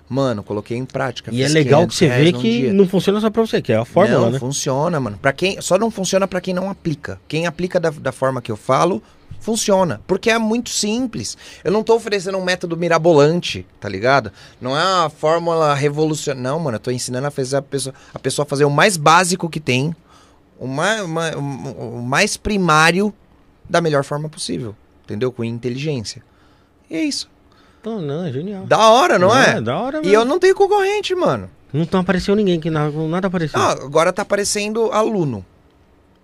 Speaker 5: Mano, coloquei em prática.
Speaker 2: E
Speaker 5: fiz
Speaker 2: é legal
Speaker 5: 500
Speaker 2: que você
Speaker 5: reais
Speaker 2: vê
Speaker 5: num
Speaker 2: que
Speaker 5: dia.
Speaker 2: não funciona só pra você, que é a fórmula,
Speaker 5: não,
Speaker 2: né?
Speaker 5: funciona, mano. Para quem só não funciona pra quem não aplica. Quem aplica da, da forma que eu falo funciona, porque é muito simples. Eu não tô oferecendo um método mirabolante, tá ligado? Não é uma fórmula revolucionária, não, mano. Eu tô ensinando a fazer a pessoa, a pessoa fazer o mais básico que tem, o mais, o mais primário da melhor forma possível, entendeu? Com inteligência. E é isso.
Speaker 2: Então, não, é genial.
Speaker 5: Da hora, não, é?
Speaker 2: Da hora
Speaker 5: E
Speaker 2: mesmo.
Speaker 5: eu não tenho concorrente, mano.
Speaker 2: Não tá apareceu ninguém que nada, nada apareceu.
Speaker 5: Ah, agora tá aparecendo aluno.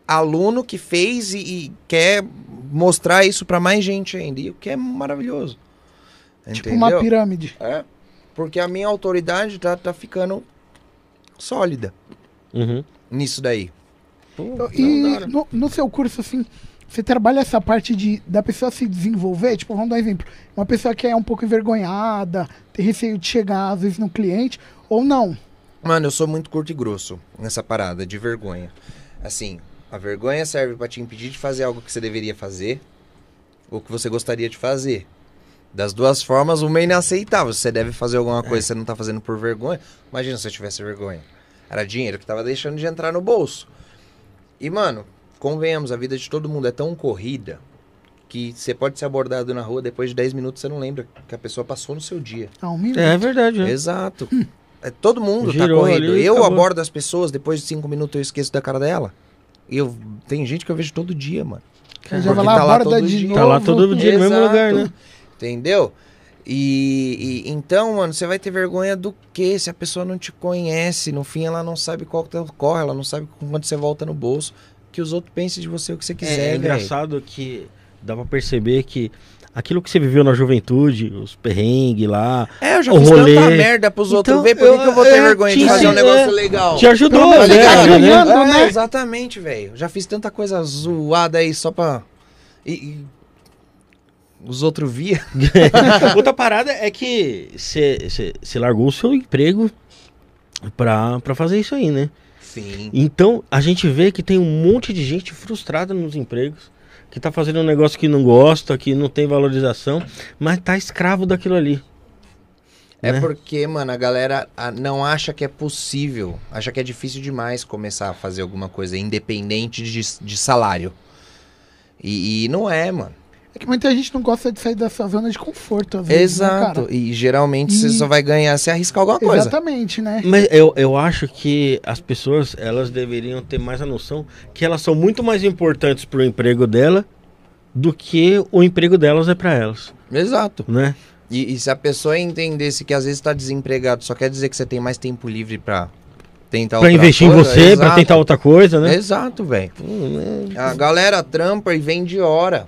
Speaker 5: Aluno que fez e, e quer mostrar isso pra mais gente ainda. E o que é maravilhoso.
Speaker 4: Tipo
Speaker 5: Entendeu?
Speaker 4: uma pirâmide.
Speaker 5: É. Porque a minha autoridade tá, tá ficando sólida
Speaker 2: Uhum.
Speaker 5: nisso daí.
Speaker 2: Pô, não, da
Speaker 4: E
Speaker 2: hora.
Speaker 4: no, no seu curso, assim, você trabalha essa parte de da pessoa se desenvolver? Tipo, vamos dar um exemplo. Uma pessoa que é um pouco envergonhada, tem receio de chegar, às vezes, no cliente, ou não.
Speaker 5: Mano, eu sou muito curto e grosso nessa parada de vergonha. Assim, a vergonha serve pra te impedir de fazer algo que você deveria fazer ou que você gostaria de fazer. Das duas formas, uma é inaceitável. Se Você deve fazer alguma coisa que você não tá fazendo por vergonha. Imagina se eu tivesse vergonha. Era dinheiro que tava deixando de entrar no bolso. E, mano, convenhamos, a vida de todo mundo é tão corrida que você pode ser abordado na rua depois de 10 minutos você não lembra que a pessoa passou no seu dia.
Speaker 4: Ah, um minuto.
Speaker 2: É verdade, né?
Speaker 5: Exato. É, todo mundo
Speaker 2: Girou
Speaker 5: tá corrido.
Speaker 2: ali e
Speaker 5: eu
Speaker 2: acabou.
Speaker 5: abordo as pessoas, depois de cinco minutos eu esqueço da cara dela. E Eu, tem gente que eu vejo todo dia, mano.
Speaker 4: Aí já
Speaker 5: Porque
Speaker 4: vai lá,
Speaker 5: tá lá
Speaker 4: borda
Speaker 5: todo
Speaker 4: de
Speaker 5: dia.
Speaker 4: novo.
Speaker 2: é. Tá lá todo dia no mesmo
Speaker 5: Exato.
Speaker 2: lugar, né?
Speaker 5: Entendeu? E, e- então, mano, você vai ter vergonha do quê? Se a pessoa não te conhece, no fim ela não sabe qual que é o corre, ela não sabe com quanto você volta no bolso. Que os outros pensem de você o que você quiser, né?
Speaker 2: é,
Speaker 5: velho.
Speaker 2: engraçado que dá pra perceber que aquilo que você viveu na juventude, os perrengues lá,
Speaker 5: É, eu já
Speaker 2: O
Speaker 5: fiz tanta
Speaker 2: rolê.
Speaker 5: merda pros outros
Speaker 2: Então,
Speaker 5: ver, por que
Speaker 2: eu-
Speaker 5: que eu vou ter
Speaker 2: é,
Speaker 5: vergonha
Speaker 2: te
Speaker 5: de fazer um
Speaker 2: ensinou,
Speaker 5: negócio
Speaker 2: é.
Speaker 5: legal?
Speaker 2: te ajudou,
Speaker 4: Pelo menos
Speaker 2: né,
Speaker 4: você tá
Speaker 2: cara, né?
Speaker 4: ganhando.
Speaker 5: É,
Speaker 4: né?
Speaker 5: Exatamente, velho. Já fiz tanta coisa zoada aí só pra. E, e- Os outros via.
Speaker 2: Outra parada é que você largou o seu emprego pra, pra fazer isso aí, né?
Speaker 5: Sim.
Speaker 2: Então a gente vê que tem um monte de gente frustrada nos empregos, que tá fazendo um negócio que não gosta, que não tem valorização, mas tá escravo daquilo ali.
Speaker 5: É
Speaker 2: né?
Speaker 5: porque, mano, a galera ah, não acha que é possível, acha que é difícil demais começar a fazer alguma coisa independente de, de salário. E, e não é, mano.
Speaker 4: É que muita gente não gosta de sair dessa zona de conforto, às vezes. né,
Speaker 5: Exato.
Speaker 4: cara?
Speaker 5: e geralmente você
Speaker 4: E-
Speaker 5: só vai ganhar se arriscar alguma coisa.
Speaker 4: Exatamente, né?
Speaker 2: Mas eu, eu acho que as pessoas elas deveriam ter mais a noção que elas são muito mais importantes pro emprego dela do que o emprego delas é pra elas,
Speaker 5: Exato.
Speaker 2: né?
Speaker 5: E, e se a pessoa entendesse que às vezes tá desempregado, só quer dizer que você tem mais tempo livre pra tentar
Speaker 2: Pra
Speaker 5: É outra
Speaker 2: investir
Speaker 5: coisa,
Speaker 2: em você, pra
Speaker 5: exato. É.
Speaker 2: tentar outra coisa, né?
Speaker 5: Exato, velho.
Speaker 2: Hum,
Speaker 5: A galera trampa e vende hora.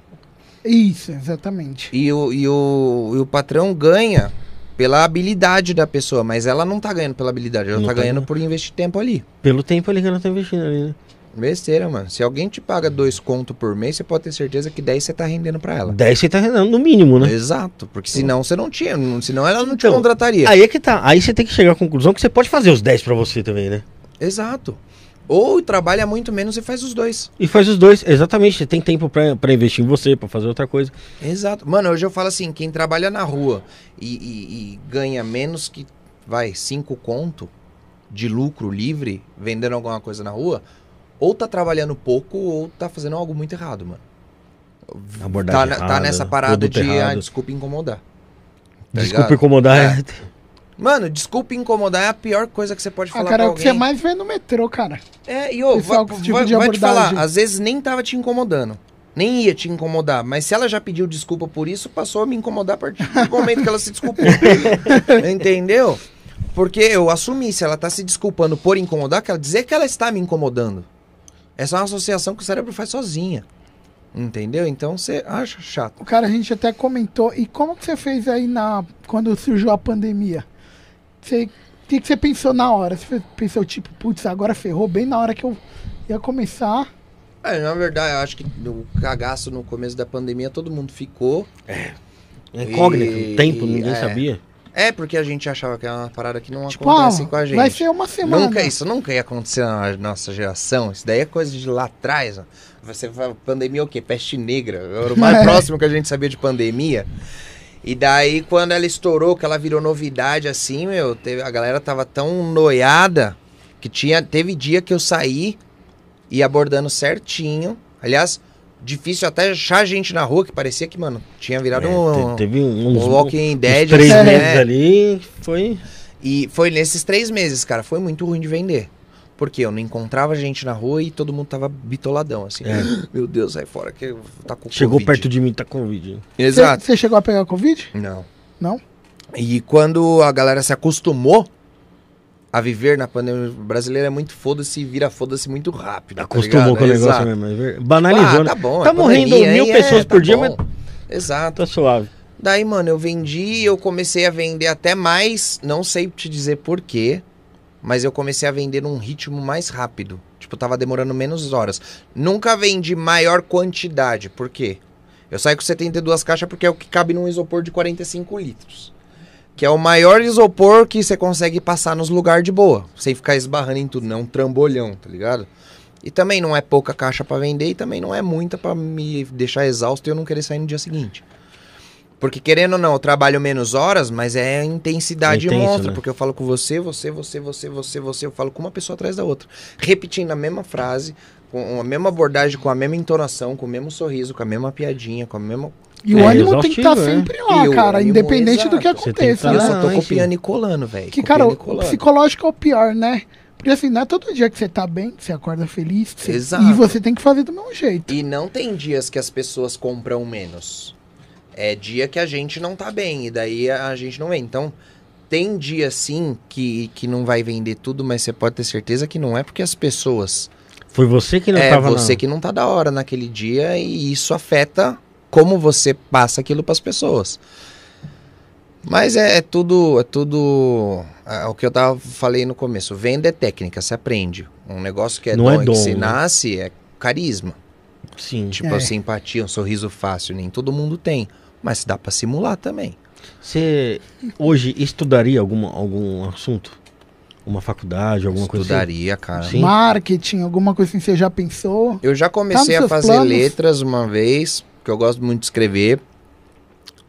Speaker 4: Isso, exatamente.
Speaker 5: E o, e, o, e o patrão ganha pela habilidade da pessoa, mas ela não tá ganhando pela habilidade, ela
Speaker 2: Não tá
Speaker 5: tá ganhando
Speaker 2: ganhando.
Speaker 5: por investir tempo ali.
Speaker 2: é- Pelo tempo ali que ela tá investindo ali, né?
Speaker 5: Besteira, mano. Se alguém te paga dois conto por mês, você pode ter certeza que 10 você tá rendendo pra ela.
Speaker 2: 10 você tá rendendo no mínimo, né?
Speaker 5: Exato, porque senão você não tinha, não- senão ela não
Speaker 2: Então,
Speaker 5: te contrataria.
Speaker 2: Aí é que tá. Aí você tem que chegar à conclusão que você pode fazer os 10 pra você também, né?
Speaker 5: Exato. Ou trabalha muito menos e faz os dois.
Speaker 2: E faz os dois, exatamente. Você tem tempo pra, pra investir em você, pra fazer outra coisa.
Speaker 5: Exato. Mano, hoje eu falo assim, quem trabalha na rua e, e- e ganha menos que, vai, cinco conto de lucro livre, vendendo alguma coisa na rua, ou tá trabalhando pouco ou tá fazendo algo muito errado, mano. Tá,
Speaker 2: Abordagem
Speaker 5: na- tá
Speaker 2: errada,
Speaker 5: nessa parada
Speaker 2: produto
Speaker 5: de, ah,
Speaker 2: errado.
Speaker 5: desculpa incomodar. Tá
Speaker 2: Desculpa
Speaker 5: ligado?
Speaker 2: incomodar.
Speaker 5: É. Mano, desculpa incomodar é a pior coisa que você pode
Speaker 4: Ah,
Speaker 5: falar
Speaker 4: cara,
Speaker 5: pra
Speaker 4: é o que você
Speaker 5: alguém.
Speaker 4: mais vê no metrô, cara.
Speaker 5: É, e ô,
Speaker 4: Esse
Speaker 5: vai,
Speaker 4: é o tipo
Speaker 5: vai-
Speaker 4: de
Speaker 5: vai te falar,
Speaker 4: abordagem.
Speaker 5: às vezes nem tava te incomodando. Nem ia te incomodar, mas se ela já pediu desculpa por isso, passou a me incomodar a partir do momento que ela se desculpou. Entendeu? Porque eu assumi, se ela tá se desculpando por incomodar, quer dizer que ela está me incomodando. Essa é uma associação que o cérebro faz sozinha. Entendeu? Então você acha chato.
Speaker 4: O cara a gente até comentou. E como que você fez aí na quando surgiu a pandemia? Você, o que, que você pensou na hora? Você pensou, tipo, putz, agora ferrou bem na hora que eu ia começar.
Speaker 5: É, na verdade, eu acho que o cagaço no começo da pandemia todo mundo ficou.
Speaker 2: É incógnito.
Speaker 5: E-
Speaker 2: Tempo, ninguém
Speaker 5: é.
Speaker 2: sabia.
Speaker 5: É porque a gente achava que era uma parada que não
Speaker 4: tipo,
Speaker 5: acontece
Speaker 4: ah,
Speaker 5: com a gente.
Speaker 4: vai ser uma semana.
Speaker 5: Nunca, é isso nunca ia acontecer na nossa geração. Isso daí é coisa de lá atrás. ó. Você fala, pandemia é o quê? Peste negra. Era o mais próximo que a gente sabia de pandemia. E daí, quando ela estourou, que ela virou novidade assim, meu, teve- a galera tava tão noiada que tinha, teve dia que eu saí e abordando certinho. Aliás, difícil até achar gente na rua que parecia que, mano, tinha virado
Speaker 2: É,
Speaker 5: um,
Speaker 2: te- teve
Speaker 5: um
Speaker 2: uns, uns
Speaker 5: Walking Dead.
Speaker 2: três
Speaker 5: assim,
Speaker 2: meses
Speaker 5: né?
Speaker 2: ali. Foi.
Speaker 5: E foi nesses três meses, cara, foi muito ruim de vender. Porque eu não encontrava gente na rua e todo mundo tava bitoladão, assim.
Speaker 2: É.
Speaker 5: Meu Deus, sai fora que eu- tá com
Speaker 2: Chegou
Speaker 5: Covid.
Speaker 2: perto de mim, tá com vídeo.
Speaker 4: Você-
Speaker 5: Exato.
Speaker 4: Você chegou a pegar Covid?
Speaker 5: Não.
Speaker 4: Não?
Speaker 5: E quando a galera se acostumou a viver na pandemia brasileira, é muito foda-se e vira foda-se muito rápido. tá
Speaker 2: Acostumou
Speaker 5: ligado?
Speaker 2: com o negócio
Speaker 5: Exato.
Speaker 2: mesmo. é ver- Banalizou,
Speaker 5: Ah,
Speaker 2: né?
Speaker 5: tá bom.
Speaker 2: Tá
Speaker 5: é
Speaker 2: morrendo
Speaker 5: pandemia,
Speaker 2: mil
Speaker 5: hein?
Speaker 2: pessoas por dia,
Speaker 5: bom. Exato.
Speaker 2: Tá suave.
Speaker 5: Daí, mano, eu vendi, eu comecei a vender até mais, não sei te dizer porquê, mas eu comecei a vender num ritmo mais rápido. Tipo, tava demorando menos horas. Nunca vendi maior quantidade, por quê? Eu saio com 72 caixas porque é o que cabe num isopor de 45 litros. Que é o maior isopor que você consegue passar nos lugares de boa, sem ficar esbarrando em tudo, não é um trambolhão, tá ligado? E também não é pouca caixa pra vender e também não é muita pra me deixar exausto e eu não querer sair no dia seguinte. Porque querendo ou não, eu trabalho menos horas, mas é intensidade
Speaker 2: É intenso,
Speaker 5: monstra,
Speaker 2: né?
Speaker 5: porque eu falo com você, você, você, você, você, você, eu falo com uma pessoa atrás da outra, repetindo a mesma frase, com a mesma abordagem, com a mesma entonação, com o mesmo sorriso, com a mesma piadinha, com a mesma
Speaker 4: E o
Speaker 2: É,
Speaker 4: ânimo tem que estar
Speaker 2: exaustivo, né?
Speaker 4: sempre lá,
Speaker 5: E o
Speaker 4: cara,
Speaker 5: ânimo,
Speaker 4: independente do que
Speaker 5: exato.
Speaker 2: Você tem que
Speaker 4: aconteça,
Speaker 2: tá
Speaker 5: E eu
Speaker 4: né?
Speaker 5: só tô
Speaker 2: Ah, enfim.
Speaker 5: copiando e colando, velho.
Speaker 4: Que, cara,
Speaker 5: Copiando e
Speaker 4: o
Speaker 5: colando.
Speaker 4: psicológico é o pior, né? Porque assim, não é todo dia que você tá bem, que você acorda feliz. que você-
Speaker 5: Exato.
Speaker 4: E você tem que fazer do mesmo jeito.
Speaker 5: E não tem dias que as pessoas compram menos. É dia que a gente não tá bem, e daí a a gente não vem. Então, tem dia sim que, que não vai vender tudo, mas você pode ter certeza que não é porque as pessoas.
Speaker 2: Foi você que não
Speaker 5: é
Speaker 2: tava
Speaker 5: você
Speaker 2: na...
Speaker 5: que não tá da hora naquele dia, e isso afeta como você passa aquilo pras pessoas. Mas é, é tudo, é tudo é o que eu tava falei no começo. Venda é técnica, se aprende. Um negócio que é
Speaker 2: Não
Speaker 5: dom
Speaker 2: é
Speaker 5: e que
Speaker 2: dom,
Speaker 5: se
Speaker 2: né?
Speaker 5: nasce é carisma.
Speaker 2: Sim.
Speaker 5: Tipo,
Speaker 4: É.
Speaker 5: a simpatia, um sorriso fácil, nem todo mundo tem. Mas dá pra simular também.
Speaker 2: Você hoje estudaria alguma, algum assunto? Uma faculdade, alguma coisa assim?
Speaker 5: Estudaria, cara.
Speaker 2: Sim.
Speaker 4: Marketing, alguma coisa assim, você já pensou?
Speaker 5: Eu já comecei a
Speaker 4: seus
Speaker 5: fazer
Speaker 4: planos?
Speaker 5: letras uma vez, porque eu gosto muito de escrever.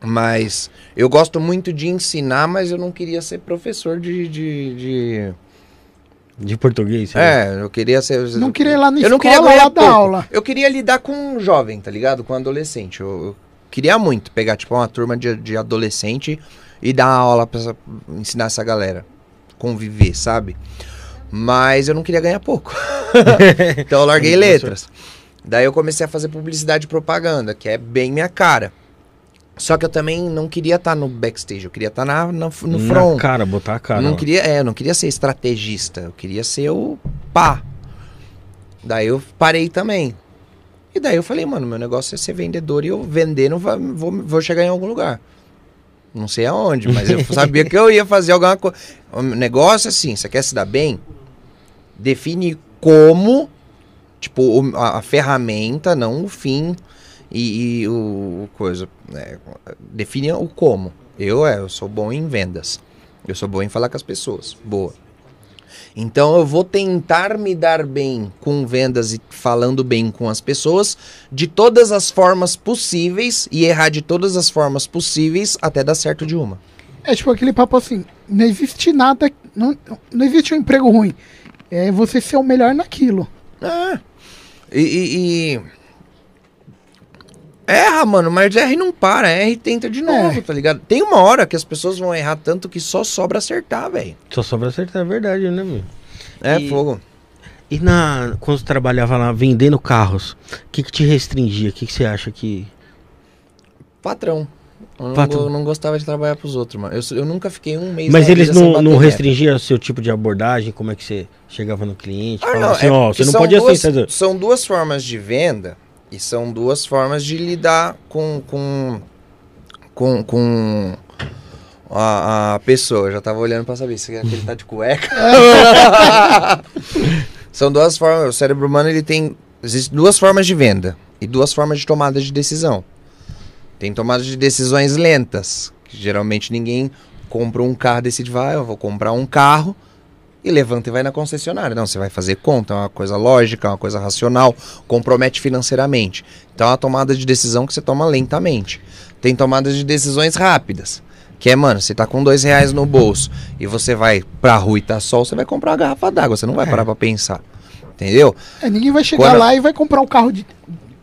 Speaker 5: Mas eu gosto muito de ensinar, mas eu não queria ser professor de. de, de-
Speaker 2: De português. sei lá.
Speaker 5: É, eu queria ser.
Speaker 4: Não queria ir lá na
Speaker 5: eu não queria
Speaker 4: escola,
Speaker 5: ganhar
Speaker 4: lá dar
Speaker 5: pouco.
Speaker 4: aula.
Speaker 5: Eu queria lidar com um jovem, tá ligado? Com um adolescente. Eu, eu queria muito pegar, tipo, uma turma de, de adolescente e dar aula pra essa- ensinar essa galera. Conviver, sabe? Mas eu não queria ganhar pouco. então eu larguei letras. Daí eu comecei a fazer publicidade e propaganda, que é bem minha cara. Só que eu também não queria estar no backstage, eu queria estar na, na- no
Speaker 2: Na
Speaker 5: front.
Speaker 2: cara, botar a cara.
Speaker 5: Não
Speaker 2: lá.
Speaker 5: queria, é, eu não queria ser estrategista, eu queria ser o pá. Daí eu parei também. E daí eu falei, mano, meu negócio é ser vendedor e eu vender não vai- vou, vou chegar em algum lugar. Não sei aonde, mas eu sabia que eu ia fazer alguma coisa. O negócio é assim, você quer se dar bem? Define como, tipo, o- a, a ferramenta, não o fim e, e o, o coisa. né? define o como. Eu, é, eu sou bom em vendas. Eu sou bom em falar com as pessoas. Boa. Então eu vou tentar me dar bem com vendas e falando bem com as pessoas de todas as formas possíveis e errar de todas as formas possíveis até dar certo de uma.
Speaker 4: É tipo aquele papo assim, não existe nada, não, não existe um emprego ruim. É você ser o melhor naquilo.
Speaker 5: Ah. E, e- e- Erra, mano, mas erra e não para, erra e tenta de novo, tá ligado? Tem uma hora que as pessoas vão errar tanto que só sobra acertar, velho.
Speaker 2: Só sobra acertar, é verdade, né, meu?
Speaker 5: É
Speaker 2: E-
Speaker 5: fogo.
Speaker 2: E na, quando você trabalhava lá vendendo carros, o que, que te restringia? O que, que você acha que.
Speaker 5: Patrão. Eu não,
Speaker 2: Patrão.
Speaker 5: go- não gostava de trabalhar pros outros, mano. Eu, sou- eu nunca fiquei um mês
Speaker 2: Mas
Speaker 5: na
Speaker 2: eles
Speaker 5: vida sem
Speaker 2: não,
Speaker 5: bater
Speaker 2: não
Speaker 5: meta.
Speaker 2: restringiam o seu tipo de abordagem? Como é que você chegava no cliente?
Speaker 5: Ah,
Speaker 2: falava
Speaker 5: não,
Speaker 2: assim,
Speaker 5: é
Speaker 2: ó,
Speaker 5: porque
Speaker 2: você não
Speaker 5: são
Speaker 2: pode assim,
Speaker 5: duas,
Speaker 2: entendeu?
Speaker 5: São duas formas de venda e são duas formas de lidar com com com, com a, a pessoa. Eu já tava olhando pra saber se ele tá de cueca. são duas formas. O cérebro humano ele tem existem duas formas de venda e duas formas de tomada de decisão. Tem tomada de decisões lentas. Que geralmente ninguém compra um carro, decide, vai, eu vou comprar um carro e levanta e vai na concessionária. Não, você vai fazer conta, é uma coisa lógica, é uma coisa racional, compromete financeiramente. Então é uma tomada de decisão que você toma lentamente. Tem tomadas de decisões rápidas. Que é, mano, você tá com dois reais no bolso e você vai pra rua e tá sol, você vai comprar uma garrafa d'água, você não vai parar pra pensar. Entendeu?
Speaker 4: É, ninguém vai chegar
Speaker 5: Quando-
Speaker 4: lá e vai comprar o carro de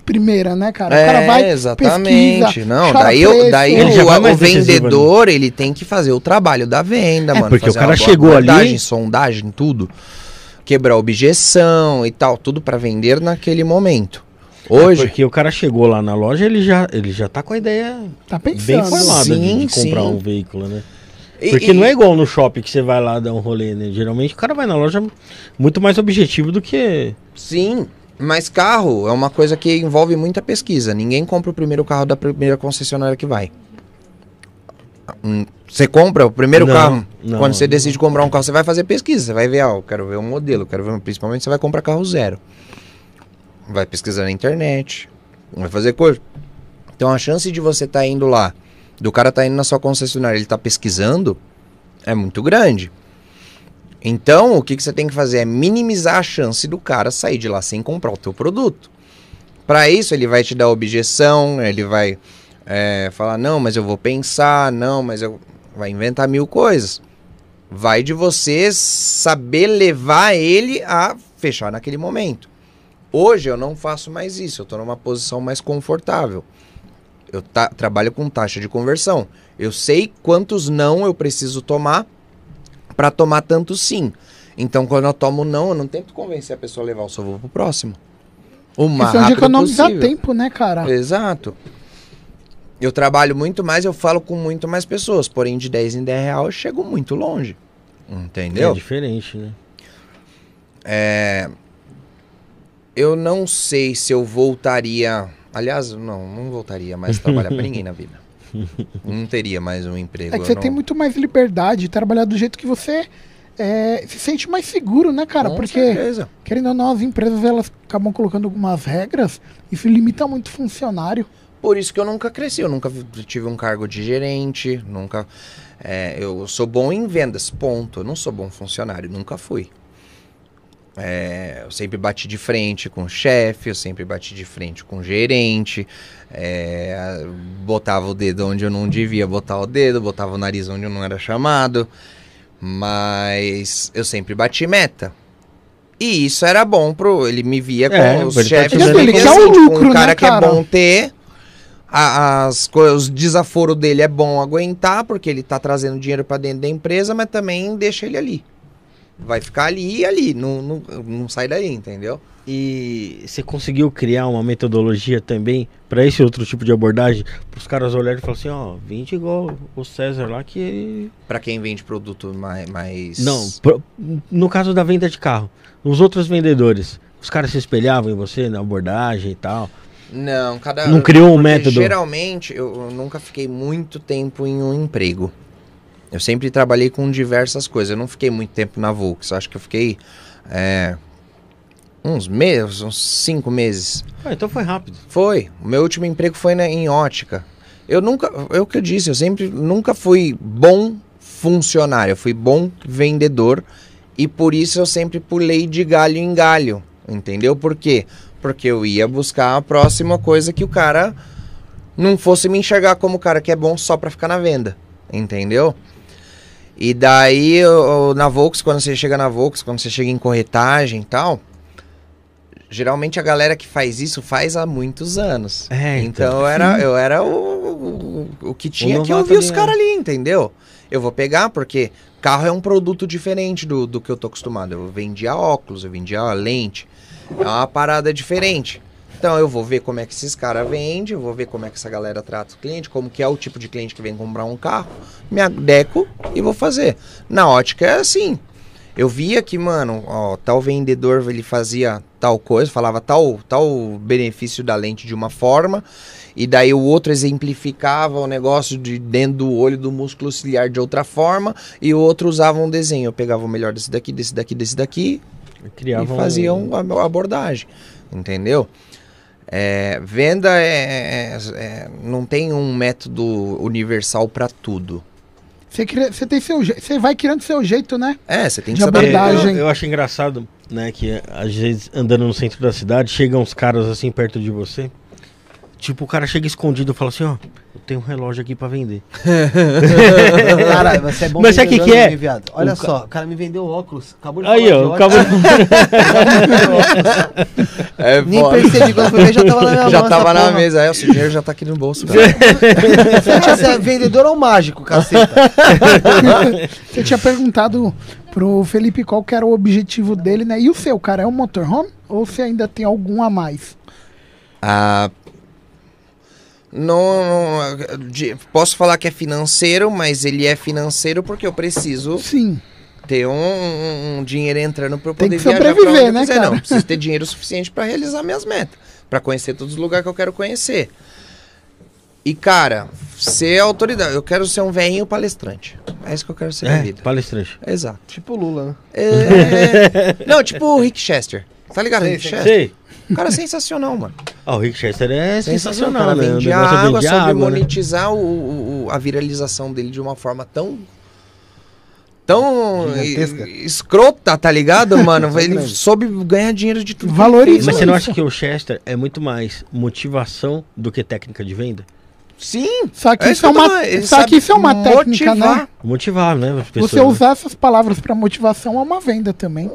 Speaker 4: primeira, né, cara? o cara
Speaker 5: É,
Speaker 4: vai,
Speaker 5: exatamente.
Speaker 4: pesquisa,
Speaker 5: não,
Speaker 4: chora
Speaker 5: daí, eu,
Speaker 4: preço.
Speaker 5: daí
Speaker 2: Ele já
Speaker 5: o,
Speaker 2: vai
Speaker 5: o
Speaker 2: mais decisivo,
Speaker 5: vendedor, ele tem que fazer o trabalho da venda,
Speaker 2: É,
Speaker 5: mano.
Speaker 2: porque o
Speaker 5: fazer
Speaker 2: cara
Speaker 5: uma boa
Speaker 2: chegou ali-
Speaker 5: abordagem, sondagem, tudo. Quebrar objeção e tal, tudo pra vender naquele momento.
Speaker 2: É,
Speaker 5: Hoje,
Speaker 2: Porque o cara chegou lá na loja, ele já, ele já tá com a ideia
Speaker 4: Tá
Speaker 2: bem
Speaker 4: pensando.
Speaker 2: formada de, de
Speaker 5: Sim,
Speaker 2: comprar
Speaker 5: sim.
Speaker 2: um veículo, né?
Speaker 5: e-
Speaker 2: Porque
Speaker 5: e-
Speaker 2: não é igual no shopping que você vai lá dar um rolê, né? Geralmente o cara vai na loja muito mais objetivo do que.
Speaker 5: Sim, mas carro é uma coisa que envolve muita pesquisa. Ninguém compra o primeiro carro da primeira concessionária que vai. Hum, Você compra o primeiro
Speaker 2: Não,
Speaker 5: carro.
Speaker 2: não. É
Speaker 5: Quando você decide comprar um carro, você vai fazer pesquisa. Você vai ver, ah, eu quero ver um modelo, eu quero ver. um- Principalmente você vai comprar carro zero. Vai pesquisar na internet, vai fazer coisa. Então a chance de você estar indo lá, do cara tá indo na sua concessionária, ele tá pesquisando, é muito grande. Então, o que, que você tem que fazer é minimizar a chance do cara sair de lá sem comprar o teu produto. Para isso, ele vai te dar objeção, ele vai é, falar, não, mas eu vou pensar, não, mas eu... Vai inventar mil coisas. Vai de você saber levar ele a fechar naquele momento. Hoje eu não faço mais isso, eu estou numa posição mais confortável. Eu ta- trabalho com taxa de conversão. Eu sei quantos não eu preciso tomar para tomar tanto sim. Então, quando eu tomo não, eu não tento convencer a pessoa a levar, eu só vou pro próximo. O mais
Speaker 4: Questão de
Speaker 5: rápido
Speaker 4: é economizar
Speaker 5: possível. É,
Speaker 4: tempo, né, cara?
Speaker 5: Exato. Eu trabalho muito mais, eu falo com muito mais pessoas. Porém, de 10 em 10 real, eu chego muito longe.
Speaker 2: É
Speaker 5: Entendeu?
Speaker 2: diferente, né?
Speaker 5: Eu não sei se eu voltaria. Aliás, não, não voltaria mais trabalhar pra ninguém na vida. Não teria mais um emprego.
Speaker 4: É que você
Speaker 5: eu não-
Speaker 4: tem muito mais liberdade, trabalhar do jeito que você é, se sente mais seguro, né, cara?
Speaker 5: Com
Speaker 4: Porque,
Speaker 5: certeza.
Speaker 4: querendo ou não, as empresas elas acabam colocando algumas regras, isso limita muito o funcionário.
Speaker 5: Por isso que eu nunca cresci, eu nunca vi- tive um cargo de gerente, nunca. é, eu sou bom em vendas, ponto. Eu não sou bom funcionário, nunca fui. É, eu sempre bati de frente com o chefe, eu sempre bati de frente com o gerente, é, a- botava o dedo onde eu não devia botar o dedo, botava o nariz onde eu não era chamado, mas eu sempre bati meta. E isso era bom pro. Ele me via com
Speaker 2: É,
Speaker 5: os
Speaker 2: ele tá
Speaker 5: chefes.
Speaker 2: te dando-
Speaker 5: ele
Speaker 4: Ele
Speaker 5: pensa,
Speaker 4: quer o
Speaker 5: tipo,
Speaker 4: lucro,
Speaker 5: um cara
Speaker 4: né,
Speaker 5: que é
Speaker 4: cara?
Speaker 5: bom ter. a- As, co- os desaforos dele é bom aguentar, porque ele tá trazendo dinheiro pra dentro da empresa, mas também deixa ele ali. Vai ficar ali e ali, não, não, não sai daí, entendeu?
Speaker 2: E você conseguiu criar uma metodologia também pra esse outro tipo de abordagem? Para os caras olharem e falar assim: ó, vende igual o César lá que. ele-
Speaker 5: Pra quem vende produto mais. mais-
Speaker 2: Não, pro- no caso da venda de carro, os outros vendedores, os caras se espelhavam em você na abordagem e tal.
Speaker 5: Não, cada.
Speaker 2: Não criou um
Speaker 5: Ah, Porque
Speaker 2: método.
Speaker 5: Geralmente, eu, eu nunca fiquei muito tempo em um emprego. Eu sempre trabalhei com diversas coisas. Eu não fiquei muito tempo na Volks. Acho que eu fiquei é, uns meses, uns cinco meses.
Speaker 2: Ah, então foi rápido.
Speaker 5: Foi. O meu último emprego foi na- em ótica. Eu nunca, é o que eu disse, eu sempre nunca fui bom funcionário, eu fui bom vendedor e por isso eu sempre pulei de galho em galho, entendeu? Por quê? Porque eu ia buscar a próxima coisa que o cara não fosse me enxergar como o cara que é bom só pra ficar na venda, entendeu? E daí, eu- na Volks, quando você chega na Volks, quando você chega em corretagem e tal, geralmente a galera que faz isso faz há muitos anos.
Speaker 2: É, então.
Speaker 5: Então eu era, eu era o, o, o que tinha que
Speaker 2: novato
Speaker 5: ouvir os
Speaker 2: ali,
Speaker 5: caras ali, entendeu? Eu vou pegar porque carro é um produto diferente do, do que eu tô acostumado. Eu vendia óculos, eu vendia lente. É uma parada diferente. Então eu vou ver como é que esses caras vendem, eu vou ver como é que essa galera trata o cliente, como que é o tipo de cliente que vem comprar um carro, me adequo e vou fazer. Na ótica é assim. Eu via que, mano, ó, tal vendedor ele fazia tal coisa, falava tal, tal benefício da lente de uma forma, e daí o outro exemplificava o negócio de dentro do olho do músculo ciliar de outra forma, e o outro usava um desenho. Eu pegava o melhor desse daqui, desse daqui, desse daqui,
Speaker 2: Então, Criavam. um
Speaker 5: e faziam a a abordagem, entendeu? É, venda é, é- é- não tem um método universal pra tudo.
Speaker 4: Você cria- você tem seu jeito, você vai criando seu jeito, né?
Speaker 5: É, você tem que
Speaker 4: De
Speaker 5: saber.
Speaker 4: abordagem.
Speaker 2: Eu, eu acho engraçado, né, que às vezes andando no centro da cidade, chegam uns caras assim perto de você. Tipo, o cara chega escondido e fala assim, ó, eu tenho um relógio aqui pra vender.
Speaker 1: Caralho, mas você é bom
Speaker 2: Mas sabe o que
Speaker 1: vendedor,
Speaker 2: que é?
Speaker 1: né, viado? Olha
Speaker 2: O ca-
Speaker 1: só, o cara me vendeu óculos. Acabou de
Speaker 2: Aí,
Speaker 1: falar de
Speaker 2: ó,
Speaker 1: óculos.
Speaker 2: acabou.
Speaker 5: É
Speaker 1: Nem
Speaker 5: foda.
Speaker 1: percebi, quando fui ver já tava na minha
Speaker 5: Já
Speaker 1: mão
Speaker 5: tava
Speaker 1: essa
Speaker 5: na
Speaker 1: porra.
Speaker 5: mesa, aí o sujeiro já tá aqui no bolso. cara.
Speaker 1: Você tinha- você é vendedor ou mágico, caceta?
Speaker 4: Você tinha perguntado pro Felipe qual que era o objetivo dele, né? E o seu, cara, é um motorhome? Ou você ainda tem algum a mais?
Speaker 5: Ah, não, não- de- posso falar que é financeiro, mas ele é financeiro porque eu preciso
Speaker 4: Sim.
Speaker 5: ter um, um- um dinheiro entrando para eu
Speaker 4: Tem
Speaker 5: poder
Speaker 4: que
Speaker 5: viajar pra
Speaker 4: sobreviver,
Speaker 5: onde eu
Speaker 4: né,
Speaker 5: quiser.
Speaker 4: cara?
Speaker 5: Não, preciso ter dinheiro suficiente para realizar minhas metas, para conhecer todos os lugares que eu quero conhecer. E cara, ser autoridade, eu quero ser um velhinho palestrante. É isso que eu quero ser na
Speaker 2: É,
Speaker 5: vida.
Speaker 2: palestrante.
Speaker 5: Exato.
Speaker 1: tipo Lula, né?
Speaker 5: É- não, tipo o Rick Chester. Tá ligado,
Speaker 1: Sei,
Speaker 5: Rick
Speaker 1: sei.
Speaker 5: Chester?
Speaker 2: Sei.
Speaker 5: O cara é sensacional, mano.
Speaker 2: Ah, o Rick Chester é
Speaker 5: O
Speaker 2: sensacional,
Speaker 5: cara
Speaker 2: né? O
Speaker 5: vende a
Speaker 2: negócio é vender
Speaker 5: água, soube
Speaker 2: água, né?
Speaker 5: monetizar o- o- o- a viralização dele de uma forma tão. Tão
Speaker 1: Gigantesca.
Speaker 5: e- escrota, tá ligado, mano? Ele soube ganhar dinheiro de tudo. que ele
Speaker 4: Valoriza.
Speaker 2: Mas
Speaker 5: fez, mano.
Speaker 2: você não acha que o Chester é muito mais motivação do que técnica de venda?
Speaker 5: Sim.
Speaker 4: Só que isso é
Speaker 5: que eu tô
Speaker 4: uma,
Speaker 5: falando, ele
Speaker 4: só
Speaker 5: sabe
Speaker 4: que isso é uma técnica,
Speaker 5: motivar.
Speaker 4: né?
Speaker 2: Motivar, né? As pessoas,
Speaker 4: Você usar essas palavras pra motivação é uma venda também.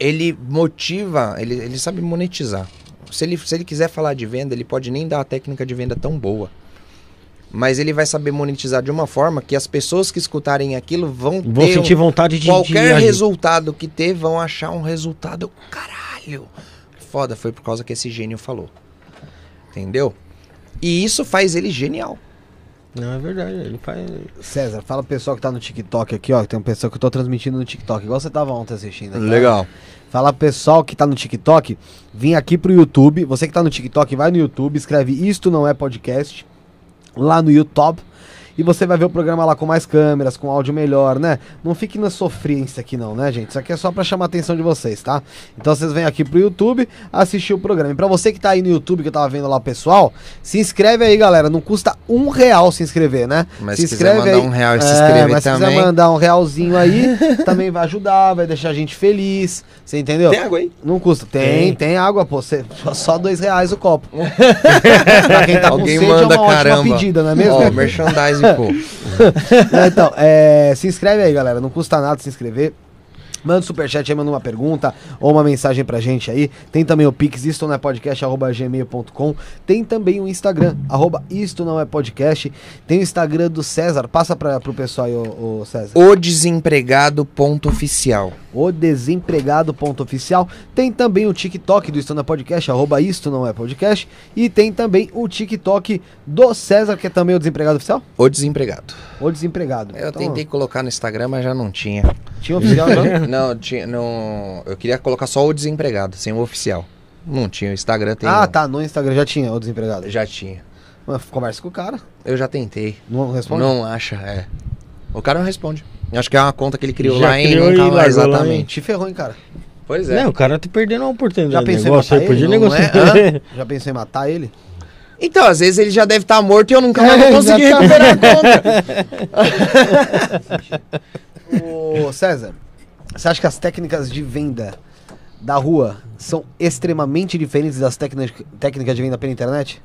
Speaker 5: Ele motiva, ele, ele sabe monetizar. Se ele, se ele quiser falar de venda, ele pode nem dar a técnica de venda tão boa. Mas ele vai saber monetizar de uma forma que as pessoas que escutarem aquilo vão,
Speaker 2: Vão
Speaker 5: ter um-
Speaker 2: sentir vontade de. de
Speaker 5: Qualquer
Speaker 2: agir.
Speaker 5: resultado que ter, vão achar um resultado. Caralho! Foda, foi por causa que esse gênio falou. Entendeu? E isso faz ele genial.
Speaker 2: Não, é verdade. Ele faz.
Speaker 1: César, fala pro pessoal que tá no TikTok aqui, ó. que Tem um pessoal que eu tô transmitindo no TikTok, igual você tava ontem assistindo. tá? Fala pro pessoal que tá no TikTok, vim aqui pro YouTube. Você que tá no TikTok, vai no YouTube, escreve Isto Não É Podcast, lá no YouTube. E você vai ver o programa lá com mais câmeras, com áudio melhor, né? Não fique na sofrência aqui não, né, gente? Isso aqui é só pra chamar a atenção de vocês, tá? Então vocês vêm aqui pro YouTube assistir o programa. E pra você que tá aí no YouTube, que eu tava vendo lá o pessoal, se inscreve aí, galera. Não custa um real se inscrever, né?
Speaker 5: Mas
Speaker 1: se É,
Speaker 5: se quiser mandar um real e se inscrever
Speaker 1: mas se
Speaker 5: também.
Speaker 1: quiser mandar um realzinho aí, também vai ajudar, vai deixar a gente feliz. Você entendeu?
Speaker 2: Tem água aí?
Speaker 1: Não custa. Tem, tem,
Speaker 2: Tem.
Speaker 1: água, pô. Cê- só dois reais o copo. pra quem tá
Speaker 5: Alguém
Speaker 1: com sede,
Speaker 5: manda,
Speaker 1: é uma
Speaker 5: caramba.
Speaker 1: ótima pedida, não é mesmo?
Speaker 5: Ó, merchandising, pô.
Speaker 1: Né, então, é, se inscreve aí, galera. Não custa nada se inscrever. Manda um superchat aí, manda uma pergunta ou uma mensagem pra gente aí. Tem também o Pix, isto não é podcast, arroba gmail.com. Tem também o Instagram, arroba isto não é podcast. Tem o Instagram do César. Passa pra, pro pessoal aí, ô, ô César.
Speaker 5: O desempregado ponto oficial.
Speaker 1: O desempregado ponto oficial. Tem também o TikTok do Isto Não é Podcast, arroba Isto Não É Podcast. E tem também o TikTok do César, que é também o desempregado oficial?
Speaker 5: O desempregado.
Speaker 1: O desempregado.
Speaker 5: Eu
Speaker 1: Então,
Speaker 5: tentei colocar no Instagram, mas já não tinha.
Speaker 1: Tinha oficial né? já?
Speaker 5: Não, tinha, não, eu queria colocar só o desempregado, sem o oficial. Não tinha, o Instagram tem.
Speaker 1: Ah, tá. No Instagram já tinha o desempregado.
Speaker 5: Já tinha.
Speaker 1: Mas Conversa com o cara.
Speaker 5: Eu já tentei.
Speaker 1: Não responde?
Speaker 5: Não acha, é. O cara não responde. Eu acho que é uma conta que ele criou
Speaker 2: Já
Speaker 5: lá em
Speaker 2: criou
Speaker 5: nunca
Speaker 2: e
Speaker 5: mais,
Speaker 2: largou lá,
Speaker 5: exatamente.
Speaker 1: Te ferrou, hein, cara.
Speaker 5: Pois é.
Speaker 2: Não, o cara tá perdendo a oportunidade.
Speaker 1: Já
Speaker 2: do
Speaker 1: pensei em
Speaker 2: negócio
Speaker 1: matar
Speaker 2: aí, podia
Speaker 1: ele,
Speaker 5: não
Speaker 2: negociar.
Speaker 5: é?
Speaker 1: Já pensou em matar ele?
Speaker 5: Então, às vezes ele já deve estar morto e eu nunca mais vou
Speaker 4: É,
Speaker 5: conseguir recuperar a conta.
Speaker 1: Ô, César, você acha que as técnicas de venda da rua são extremamente diferentes das técnicas técnicas de venda pela internet?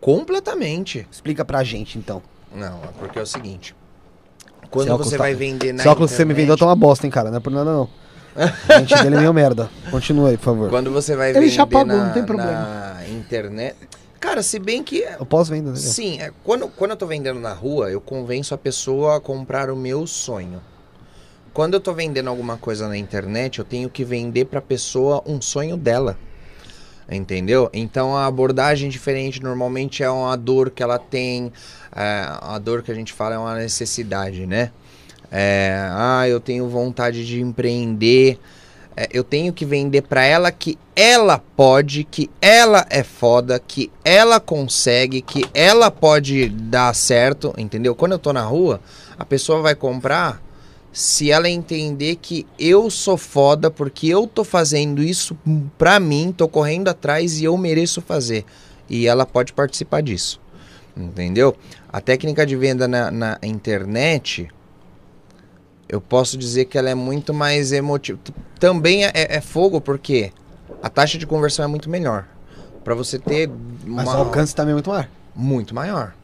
Speaker 5: Completamente.
Speaker 1: Explica pra gente, então.
Speaker 5: Não, é porque é o seguinte. Quando
Speaker 1: óculos
Speaker 5: você
Speaker 1: tá-
Speaker 5: vai vender na
Speaker 1: Esse óculos que você me
Speaker 5: internet-
Speaker 1: vendeu tá uma bosta, hein, cara. Não é por nada, não. A gente dele é meio merda. Continua aí, por favor.
Speaker 5: Quando você vai
Speaker 4: Ele
Speaker 5: vender
Speaker 4: já pagou,
Speaker 5: na,
Speaker 4: não tem problema.
Speaker 5: na internet... Cara, se bem que...
Speaker 1: Eu posso vender, né?
Speaker 5: Sim, é, quando, quando eu tô vendendo na rua, eu convenço a pessoa a comprar o meu sonho. Quando eu tô vendendo alguma coisa na internet, eu tenho que vender pra pessoa um sonho dela. Entendeu? Então a abordagem diferente normalmente é uma dor que ela tem. é, a dor que a gente fala é uma necessidade, né? É, ah, eu tenho vontade de empreender. É, eu tenho que vender pra ela que ela pode, que ela é foda, que ela consegue, que ela pode dar certo, entendeu? Quando eu tô na rua, a pessoa vai comprar se ela entender que eu sou foda porque eu tô fazendo isso pra mim, tô correndo atrás e eu mereço fazer. E ela pode participar disso. Entendeu? A técnica de venda na, na internet, eu posso dizer que ela é muito mais emotiva. T- Também é, é fogo porque a taxa de conversão é muito melhor. Pra você ter
Speaker 1: Mas o alcance também é muito maior.
Speaker 5: muito maior.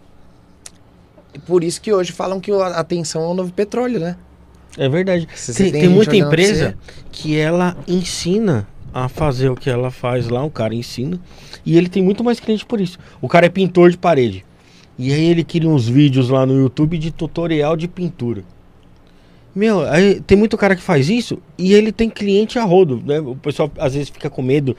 Speaker 5: E por isso que hoje falam que o- a atenção é o novo petróleo, né?
Speaker 2: É verdade.
Speaker 5: Se você
Speaker 2: Tem, tem
Speaker 5: gente
Speaker 2: muita
Speaker 5: olhando pra
Speaker 2: empresa que ela ensina a fazer o que ela faz lá, o cara ensina, e ele tem muito mais cliente por isso. O cara é pintor de parede. E aí ele cria uns vídeos lá no YouTube de tutorial de pintura. Meu, aí tem muito cara que faz isso e ele tem cliente a rodo, né? O pessoal às vezes fica com medo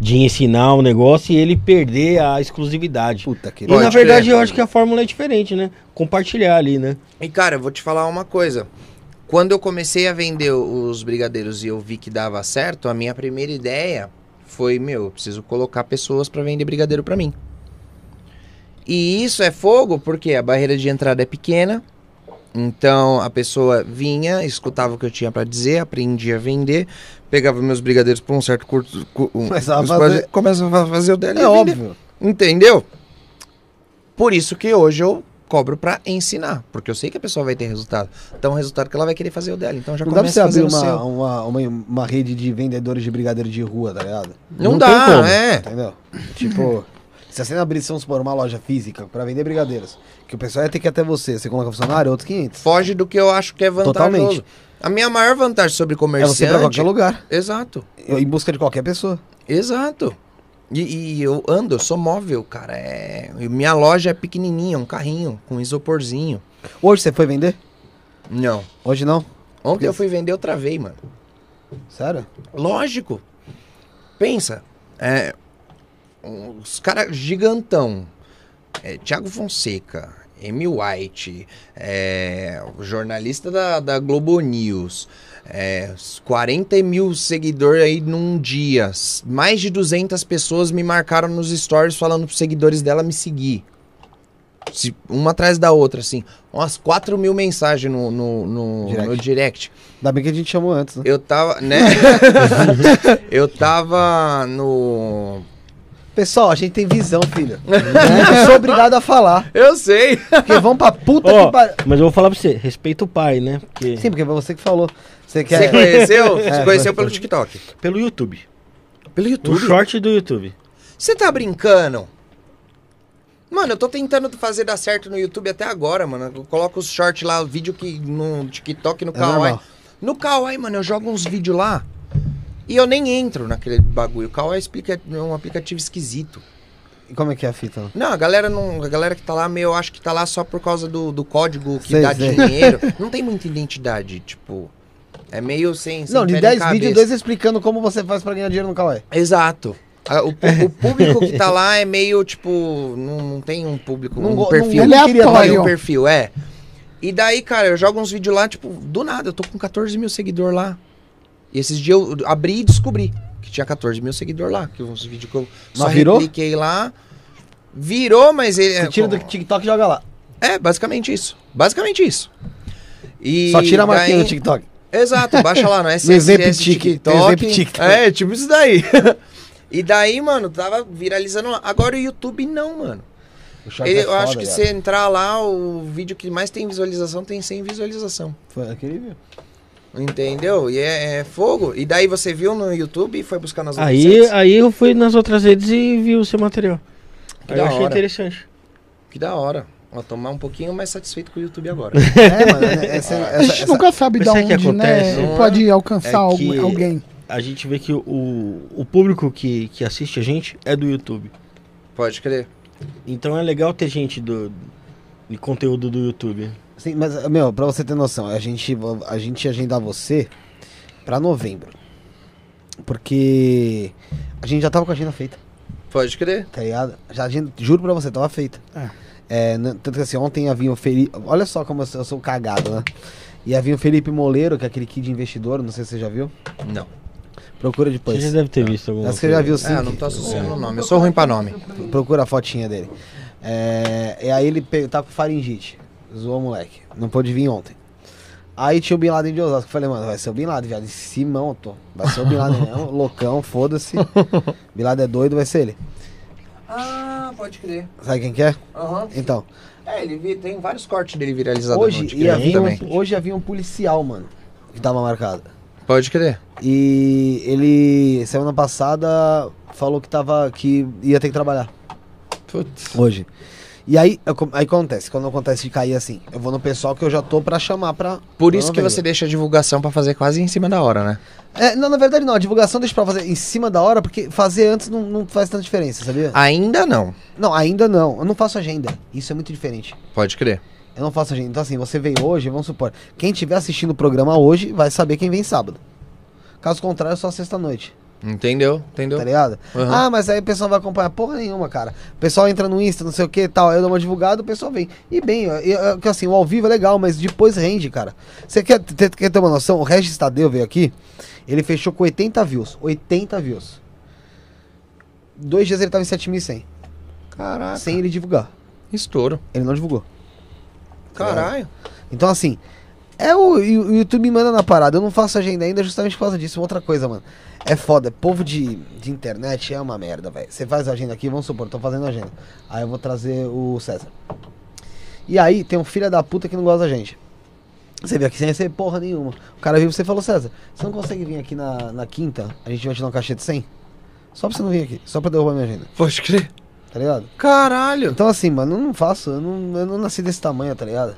Speaker 2: de ensinar um negócio e ele perder a exclusividade.
Speaker 1: Puta que
Speaker 2: E
Speaker 5: Pode
Speaker 2: na verdade
Speaker 5: crer.
Speaker 2: eu acho que a fórmula é diferente, né? Compartilhar ali, né?
Speaker 5: E cara, eu vou te falar uma coisa. Quando eu comecei a vender os brigadeiros e eu vi que dava certo, a minha primeira ideia foi, meu, eu preciso colocar pessoas pra vender brigadeiro pra mim. E isso é fogo porque a barreira de entrada é pequena. Então a pessoa vinha, escutava o que eu tinha pra dizer, aprendia a vender, pegava meus brigadeiros por um certo curto, cu- um-
Speaker 1: Começava a
Speaker 5: os-
Speaker 1: fazer.
Speaker 5: começava a fazer o dela e
Speaker 1: É
Speaker 5: a vender.
Speaker 1: óbvio.
Speaker 5: Entendeu? Por isso que hoje eu cobro pra ensinar, porque eu sei que a pessoa vai ter resultado. Então o resultado que ela vai querer fazer é o dela. Então já
Speaker 1: Não dá pra você
Speaker 5: começa
Speaker 1: abrir
Speaker 5: fazendo o
Speaker 1: uma,
Speaker 5: seu.
Speaker 1: uma, uma, uma rede de vendedores de brigadeiro de rua, tá ligado?
Speaker 5: Não,
Speaker 2: Não tem
Speaker 5: dá,
Speaker 2: como.
Speaker 5: é.
Speaker 1: Entendeu? Tipo, se você não abrisse, vamos supor, uma loja física pra vender brigadeiros, que o pessoal ia ter que ir até você, você coloca funcionário, outros 500.
Speaker 5: Foge do que eu acho que é vantajoso.
Speaker 1: Totalmente.
Speaker 5: A minha maior vantagem sobre
Speaker 1: É
Speaker 5: comerciante.
Speaker 1: você pra qualquer lugar,
Speaker 5: Exato.
Speaker 1: em busca de qualquer pessoa.
Speaker 5: Exato. E, e eu ando, eu sou móvel, cara. É... e Minha loja é pequenininha, um carrinho com isoporzinho.
Speaker 1: Hoje você foi vender?
Speaker 5: Não.
Speaker 1: Hoje não?
Speaker 5: Ontem eu fui vender, eu travei, mano.
Speaker 1: Sério?
Speaker 5: Lógico. Pensa. É, os caras gigantão. É, Tiago Fonseca, Amy White, é, o jornalista da, da Globo News. é, uns 40 mil seguidores aí num dia. S- Mais de 200 pessoas me marcaram nos stories falando pros seguidores dela me seguir. se- uma atrás da outra, assim. Umas 4 mil mensagens no, no, no-
Speaker 1: Direct.
Speaker 5: no direct.
Speaker 1: Ainda bem que a gente chamou antes, né?
Speaker 5: Eu tava, né? eu tava no.
Speaker 1: Pessoal, a gente tem visão, filho. Né? Eu sou obrigado a falar.
Speaker 5: Eu sei!
Speaker 1: Porque vamos pra puta
Speaker 2: Ó,
Speaker 1: que pariu.
Speaker 2: mas eu vou falar pra você, respeita o pai, né? Porque...
Speaker 1: Sim, porque foi você que falou. Você
Speaker 5: Você
Speaker 1: quer.
Speaker 5: conheceu? Você
Speaker 1: É,
Speaker 5: conheceu pelo TikTok.
Speaker 2: Pelo YouTube.
Speaker 5: Pelo
Speaker 2: O short do YouTube.
Speaker 5: Você tá brincando? Mano, eu tô tentando fazer dar certo no YouTube até agora, mano. Eu coloco os shorts lá, o vídeo que no TikTok, no
Speaker 1: É
Speaker 5: Kawaii.
Speaker 1: normal.
Speaker 5: No Kawaii, mano, eu jogo uns vídeos lá e eu nem entro naquele bagulho. O Kawaii explica- é um aplicativo esquisito.
Speaker 1: E Como é que é a fita? né?
Speaker 5: Não, a galera não, a galera que tá lá, meio, eu acho que tá lá só por causa do, do código que
Speaker 1: Sei,
Speaker 5: dá
Speaker 1: sei.
Speaker 5: dinheiro. Não tem muita identidade, tipo. É meio sem. sem
Speaker 1: Não, de
Speaker 5: pé nem
Speaker 1: 10 vídeos,
Speaker 5: cabeça.
Speaker 1: dois é- explicando como você faz pra ganhar dinheiro no Kawaii.
Speaker 5: Exato. A- O, pu- o público que tá lá é meio tipo. Não, não tem um público,
Speaker 1: Não, é
Speaker 5: um
Speaker 1: go-
Speaker 5: perfil.
Speaker 1: não, não queria
Speaker 5: Não tem
Speaker 1: mais.
Speaker 4: aleatório.
Speaker 5: um perfil, é. E daí, cara, eu jogo uns vídeos lá, tipo, do nada, eu tô com 14 mil seguidores lá. E esses dias eu abri e descobri que tinha 14 mil seguidores lá. Que uns vídeos que eu só
Speaker 1: Mas virou?
Speaker 5: repliquei lá. Virou, mas ele.
Speaker 1: Você tira do TikTok e joga lá.
Speaker 5: É, basicamente isso. Basicamente isso. E
Speaker 1: Só tira a marquinha
Speaker 5: daí-
Speaker 1: do TikTok.
Speaker 5: Exato, baixa lá no
Speaker 1: Exemplo
Speaker 5: SSS
Speaker 1: Tik-
Speaker 5: TikTok.
Speaker 1: Exemplo TikTok.
Speaker 5: É, tipo isso daí. e daí, mano, tava viralizando lá. Agora o YouTube não, mano.
Speaker 1: O short
Speaker 5: Ele-
Speaker 1: é
Speaker 5: eu
Speaker 1: foda,
Speaker 5: acho que
Speaker 1: viado.
Speaker 5: se entrar lá, o vídeo que mais tem visualização tem 100 visualização.
Speaker 1: Foi aquele vídeo.
Speaker 5: Entendeu? E é, é fogo. E daí você viu no YouTube e foi buscar nas
Speaker 2: Aí,
Speaker 5: redes.
Speaker 2: aí eu fui nas outras redes e vi o seu material.
Speaker 5: Que
Speaker 2: Aí eu
Speaker 5: da
Speaker 2: achei
Speaker 5: hora.
Speaker 2: interessante.
Speaker 5: Que da hora. Ó, tomar um pouquinho mais satisfeito com o YouTube agora.
Speaker 1: É, mano. Essa,
Speaker 4: A
Speaker 1: essa,
Speaker 4: gente
Speaker 1: essa,
Speaker 4: nunca sabe
Speaker 2: Mas
Speaker 4: de
Speaker 2: sabe o que
Speaker 4: onde,
Speaker 2: acontece?
Speaker 4: né?
Speaker 5: Não é?
Speaker 4: Pode alcançar
Speaker 2: É
Speaker 4: algu-
Speaker 2: que-
Speaker 4: alguém.
Speaker 2: A gente vê que o, o público que, que assiste a gente é do YouTube.
Speaker 5: Pode crer.
Speaker 2: Então é legal ter gente do, de conteúdo do YouTube.
Speaker 1: Sim, mas, meu, pra você ter noção, a gente, a gente ia agendar você pra novembro. Porque a gente já tava com a agenda feita,
Speaker 5: Pode crer.
Speaker 1: tá ligado? Já a agenda, juro pra você, tava feita. É, n- tanto que assim, ontem havia o Felipe. Olha só como eu sou, eu sou cagado, né? E havia o Felipe Moleiro, que é aquele kid investidor, não sei se você já viu.
Speaker 5: Não.
Speaker 1: Procura
Speaker 2: Você já
Speaker 1: depois.
Speaker 2: deve ter visto alguma
Speaker 1: Acho que você já viu sim.
Speaker 5: Ah, não tô associando o nome. Eu sou ruim pra nome.
Speaker 1: Procura a fotinha dele. É, e aí ele pe- tá com faringite. Zoou o moleque. Não pôde vir ontem. Aí tinha o Bin Laden de Osasco. Eu Falei, mano, vai ser o Bin Laden, viado. Em Simão, tô. Vai ser o Bin Laden mesmo. Loucão, foda-se. Bin Laden é doido, vai ser ele.
Speaker 5: Ah, pode crer.
Speaker 1: Sabe quem que é?
Speaker 5: Aham.
Speaker 1: Então,
Speaker 5: É, ele vi- tem vários cortes dele viralizados no
Speaker 1: hoje
Speaker 5: TikTok
Speaker 1: ia, vir
Speaker 5: também.
Speaker 1: um, hoje ia vir um policial, mano. Que tava marcado.
Speaker 5: Pode crer.
Speaker 1: E ele, semana passada, falou que tava. que ia ter que trabalhar.
Speaker 5: Putz.
Speaker 1: Hoje. E aí, eu com- aí acontece, quando acontece de cair assim, eu vou no pessoal que eu já tô pra chamar pra.
Speaker 5: Por
Speaker 1: pra
Speaker 5: isso que
Speaker 1: novembro.
Speaker 5: você deixa a divulgação pra fazer quase em cima da hora, né?
Speaker 1: É, não, na verdade não, a divulgação deixa pra fazer em cima da hora, porque fazer antes não, não faz tanta diferença, sabia?
Speaker 5: Ah. Ainda não.
Speaker 1: Não, ainda não. Eu não faço agenda. Isso é muito diferente.
Speaker 5: Pode crer.
Speaker 1: Eu não faço agenda. Então, assim, você veio hoje, vamos supor. Quem tiver assistindo o programa hoje vai saber quem vem sábado. Caso contrário, é só sexta-noite.
Speaker 5: Entendeu? Entendeu?
Speaker 1: Tá ligado?
Speaker 5: Aham.
Speaker 1: Ah, mas aí o pessoal vai acompanhar porra nenhuma, cara. O pessoal entra no Insta, não sei o que tal. Aí eu dou uma divulgada, o pessoal vem. E bem, eu- eu- que assim, o ao vivo é legal, mas depois rende, cara. Você quer, ter- quer ter uma noção? O Regis Tadeu veio aqui, ele fechou com 80 views. 80 views. Dois dias ele tava em 7.100. Ah,
Speaker 5: Caraca.
Speaker 1: Sem ele divulgar.
Speaker 5: Estouro.
Speaker 1: Ele não divulgou.
Speaker 5: Caralho.
Speaker 1: Então, assim, é o, e o YouTube manda na parada. Eu não faço agenda ainda justamente por causa disso. Outra coisa, mano. É foda. Povo de, de internet é uma merda, velho. Você faz agenda aqui, vamos supor, tô fazendo agenda. Aí eu vou trazer o César. E aí tem um filho da puta que não gosta da gente. Você veio aqui sem receber porra nenhuma. O cara veio e você e falou, César, você não consegue vir aqui na, na quinta? A gente vai te dar um cachê de 100? Só pra você não vir aqui. Só pra derrubar minha agenda,
Speaker 5: Pode crer.
Speaker 1: tá ligado?
Speaker 5: Caralho.
Speaker 1: Então assim, mano, eu não faço, eu não, eu não nasci desse tamanho, tá ligado?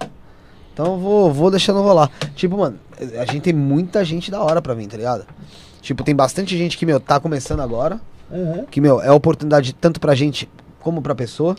Speaker 1: Então eu vou, vou deixando rolar. Tipo, mano, a gente tem muita gente da hora pra mim, tá ligado? Tipo, tem bastante gente que, meu, tá começando agora. Que, meu, é oportunidade tanto pra gente como pra pessoa.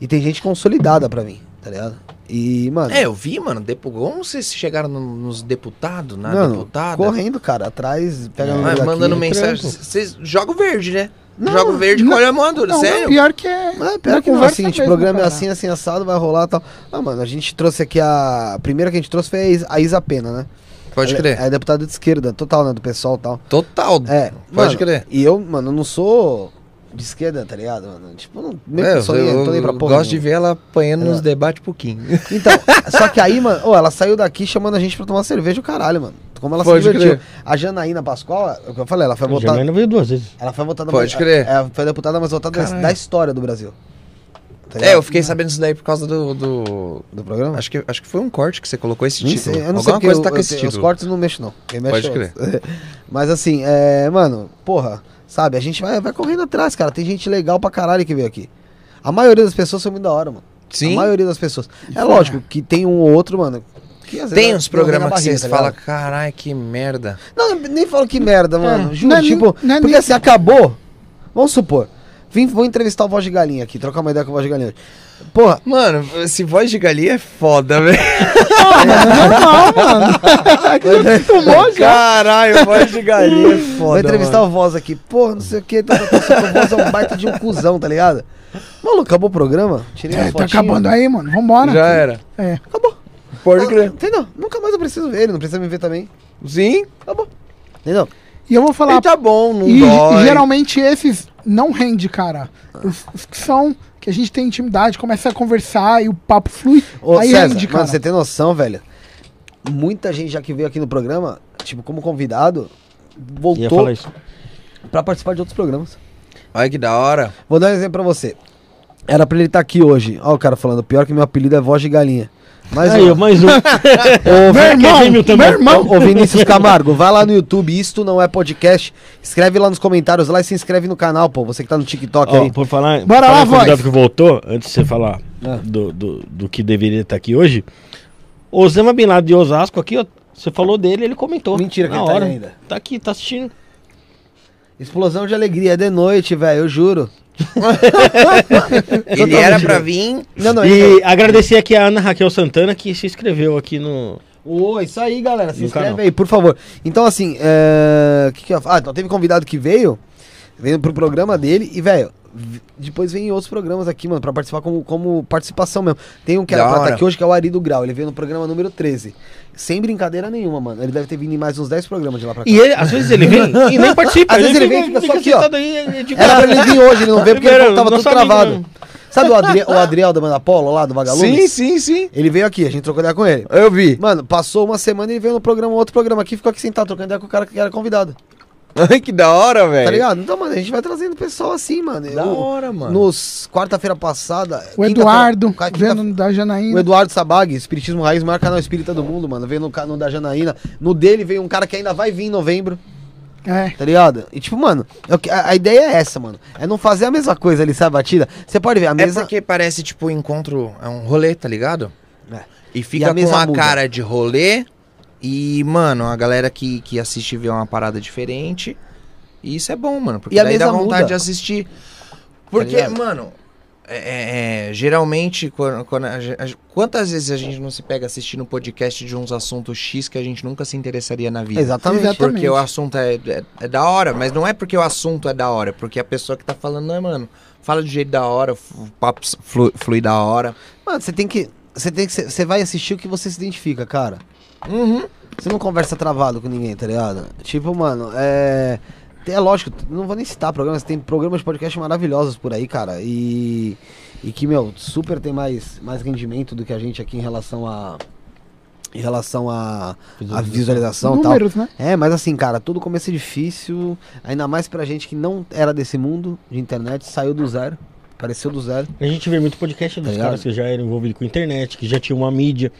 Speaker 1: E tem gente consolidada pra mim, tá ligado? E, mano,
Speaker 5: É, eu vi, mano. Depo... Como vocês chegaram no- nos deputados, na
Speaker 1: mano,
Speaker 5: deputada?
Speaker 1: correndo, cara, atrás, um pegando.
Speaker 5: Ah, mandando
Speaker 1: meio.
Speaker 5: mensagem. Vocês jogam verde, né?
Speaker 1: é Não,
Speaker 5: Jogo verde
Speaker 4: não.
Speaker 5: com olho armadura,
Speaker 4: Não,
Speaker 5: sério?
Speaker 4: o pior que é.
Speaker 1: É, pior que não,
Speaker 4: conversa
Speaker 1: assim, tipo,
Speaker 4: mesmo,
Speaker 1: programa é
Speaker 4: cara.
Speaker 1: assim, assim, assado, vai rolar e tal. Ah, mano, a gente trouxe aqui a. A primeira que a gente trouxe foi a Isa- a Isa Pena, né?
Speaker 5: Pode
Speaker 1: Ela-
Speaker 5: crer.
Speaker 1: Ela é deputada de esquerda, total, né? Do pessoal e tal.
Speaker 5: Total.
Speaker 1: É.
Speaker 5: Pode
Speaker 1: mano,
Speaker 5: crer.
Speaker 1: E eu, mano, eu não sou de esquerda, tá ligado? mano? Tipo, não,
Speaker 3: É,
Speaker 1: meio que eu sou nem-
Speaker 3: eu
Speaker 1: tô nem pra
Speaker 3: eu
Speaker 1: porra
Speaker 3: gosto de
Speaker 1: nenhuma.
Speaker 3: ver ela apanhando nos
Speaker 1: É.
Speaker 3: debates um pouquinho.
Speaker 1: Então, só que aí, mano, ô, ela saiu daqui chamando a gente pra tomar cerveja, o caralho, mano. Como ela
Speaker 3: Pode
Speaker 1: se divertiu.
Speaker 3: crer.
Speaker 1: A Janaína Pascoal, é o que eu falei, ela foi
Speaker 2: A
Speaker 1: votada.
Speaker 2: Janaína veio duas vezes.
Speaker 1: Ela foi votada
Speaker 3: Pode
Speaker 1: é,
Speaker 3: crer.
Speaker 1: É, foi deputada mais votada da-
Speaker 3: Caralho.
Speaker 1: da história do Brasil. Tá
Speaker 3: É,
Speaker 1: ligado?
Speaker 3: eu fiquei sabendo isso daí por causa do. do-
Speaker 1: Do programa?
Speaker 3: Acho, que, acho que foi um corte que você colocou esse
Speaker 1: Nem
Speaker 3: título.
Speaker 1: sei, eu não
Speaker 3: Alguma
Speaker 1: sei porque
Speaker 3: coisa
Speaker 1: eu-
Speaker 3: tá com
Speaker 1: eu
Speaker 3: esse
Speaker 1: te- os
Speaker 3: título.
Speaker 1: cortes não mexo, não. Quem mexe
Speaker 3: Pode
Speaker 1: é outro. Mas assim, é, mano, porra, sabe, a gente vai, vai correndo atrás, cara. Tem gente legal pra caralho que veio aqui. A maioria das pessoas foi muito da hora, mano.
Speaker 3: Sim.
Speaker 1: A maioria das pessoas. É lógico que tem um ou outro, mano. Que às vezes
Speaker 3: Tem
Speaker 1: dá-
Speaker 3: uns
Speaker 1: dá um ruim
Speaker 3: programas
Speaker 1: na
Speaker 3: que
Speaker 1: barriga,
Speaker 3: vocês
Speaker 1: tá
Speaker 3: falam,
Speaker 1: ligado?
Speaker 3: caralho, que merda.
Speaker 1: Não, eu nem falo que merda, mano.
Speaker 4: É,
Speaker 1: Juro,
Speaker 4: não é
Speaker 1: tipo.
Speaker 4: nem- não é
Speaker 1: porque
Speaker 4: nem-
Speaker 1: assim, acabou. Vamos supor. Vim, vou entrevistar o Voz de Galinha aqui, trocar uma ideia com o Voz de Galinha. Porra,
Speaker 3: Mano, esse voz de galinha é foda, velho.
Speaker 4: é
Speaker 3: Caralho, voz de galinha é foda.
Speaker 1: vou entrevistar
Speaker 3: mano.
Speaker 1: o Voz aqui. Porra, não sei o que. Tá, tá, tá, só que o Voz é um baita de um cuzão, tá ligado? Maluco, acabou o programa? Tirei uma
Speaker 4: É, tá
Speaker 1: fotinha.
Speaker 4: acabando aí, mano. Vambora.
Speaker 3: Já era.
Speaker 4: É.
Speaker 1: Acabou.
Speaker 3: Pode
Speaker 1: Ah,
Speaker 3: crer.
Speaker 1: Entendeu? Nunca mais eu preciso ver ele, não precisa me ver também.
Speaker 3: Sim.
Speaker 1: Acabou. Entendeu?
Speaker 4: E eu vou falar.
Speaker 5: Então,
Speaker 3: E tá bom,
Speaker 1: Tipo,
Speaker 3: não
Speaker 4: E
Speaker 3: dói.
Speaker 4: geralmente esses não rende, cara. Os, os que são, que a gente tem intimidade, começa a conversar e o papo flui.
Speaker 1: Ô,
Speaker 4: aí
Speaker 1: César,
Speaker 4: rende, cara.
Speaker 1: mano, você tem noção, velho? Muita gente já que veio aqui no programa, tipo, como convidado,
Speaker 2: Ia
Speaker 1: voltou
Speaker 2: falar isso.
Speaker 1: pra participar de outros programas.
Speaker 3: Olha que da hora.
Speaker 1: Vou dar um exemplo pra você. Era pra ele estar aqui hoje. Ó, o cara falando, pior que meu apelido é voz de galinha. Mas
Speaker 2: Aí, ó, mais um.
Speaker 1: Ô,
Speaker 4: Meu
Speaker 1: Vin-
Speaker 4: irmão,
Speaker 2: Hamilton,
Speaker 4: meu
Speaker 2: mano.
Speaker 4: irmão.
Speaker 1: Ô, Vinícius Camargo, vai lá no YouTube, isto não é podcast. Escreve lá nos comentários lá e se inscreve no canal, pô. Você que tá no TikTok
Speaker 2: Ó,
Speaker 1: aí.
Speaker 2: por falar,
Speaker 4: Bora
Speaker 2: por falar
Speaker 4: lá,
Speaker 2: em convidado
Speaker 4: voz.
Speaker 2: que voltou, antes de você falar
Speaker 1: Ah.
Speaker 2: do, do, do que deveria estar aqui hoje, Osama Bin Laden de Osasco aqui, ó, você falou dele, ele comentou.
Speaker 1: Mentira que
Speaker 2: na
Speaker 1: ele tá aí
Speaker 2: hora.
Speaker 1: ainda.
Speaker 2: Tá aqui, tá assistindo.
Speaker 1: Explosão de alegria, é de noite, velho, eu juro.
Speaker 5: Ele era pra vir.
Speaker 1: Não, não, então- tá-
Speaker 2: E agradecer aqui a Ana Raquel Santana que se inscreveu aqui no.
Speaker 1: Ô, isso aí, galera. Se
Speaker 2: No
Speaker 1: inscreve
Speaker 2: canal.
Speaker 1: aí, por favor. Então, assim, é... que que eu ia falar? Ah, então teve convidado que veio, veio pro programa dele e, velho, v- depois vem outros programas aqui, mano, pra participar como, como participação mesmo. Tem um que era
Speaker 3: Da
Speaker 1: pra estar
Speaker 3: hora.
Speaker 1: aqui hoje, que é o Ari do Grau. Ele veio no programa número 13. Sem brincadeira nenhuma, mano. Ele deve ter vindo em mais uns 10 programas de lá pra cá.
Speaker 2: E ele, às vezes ele vem e nem participa.
Speaker 1: Às vezes ele vem e fica só aqui, ó.
Speaker 2: sentado aí, é de
Speaker 1: Era pra ele vir hoje, ele não veio porque
Speaker 2: Era
Speaker 1: ele tava tudo
Speaker 2: nosso amigo
Speaker 1: travado.
Speaker 2: mesmo.
Speaker 1: Sabe o, Adri o Adriel da Banda Polo lá, do Vagalume?
Speaker 3: Sim, sim, sim.
Speaker 1: Ele veio aqui, a gente trocou ideia com ele.
Speaker 3: Eu vi.
Speaker 1: Mano, passou uma semana e veio no programa, outro programa aqui, ficou aqui sentado, trocando ideia com o cara que era convidado.
Speaker 3: Ai, que da hora, velho.
Speaker 1: Tá ligado? Então, mano, a gente vai trazendo pessoal assim, mano.
Speaker 3: É. Da
Speaker 1: Eu-
Speaker 3: hora, mano.
Speaker 1: Nos quarta-feira passada.
Speaker 4: O
Speaker 1: quinta-feira-
Speaker 4: Eduardo,
Speaker 1: ca- quinta-
Speaker 4: vendo da Janaína.
Speaker 1: tá o Eduardo Sabag, Espiritismo Raiz, maior canal espírita do mundo, mano. Veio no canal da Janaína. No dele veio um cara que ainda vai vir em novembro,
Speaker 4: É.
Speaker 1: tá ligado? E tipo, mano, é o que- a, a ideia é essa, mano. É não fazer a mesma coisa ali, sabe, batida? Você pode ver, a
Speaker 5: É
Speaker 1: mesa.
Speaker 5: porque parece, tipo, um encontro. É um rolê, tá ligado?
Speaker 1: É.
Speaker 5: E
Speaker 1: E a
Speaker 5: fica com
Speaker 1: mesa
Speaker 5: uma
Speaker 1: muda.
Speaker 5: cara de rolê. E, mano, a galera que, que assiste vê uma parada diferente. E isso é bom, mano. Porque
Speaker 1: E a
Speaker 5: daí dá
Speaker 1: mesa
Speaker 5: vontade
Speaker 1: muda.
Speaker 5: de assistir. Porque,
Speaker 1: ligado?
Speaker 5: mano, é- é- é, geralmente, quando, quando a gen- a gen- quantas vezes a gente não se pega assistindo um podcast de uns assuntos X que a gente nunca se interessaria na vida?
Speaker 1: Exatamente.
Speaker 4: Exatamente.
Speaker 5: é, Porque o assunto é, é- é da hora, mas não é porque o assunto é da hora, é porque a pessoa que tá falando, não, mano, fala do jeito da hora, f- o papo s- flui, flui da hora.
Speaker 1: Mano, você tem que. Você tem que. ser- Você vai assistir o que você se identifica, cara.
Speaker 5: Uhum.
Speaker 1: Você não conversa travado com ninguém, tá ligado? Tipo, mano, é. É lógico, não vou nem citar programas, tem programas de podcast maravilhosos por aí, cara. E. E que, meu, super tem mais, mais rendimento do que a gente aqui em relação a. Em relação a. A visualização e tal.
Speaker 4: Números, né?
Speaker 1: É, mas assim, cara, todo começo é difícil. Ainda mais pra gente que não era desse mundo de internet, saiu do zero. Apareceu do zero.
Speaker 2: A gente vê muito podcast dos
Speaker 1: Tá ligado?
Speaker 2: caras que já eram envolvidos com internet, que já tinha uma mídia.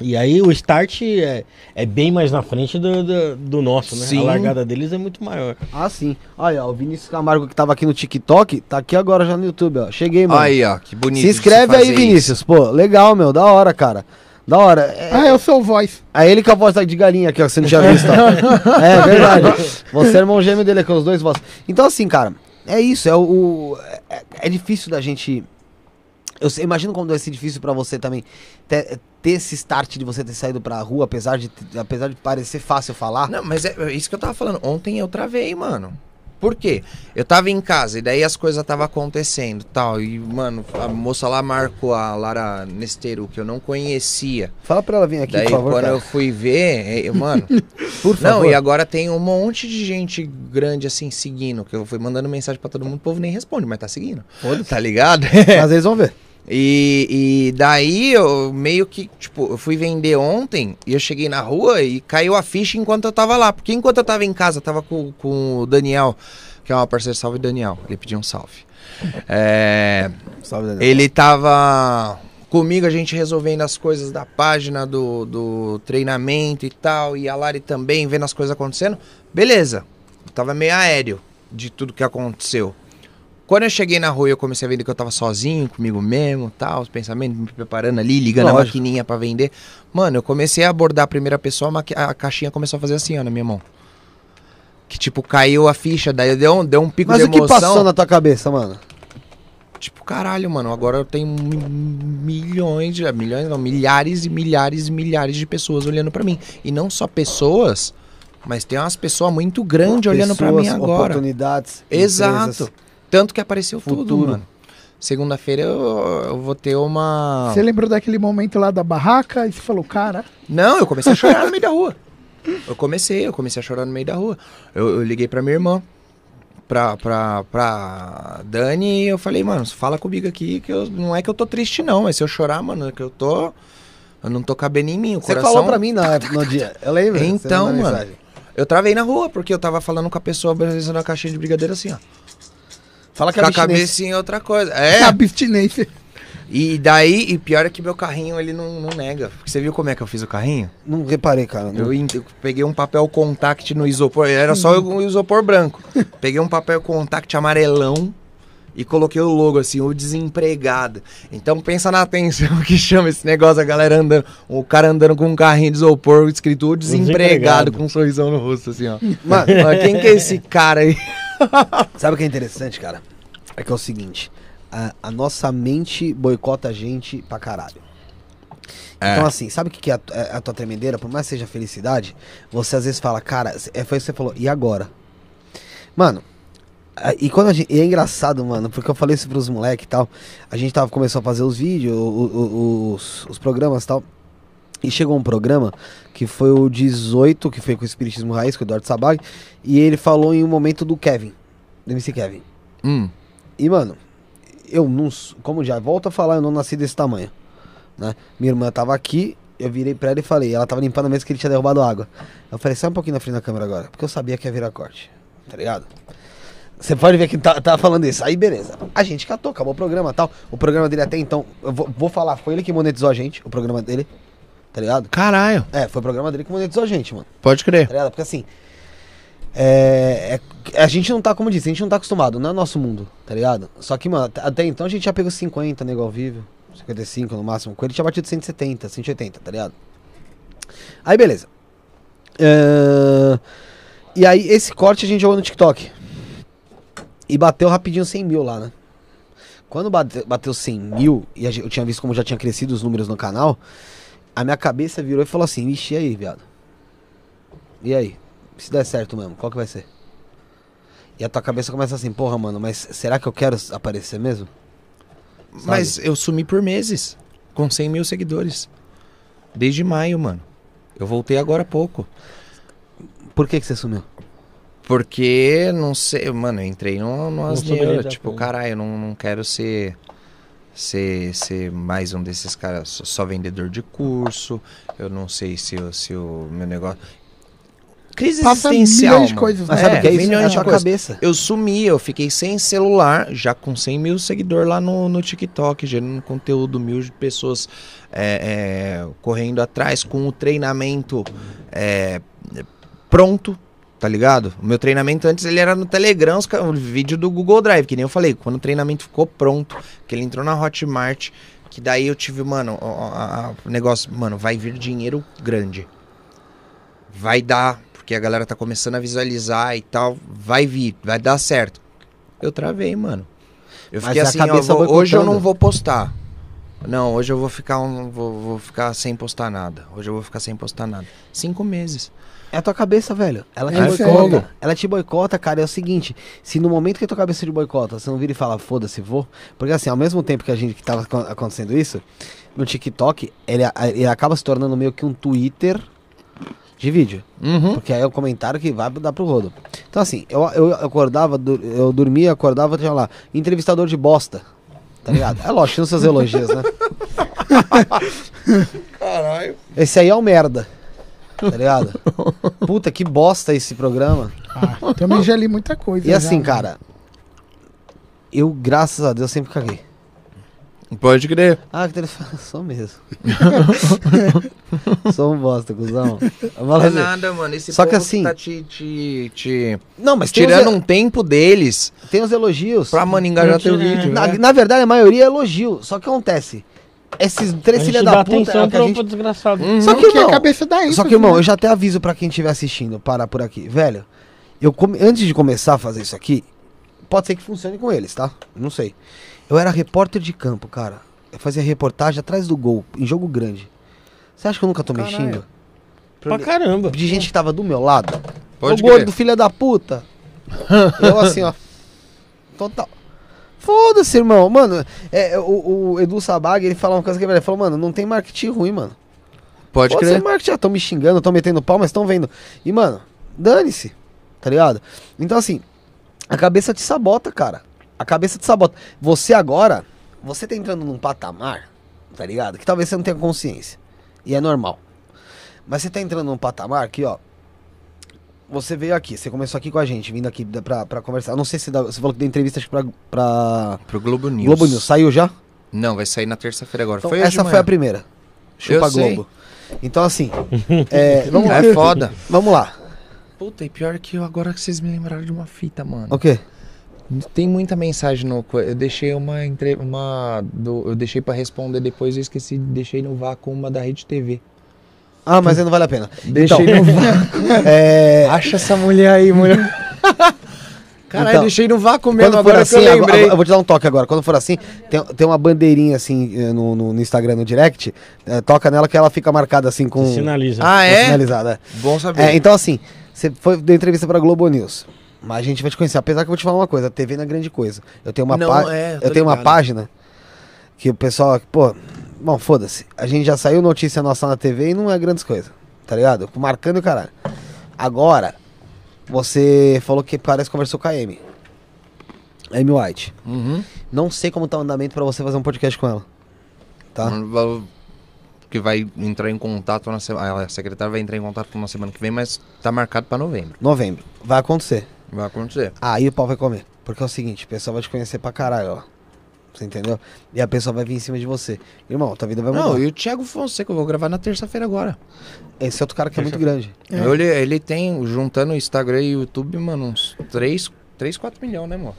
Speaker 2: E aí o start é, é bem mais na frente do, do, do nosso, né?
Speaker 5: Sim.
Speaker 2: A largada deles é muito maior.
Speaker 1: Ah, sim. Olha, ó, o Vinícius Camargo que tava aqui no TikTok, tá aqui agora já no YouTube, ó. Cheguei, mano.
Speaker 3: Aí, ó, que bonito.
Speaker 1: Se inscreve aí, Vinícius. Pô, legal, meu. Da hora, cara. Da hora. É,
Speaker 4: Ah, eu sou o voz.
Speaker 1: é ele com a voz de galinha aqui, ó, que você não tinha visto. ó. é verdade. Você é irmão gêmeo dele, com os dois vozes. Então, assim, cara, é isso. É, o, o- é, é difícil da gente. Eu sei- imagino como deve ser difícil pra você também ter, ter esse start de você ter saído pra rua, apesar de, apesar de parecer fácil falar.
Speaker 5: Não, mas é, é isso que eu tava falando. Ontem eu travei, mano. Por quê? Eu tava em casa e daí as coisas tava acontecendo tal. E, mano, a moça lá marcou a Lara Nesteru, que eu não conhecia.
Speaker 1: Fala pra ela vir aqui,
Speaker 5: daí
Speaker 1: É por favor.
Speaker 5: quando
Speaker 1: cara.
Speaker 5: eu fui ver, eu- mano.
Speaker 1: Por
Speaker 5: não,
Speaker 1: favor.
Speaker 5: e agora tem um monte de gente grande assim seguindo. Que eu fui mandando mensagem pra todo mundo, o povo nem responde, mas tá seguindo. Tá ligado?
Speaker 1: Mas eles vão ver.
Speaker 5: E, e daí eu meio que, tipo, eu fui vender ontem e eu cheguei na rua e caiu a ficha enquanto eu tava lá. Porque enquanto eu tava em casa, eu tava com, com o Daniel, que é uma parceira, salve Daniel, ele pediu um salve. É,
Speaker 1: Salve, Daniel.
Speaker 5: ele tava comigo, a gente resolvendo as coisas da página, do, do treinamento e tal, e a Lari também vendo as coisas acontecendo. Beleza, eu tava meio aéreo de tudo que aconteceu. Quando eu cheguei na rua, eu comecei a vender que eu tava sozinho, comigo mesmo, tal, os pensamentos, me preparando ali, ligando a
Speaker 1: Lógico.
Speaker 5: maquininha pra vender. Mano, eu comecei a abordar a primeira pessoa, a, maqui- a caixinha começou a fazer assim, ó, na minha mão. Que tipo, caiu a ficha, daí deu um, deu um pico
Speaker 1: Mas
Speaker 5: de
Speaker 1: o que
Speaker 5: emoção.
Speaker 1: passou na tua cabeça, mano?
Speaker 5: Tipo, caralho, mano, agora eu tenho mi- milhões, de, milhões não, milhares e milhares e milhares de pessoas olhando pra mim. E não só pessoas, mas tem umas pessoas muito grandes olhando pra mim
Speaker 1: Pessoas,
Speaker 5: agora.
Speaker 1: Oportunidades.
Speaker 5: Exato.
Speaker 1: empresas.
Speaker 5: Tanto que apareceu tudo,
Speaker 1: Futuro.
Speaker 5: mano. Segunda-feira eu, eu vou ter uma...
Speaker 1: Ah.
Speaker 4: Você lembrou daquele momento lá da barraca e você falou, cara,
Speaker 5: Não, eu comecei a chorar no meio da rua. Eu comecei, eu comecei a chorar no meio da rua. Eu, eu liguei pra minha irmã, pra, pra, pra Dani, e eu falei, mano, fala comigo aqui, que eu, não é que eu tô triste não, mas se eu chorar, mano, é que eu tô... Eu não tô cabendo em mim, o
Speaker 1: Você
Speaker 5: coração...
Speaker 1: falou pra mim na, no dia. Eu lembro. você
Speaker 5: Então,
Speaker 1: mandou
Speaker 5: mano.
Speaker 1: mensagem.
Speaker 5: Eu travei na rua, porque eu tava falando com a pessoa, abraçando a caixinha de brigadeiro assim, ó.
Speaker 1: Fala que
Speaker 5: Com
Speaker 1: a
Speaker 5: a
Speaker 1: abstinência.
Speaker 5: cabeça em outra coisa.
Speaker 4: é.
Speaker 5: É,
Speaker 4: abstinência.
Speaker 5: e daí, e pior é que meu carrinho, ele não, não nega. Porque você viu como é que eu fiz o carrinho?
Speaker 1: Não reparei, cara. Não-
Speaker 5: Eu, in- eu peguei um papel contact no isopor, era só o isopor branco. Peguei um papel contact amarelão e coloquei o logo assim, o desempregado. Então pensa na atenção que chama esse negócio, a galera andando, o cara andando com um carrinho de isopor escrito o desempregado,
Speaker 2: Desempregado.
Speaker 5: com um sorrisão no rosto assim, ó.
Speaker 1: Mano,
Speaker 5: Mas quem que é esse cara aí?
Speaker 1: sabe o que é interessante, cara? É que é o seguinte. A, a nossa mente boicota a gente pra caralho. Então, assim, sabe o que que é a, tu- é a tua tremendeira? Por mais que seja felicidade, você às vezes fala, cara, é, foi isso que você falou, e agora? Mano, a- e quando a gente. E é engraçado, mano, porque eu falei isso pros moleques e tal. A gente tava, começou a fazer os vídeos, o- o- o- os, os programas e tal. E chegou um programa que foi o 18, que foi com o Espiritismo Raiz, com o Eduardo Sabag, e ele falou em um momento do Kevin, do MC Kevin.
Speaker 5: Hum,
Speaker 1: E, mano, eu não. s- Como já volto a falar, eu não nasci desse tamanho. Né? Minha irmã tava aqui, eu virei pra ela e falei. Ela tava limpando a mesa que ele tinha derrubado água. Eu falei, sai um pouquinho na frente da câmera agora, porque eu sabia que ia virar corte. Tá ligado? Você pode ver que tá, tá falando isso. Aí, beleza. A gente catou, acabou o programa e tal. O programa dele até então, eu vou, vou falar, foi ele que monetizou a gente, o programa dele. Tá ligado?
Speaker 5: caralho,
Speaker 1: É, foi o programa dele que monetizou a gente, mano
Speaker 5: pode crer.
Speaker 1: tá ligado? Porque assim. É, é- a gente não tá, como eu disse, a gente não tá acostumado, não é nosso mundo, tá ligado? Só que, mano, at- até então a gente já pegou 50 nego ao vivo, 55 no máximo, com ele tinha batido 170, 180, tá ligado? Aí beleza. Ahn, e aí esse corte a gente jogou no TikTok. E bateu rapidinho 100 mil lá, né? Quando bate- bateu 100 mil, e a gen- eu tinha visto como já tinha crescido os números no canal, a minha cabeça virou e falou assim, vixe, e aí, viado? E aí? Se der certo mesmo, qual que vai ser? E a tua cabeça começa assim, porra, mano, mas será que eu quero s- aparecer mesmo? Sabe?
Speaker 5: Mas eu sumi por meses, com 100 mil seguidores. Desde maio, mano. Eu voltei agora há pouco.
Speaker 1: Por que que você sumiu?
Speaker 5: Porque, não sei, mano, eu entrei numa, numa
Speaker 2: Não soube
Speaker 5: asneira,
Speaker 2: lidar
Speaker 5: tipo,
Speaker 2: com-
Speaker 5: caralho, eu não, não quero ser, ser, ser mais um desses caras, só, só vendedor de curso, eu não sei se o se o meu negócio... Crise
Speaker 4: Passa
Speaker 5: existencial,
Speaker 4: milhões de
Speaker 5: mano.
Speaker 4: coisas,
Speaker 1: Mas
Speaker 4: né?
Speaker 1: sabe o que é isso?
Speaker 5: milhões
Speaker 1: É a
Speaker 5: de
Speaker 1: tua
Speaker 5: coisas.
Speaker 1: cabeça.
Speaker 5: Eu sumi, eu fiquei sem celular, já com 100 mil seguidores lá no, no TikTok, gerando conteúdo, mil de pessoas é, é, correndo atrás com o treinamento é, pronto, tá ligado? O meu treinamento antes ele era no Telegram, os ca- o vídeo do Google Drive, que nem eu falei, quando o treinamento ficou pronto, que ele entrou na Hotmart, que daí eu tive, mano, ó, ó, a- a- o negócio, mano, vai vir dinheiro grande. Vai dar, porque a galera tá começando a visualizar e tal, vai vir, vai dar certo. Eu travei, mano. Eu
Speaker 1: Mas
Speaker 5: fiquei
Speaker 1: a
Speaker 5: assim, ó,
Speaker 1: cabeça
Speaker 5: vou- hoje eu
Speaker 1: boicotando.
Speaker 5: não vou postar. Não, hoje eu vou ficar, um, vou, vou ficar sem postar nada. Hoje eu vou ficar sem postar nada. Cinco meses.
Speaker 1: É a tua cabeça, velho. Ela te
Speaker 4: É isso aí.
Speaker 1: boicota. Ela te boicota, cara. É o seguinte: se no momento que a tua cabeça te boicota, você não vira e fala, foda-se, vou. Porque assim, ao mesmo tempo que a gente que tava acon- acontecendo isso, no TikTok, ele, a- ele acaba se tornando meio que um Twitter de vídeo.
Speaker 3: Uhum.
Speaker 1: Porque aí é o comentário que vai dar pro rodo. Então assim, eu, eu acordava, du- eu dormia, acordava, tinha lá, entrevistador de bosta. Tá ligado? É lógico, tinha os seus elogios, né?
Speaker 5: Caralho.
Speaker 1: Esse aí é o merda. Tá ligado? Puta, que bosta esse programa.
Speaker 4: Ah, também já li muita coisa.
Speaker 1: E
Speaker 4: já,
Speaker 1: assim,
Speaker 4: né?
Speaker 1: cara, eu, graças a Deus, sempre caguei.
Speaker 3: Pode crer.
Speaker 5: É
Speaker 1: Ah, que telefone. Sou mesmo. Sou um bosta, cuzão. Eu falo
Speaker 5: É
Speaker 1: assim,
Speaker 5: nada, mano. Esse
Speaker 1: Só que
Speaker 5: povo
Speaker 1: assim-
Speaker 5: tá te, te, te-
Speaker 1: Não, mas tem,
Speaker 5: tirando
Speaker 1: os,
Speaker 5: um tempo deles
Speaker 1: tem os elogios.
Speaker 5: pra mano engajar teu
Speaker 2: Mentira,
Speaker 5: vídeo.
Speaker 1: Na,
Speaker 5: né?
Speaker 1: na verdade, a maioria é elogio. Só que acontece. Esses três filha da puta
Speaker 4: um
Speaker 1: é o que a gente...
Speaker 2: desgraçado.
Speaker 4: Só Uhum. que,
Speaker 1: Só que,
Speaker 4: a
Speaker 1: irmão,
Speaker 4: cabeça é né? da
Speaker 1: Só que, irmão, eu já até aviso pra quem estiver assistindo, parar por aqui. Velho, eu come- antes de começar a fazer isso aqui, pode ser que funcione com eles, tá? Não sei. Eu era repórter de campo, cara. Eu fazia reportagem atrás do gol, em jogo grande. Você acha que eu nunca tomei
Speaker 5: Caralho.
Speaker 1: xingo?
Speaker 2: Pra caramba.
Speaker 1: De gente que tava do meu lado.
Speaker 3: Pode
Speaker 1: Ô gordo, filha da puta. eu assim, ó. Total. Foda-se, irmão. Mano, é, o, o Edu Sabag, ele falou uma coisa que ele falou, mano, não tem marketing ruim, mano.
Speaker 3: Pode
Speaker 1: Pode ser
Speaker 3: crer.
Speaker 1: marketing, estão me xingando, estão metendo pau, mas estão vendo. E, mano, dane-se, tá ligado? Então, assim, a cabeça te sabota, cara. A cabeça te sabota. Você agora, você tá entrando num patamar, tá ligado? Que talvez você não tenha consciência. E é normal. Mas você tá entrando num patamar que, ó. Você veio aqui, você começou aqui com a gente, vindo aqui da- pra, pra conversar. Eu não sei se dá- você falou que deu entrevista acho que pra, pra
Speaker 5: Pro Globo News.
Speaker 1: Globo News. Saiu já?
Speaker 5: Não, vai sair na terça-feira agora.
Speaker 1: Então,
Speaker 5: foi hoje de
Speaker 1: essa foi a
Speaker 5: manhã.
Speaker 1: primeira. Chupa
Speaker 5: Eu sei.
Speaker 1: Globo. Então, assim. é, vamos lá.
Speaker 5: É foda.
Speaker 1: Vamos lá.
Speaker 5: Puta, e pior que eu, agora que vocês me lembraram de uma fita, mano.
Speaker 1: O quê?
Speaker 5: Tem muita mensagem no. co- Eu deixei uma. Entre... uma do... Eu deixei pra responder depois, eu esqueci. Deixei no vácuo uma da Rede TV.
Speaker 1: Ah, mas aí não vale a pena. Então,
Speaker 5: Deixei no vácuo.
Speaker 1: É,
Speaker 5: Acha essa mulher aí, mulher. Caralho,
Speaker 1: Então,
Speaker 5: deixei no vácuo
Speaker 1: quando
Speaker 5: mesmo,
Speaker 1: for
Speaker 5: agora
Speaker 1: assim,
Speaker 5: que eu
Speaker 1: agora-
Speaker 5: lembrei.
Speaker 1: eu vou te dar um toque agora. Quando for assim, tem, tem uma bandeirinha assim eh, no, no- no Instagram, no direct. eh, toca nela que ela fica marcada assim com.
Speaker 2: Sinaliza.
Speaker 5: Ah,
Speaker 1: com
Speaker 5: é?
Speaker 1: Sinalizada.
Speaker 5: Bom
Speaker 1: É,
Speaker 5: saber.
Speaker 1: então assim, você foi deu entrevista pra Globo News. Mas a gente vai te conhecer. Apesar que eu vou te falar uma coisa, a TV não é grande coisa. Eu tenho uma,
Speaker 5: Não,
Speaker 1: pá-
Speaker 5: é,
Speaker 1: eu
Speaker 5: tô
Speaker 1: tenho uma
Speaker 5: ligado.
Speaker 1: página que o pessoal, pô, bom, foda-se. A gente já saiu notícia nossa na TV e não é grandes coisas, tá ligado? Marcando o caralho. Agora, você falou que parece que conversou com a Amy. Amy White.
Speaker 3: Uhum.
Speaker 1: Não sei como tá o andamento pra você fazer um podcast com ela. Tá?
Speaker 3: Val-
Speaker 5: Que vai entrar em contato na semana. A secretária vai entrar em contato na semana que vem, mas tá marcado pra novembro.
Speaker 1: Novembro. Vai acontecer.
Speaker 5: Vai acontecer.
Speaker 1: Aí o pau vai comer. Porque é o seguinte, o pessoal vai te conhecer pra caralho, ó. Você entendeu? E a pessoa vai vir em cima de você. Irmão, tua vida vai mudar.
Speaker 5: Não, e o Thiago Fonseca, eu vou gravar na terça-feira agora.
Speaker 1: Esse é outro cara que é muito grande.
Speaker 4: É.
Speaker 5: Ele, ele tem, juntando o Instagram e o YouTube, mano, uns 3, 3 4 milhões, né, amor?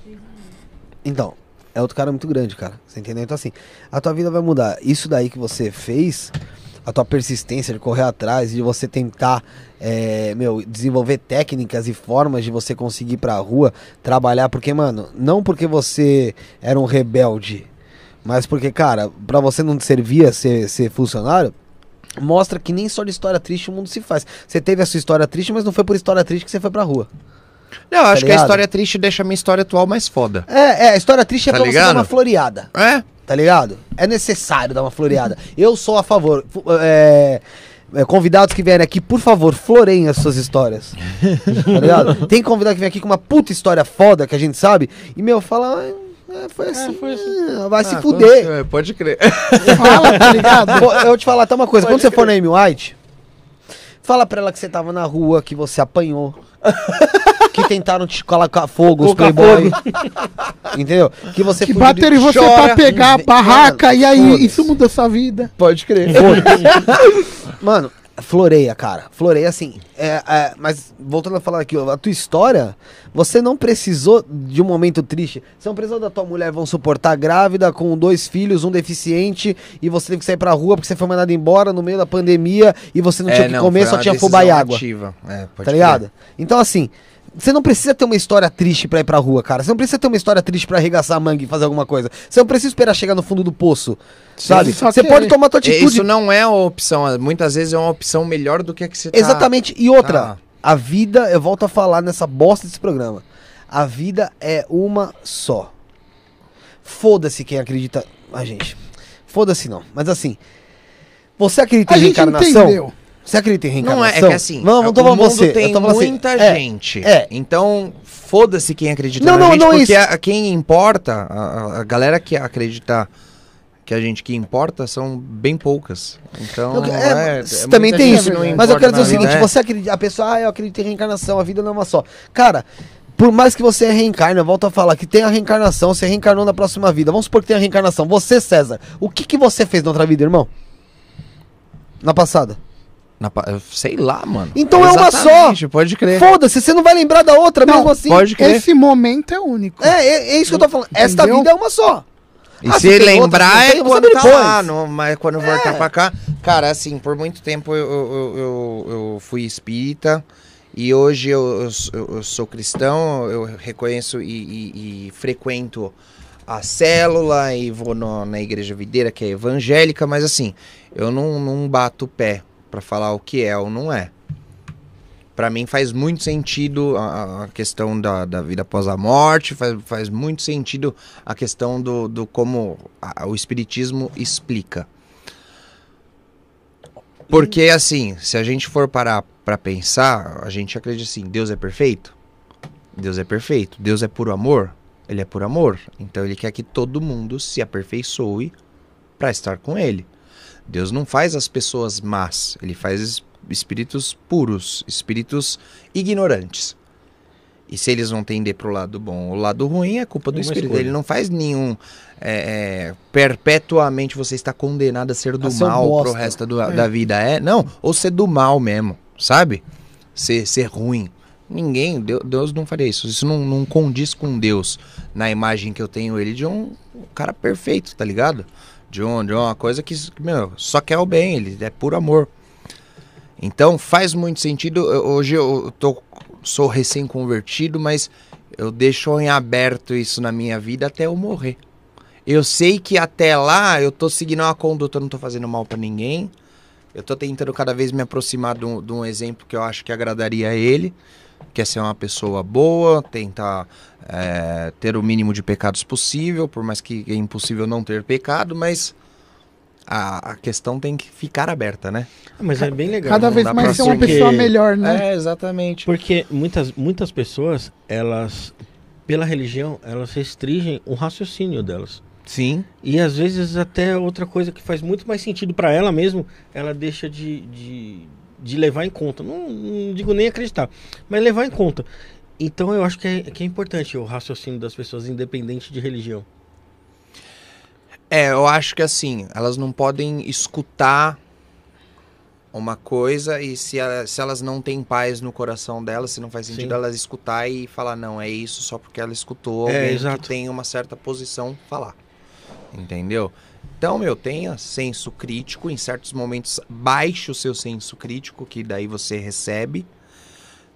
Speaker 1: Então, é outro cara muito grande, cara. Você entendeu? Então, assim, a tua vida vai mudar. Isso daí que você fez, a tua persistência de correr atrás, de você tentar, é, meu, desenvolver técnicas e formas de você conseguir ir pra rua, trabalhar. Porque, mano, não porque você era um rebelde, mas porque, cara, pra você não servia ser, ser funcionário. Mostra que nem só de história triste o mundo se faz. Você teve a sua história triste, mas não foi por história triste que você foi pra rua.
Speaker 5: Não, eu acho que a
Speaker 1: ligado?
Speaker 5: história triste deixa a minha história atual mais foda.
Speaker 1: É, é, a história triste é
Speaker 5: Tá
Speaker 1: pra você
Speaker 5: ligado?
Speaker 1: dar uma floreada.
Speaker 5: É?
Speaker 1: tá ligado? É necessário dar uma floreada. Eu sou a favor. Fu- é, é, convidados que vierem aqui, por favor, floreiem as suas histórias. tá ligado? Tem convidado que vem aqui com uma puta história foda que a gente sabe. E, meu, fala. "Ah, é, foi assim.
Speaker 2: foi
Speaker 1: ah, vai se
Speaker 5: Ah,
Speaker 1: fuder.
Speaker 5: pode- é, Pode crer.
Speaker 4: Fala, tá ligado?
Speaker 1: Pô, Eu vou te falar até uma coisa. Quando você for na Amy White, fala pra ela que você tava na rua, que você apanhou. que tentaram te colocar fogo, os
Speaker 2: Colocar
Speaker 1: playboy. Entendeu? Que você
Speaker 4: que
Speaker 1: fugiu de-
Speaker 4: bateram em você
Speaker 1: Chora.
Speaker 4: pra pegar a barraca e aí
Speaker 1: Foda-se. Tipo
Speaker 4: isso muda sua vida.
Speaker 5: Pode crer.
Speaker 1: Mano, floreia, cara. Floreia, assim. É, é, mas voltando a falar aqui, ó, a tua história, você não precisou de um momento triste. Você não precisou da tua mulher, vão suportar grávida, com dois filhos, um deficiente, e você teve que sair pra rua porque você foi mandado embora no meio da pandemia e você
Speaker 5: É,
Speaker 1: não tinha o que comer, só tinha fubá e água. Tá ligado? Então, assim. Você não precisa ter uma história triste pra ir pra rua, cara. Você não precisa ter uma história triste pra arregaçar a manga e fazer alguma coisa. Você não precisa esperar chegar no fundo do poço, sabe?
Speaker 4: só
Speaker 1: Você
Speaker 4: querer.
Speaker 1: pode tomar tua
Speaker 5: É,
Speaker 1: atitude
Speaker 5: Isso não é uma opção. Muitas vezes é uma opção melhor do que a que você tá.
Speaker 1: Exatamente. E outra,
Speaker 5: tá.
Speaker 1: A vida, eu volto a falar nessa bosta desse programa. A vida é uma só. Foda-se quem acredita. A gente. Foda-se não. Mas assim. Você acredita
Speaker 4: A
Speaker 1: em
Speaker 4: gente
Speaker 1: reencarnação?
Speaker 4: entendeu.
Speaker 1: Você acredita em reencarnação?
Speaker 5: Não é, é que assim,
Speaker 1: Não, não tô
Speaker 5: o
Speaker 1: falando
Speaker 5: mundo
Speaker 1: você. eu
Speaker 5: tem
Speaker 1: tô falando assim,
Speaker 5: muita
Speaker 1: é,
Speaker 5: gente.
Speaker 1: é.
Speaker 5: Então, foda-se quem acredita
Speaker 1: Não,
Speaker 5: na
Speaker 1: não,
Speaker 5: gente,
Speaker 1: não é
Speaker 5: porque
Speaker 1: isso.
Speaker 5: a- quem importa, a, a galera que acredita que a gente que importa são bem poucas.
Speaker 1: Eu-
Speaker 5: Então,
Speaker 1: é,
Speaker 5: é,
Speaker 1: mas
Speaker 5: é
Speaker 1: também
Speaker 5: muita
Speaker 1: tem
Speaker 5: gente
Speaker 1: isso.
Speaker 5: não
Speaker 1: Mas eu
Speaker 5: importa
Speaker 1: quero dizer o
Speaker 5: na vida,
Speaker 1: seguinte:
Speaker 5: é.
Speaker 1: você acredita, a pessoa, ah, eu acredito em reencarnação, a vida não é uma só. Cara, por mais que você reencarne, eu volto a falar que tem a reencarnação, você reencarnou na próxima vida. Vamos supor que tem a reencarnação. Você, César, o que, que você fez na outra vida, irmão? Na passada.
Speaker 5: Na pa- eu sei lá, mano.
Speaker 1: Então é uma só.
Speaker 5: Exatamente, Pode crer.
Speaker 1: Foda-se, você não vai lembrar da outra
Speaker 4: Não,
Speaker 1: mesmo assim.
Speaker 5: Pode crer.
Speaker 4: Esse momento é único.
Speaker 1: É, é, é isso que eu tô falando. Esta
Speaker 4: Entendeu?
Speaker 1: vida é uma só.
Speaker 5: E
Speaker 1: Ah,
Speaker 5: se
Speaker 1: se tem
Speaker 5: lembrar
Speaker 1: outras que não tem,
Speaker 5: é
Speaker 1: eu vou
Speaker 5: quando
Speaker 1: saber
Speaker 5: tá
Speaker 1: depois.
Speaker 5: lá, no- mas quando voltar
Speaker 1: É.
Speaker 5: pra cá. Cara, assim, por muito tempo eu, eu, eu, eu fui espírita e hoje eu, eu s- eu- eu sou cristão, eu reconheço e, e- e frequento a célula e vou no- na igreja videira que é evangélica, mas assim, eu não, não bato o pé pra falar o que é ou não é. Pra mim faz muito sentido a, a- a questão da, da vida após a morte, faz, faz muito sentido a questão do, do como a- o espiritismo explica. Porque assim, se a gente for parar pra pensar, a gente acredita assim, Deus é perfeito? Deus é perfeito. Deus é puro amor? Ele é puro amor. Então ele quer que todo mundo se aperfeiçoe pra estar com ele. Deus não faz as pessoas más, ele faz es- espíritos puros, espíritos ignorantes. E se eles vão tender pro lado bom ou lado ruim, é culpa do
Speaker 2: Uma
Speaker 5: espírito.
Speaker 2: escolha.
Speaker 5: Ele não faz nenhum. é, é, perpetuamente você está condenado a ser do
Speaker 1: A ser um
Speaker 5: mal pro
Speaker 1: bosta.
Speaker 5: resto do- da vida. É, não, ou ser do mal mesmo, sabe? Ser, ser ruim. Ninguém, Deu- Deus não faria isso. Isso não, não condiz com Deus na imagem que eu tenho ele de um cara perfeito, tá ligado? De, um, de uma coisa que, meu, só quer o bem, ele é puro amor. Então faz muito sentido. Eu- Hoje eu tô, sou recém-convertido, mas eu deixo em aberto isso na minha vida até eu morrer. Eu sei que até lá eu tô seguindo uma conduta, eu não tô fazendo mal pra ninguém. Eu tô tentando cada vez me aproximar de um, de um exemplo que eu acho que agradaria a ele, que é ser uma pessoa boa, tentar é, ter o mínimo de pecados possível, por mais que é impossível não ter pecado, mas a, a questão tem que ficar aberta, né?
Speaker 2: Ah, mas é bem legal.
Speaker 4: Cada
Speaker 2: não
Speaker 4: vez
Speaker 2: dá pra
Speaker 4: mais ser uma
Speaker 2: porque-
Speaker 4: pessoa melhor, né?
Speaker 5: É, exatamente.
Speaker 2: Porque muitas, muitas pessoas, elas, pela religião, elas restringem o raciocínio delas.
Speaker 5: Sim.
Speaker 2: E às vezes até outra coisa que faz muito mais sentido pra ela mesmo, ela deixa de, de, de levar em conta. Não, não digo nem acreditar, mas levar em conta. Então eu acho que é, que é importante o raciocínio das pessoas, independente de religião.
Speaker 5: É, eu acho que assim, elas não podem escutar uma coisa e se, ela- se elas não têm paz no coração delas, se não faz sentido
Speaker 2: Sim.
Speaker 5: elas escutar e falar, não, é isso só porque ela escutou
Speaker 2: É,
Speaker 5: alguém
Speaker 2: exato.
Speaker 5: que tem uma certa posição falar. Entendeu? Então, meu, tenha senso crítico, em certos momentos baixe o seu senso crítico, que daí você recebe.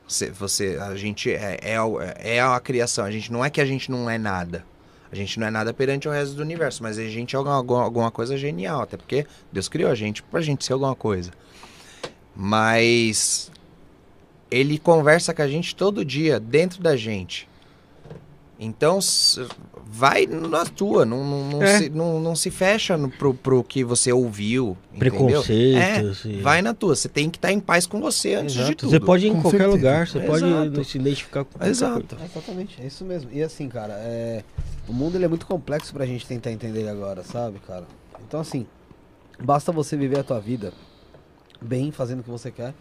Speaker 5: Você, você- a gente é, é, o- é a criação, a gente não é que a gente não é nada. A gente não é nada perante o resto do universo, mas a gente é alguma, alguma- alguma coisa genial, até porque Deus criou a gente pra gente ser alguma coisa. Mas ele conversa com a gente todo dia, dentro da gente. Então, s- vai na tua, não, não, não
Speaker 2: É.
Speaker 5: se, não, não se fecha no, pro, pro que você ouviu. Entendeu? É,
Speaker 2: Preconceitos. e-
Speaker 5: Vai na tua, você tem que estar em paz com você antes
Speaker 2: Exato.
Speaker 5: de tudo.
Speaker 2: Você pode ir em
Speaker 4: Com
Speaker 2: qualquer
Speaker 4: certeza.
Speaker 2: lugar, você
Speaker 5: Exato.
Speaker 2: pode se identificar com qualquer coisa.
Speaker 5: Exato.
Speaker 1: Exatamente, é isso mesmo. E assim, cara, é, o mundo ele é muito complexo pra gente tentar entender ele agora, sabe, cara? Então, assim, basta você viver a tua vida bem, fazendo o que você quer.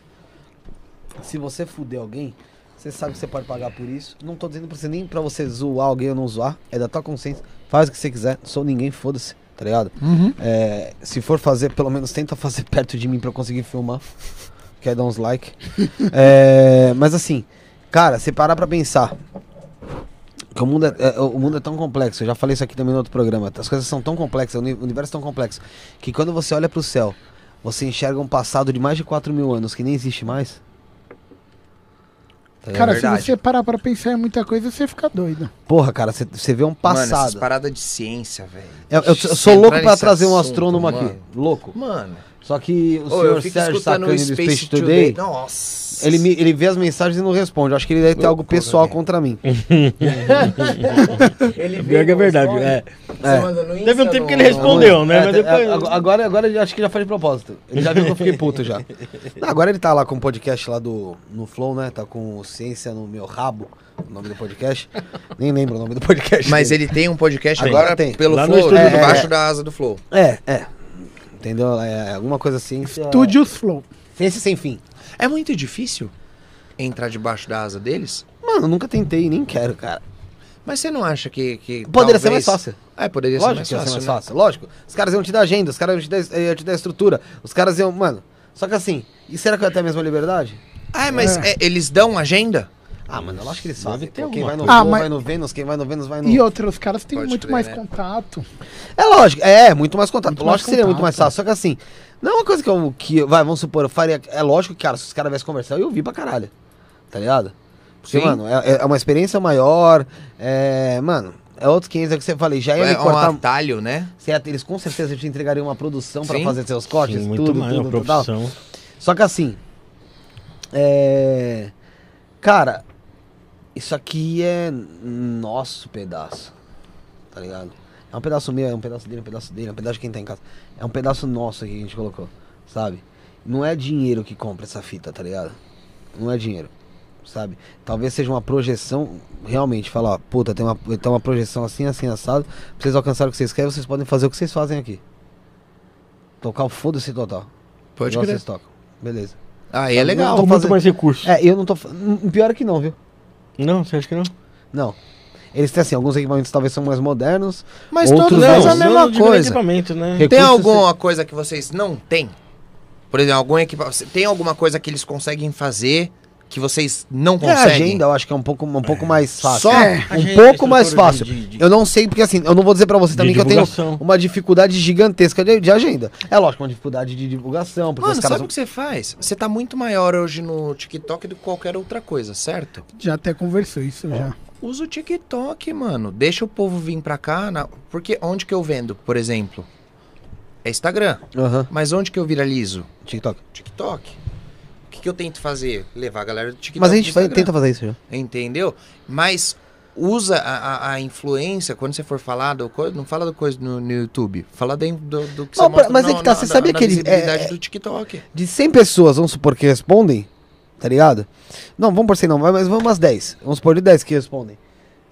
Speaker 1: Se você fuder alguém, você sabe que você pode pagar por isso. Não tô dizendo pra você nem pra você zoar alguém ou não zoar, é da tua consciência. Faz o que você quiser, sou ninguém, foda-se, tá ligado? É, se for fazer, pelo menos tenta fazer perto de mim pra eu conseguir filmar. Quer dar uns like. É, mas assim, cara, se parar pra pensar. Que o mundo é, é, o mundo é tão complexo, eu já falei isso aqui também no outro programa. As coisas são tão complexas, o uni- o universo é tão complexo, que quando você olha pro céu, você enxerga um passado de mais de 4 mil anos que nem existe mais. Tá ligado?
Speaker 4: Cara,
Speaker 5: é verdade.
Speaker 4: se você parar pra pensar em muita coisa, você fica doido.
Speaker 1: Porra, cara, você- você vê um
Speaker 5: Mano, essas
Speaker 1: passado.
Speaker 5: paradas de ciência, velho.
Speaker 1: É, eu, eu- eu
Speaker 5: Se
Speaker 1: sou louco
Speaker 5: entrar
Speaker 1: pra
Speaker 5: nesse
Speaker 1: trazer um
Speaker 5: assunto,
Speaker 1: astrônomo aqui.
Speaker 5: mano.
Speaker 1: Louco.
Speaker 5: Mano,
Speaker 1: Só que o
Speaker 5: Ô,
Speaker 1: senhor
Speaker 5: eu fico
Speaker 1: Sérgio
Speaker 5: escutando
Speaker 1: Sacani
Speaker 5: o
Speaker 1: do
Speaker 5: Space,
Speaker 1: Space
Speaker 5: Today.
Speaker 1: Today,
Speaker 5: Nossa.
Speaker 1: ele, me, ele vê as mensagens e não responde. Eu acho que ele deve ter algo pessoal contra mim.
Speaker 5: Ele
Speaker 2: Pior que é verdade. É.
Speaker 1: É.
Speaker 2: Teve um tempo que ele respondeu, né?
Speaker 1: É,
Speaker 2: Mas
Speaker 1: te-
Speaker 2: depois.
Speaker 1: a- Agora, agora ele acho que já foi de propósito. Ele já viu que eu fiquei puto já. Não, agora ele tá lá com o podcast lá do no Flow, né? Tá com o Ciência no Meu Rabo, o nome do podcast. Nem lembro o nome do podcast.
Speaker 5: Mas
Speaker 1: dele.
Speaker 5: ele tem um podcast
Speaker 1: Tem.
Speaker 5: agora
Speaker 1: Agora tem.
Speaker 5: pelo
Speaker 2: Lá no
Speaker 5: Flow,
Speaker 2: estúdio
Speaker 1: do
Speaker 5: debaixo
Speaker 1: É.
Speaker 5: da asa do Flow.
Speaker 1: É, é. Entendeu? É alguma coisa ciência.
Speaker 4: Studios Flow.
Speaker 1: Ciência sem fim.
Speaker 5: É muito difícil entrar debaixo da asa deles?
Speaker 1: Mano, eu nunca tentei, nem quero, cara.
Speaker 5: Mas você não acha que. que
Speaker 1: Poderia ser
Speaker 5: talvez-
Speaker 1: mais fácil.
Speaker 5: É, poderia
Speaker 1: Lógico que
Speaker 5: ser
Speaker 1: ia
Speaker 5: mais
Speaker 1: ser mais
Speaker 5: fácil. né?
Speaker 1: fácil. Lógico. Os caras iam te dar agenda, os caras iam te dar, iam te dar estrutura, os caras iam. Mano, só que assim, e será que eu ia ter a mesma liberdade?
Speaker 5: Ah, mas é, eles dão agenda?
Speaker 1: Ah, mano, eu acho que eles
Speaker 2: Deve
Speaker 1: fazem.
Speaker 2: ter
Speaker 1: Pô, quem
Speaker 2: alguma
Speaker 1: vai no
Speaker 4: coisa. Ah,
Speaker 1: Flow
Speaker 4: mas-
Speaker 1: vai no Vênus, quem vai no Vênus vai no.
Speaker 4: E outros, os caras têm
Speaker 5: Pode
Speaker 4: muito
Speaker 5: crer,
Speaker 4: mais
Speaker 5: né?
Speaker 4: contato.
Speaker 1: É lógico, é, muito mais contato.
Speaker 4: Muito
Speaker 1: lógico
Speaker 4: mais
Speaker 1: que seria muito
Speaker 4: contato.
Speaker 1: mais fácil. Só que assim, não é uma coisa que eu. Que, vai, vamos supor, eu faria. É lógico que, cara, se os caras viessem conversar, eu ia ouvir pra caralho. Tá ligado? Porque,
Speaker 5: Sim.
Speaker 1: mano, é, é uma experiência maior. É. Mano, é outros 500 é que você falei, já ia
Speaker 5: É
Speaker 1: me
Speaker 5: um
Speaker 1: cortar.
Speaker 5: atalho, né?
Speaker 1: Você ia- eles com certeza te entregariam uma produção pra
Speaker 5: Sim.
Speaker 1: fazer seus cortes,
Speaker 2: Sim, muito
Speaker 1: tudo,
Speaker 2: mais, é
Speaker 1: tudo,
Speaker 2: uma
Speaker 1: tudo, tal.
Speaker 2: profissão.
Speaker 1: Só que assim. É. Cara, isso aqui é nosso pedaço. Tá ligado? É um pedaço meu, é um pedaço dele, é um pedaço dele, é um pedaço de quem tá em casa. É um pedaço nosso aqui que a gente colocou, sabe? Não é dinheiro que compra essa fita, tá ligado? Não é dinheiro, sabe? Talvez seja uma projeção, realmente, falar, ó, puta, tem uma, tem uma projeção assim, assim, assado. Pra vocês alcançarem o que vocês querem, vocês podem fazer o que vocês fazem aqui. Tocar o foda-se total.
Speaker 5: Pode
Speaker 1: Igual
Speaker 5: crer.
Speaker 1: vocês tocam. Beleza.
Speaker 5: Aí é
Speaker 1: Não,
Speaker 5: legal.
Speaker 1: tô
Speaker 2: Com
Speaker 1: fazendo-
Speaker 2: muito mais recursos.
Speaker 1: É, eu não tô. fa- hum, Pior é que não, viu?
Speaker 2: Não, você acha que não?
Speaker 1: Não. Eles têm assim, alguns equipamentos talvez são mais modernos.
Speaker 5: Mas
Speaker 1: Outros
Speaker 5: todos
Speaker 1: não,
Speaker 5: fazem a
Speaker 1: não,
Speaker 5: mesma coisa.
Speaker 2: Equipamento, né?
Speaker 1: Recursos
Speaker 5: Tem alguma coisa que vocês não têm? Por exemplo, algum equipa... tem alguma coisa que eles conseguem fazer que vocês não
Speaker 1: É, a
Speaker 5: conseguem?
Speaker 1: agenda, eu acho que é um pouco, um pouco mais fácil.
Speaker 5: Só?
Speaker 1: É, um
Speaker 2: Agenda,
Speaker 1: pouco mais
Speaker 2: estrutura
Speaker 1: fácil.
Speaker 2: de- de-
Speaker 1: Eu não sei, porque assim, eu não vou dizer pra você também que eu tenho
Speaker 2: divulgação.
Speaker 1: uma dificuldade gigantesca de, de agenda. É lógico, uma dificuldade de divulgação, porque
Speaker 5: Mano,
Speaker 1: os caras.
Speaker 5: sabe o que você faz? Você tá muito maior hoje no TikTok do que qualquer outra coisa, certo?
Speaker 4: Já até conversou isso já.
Speaker 5: Usa o TikTok, mano. Deixa o povo vir pra cá. na- Porque onde que eu vendo, por exemplo? É Instagram.
Speaker 1: são- Aham,
Speaker 5: Mas onde que eu viralizo?
Speaker 1: TikTok.
Speaker 5: TikTok. O que, que eu tento fazer? Levar a galera do TikTok.
Speaker 1: Mas a
Speaker 5: pro
Speaker 1: gente vai-
Speaker 5: Instagram.
Speaker 1: tenta fazer isso já.
Speaker 5: Entendeu? Mas usa a, a- a influência quando você for falar do coisa. Não fala do coisa no, no YouTube. Fala dentro do, do que
Speaker 1: Não, pra-
Speaker 5: você mostra
Speaker 1: mas
Speaker 5: na-
Speaker 1: é que tá,
Speaker 5: na-
Speaker 1: você
Speaker 5: na-
Speaker 1: sabia
Speaker 5: na
Speaker 1: que ele-
Speaker 5: visibilidade
Speaker 1: é-
Speaker 5: do TikTok.
Speaker 1: De 100 pessoas, vamos supor que respondem, tá ligado? Não, vamos por 100 não, vai- mas vamos umas 10. Vamos supor de 10 que respondem.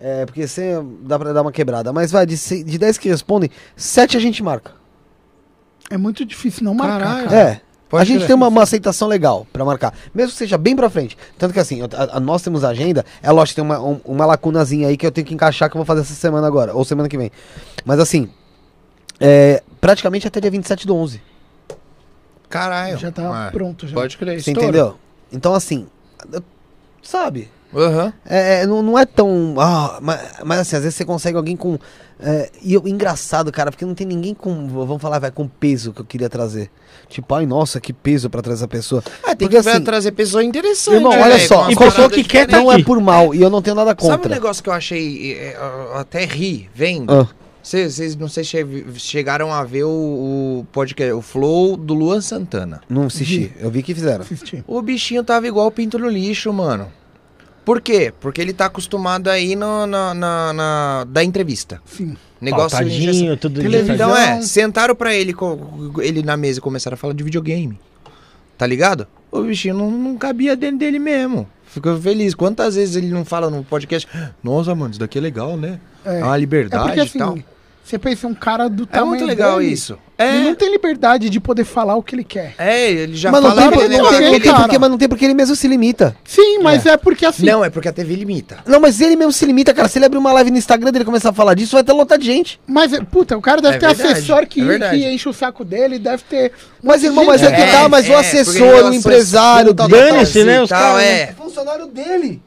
Speaker 1: É, porque 100 dá pra dar uma quebrada. Mas vai, de, 100 de 10 que respondem, 7 a gente marca.
Speaker 4: É muito difícil não marcar.
Speaker 5: Caralho.
Speaker 4: cara.
Speaker 1: É.
Speaker 5: Ah, Pode
Speaker 1: a gente
Speaker 5: crer.
Speaker 1: tem uma, uma aceitação legal pra marcar, mesmo que seja bem pra frente. Tanto que assim, eu- a- a- nós temos agenda, é lógico, tem uma, um- uma lacunazinha aí que eu tenho que encaixar que eu vou fazer essa semana agora, ou semana que vem. Mas assim, é, praticamente até dia 27 do 11.
Speaker 5: Caralho.
Speaker 4: Já tá
Speaker 5: Ah,
Speaker 4: pronto já.
Speaker 5: Pode crer.
Speaker 1: Você
Speaker 5: estoura.
Speaker 1: entendeu? Então assim, eu- sabe?
Speaker 5: Aham.
Speaker 1: É, é, não, não é tão. ah, mas, mas assim, às vezes você consegue alguém com. é, e eu- engraçado, cara, porque não tem ninguém com. Vamos falar, vai, com peso que eu queria trazer. Tipo, ai, nossa, que peso pra trazer essa pessoa.
Speaker 5: Ah, tem
Speaker 1: Porque,
Speaker 5: que
Speaker 1: assim,
Speaker 5: trazer pessoa interessante.
Speaker 1: Irmão,
Speaker 5: né,
Speaker 1: olha
Speaker 5: velho? Com
Speaker 1: só.
Speaker 5: umas
Speaker 2: E pessoa
Speaker 5: paradas
Speaker 2: que quer tá
Speaker 5: diferentes.
Speaker 1: Não
Speaker 2: aqui.
Speaker 1: é por mal, e eu não tenho nada
Speaker 5: Sabe um
Speaker 1: tá contra.
Speaker 5: negócio que eu achei. eh, eh, eu até ri vendo?
Speaker 1: Ah,
Speaker 5: Vocês não sei se chegaram a ver o, o podcast, o Flow do Luan Santana.
Speaker 1: não assisti. Eu vi que fizeram.
Speaker 4: Assistir.
Speaker 5: O bichinho tava igual o pinto no lixo, mano. Por quê? Porque ele tá acostumado aí no, na, na, na- da entrevista.
Speaker 4: Sim. É
Speaker 5: Negócio engessa-
Speaker 2: Pautadinho, tudo
Speaker 4: Televisão.
Speaker 5: Então é,
Speaker 4: Televisão.
Speaker 5: sentaram pra ele, co- ele na mesa e começaram a falar de videogame. Tá ligado? O bichinho não, não cabia dentro dele mesmo. Ficou feliz. Quantas vezes ele não fala no podcast? Nossa, mano, isso daqui é legal, né?
Speaker 4: É.
Speaker 5: É uma
Speaker 4: É
Speaker 5: liberdade
Speaker 4: porque
Speaker 5: e tal.
Speaker 4: assim, você pensa um cara do
Speaker 5: então. É
Speaker 4: tamanho
Speaker 5: muito legal
Speaker 4: dele,
Speaker 5: isso.
Speaker 4: Ele
Speaker 5: É,
Speaker 4: não tem liberdade de poder falar o que ele quer.
Speaker 5: é, ele já
Speaker 1: Mas não, tem
Speaker 5: fala
Speaker 1: porque,
Speaker 5: aquele
Speaker 4: ele
Speaker 1: não,
Speaker 5: negócio
Speaker 1: tem,
Speaker 5: que
Speaker 1: não
Speaker 5: ele-
Speaker 1: tem
Speaker 4: cara.
Speaker 1: porque, mas não tem porque ele mesmo se limita.
Speaker 4: Sim, mas é, porque assim.
Speaker 5: Não, é porque a TV limita.
Speaker 1: Não, mas ele mesmo se limita, cara. Se ele abrir uma live no Instagram dele e começar a falar disso, vai até lotar de gente.
Speaker 4: Mas, é- puta, o cara deve
Speaker 5: É
Speaker 4: ter
Speaker 5: verdade,
Speaker 4: assessor que,
Speaker 5: é verdade.
Speaker 4: que enche o saco dele, deve ter. um
Speaker 1: Mas, irmão, mas é,
Speaker 5: É,
Speaker 1: que tá, mas o
Speaker 5: é, porque
Speaker 1: assessor,
Speaker 5: ele
Speaker 1: o
Speaker 5: é
Speaker 1: empresário, tal, tal, tal.
Speaker 2: Dane-se, né? Os
Speaker 5: tal,
Speaker 2: caras.
Speaker 5: é.
Speaker 1: funcionário dele.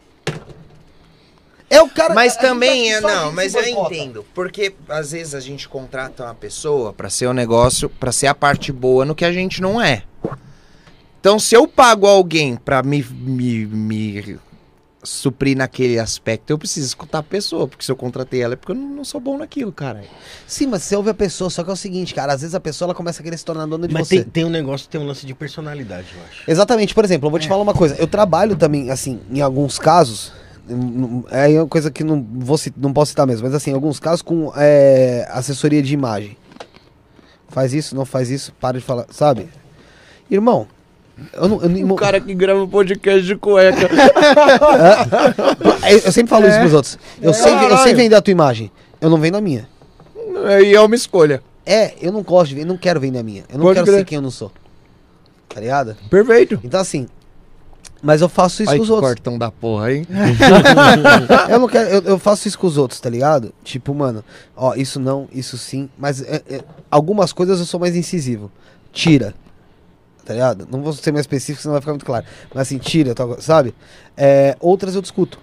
Speaker 1: É o cara
Speaker 5: Mas
Speaker 1: a- a gente
Speaker 5: também,
Speaker 1: acha
Speaker 5: é,
Speaker 1: que só
Speaker 5: não,
Speaker 1: ele
Speaker 5: mas
Speaker 1: se
Speaker 5: eu
Speaker 1: boicota.
Speaker 5: entendo. Porque às vezes a gente contrata uma pessoa pra ser o negócio, pra ser a parte boa no que a gente não é. Então, se eu pago alguém pra me, me, me suprir naquele aspecto, eu preciso escutar a pessoa, porque se eu contratei ela é porque eu não, não sou bom naquilo, cara.
Speaker 1: Sim, mas você ouve a pessoa, só que é o seguinte, cara, às vezes a pessoa ela começa a querer se tornar dona de
Speaker 2: Mas
Speaker 1: você.
Speaker 2: tem, tem um negócio, tem um lance de personalidade, eu acho.
Speaker 1: Exatamente, por exemplo, eu vou te falar uma coisa. Eu trabalho também, assim, em alguns casos. n- n- É uma coisa que não, vou, ci- não posso citar mesmo, mas assim, em alguns casos com é, assessoria de imagem. Faz isso, não faz isso, para de falar, sabe? Irmão, eu, não, eu, não-
Speaker 5: que grava um podcast de cueca.
Speaker 1: eu- eu sempre falo isso pros outros. Eu, sei, eu sei
Speaker 5: É. Caralho.
Speaker 1: vender a tua imagem, eu não vendo a minha.
Speaker 5: e é uma escolha.
Speaker 1: É, eu não gosto de vender, não quero vender a minha. Eu não
Speaker 5: Pode
Speaker 1: quero
Speaker 5: crer.
Speaker 1: ser quem eu não sou. Tá ligado?
Speaker 5: Perfeito.
Speaker 1: Então assim, mas eu faço isso
Speaker 3: Olha
Speaker 1: com os
Speaker 3: que
Speaker 1: outros.
Speaker 3: cortão da porra, hein?
Speaker 1: eu não quero, eu, eu faço isso com os outros, tá ligado? Tipo, mano, ó, isso não, isso sim, mas é, é, algumas coisas eu sou mais incisivo. Tira. Tá ligado? Não vou ser mais específico, senão vai ficar muito claro. Mas assim, tira, tal, sabe? É, outras eu discuto.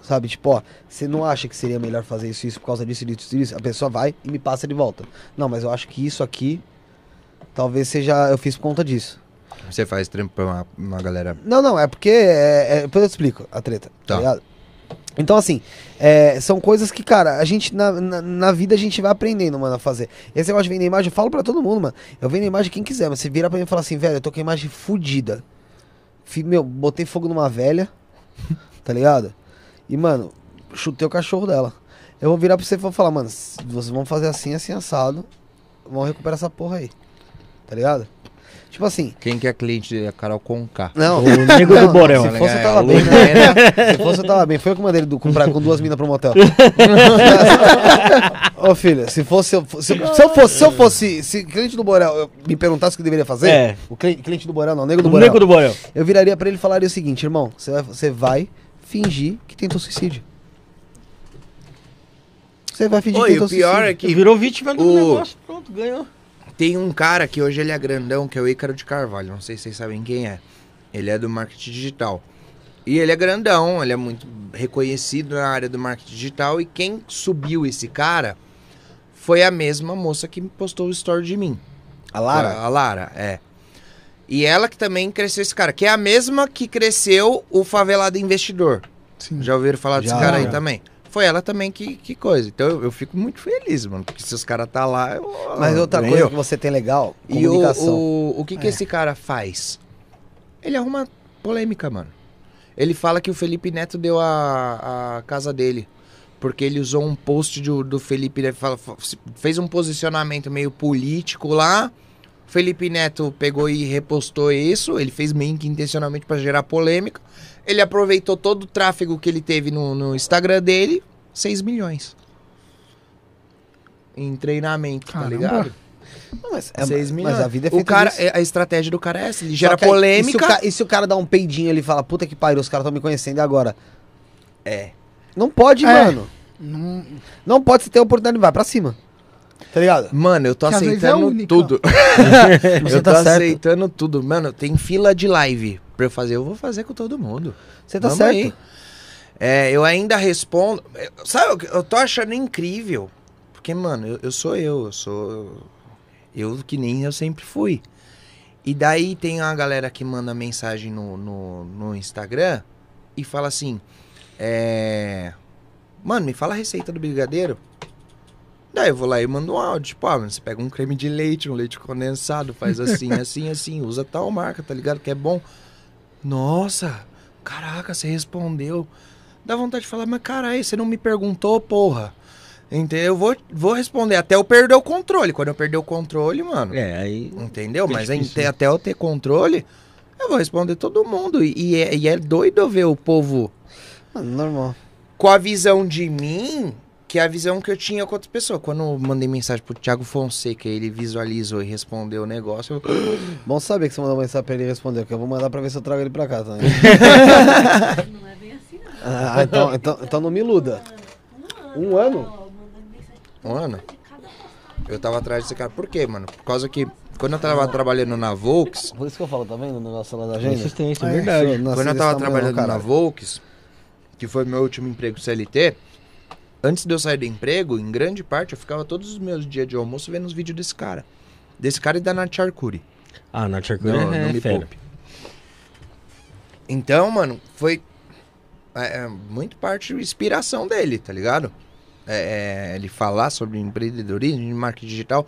Speaker 1: Sabe, tipo, ó, você não acha que seria melhor fazer isso, isso por causa disso, disso, disso? A pessoa vai e me passa de volta. Não, mas eu acho que isso aqui talvez seja. Eu fiz por conta disso.
Speaker 3: Você faz trampo pra uma, uma galera.
Speaker 1: Não, não, é porque. É, é- depois eu te explico a treta, tá,
Speaker 3: Tá.
Speaker 1: ligado? Então, assim, é, são coisas que, cara, a gente, na, na, na vida, a gente vai aprendendo, mano, a fazer. Esse negócio de vender imagem, eu falo pra todo mundo, mano. Eu vendo imagem de quem quiser, mas você vira pra mim e fala assim, velho, eu tô com a imagem fudida. Fi- Meu, botei fogo numa velha, tá ligado? E, mano, chutei o cachorro dela. Eu vou virar pra você e vou falar, mano, s- vocês vão fazer assim, assim, assado. Vão recuperar essa porra aí, tá ligado? Tipo assim,
Speaker 3: Quem que é cliente dele? É Carol Conká.
Speaker 1: não,
Speaker 2: O Nego do Borel.
Speaker 1: Se fosse, eu
Speaker 3: É,
Speaker 1: tava bem,
Speaker 3: louco,
Speaker 1: né? Se fosse, eu tava bem. Foi eu que mandei ele do- comprar com duas minas pro motel. Ô, filha, se fosse. eu fo- Se, eu- se eu fosse. Se eu fosse. Se cliente do Borel eu- me perguntasse o que eu deveria fazer.
Speaker 2: É.
Speaker 1: O cli- cliente do Borel, não, o nego do
Speaker 2: O
Speaker 1: Borel.
Speaker 2: Nego do Borel.
Speaker 1: Eu viraria pra ele e falaria o seguinte, irmão: você vai, você vai fingir que tentou suicídio. Você vai fingir que
Speaker 5: Oi,
Speaker 1: tentou
Speaker 5: o pior é
Speaker 1: suicídio.
Speaker 5: que
Speaker 2: Virou vítima do
Speaker 5: o-
Speaker 2: negócio, pronto, ganhou.
Speaker 5: Tem um cara que hoje ele é grandão, que é o Ícaro de Carvalho. Não sei se vocês sabem quem é. Ele é do marketing digital. E ele é grandão, ele é muito reconhecido na área do marketing digital. E quem subiu esse cara foi a mesma moça que postou o story de mim.
Speaker 1: A Lara?
Speaker 5: A, a Lara, é. E ela que também cresceu esse cara, que é a mesma que cresceu o favelado investidor.
Speaker 4: Sim.
Speaker 5: Já ouviram falar desse
Speaker 1: Já,
Speaker 5: cara aí
Speaker 1: já.
Speaker 5: também? Foi ela também que, que coisa. Então eu, eu fico muito feliz, mano. Porque se os caras tá lá, eu.
Speaker 1: Mas outra
Speaker 5: nem
Speaker 1: coisa
Speaker 5: eu.
Speaker 1: que você tem legal:
Speaker 5: E o,
Speaker 1: comunicação.
Speaker 5: o, o que, que esse cara faz? Ele arruma polêmica, mano. Ele fala que o Felipe Neto deu a, a casa dele. Porque ele usou um post do, do Felipe Neto. fala- fa- se- Fez um posicionamento meio político lá. O Felipe Neto pegou e repostou isso. Ele fez meio que intencionalmente pra gerar polêmica. Ele aproveitou todo o tráfego que ele teve no, no Instagram dele. 6 milhões. Em treinamento,
Speaker 4: Caramba.
Speaker 5: tá ligado?
Speaker 1: Não, mas, é- mas
Speaker 5: Seis milhões.
Speaker 1: a vida é
Speaker 5: o
Speaker 1: feita
Speaker 5: cara,
Speaker 1: disso.
Speaker 5: A estratégia do cara é essa, ele
Speaker 1: Só
Speaker 5: gera
Speaker 1: que aí, E se, o
Speaker 5: polêmica.
Speaker 1: ca- e se o cara dá um peidinho ele fala, puta que pariu, os caras estão me conhecendo e agora? É. Não pode,
Speaker 4: É.
Speaker 1: mano.
Speaker 4: Não,
Speaker 1: Não pode se ter oportunidade, vai pra cima. Tá ligado?
Speaker 5: Mano, eu tô
Speaker 4: Que às vezes é a
Speaker 5: aceitando
Speaker 4: única.
Speaker 5: tudo.
Speaker 1: Você
Speaker 5: eu
Speaker 1: tá
Speaker 5: tô
Speaker 1: certo.
Speaker 5: aceitando tudo. Mano, tem fila de live pra eu fazer. Eu vou fazer com todo mundo.
Speaker 1: Você tá
Speaker 5: Vamos
Speaker 1: certo.
Speaker 5: aí. É, eu ainda respondo. é, Sabe, o que eu tô achando incrível. Porque, mano, eu, eu sou eu, eu sou. Eu que nem eu sempre fui. E daí tem uma galera que manda mensagem no, no, no Instagram e fala assim: É. Mano, me fala a receita do brigadeiro. Daí eu vou lá e mando um áudio. Tipo, ah, mano, você pega um creme de leite, um leite condensado, faz assim, assim, assim, usa tal marca, tá ligado? Que é bom. Nossa, caraca, você respondeu. Dá vontade de falar, mas caralho, você não me perguntou, porra. Entendeu? Eu vou, vou responder até eu perder o controle. Quando eu perder o controle, mano.
Speaker 2: É, aí.
Speaker 5: Entendeu?
Speaker 2: Fica
Speaker 5: Mas aí,
Speaker 2: difícil,
Speaker 5: te-
Speaker 2: né?
Speaker 5: até eu ter controle, eu vou responder todo mundo. E, e é, e é doido eu ver o povo
Speaker 1: Mano, normal.
Speaker 5: com a visão de mim, que é a visão que eu tinha com outra pessoa. Quando eu mandei mensagem pro Thiago Fonseca, ele visualizou e respondeu o negócio. Eu...
Speaker 1: Bom saber que você mandou mensagem pra ele responder, porque eu vou mandar pra ver se eu trago ele pra cá também.
Speaker 7: Não é bem assim, não.
Speaker 1: ah, então, então, então não me iluda. Um ano?
Speaker 7: ó, mandando mensagem
Speaker 5: Mano,
Speaker 7: de cada
Speaker 5: eu tava atrás desse cara. Por quê, mano? Por causa que quando eu tava trabalhando na Volks,
Speaker 1: Por isso que eu falo, tá vendo o negócio lá da
Speaker 2: Tem
Speaker 1: agenda?
Speaker 2: Insistência, é
Speaker 4: É,
Speaker 2: verdade.
Speaker 1: Nossa,
Speaker 5: Quando eu
Speaker 1: eles
Speaker 5: tava
Speaker 1: tão
Speaker 5: trabalhando
Speaker 1: mesmo,
Speaker 5: na
Speaker 1: um caralho.
Speaker 5: Volks, que foi meu último emprego CLT, antes de eu sair do emprego, em grande parte, eu ficava todos os meus dias de almoço vendo os vídeos desse cara. Desse cara e da Nath Arcuri.
Speaker 2: Ah, na Tchacura
Speaker 5: Não,
Speaker 2: é,
Speaker 5: não me
Speaker 2: fera.
Speaker 5: poupe. Então, mano, foi. é, é muito parte inspiração dele, tá ligado? É, é, ele falar sobre empreendedorismo, de marketing digital.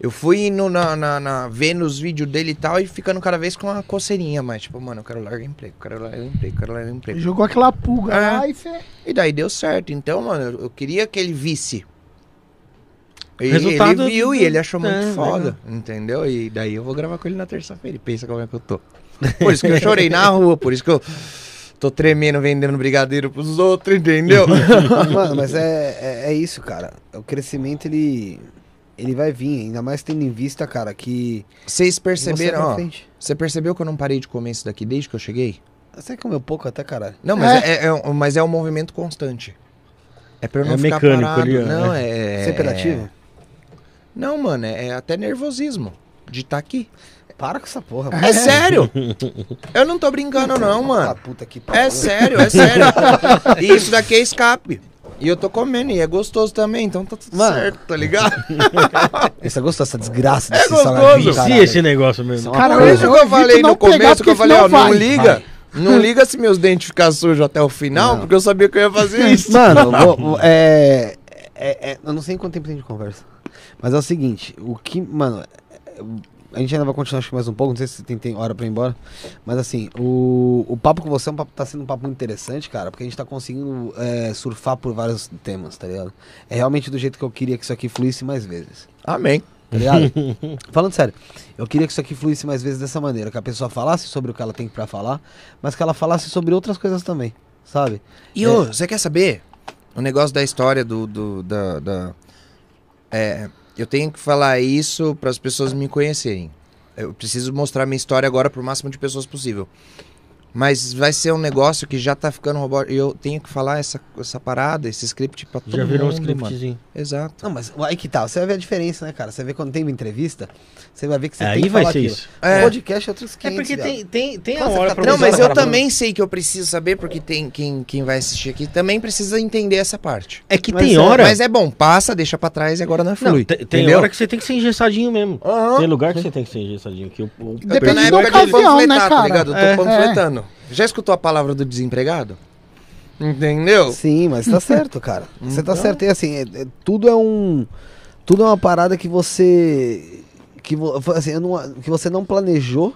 Speaker 5: Eu fui indo na, na, na- vendo os vídeos dele e tal e ficando cada vez com uma coceirinha mais. Tipo, mano, eu quero largar emprego, quero largar emprego, quero largar emprego.
Speaker 4: Jogou aquela pulga
Speaker 5: É.
Speaker 4: lá e você.
Speaker 5: E daí deu certo. Então, mano, eu- eu queria que ele visse. E
Speaker 2: Resultado
Speaker 5: ele viu
Speaker 2: do-
Speaker 5: e ele achou
Speaker 2: é,
Speaker 5: muito foda, entendeu? E daí eu vou gravar com ele na terça-feira. E pensa como é que eu tô. Por isso que eu chorei na rua, por isso que eu tô tremendo vendendo brigadeiro pros outros, entendeu?
Speaker 1: Mano, mas é, é, é isso, cara. O crescimento, ele. Ele vai vir, ainda mais tendo em vista, cara, que.
Speaker 5: Vocês
Speaker 1: você é
Speaker 2: tá
Speaker 5: perceberam,
Speaker 1: pra
Speaker 5: ó.
Speaker 1: frente.
Speaker 5: Você percebeu que eu não parei de comer isso daqui desde que eu cheguei?
Speaker 1: Você é comeu pouco até, caralho.
Speaker 5: Não, mas é, é um- mas é um movimento constante. É pra eu
Speaker 2: É
Speaker 5: não ficar
Speaker 2: mecânico
Speaker 5: parado.
Speaker 2: ali, ó,
Speaker 5: não, é.
Speaker 1: Você é imperativo?
Speaker 5: Não, mano, é, é até nervosismo de estar aqui.
Speaker 1: Para com essa porra,
Speaker 5: É sério! Eu não tô brincando, não,
Speaker 1: Essa
Speaker 5: mano.
Speaker 1: puta que
Speaker 5: É
Speaker 1: pariu.
Speaker 5: sério, é sério. E isso daqui é escape. E eu tô comendo, e é gostoso também, então tá tudo
Speaker 1: Mano.
Speaker 5: certo, tá ligado?
Speaker 1: Você gostou dessa desgraça
Speaker 5: É
Speaker 1: desse
Speaker 5: gostoso.
Speaker 1: salgadinho,
Speaker 2: Vicia
Speaker 1: caralho?
Speaker 2: esse negócio mesmo.
Speaker 4: Cara,
Speaker 5: Por isso que eu
Speaker 4: horrível
Speaker 5: falei
Speaker 4: não
Speaker 5: no
Speaker 4: pegar,
Speaker 5: começo, que eu
Speaker 4: porque
Speaker 5: falei, ó,
Speaker 4: senão
Speaker 5: não
Speaker 4: vai.
Speaker 5: liga. Não liga se meus dentes ficar sujos até o final,
Speaker 1: Não.
Speaker 5: porque eu sabia que eu ia fazer isso.
Speaker 1: Mano, vou- vou- é, é- é- Eu não sei em quanto tempo tem de conversa. Mas é o seguinte, o que. Mano, é- a gente ainda vai continuar acho que mais um pouco, não sei se tem, tem hora pra ir embora. Mas assim, o, o papo com você é um papo, tá sendo um papo muito interessante, cara, porque a gente tá conseguindo é, surfar por vários temas, tá ligado? É realmente do jeito que eu queria que isso aqui fluísse mais vezes.
Speaker 5: Amém.
Speaker 1: Tá ligado? Falando sério, eu queria que isso aqui fluísse mais vezes dessa maneira, que a pessoa falasse sobre o que ela tem pra falar, mas que ela falasse sobre outras coisas também, sabe?
Speaker 5: E
Speaker 1: É.
Speaker 5: ô, você quer saber? O negócio da história do. do da, da- É, eu tenho que falar isso para as pessoas me conhecerem. Eu preciso mostrar minha história agora para o máximo de pessoas possível. Mas vai ser um negócio que já tá ficando robô. E eu tenho que falar essa, essa parada, esse script pra todo
Speaker 2: Já virou um
Speaker 5: mundo, mano.
Speaker 2: scriptzinho.
Speaker 5: Exato.
Speaker 1: Não, mas aí que tal? Você vai ver a diferença, né, cara? Você vê quando tem uma entrevista, você vai ver que você tem
Speaker 2: Aí
Speaker 1: que
Speaker 2: vai
Speaker 1: falar
Speaker 2: ser
Speaker 1: aquilo.
Speaker 2: isso.
Speaker 5: É.
Speaker 1: Podcast é outros 500,
Speaker 2: tem, tem
Speaker 1: Quando você fica
Speaker 5: Não,
Speaker 1: Três
Speaker 5: mas
Speaker 1: horas
Speaker 5: eu
Speaker 1: gravando.
Speaker 5: também sei que eu preciso saber, porque tem quem, quem vai assistir aqui também precisa entender essa parte.
Speaker 2: É que
Speaker 1: Mas
Speaker 2: tem
Speaker 1: é-
Speaker 2: hora.
Speaker 5: Mas é bom, passa, deixa pra trás e agora não
Speaker 2: Não,
Speaker 5: flui.
Speaker 2: te- tem
Speaker 5: entendeu?
Speaker 2: hora que você tem que ser engessadinho mesmo.
Speaker 5: Aham.
Speaker 2: Tem lugar que você tem que ser engessadinho. Que o, o-
Speaker 5: Eu tô
Speaker 4: Depende
Speaker 5: na
Speaker 4: da
Speaker 5: época de
Speaker 4: ocasião, né,
Speaker 5: panfletar, tá
Speaker 4: cara?
Speaker 5: ligado? Eu tô
Speaker 2: É.
Speaker 5: panfletando. Já escutou a palavra do desempregado? Entendeu?
Speaker 1: Sim, mas tá certo, cara. Você tá certo. E assim, é- é- tudo é um. Tudo é uma parada que você. Que, vo- assim, eu não- que você não planejou,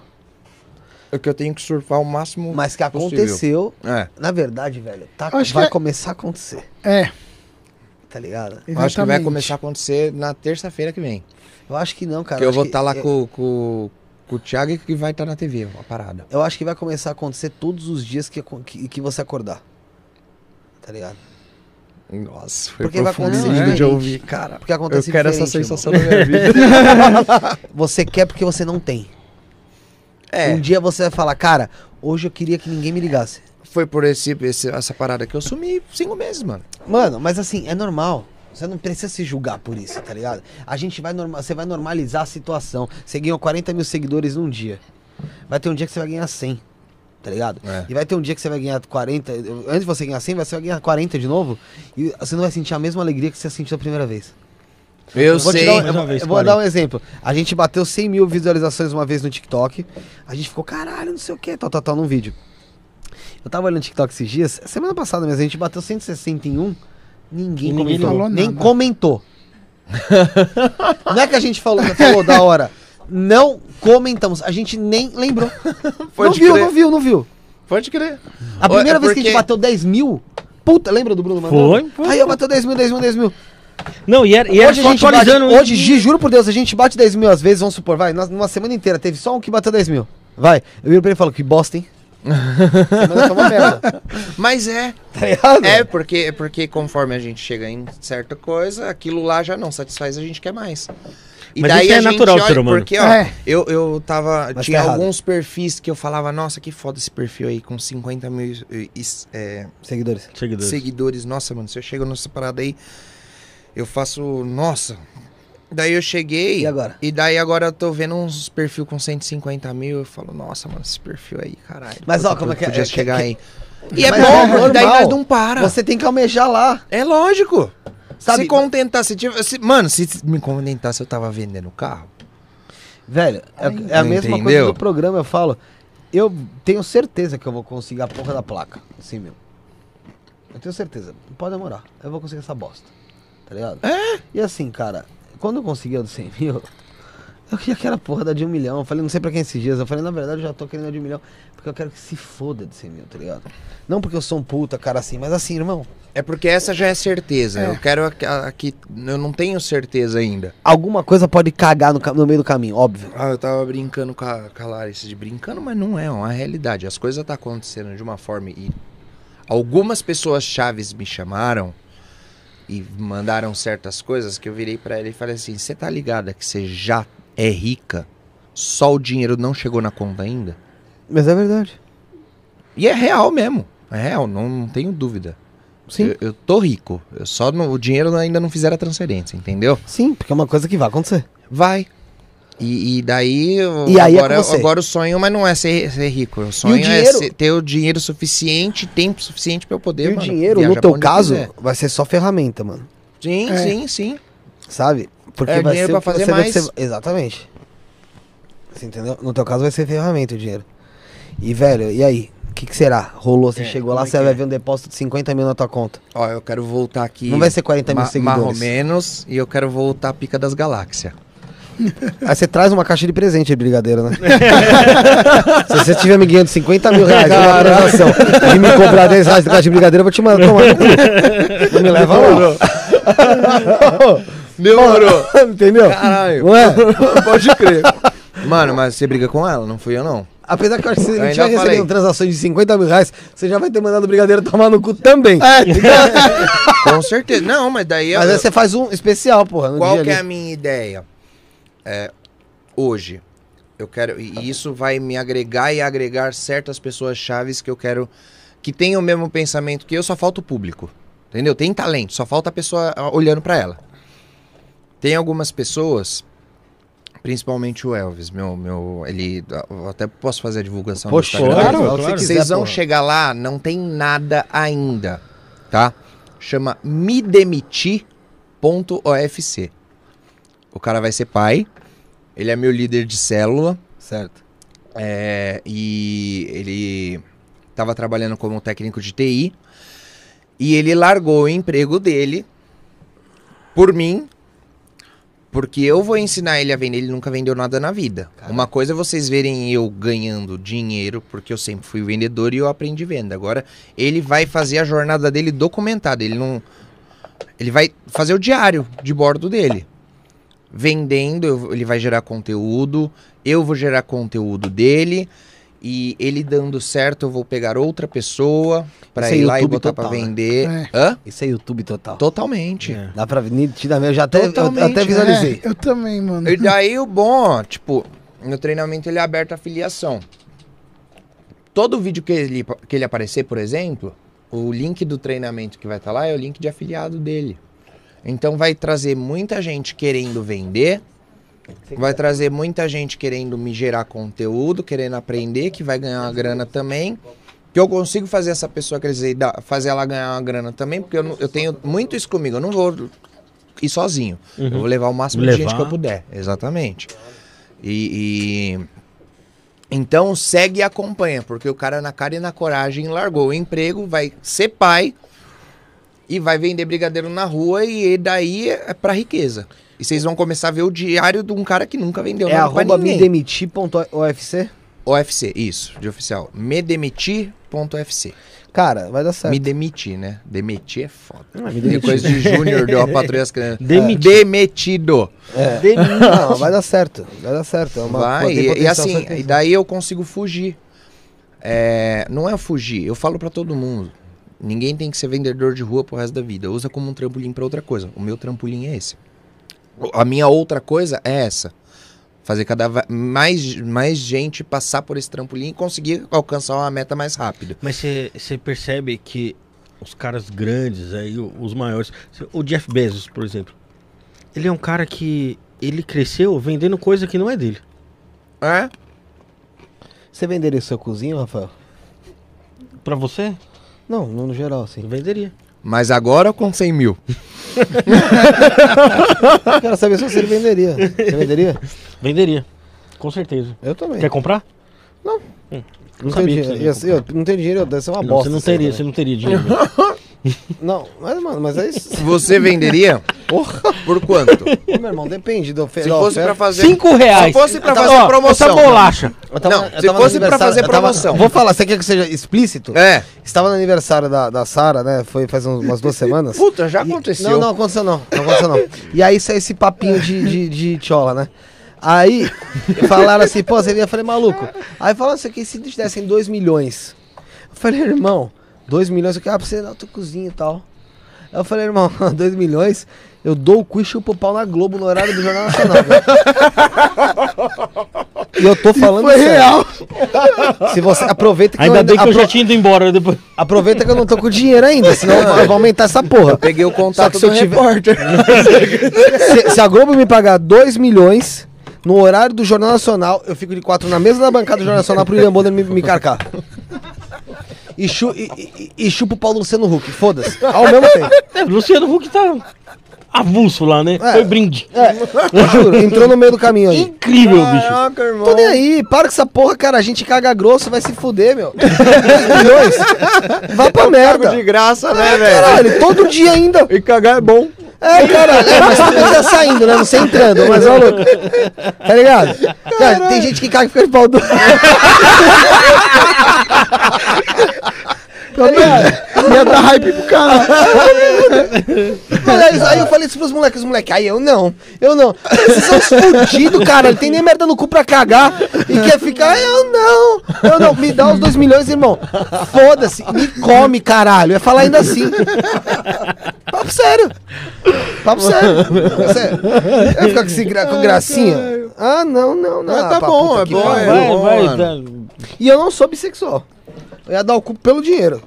Speaker 5: É que eu tenho que surfar o máximo.
Speaker 1: mas que
Speaker 5: Possível.
Speaker 1: aconteceu.
Speaker 5: É.
Speaker 1: Na verdade, velho, tá,
Speaker 4: Acho que
Speaker 1: vai
Speaker 4: é-
Speaker 1: começar a acontecer,
Speaker 4: É.
Speaker 1: tá ligado?
Speaker 5: Eu acho que vai
Speaker 4: exatamente.
Speaker 5: começar a acontecer na terça-feira que vem.
Speaker 1: Eu acho que não, cara.
Speaker 5: que é eu
Speaker 1: acho
Speaker 5: vou estar lá
Speaker 1: eu-
Speaker 5: com, com, com o Thiago e que vai estar na TV, a parada.
Speaker 1: Eu acho que vai começar a acontecer todos os dias que, acon- que, que você acordar. Tá ligado?
Speaker 5: Nossa, foi
Speaker 1: Porque vai acontecer
Speaker 5: profundo
Speaker 1: diferente.
Speaker 5: de ouvir, cara.
Speaker 1: Porque
Speaker 5: Eu
Speaker 1: acontece
Speaker 5: quero essa
Speaker 1: diferente, irmão.
Speaker 5: sensação da minha vida.
Speaker 1: Você quer porque você não tem. Um
Speaker 5: é,
Speaker 1: dia você vai falar, cara, hoje eu queria que ninguém me ligasse.
Speaker 5: foi por esse, esse- essa parada que eu sumi cinco meses, mano.
Speaker 1: Mano, mas assim, é normal. Você não precisa se julgar por isso, tá ligado? A gente vai norma- você vai normalizar a situação. Você ganhou 40 mil seguidores num dia. Vai ter um dia que você vai ganhar 100, tá ligado?
Speaker 5: É.
Speaker 1: E vai ter um dia que você vai ganhar 40. Antes de você ganhar 100, você vai ganhar 40 de novo. E você não vai sentir a mesma alegria que você sentiu a primeira vez.
Speaker 5: Eu
Speaker 1: Vou, te
Speaker 5: sei.
Speaker 1: dar um-
Speaker 2: Mais uma
Speaker 1: eu,
Speaker 2: vez,
Speaker 1: eu vou
Speaker 2: Paulinho.
Speaker 1: dar um exemplo. A gente bateu 100 mil visualizações uma vez no TikTok. A gente ficou, caralho, não sei o que, tal, tal, tal, num vídeo. Eu tava olhando TikTok esses dias, é semana passada mesmo, a gente bateu 161. Ninguém,
Speaker 2: E ninguém
Speaker 1: comentou.
Speaker 4: falou
Speaker 1: nem
Speaker 4: nada.
Speaker 1: comentou. não é que a gente falou, falou da hora. Não comentamos. A gente nem lembrou. não
Speaker 5: Pode
Speaker 1: viu,
Speaker 5: crer.
Speaker 1: não viu, não viu.
Speaker 5: Pode crer.
Speaker 1: A
Speaker 5: Ou é
Speaker 1: primeira vez que a gente
Speaker 5: porque-
Speaker 1: bateu 10 mil. Puta, lembra do Bruno Manoel?
Speaker 2: Foi, foi,
Speaker 1: Aí eu bateu 10 mil, 10 mil, 10 mil.
Speaker 2: Não, e era, e era
Speaker 1: Hoje,
Speaker 2: só
Speaker 1: a gente bate,
Speaker 2: atualizando.
Speaker 1: hoje, Gi, juro por Deus, a gente bate 10 mil às vezes, vamos supor, vai, nós- numa semana inteira teve só um que bateu 10 mil. Vai, eu viro pra ele e falo, que bosta, hein? semana foi uma merda.
Speaker 5: Mas é.
Speaker 1: Tá ligado?
Speaker 2: né?
Speaker 5: É, porque, é porque conforme a gente chega em certa coisa, aquilo lá já não satisfaz, a gente quer mais. E
Speaker 2: Mas
Speaker 5: daí
Speaker 2: isso é
Speaker 5: a gente
Speaker 2: natural do
Speaker 5: olha,
Speaker 2: ser humano.
Speaker 5: porque ó,
Speaker 4: É.
Speaker 5: eu, eu tava.
Speaker 1: Mas
Speaker 5: tinha
Speaker 1: tá errado.
Speaker 5: alguns perfis que eu falava, nossa, que foda esse perfil aí, com 50 mil e- e- é,
Speaker 1: Seguidores.
Speaker 2: Seguidores.
Speaker 5: seguidores. Nossa, mano, se eu chego nessa parada aí, eu faço. Nossa. Daí eu cheguei.
Speaker 1: E agora?
Speaker 5: E daí agora eu tô vendo uns perfil com 150 mil. Eu falo, nossa, mano, esse perfil aí, caralho.
Speaker 1: Mas, ó,
Speaker 5: puta,
Speaker 1: como é
Speaker 5: eu
Speaker 1: que é-
Speaker 5: Podia
Speaker 1: é-
Speaker 5: chegar
Speaker 1: que-
Speaker 5: aí. E é
Speaker 1: Mas é
Speaker 5: bom, porque daí
Speaker 1: normal.
Speaker 5: nós não para.
Speaker 1: Você tem que almejar lá.
Speaker 5: É lógico.
Speaker 1: Sabe-
Speaker 5: se contentar, se tiver. se- mano, se me contentar se eu tava vendendo carro.
Speaker 1: Velho, é, é a
Speaker 5: não
Speaker 1: mesma coisa
Speaker 5: entendeu?
Speaker 1: do programa, eu falo, eu tenho certeza que eu vou conseguir a porra da placa, assim, meu. Eu tenho certeza. Pode demorar. Eu vou conseguir essa bosta. Tá ligado? É? E assim, cara, quando eu consegui a do 100 mil, eu queria aquela porra da de um milhão. Eu falei, não sei pra quem esses dias. Eu falei, na verdade, eu já tô querendo a de um milhão. Porque eu quero que se foda de 100 mil, tá ligado? Não porque eu sou um puta, cara assim, mas assim, irmão.
Speaker 5: É porque essa já é certeza. Eu quero a, a- a que- Eu não tenho certeza ainda.
Speaker 1: Alguma coisa pode cagar no, ca- no meio do caminho, óbvio.
Speaker 5: Ah, eu tava brincando com a, com a Larissa de brincando, mas não é é uma realidade. As coisas tá acontecendo de uma forma e algumas pessoas chaves me chamaram e mandaram certas coisas que eu virei pra ela e falei assim: "Você tá ligada que você já é rica? Só o dinheiro não chegou na conta ainda?"
Speaker 1: Mas é verdade.
Speaker 5: E é real mesmo. É real, não, não tenho dúvida.
Speaker 1: Sim.
Speaker 5: Eu, eu tô rico. Eu só não- o dinheiro ainda não fizeram a transferência, entendeu?
Speaker 1: Sim, porque é uma coisa que vai acontecer.
Speaker 5: Vai. E, e daí, eu-
Speaker 1: E aí é
Speaker 5: agora,
Speaker 1: com você.
Speaker 5: agora o sonho, mas não é ser, ser rico. O sonho é
Speaker 1: dinheiro-
Speaker 5: ser- ter o dinheiro suficiente, tempo suficiente pra eu poder.
Speaker 1: E o
Speaker 5: mano,
Speaker 1: dinheiro, no
Speaker 5: viajar pra
Speaker 1: teu
Speaker 5: onde eu
Speaker 1: caso,
Speaker 5: quiser.
Speaker 1: vai ser só ferramenta, mano.
Speaker 5: Sim,
Speaker 4: É.
Speaker 5: sim, sim.
Speaker 1: Sabe? Porque
Speaker 5: É,
Speaker 1: vai
Speaker 5: dinheiro
Speaker 1: ser
Speaker 5: pra
Speaker 1: o que
Speaker 5: fazer
Speaker 1: você vai
Speaker 5: mais.
Speaker 1: ser- Exatamente. Você entendeu? No teu caso vai ser ferramenta o dinheiro. E, velho, e aí? O que, que será? Rolou, você
Speaker 2: É,
Speaker 1: chegou lá,
Speaker 2: como é
Speaker 1: você
Speaker 2: que
Speaker 1: vai
Speaker 2: é?
Speaker 1: ver um depósito de 50 mil na tua conta.
Speaker 5: Ó, eu quero voltar aqui.
Speaker 1: Não vai ser 40 mil
Speaker 5: ma- marrom
Speaker 1: seguidores.
Speaker 5: menos e eu quero voltar à pica das galáxias.
Speaker 1: Aí você traz uma caixa de presente de brigadeiro, né? Se você estiver me ganhando 50 mil reais numa transação de me comprar 10 reais de caixa de brigadeiro, eu vou te mandar tomar. no cu. Não me leva lá.
Speaker 5: Demorou.
Speaker 1: Entendeu?
Speaker 5: Caralho.
Speaker 1: Não é?
Speaker 5: Pode crer. Mano, mas você briga com ela, não fui eu não.
Speaker 1: Apesar que eu acho que se
Speaker 5: Eu
Speaker 1: a gente
Speaker 5: ainda
Speaker 1: vai
Speaker 5: falei.
Speaker 1: recebendo transações de 50 mil reais, você já vai ter mandado o brigadeiro tomar no cu também.
Speaker 5: Com certeza. Não, mas daí eu-
Speaker 1: Mas aí você faz um especial, porra. No
Speaker 5: Qual
Speaker 1: dia
Speaker 5: que é a
Speaker 1: ali.
Speaker 5: minha ideia? É, hoje, eu quero.
Speaker 1: Tá
Speaker 5: E isso vai me agregar e agregar certas pessoas chaves que eu quero. Que tenham o mesmo pensamento que eu, só falta o público. Entendeu? Tem talento, só falta a pessoa ah, olhando pra ela. Tem algumas pessoas, principalmente o Elvis, meu. meu ele. eu até posso fazer a divulgação
Speaker 1: Poxa,
Speaker 5: Instagram
Speaker 1: claro,
Speaker 5: dele.
Speaker 1: fala o que você
Speaker 2: claro.
Speaker 1: quiser,
Speaker 5: Vocês vão
Speaker 1: porra.
Speaker 5: chegar lá, não tem nada ainda, tá? Chama me demiti.ofc. O cara vai ser pai, ele é meu líder de célula,
Speaker 1: Certo.
Speaker 5: é, e ele tava trabalhando como técnico de TI, e ele largou o emprego dele por mim, porque eu vou ensinar ele a vender, ele nunca vendeu nada na vida. Uma coisa é vocês verem eu ganhando dinheiro, porque eu sempre fui vendedor e eu aprendi venda. Agora ele vai fazer a jornada dele documentada, ele não ele vai fazer o diário de bordo dele. Vendendo, eu- ele vai gerar conteúdo, eu vou gerar conteúdo dele e ele dando certo, eu vou pegar outra pessoa pra
Speaker 1: Isso é
Speaker 5: ir lá e
Speaker 1: YouTube
Speaker 5: botar pra
Speaker 1: total, né?
Speaker 5: vender.
Speaker 4: É.
Speaker 5: Hã?
Speaker 1: Isso é YouTube total.
Speaker 5: Totalmente.
Speaker 2: É.
Speaker 1: Dá pra ver, nitidamente. Eu já até, eu- eu,
Speaker 5: Totalmente,
Speaker 1: até visualizei.
Speaker 4: É, eu também, mano.
Speaker 5: E daí o bom, tipo, no treinamento ele é aberto à filiação. Todo vídeo que ele, que ele aparecer, por exemplo, o link do treinamento que vai estar lá é o link de afiliado dele. Então vai trazer muita gente querendo vender, vai trazer muita gente querendo me gerar conteúdo, querendo aprender, que vai ganhar uma grana também. Que eu consigo fazer essa pessoa crescer, e dar- fazer ela ganhar uma grana também, porque eu, não- eu tenho muito isso comigo, eu não vou ir sozinho. Eu vou levar o máximo de gente
Speaker 2: Levar.
Speaker 5: que eu puder, exatamente. E, e- então segue e acompanha, porque o cara na cara e na coragem largou o emprego, vai ser pai e vai vender brigadeiro na rua e daí é pra riqueza. E vocês vão começar a ver o diário de um cara que nunca vendeu
Speaker 1: É
Speaker 5: nada pra
Speaker 1: arroba
Speaker 5: ninguém.
Speaker 1: medemitir.ofc.
Speaker 5: OFC, isso, de oficial. Medemitir.ofc.
Speaker 1: Cara, vai dar certo.
Speaker 5: Me demitir, né? Demitir é foda.
Speaker 2: Ah, me
Speaker 5: Tem coisa de júnior, deu a patrulha as crianças.
Speaker 2: Demitir.
Speaker 5: Demetido.
Speaker 1: É. Não, vai dar certo. Vai dar certo. É uma
Speaker 5: Vai,
Speaker 1: tem
Speaker 5: e, e
Speaker 1: potencial,
Speaker 5: assim,
Speaker 1: certeza.
Speaker 5: e daí eu consigo fugir. É, não é fugir, eu falo pra todo mundo. Ninguém tem que ser vendedor de rua pro resto da vida. Usa como um trampolim pra outra coisa. O meu trampolim é esse. O- A minha outra coisa é essa. Fazer cada va- mais, mais gente passar por esse trampolim e conseguir alcançar uma meta mais rápido.
Speaker 2: Mas você percebe que os caras grandes aí, o- os maiores. cê- O Jeff Bezos, por exemplo. Ele é um cara que. Ele cresceu vendendo coisa que não é dele.
Speaker 5: É?
Speaker 1: Você venderia o seu cozinho, Rafael?
Speaker 2: Pra você?
Speaker 1: Não, não no geral, assim.
Speaker 2: Venderia.
Speaker 5: Mas agora com 100 mil.
Speaker 1: Eu quero saber se você venderia. Você venderia?
Speaker 2: Venderia. Com certeza.
Speaker 1: Eu também.
Speaker 2: Quer comprar?
Speaker 1: Não
Speaker 2: sabia
Speaker 1: tenho
Speaker 2: que
Speaker 1: dinheiro.
Speaker 2: você ia
Speaker 1: Eu, eu não tenho dinheiro, deve ser uma
Speaker 2: Não,
Speaker 1: bosta.
Speaker 2: você não
Speaker 1: isso aí
Speaker 2: teria,
Speaker 1: também.
Speaker 2: você não teria dinheiro.
Speaker 1: Não, mas, mano, mas é isso.
Speaker 5: Você venderia por quanto?
Speaker 1: Ô, meu irmão, depende do oferta.
Speaker 5: Se fosse pra fazer.
Speaker 2: Cinco reais.
Speaker 5: Se fosse pra
Speaker 2: Eu tava-
Speaker 5: fazer
Speaker 2: ó,
Speaker 5: promoção. né?
Speaker 2: Essa bolacha.
Speaker 5: Não, se fosse pra fazer promoção.
Speaker 1: vou falar, você quer que seja explícito?
Speaker 5: É.
Speaker 1: Estava no aniversário da, da Sara, né? Foi faz uns- umas duas semanas.
Speaker 5: Puta, já
Speaker 1: E-
Speaker 5: aconteceu.
Speaker 1: Não, não aconteceu não. Não aconteceu não. E aí saiu esse papinho de, de, de tchola, né? Aí falaram assim, pô, você ia? Eu falei, maluco. Aí falaram assim, que se te dessem 2 milhões. Eu falei, irmão, 2 milhões, eu quero pra você na tua cozinha e tal. Aí eu falei, irmão, 2 milhões, eu dou o cu e chupo o pau na Globo no horário do Jornal Nacional. velho. e eu tô falando
Speaker 4: Foi
Speaker 1: sério.
Speaker 4: real.
Speaker 1: Se você aproveita que,
Speaker 2: Ainda
Speaker 1: eu, ainda-
Speaker 2: bem que eu
Speaker 1: apro-
Speaker 2: já tinha ido embora depois.
Speaker 1: aproveita que eu não tô com dinheiro ainda, senão eu vou aumentar essa porra.
Speaker 5: Peguei o
Speaker 1: Só
Speaker 5: contato
Speaker 1: que se
Speaker 5: do
Speaker 1: eu tiver-
Speaker 5: repórter.
Speaker 1: Se, se a Globo me pagar 2 milhões no horário do Jornal Nacional, eu fico de quatro na mesa da bancada do Jornal Nacional pro William Bonner me, me carcar. E, chu, e, e- e chupa o pau do Luciano Huck, foda-se. Ao mesmo tempo.
Speaker 2: É, Luciano Huck tá avulso lá, né? Foi brinde.
Speaker 1: É, juro, entrou no meio do caminho
Speaker 5: É.
Speaker 1: aí.
Speaker 2: Incrível,
Speaker 5: Ah,
Speaker 2: bicho.
Speaker 1: Tô nem aí, para com essa porra, cara. A gente caga grosso, vai se fuder, meu. Dois milhões. Vá pra merda.
Speaker 5: De graça, né, velho?
Speaker 1: Caralho, todo dia ainda.
Speaker 5: E cagar é bom.
Speaker 1: É, caralho, é, mas tu tá saindo, né? Não sei entrando, mas é louco. Tá ligado? Cara, tem gente que caga e fica de pau duro. Tá ligado?
Speaker 4: Ia dar hype pro cara.
Speaker 1: Mas é isso, Aí eu falei isso pros moleques, os moleques, aí eu não, eu não. Esses são os fudidos, cara, não tem nem merda no cu pra cagar e quer ficar, eu não, eu não, me dá os dois milhões, irmão. Foda-se, me come, caralho. É falar ainda assim. Papo sério. Papo sério. Papo sério. Eu ia ficar com, esse gra- com gracinha. Ah, não, não, não.
Speaker 5: Mas tá
Speaker 1: Ah, pra
Speaker 5: bom,
Speaker 1: puta
Speaker 5: é
Speaker 1: que
Speaker 5: bom,
Speaker 1: pariu.
Speaker 5: é.
Speaker 2: Vai,
Speaker 5: bom,
Speaker 2: vai.
Speaker 1: E eu não sou bissexual. Eu ia dar o cu pelo dinheiro.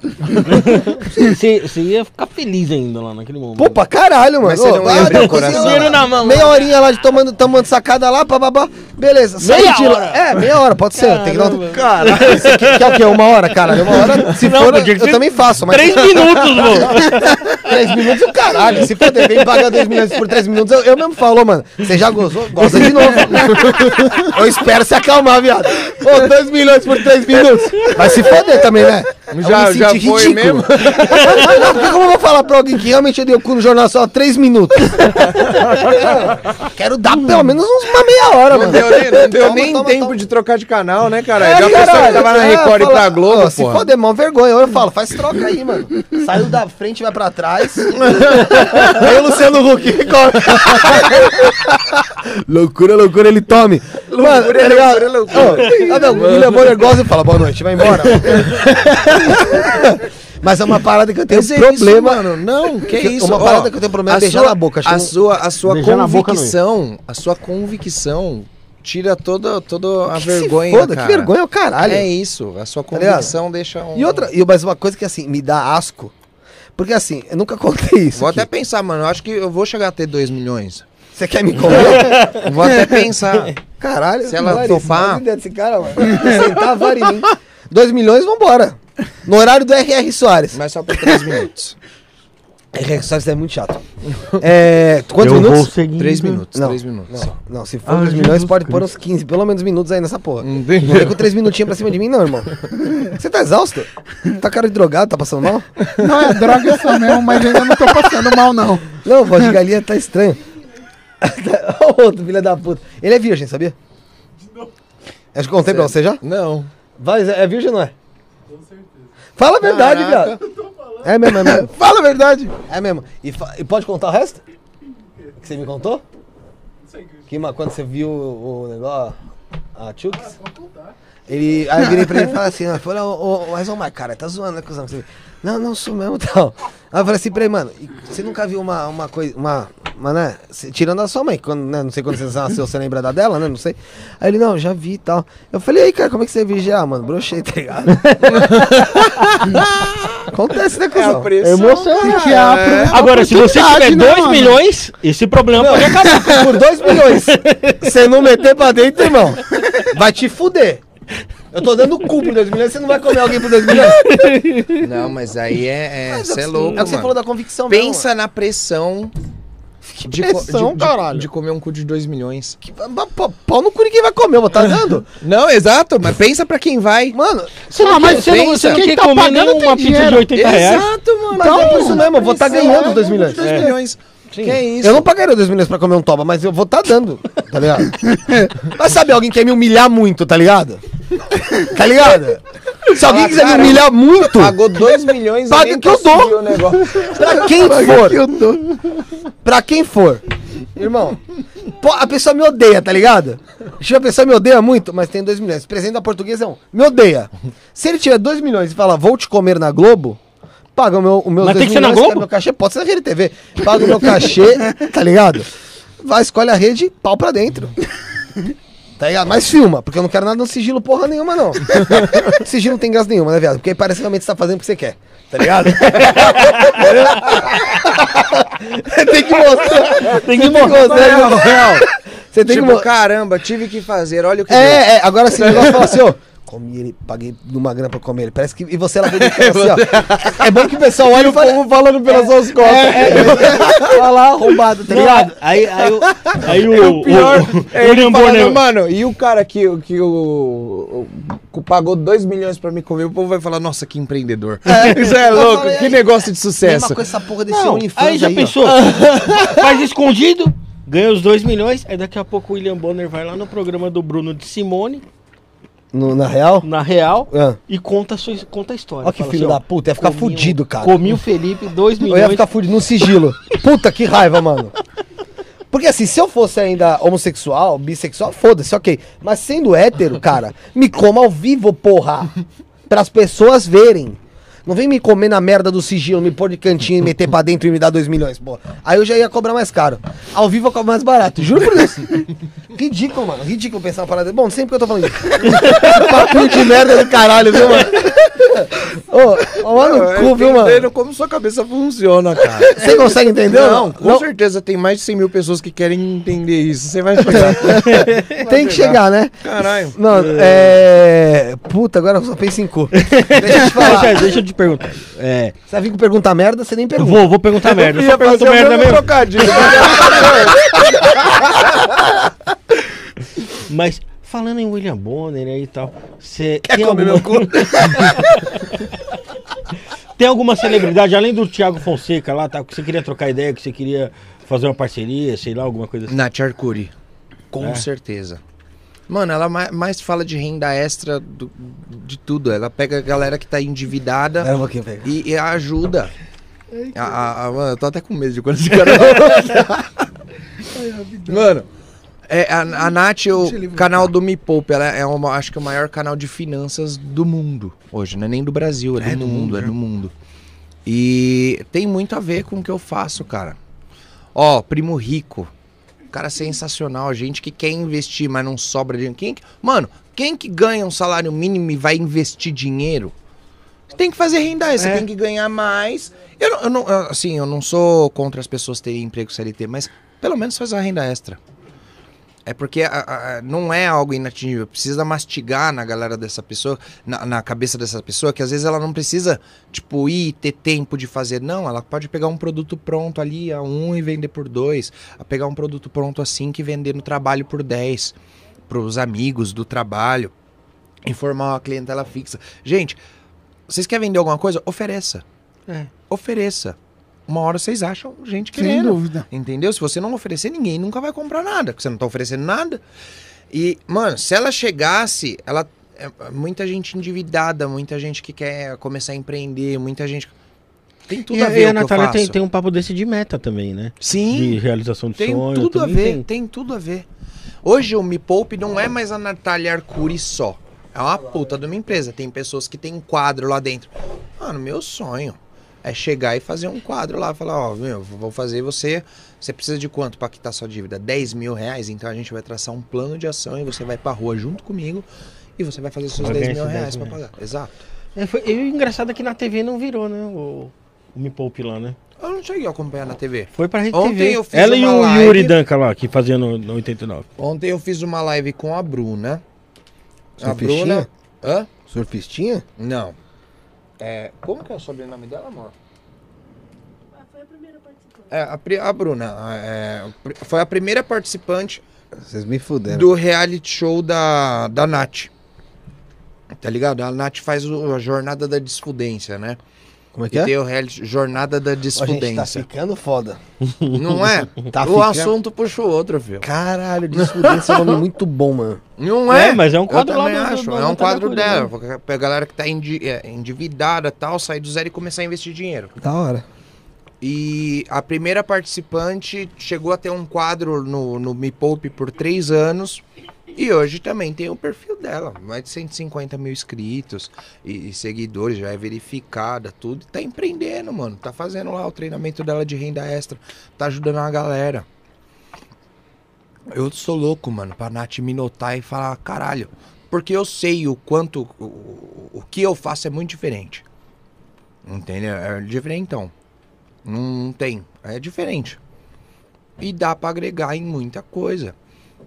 Speaker 2: Você ia ficar feliz ainda lá naquele momento.
Speaker 1: Pô, pra caralho, mano.
Speaker 5: Mas você não
Speaker 1: vai
Speaker 5: ia abrir
Speaker 1: dar
Speaker 5: o coração?
Speaker 1: cozinha lá.
Speaker 2: ah, um Dinheiro na mão.
Speaker 1: Meia horinha lá de tomando, tomando sacada lá, bababá. Beleza. Saí
Speaker 2: Meia
Speaker 1: de lá.
Speaker 2: hora.
Speaker 1: É, meia hora, pode ser. Tem que dar um... Cara,
Speaker 2: Caramba.
Speaker 1: que é o quê? Uma hora, cara? Uma hora, se
Speaker 2: Não,
Speaker 1: for,
Speaker 2: podia
Speaker 1: eu
Speaker 2: que ser
Speaker 1: também faço. Mas
Speaker 2: Três minutos, mano.
Speaker 1: três minutos, o caralho. Se for TV e pagar dois milhões por três minutos, eu, eu mesmo falo, mano. Você já gozou? Goza de novo. eu espero se acalmar, viado. Ô, dois milhões por três minutos. Vai se foder também, né?
Speaker 5: Já-
Speaker 1: me
Speaker 5: já
Speaker 1: senti
Speaker 5: foi
Speaker 1: ridículo.
Speaker 5: mesmo?
Speaker 1: Não, porque como eu vou falar pra alguém que realmente eu dei o cu no jornal só há três minutos? Quero dar pelo menos uns- uma meia hora,
Speaker 5: Não
Speaker 1: mano.
Speaker 5: deu nem, não deu
Speaker 1: Toma,
Speaker 5: nem
Speaker 1: toma,
Speaker 5: tempo
Speaker 1: toma.
Speaker 5: de trocar de canal, né, cara?
Speaker 1: É,
Speaker 5: Já pensou que
Speaker 1: caralho.
Speaker 5: tava na
Speaker 1: É,
Speaker 5: Record e
Speaker 1: fala-
Speaker 5: pra
Speaker 1: Ô,
Speaker 5: Globo,
Speaker 1: Se
Speaker 5: porra.
Speaker 1: foder, mão vergonha. Eu falo, faz troca aí, mano. Saiu da frente, vai pra trás. aí o Luciano Huck come. loucura, loucura, ele tome. Mano,
Speaker 5: Loucura,
Speaker 1: tá ligado?
Speaker 5: loucura, loucura.
Speaker 1: Ô, tá vendo? O William Bonner goza e fala, boa noite, vai embora. Mas é uma parada que eu tenho
Speaker 5: Mas é isso,
Speaker 1: problema.
Speaker 5: mano. Não, que
Speaker 1: Que-
Speaker 5: isso.
Speaker 1: uma
Speaker 5: Ó,
Speaker 1: parada que eu tenho problema é
Speaker 5: a
Speaker 1: beijar
Speaker 5: sua-
Speaker 1: na boca, acho
Speaker 5: A
Speaker 1: que não-
Speaker 5: sua, a sua
Speaker 2: Beijar na boca não é ia.
Speaker 5: convicção, a sua convicção tira toda, toda a
Speaker 1: Que se
Speaker 5: vergonha,
Speaker 1: foda,
Speaker 5: cara.
Speaker 1: que vergonha é o caralho.
Speaker 5: É isso. A sua
Speaker 1: ligado?
Speaker 5: convicção deixa um...
Speaker 1: E outra, e mais uma coisa que assim, me dá asco. Porque assim, eu nunca contei isso.
Speaker 5: Vou
Speaker 1: aqui.
Speaker 5: até pensar, mano. Eu acho que eu vou chegar a ter 2 milhões.
Speaker 1: Você quer me comer?
Speaker 5: Vou até pensar.
Speaker 1: Caralho,
Speaker 5: Se ela
Speaker 1: Larissa,
Speaker 5: topar-
Speaker 1: faz ideia desse cara, mano. Sentar vara em mim. 2 milhões, vambora. No horário do R.R. Soares.
Speaker 5: Mas só por 3 minutos.
Speaker 1: R.R. Soares é muito chato. É. Quantos
Speaker 2: Eu vou Ah,
Speaker 1: minutos?
Speaker 2: seguindo.
Speaker 5: 3 minutos,
Speaker 1: Não,
Speaker 5: 3 minutos.
Speaker 1: Não, não, se for 2 milhões, pode pôr uns 15, pelo menos minutos aí nessa porra.
Speaker 5: Não
Speaker 1: Não vem com
Speaker 5: tem-
Speaker 1: 3 minutinhos pra cima de mim, não, irmão. Você tá exausto? Tá cara de drogado, tá passando mal?
Speaker 4: Não, é droga essa mesmo, mas ainda não tô passando mal, não.
Speaker 1: Não, voz de galinha tá estranho. Olha o outro, filha da puta. Ele é virgem, sabia? Acho que eu contei pra você já?
Speaker 5: Não.
Speaker 1: Vai, é virgem ou não é? Com certeza. Fala a verdade,
Speaker 5: Caraca.
Speaker 1: cara. É mesmo, é mesmo.
Speaker 4: Fala a verdade.
Speaker 1: É mesmo. E, fa- e pode contar o resto? Que você me contou? Que ma- quando você viu o, o negócio, a Chux? Ele, aí eu virei pra ele e falei assim, ó, falei, ô, ô, ô, mas ô, Marco, cara, tá zoando, né, cuzão? Você- Não, não sou mesmo, tal. Aí eu falei assim pra ele, mano, e você nunca viu uma, uma coisa, uma, uma, né, cê- tirando a sua mãe, quando, né, não sei quando você nasceu, você lembra da dela, né, não sei. Aí ele, não, já vi e tal. Eu falei, e aí, cara, como é que você é virgem? Ah, mano, brochei, tá ligado? Acontece, né, cuzão?
Speaker 5: preço.
Speaker 4: Que é a pro-
Speaker 2: Agora, se você tiver
Speaker 4: Oportunidade, né,
Speaker 2: 2
Speaker 4: mano?
Speaker 2: milhões, esse problema pode acabar.
Speaker 1: por 2 milhões. Você não meter pra dentro, irmão. Vai te fuder. Eu tô dando cu por 2 milhões, você não vai comer alguém por 2 milhões.
Speaker 5: Não, mas aí é... Você é, cê é
Speaker 1: É o
Speaker 5: louco,
Speaker 1: é que você
Speaker 5: mano.
Speaker 1: falou da convicção mesmo,
Speaker 5: Pensa na pressão
Speaker 8: Que
Speaker 9: De, co-
Speaker 8: pressão,
Speaker 9: de- de-
Speaker 8: caralho.
Speaker 9: de comer um cu de 2 milhões.
Speaker 8: Que- mas, pô, pau no cu ninguém vai comer, mas tá dando?
Speaker 9: Não, exato, mas pensa pra quem vai.
Speaker 8: Mano,
Speaker 2: Você não,
Speaker 4: Ah,
Speaker 2: mas
Speaker 4: mas
Speaker 2: você não,
Speaker 4: pensa,
Speaker 2: você não
Speaker 4: quem
Speaker 2: quer
Speaker 4: tá
Speaker 2: comer
Speaker 4: pagando
Speaker 2: nem
Speaker 4: tem
Speaker 2: uma pizza de
Speaker 4: dinheiro.
Speaker 2: 80 reais.
Speaker 9: Exato, mano.
Speaker 8: mas é por isso mesmo, eu vou tá ganhando
Speaker 5: um
Speaker 8: os 2 milhões.
Speaker 9: 2
Speaker 2: É.
Speaker 9: milhões. Que é isso?
Speaker 8: Eu não pagaria 2 milhões pra comer um toba, mas eu vou tá dando, tá ligado?
Speaker 1: Mas sabe, alguém quer me humilhar muito, tá ligado? tá ligado? Se alguém quiser me humilhar muito,
Speaker 9: Pagou 2 milhões
Speaker 1: Paga
Speaker 9: nem
Speaker 1: que eu dou.
Speaker 9: conseguiu o negócio.
Speaker 1: pra quem for,
Speaker 4: Eu dou.
Speaker 1: pra quem for, irmão, pô, a pessoa me odeia, tá ligado? Deixa eu- A pessoa me odeia muito, mas tem 2 milhões. O presidente da portuguesa é um, me odeia. Se ele tiver 2 milhões e falar, vou te comer na Globo, paga o meu, o meu
Speaker 2: Mas tem que ser na
Speaker 1: quero
Speaker 2: Globo?
Speaker 1: meu cachê, pode ser na Rede TV, paga o meu cachê, tá ligado? Vai, escolhe a rede, pau pra dentro. Tá ligado? Mas filma, porque eu não quero nada no sigilo porra nenhuma, não. sigilo não tem graça nenhuma, né, viado? Porque aí parece que realmente você tá fazendo o que você quer. Tá ligado? tem que mostrar. Tem que mostrar. né, irmão? Você tem
Speaker 5: tipo,
Speaker 1: que mostrar.
Speaker 5: caramba, tive que fazer, olha o que deu.
Speaker 1: É, é, agora sim, o negócio fala assim, ó. Comi ele, paguei uma grana pra comer ele. Parece que. E você lá dentro de casa, assim, ó. É bom que o pessoal olha e fala. é,
Speaker 9: falando pelas suas costas.
Speaker 1: Olha lá, arrombado, tá ligado?
Speaker 2: Aí, aí, o- aí É o, o,
Speaker 9: pior
Speaker 2: o
Speaker 9: é ele
Speaker 2: William
Speaker 9: falando,
Speaker 2: Bonner-
Speaker 9: mano,
Speaker 5: E o cara que, que o, o- o- pagou 2 milhões pra me comer, o povo vai falar, nossa, que empreendedor.
Speaker 9: Isso é louco,
Speaker 1: falei,
Speaker 9: que
Speaker 1: aí,
Speaker 9: negócio de
Speaker 1: Mesma
Speaker 9: sucesso.
Speaker 1: coisa essa porra desse
Speaker 2: Não,
Speaker 1: OnlyFans
Speaker 2: aí já
Speaker 1: ó.
Speaker 2: pensou? Faz escondido, ganha os 2 milhões, aí daqui a pouco o William Bonner vai lá no programa do Bruno de Simone,
Speaker 1: No- na real?
Speaker 2: na real,
Speaker 1: Ah.
Speaker 2: e conta a, sua, conta a história.
Speaker 1: Olha que
Speaker 2: Fala
Speaker 1: filho
Speaker 2: assim, ó,
Speaker 1: da puta, ia ficar
Speaker 2: comi um-
Speaker 1: fudido, cara.
Speaker 2: Comi o Felipe, 2
Speaker 1: Eu
Speaker 2: milhões.
Speaker 1: ia ficar fudido no sigilo. Puta que raiva, mano. Porque assim, se eu fosse ainda homossexual, bissexual, foda-se, ok. Mas sendo hétero, cara, me coma ao vivo, porra. Pras pessoas verem. Não vem me comer na merda do sigilo, me pôr de cantinho e meter pra dentro e me dar dois milhões, porra. Aí eu já ia cobrar mais caro. Ao vivo eu cobro mais barato, juro por Deus. Ridículo, mano. Ridículo pensar uma parada. Bom, sempre que eu tô falando isso. Papo de merda do caralho, viu, mano? Ô, ô, mano,
Speaker 5: Eu
Speaker 1: cu, viu,
Speaker 5: entendendo
Speaker 1: mano?
Speaker 5: como sua cabeça funciona, cara.
Speaker 1: Você consegue entender? ou
Speaker 5: Não, com certeza tem mais de 100 mil pessoas que querem entender isso. Você vai chegar.
Speaker 1: Tem que chegar, né?
Speaker 5: Caralho.
Speaker 1: Não, é. Puta, agora eu só penso em cu. Deixa eu te
Speaker 2: Não,
Speaker 1: falar.
Speaker 2: sério, deixa eu te perguntar. É,
Speaker 1: Você vai vir com pergunta merda, você nem
Speaker 2: eu
Speaker 1: pergunta.
Speaker 2: vou, vou perguntar merda. Eu só pergunto merda mesmo.
Speaker 5: um trocadilho. né?
Speaker 2: Mas falando em William Bonner aí e tal, você
Speaker 1: Quer
Speaker 2: tem
Speaker 1: comer
Speaker 2: alguma...
Speaker 1: meu cu?
Speaker 2: Tem alguma celebridade, além do Thiago Fonseca lá, tá, que você queria trocar ideia, que você queria fazer uma parceria, sei lá, alguma coisa assim?
Speaker 5: Nath Arcuri. Com
Speaker 2: É?
Speaker 5: certeza. Mano, ela ma- mais fala de renda extra do- de tudo. Ela pega a galera que tá endividada
Speaker 1: Era um pouquinho, pega.
Speaker 5: e, e ajuda. A, a- a- mano, eu tô até com medo de quando esse cara fala. Mano, é, a, a Nath, o canal do Me Poupe, ela é uma, acho que o maior canal de finanças do mundo hoje, não é nem do Brasil, é do mundo, é do mundo. E tem muito a ver com o que eu faço, cara. Ó, Primo Rico, cara sensacional, gente que quer investir, mas não sobra dinheiro. Quem, que- mano, quem que ganha um salário mínimo e vai investir dinheiro? Você tem que fazer renda, você tem que ganhar mais. Eu, não- eu não, eu, assim, eu não sou contra as pessoas terem emprego CLT, mas pelo menos faz uma renda extra. É porque a- a- a- não é algo inatingível. Precisa mastigar na galera dessa pessoa, na, na cabeça dessa pessoa, que às vezes ela não precisa, tipo, ir ter tempo de fazer. Não, ela pode pegar um produto pronto ali a um e vender por dois, a pegar um produto pronto a cinco e vender no trabalho por dez, pros amigos do trabalho, informar uma clientela fixa. Gente, vocês querem vender alguma coisa? Ofereça. Ofereça. Uma hora vocês acham gente
Speaker 4: Sem
Speaker 5: querendo.
Speaker 4: dúvida.
Speaker 5: Entendeu? Se você não oferecer, ninguém nunca vai comprar nada, porque você não tá oferecendo nada. E, mano, se ela chegasse, ela é, é muita gente endividada, muita gente que quer começar a empreender, muita gente tem tudo
Speaker 2: e
Speaker 5: a
Speaker 2: a,
Speaker 5: ver
Speaker 2: e
Speaker 5: com
Speaker 2: a
Speaker 5: o que eu
Speaker 2: Natália tem,
Speaker 5: faço.
Speaker 2: tem um papo desse de meta também, né? De
Speaker 5: Sim,
Speaker 2: realização de
Speaker 5: tem
Speaker 2: sonhos.
Speaker 5: tudo a
Speaker 2: também
Speaker 5: ver, tem.
Speaker 2: Um tem.
Speaker 5: tudo a ver. Hoje o Me Poupe não é mais a Natália Arcuri só. É uma puta de uma empresa, tem pessoas que tem quadro lá dentro. Mano, meu sonho é chegar e fazer um quadro lá, falar, ó, meu, vou fazer você você precisa de quanto para quitar sua dívida? 10 mil reais? Então a gente vai traçar um plano de ação e você vai pra rua junto comigo e você vai fazer seus
Speaker 2: Vai
Speaker 5: 10
Speaker 2: ganhar
Speaker 5: mil
Speaker 2: esses 10
Speaker 5: reais pra
Speaker 2: mil
Speaker 5: pagar. Exato.
Speaker 2: É, foi- e o engraçado é que na TV não virou, né? O, o Me Poupe lá, né?
Speaker 5: Eu não cheguei a acompanhar na TV.
Speaker 2: Foi pra Rede
Speaker 5: Ontem
Speaker 2: TV.
Speaker 5: eu fiz
Speaker 2: Ela e
Speaker 5: uma
Speaker 2: o
Speaker 5: live.
Speaker 2: Yuri Danca lá, que fazia no, no 89.
Speaker 5: Ontem eu fiz uma live com a Bruna. a
Speaker 1: Surfistinha?
Speaker 5: Bruna. Hã?
Speaker 1: Surfistinha?
Speaker 5: Não. É, como que é o sobrenome dela, amor?
Speaker 10: Mas foi
Speaker 7: Ah, a primeira participante.
Speaker 5: É, a, pri- a Bruna é, pri- foi a primeira participante
Speaker 11: Vocês me fuderam.
Speaker 5: do reality show da, da Nath. Tá ligado? A Nath faz o- a jornada da desfudência, né?
Speaker 11: Como é
Speaker 5: E tem o reality Jornada da
Speaker 1: Ó, gente, tá
Speaker 5: Desfudência.
Speaker 1: ficando foda.
Speaker 5: Não é?
Speaker 1: Tá
Speaker 5: o
Speaker 1: ficando-
Speaker 5: assunto puxa o outro, filho.
Speaker 1: Caralho, Desfudência é um nome muito bom, mano.
Speaker 5: Não
Speaker 2: É,
Speaker 5: é?
Speaker 2: mas é um quadro
Speaker 5: eu
Speaker 2: lá
Speaker 5: também
Speaker 2: do- do-
Speaker 5: acho.
Speaker 2: do-
Speaker 5: é
Speaker 2: do né?
Speaker 5: um quadro
Speaker 2: Tadakuri,
Speaker 5: dela. Pra- Pra galera que tá indi- é, endividada e tal, sair do zero e começar a investir dinheiro.
Speaker 1: Da hora.
Speaker 5: E a primeira participante chegou a ter um quadro no, no Me Poupe por três anos. E hoje também tem o perfil dela. Mais de 150 mil inscritos e, e seguidores, já é verificada, tudo. Tá empreendendo, mano. Tá fazendo lá o treinamento dela de renda extra. Tá ajudando a galera. Eu sou louco, mano, pra Nath me notar e falar, caralho. Porque eu sei o quanto. O, o- o que eu faço é muito diferente. Entendeu? É diferentão. Não, não tem. É diferente. E dá pra agregar em muita coisa.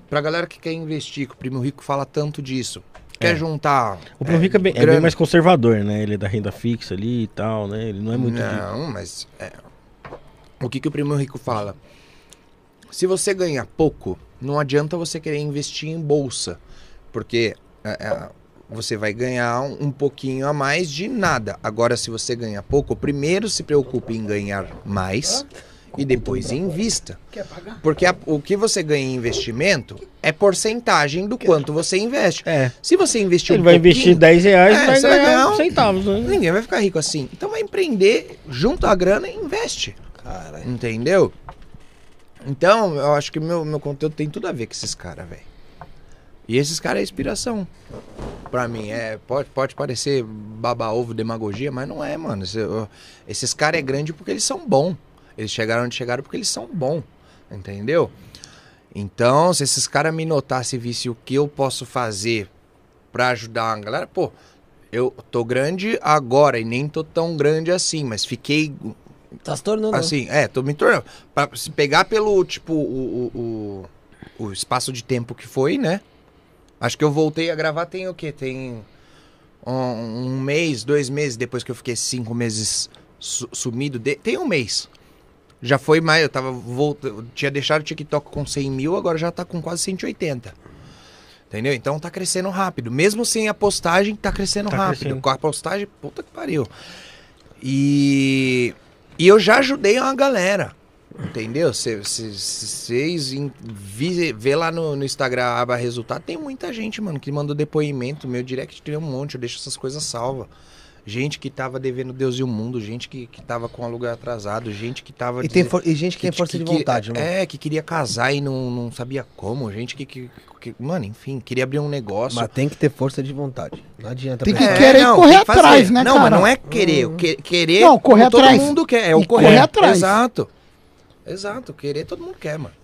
Speaker 5: Pra galera que quer investir, que o Primo Rico fala tanto disso. Quer juntar.
Speaker 2: O Primo Rico é, bem, é bem
Speaker 5: grana.
Speaker 2: mais conservador, né? Ele é da renda fixa ali e tal, né? Ele não é muito. de-
Speaker 5: Não, mas. é. O que, que o Primo Rico fala? Se você ganhar pouco, não adianta você querer investir em bolsa. Porque é, é, você vai ganhar um, um pouquinho a mais de nada. Agora, se você ganhar pouco, primeiro se preocupe em ganhar mais e depois invista. Porque a- o que você ganha em investimento é porcentagem do quanto você investe.
Speaker 2: É.
Speaker 5: Se você investir
Speaker 2: Ele
Speaker 5: um
Speaker 2: vai
Speaker 5: pouquinho,
Speaker 2: investir 10 reais e
Speaker 5: É,
Speaker 2: vai
Speaker 5: você vai
Speaker 2: ganhar
Speaker 5: ganhar um-
Speaker 2: centavos, né?
Speaker 5: Ninguém vai ficar rico assim. Então vai empreender, junta a grana e investe.
Speaker 1: Caralho.
Speaker 5: Entendeu? Então, eu acho que meu, meu conteúdo tem tudo a ver com esses caras, velho. E esses caras é inspiração. Pra mim, é. Pode, pode parecer baba-ovo, demagogia, mas não é, mano. Esse- eu- esses caras é grande porque eles são bons. Eles chegaram onde chegaram porque eles são bons. Entendeu? Então, se esses caras me notassem e vissem o que eu posso fazer pra ajudar a galera, pô, eu tô grande agora e nem tô tão grande assim, mas fiquei
Speaker 1: Tá se tornando.
Speaker 5: Assim, é, tô me tornando. Pra se pegar pelo, tipo, o, o, o, o espaço de tempo que foi, né? Acho que eu voltei a gravar tem o quê? Tem um, um mês, dois meses depois que eu fiquei cinco meses su- sumido. de- Tem um mês. Já foi mais, eu tava voltando. Tinha deixado o TikTok com 100 mil, agora já tá com quase 180. Entendeu? Então tá crescendo rápido. Mesmo sem a postagem, tá crescendo
Speaker 2: Tá
Speaker 5: rápido.
Speaker 2: crescendo.
Speaker 5: Com a postagem, puta que pariu. E e eu já ajudei uma galera. Entendeu? Se se- se vocês em- vi- vê lá no, no Instagram a aba resultado, tem muita gente, mano, que mandou depoimento. Meu direct tem um monte, eu deixo essas coisas salva. Gente que tava devendo Deus e o mundo, gente que, que tava com aluguel atrasado, gente que tava.
Speaker 1: E, tem
Speaker 5: dizer-
Speaker 1: for- e gente que tem força de vontade, né?
Speaker 5: que,
Speaker 1: mano.
Speaker 5: É, que queria casar e não, não sabia como. Gente que, que, que- Mano, enfim, queria abrir um negócio.
Speaker 1: Mas tem que ter força de vontade. Não adianta.
Speaker 4: Tem que
Speaker 1: pessoal.
Speaker 4: querer correr
Speaker 5: tem que fazer.
Speaker 4: atrás, né,
Speaker 5: É, não,
Speaker 4: cara? Hum.
Speaker 5: mas não é querer. o que- querer.
Speaker 4: Não, correr
Speaker 5: todo
Speaker 4: atrás.
Speaker 5: mundo quer. É
Speaker 4: E
Speaker 5: o correr.
Speaker 4: correr atrás.
Speaker 5: Exato. Exato. Querer todo mundo quer, mano.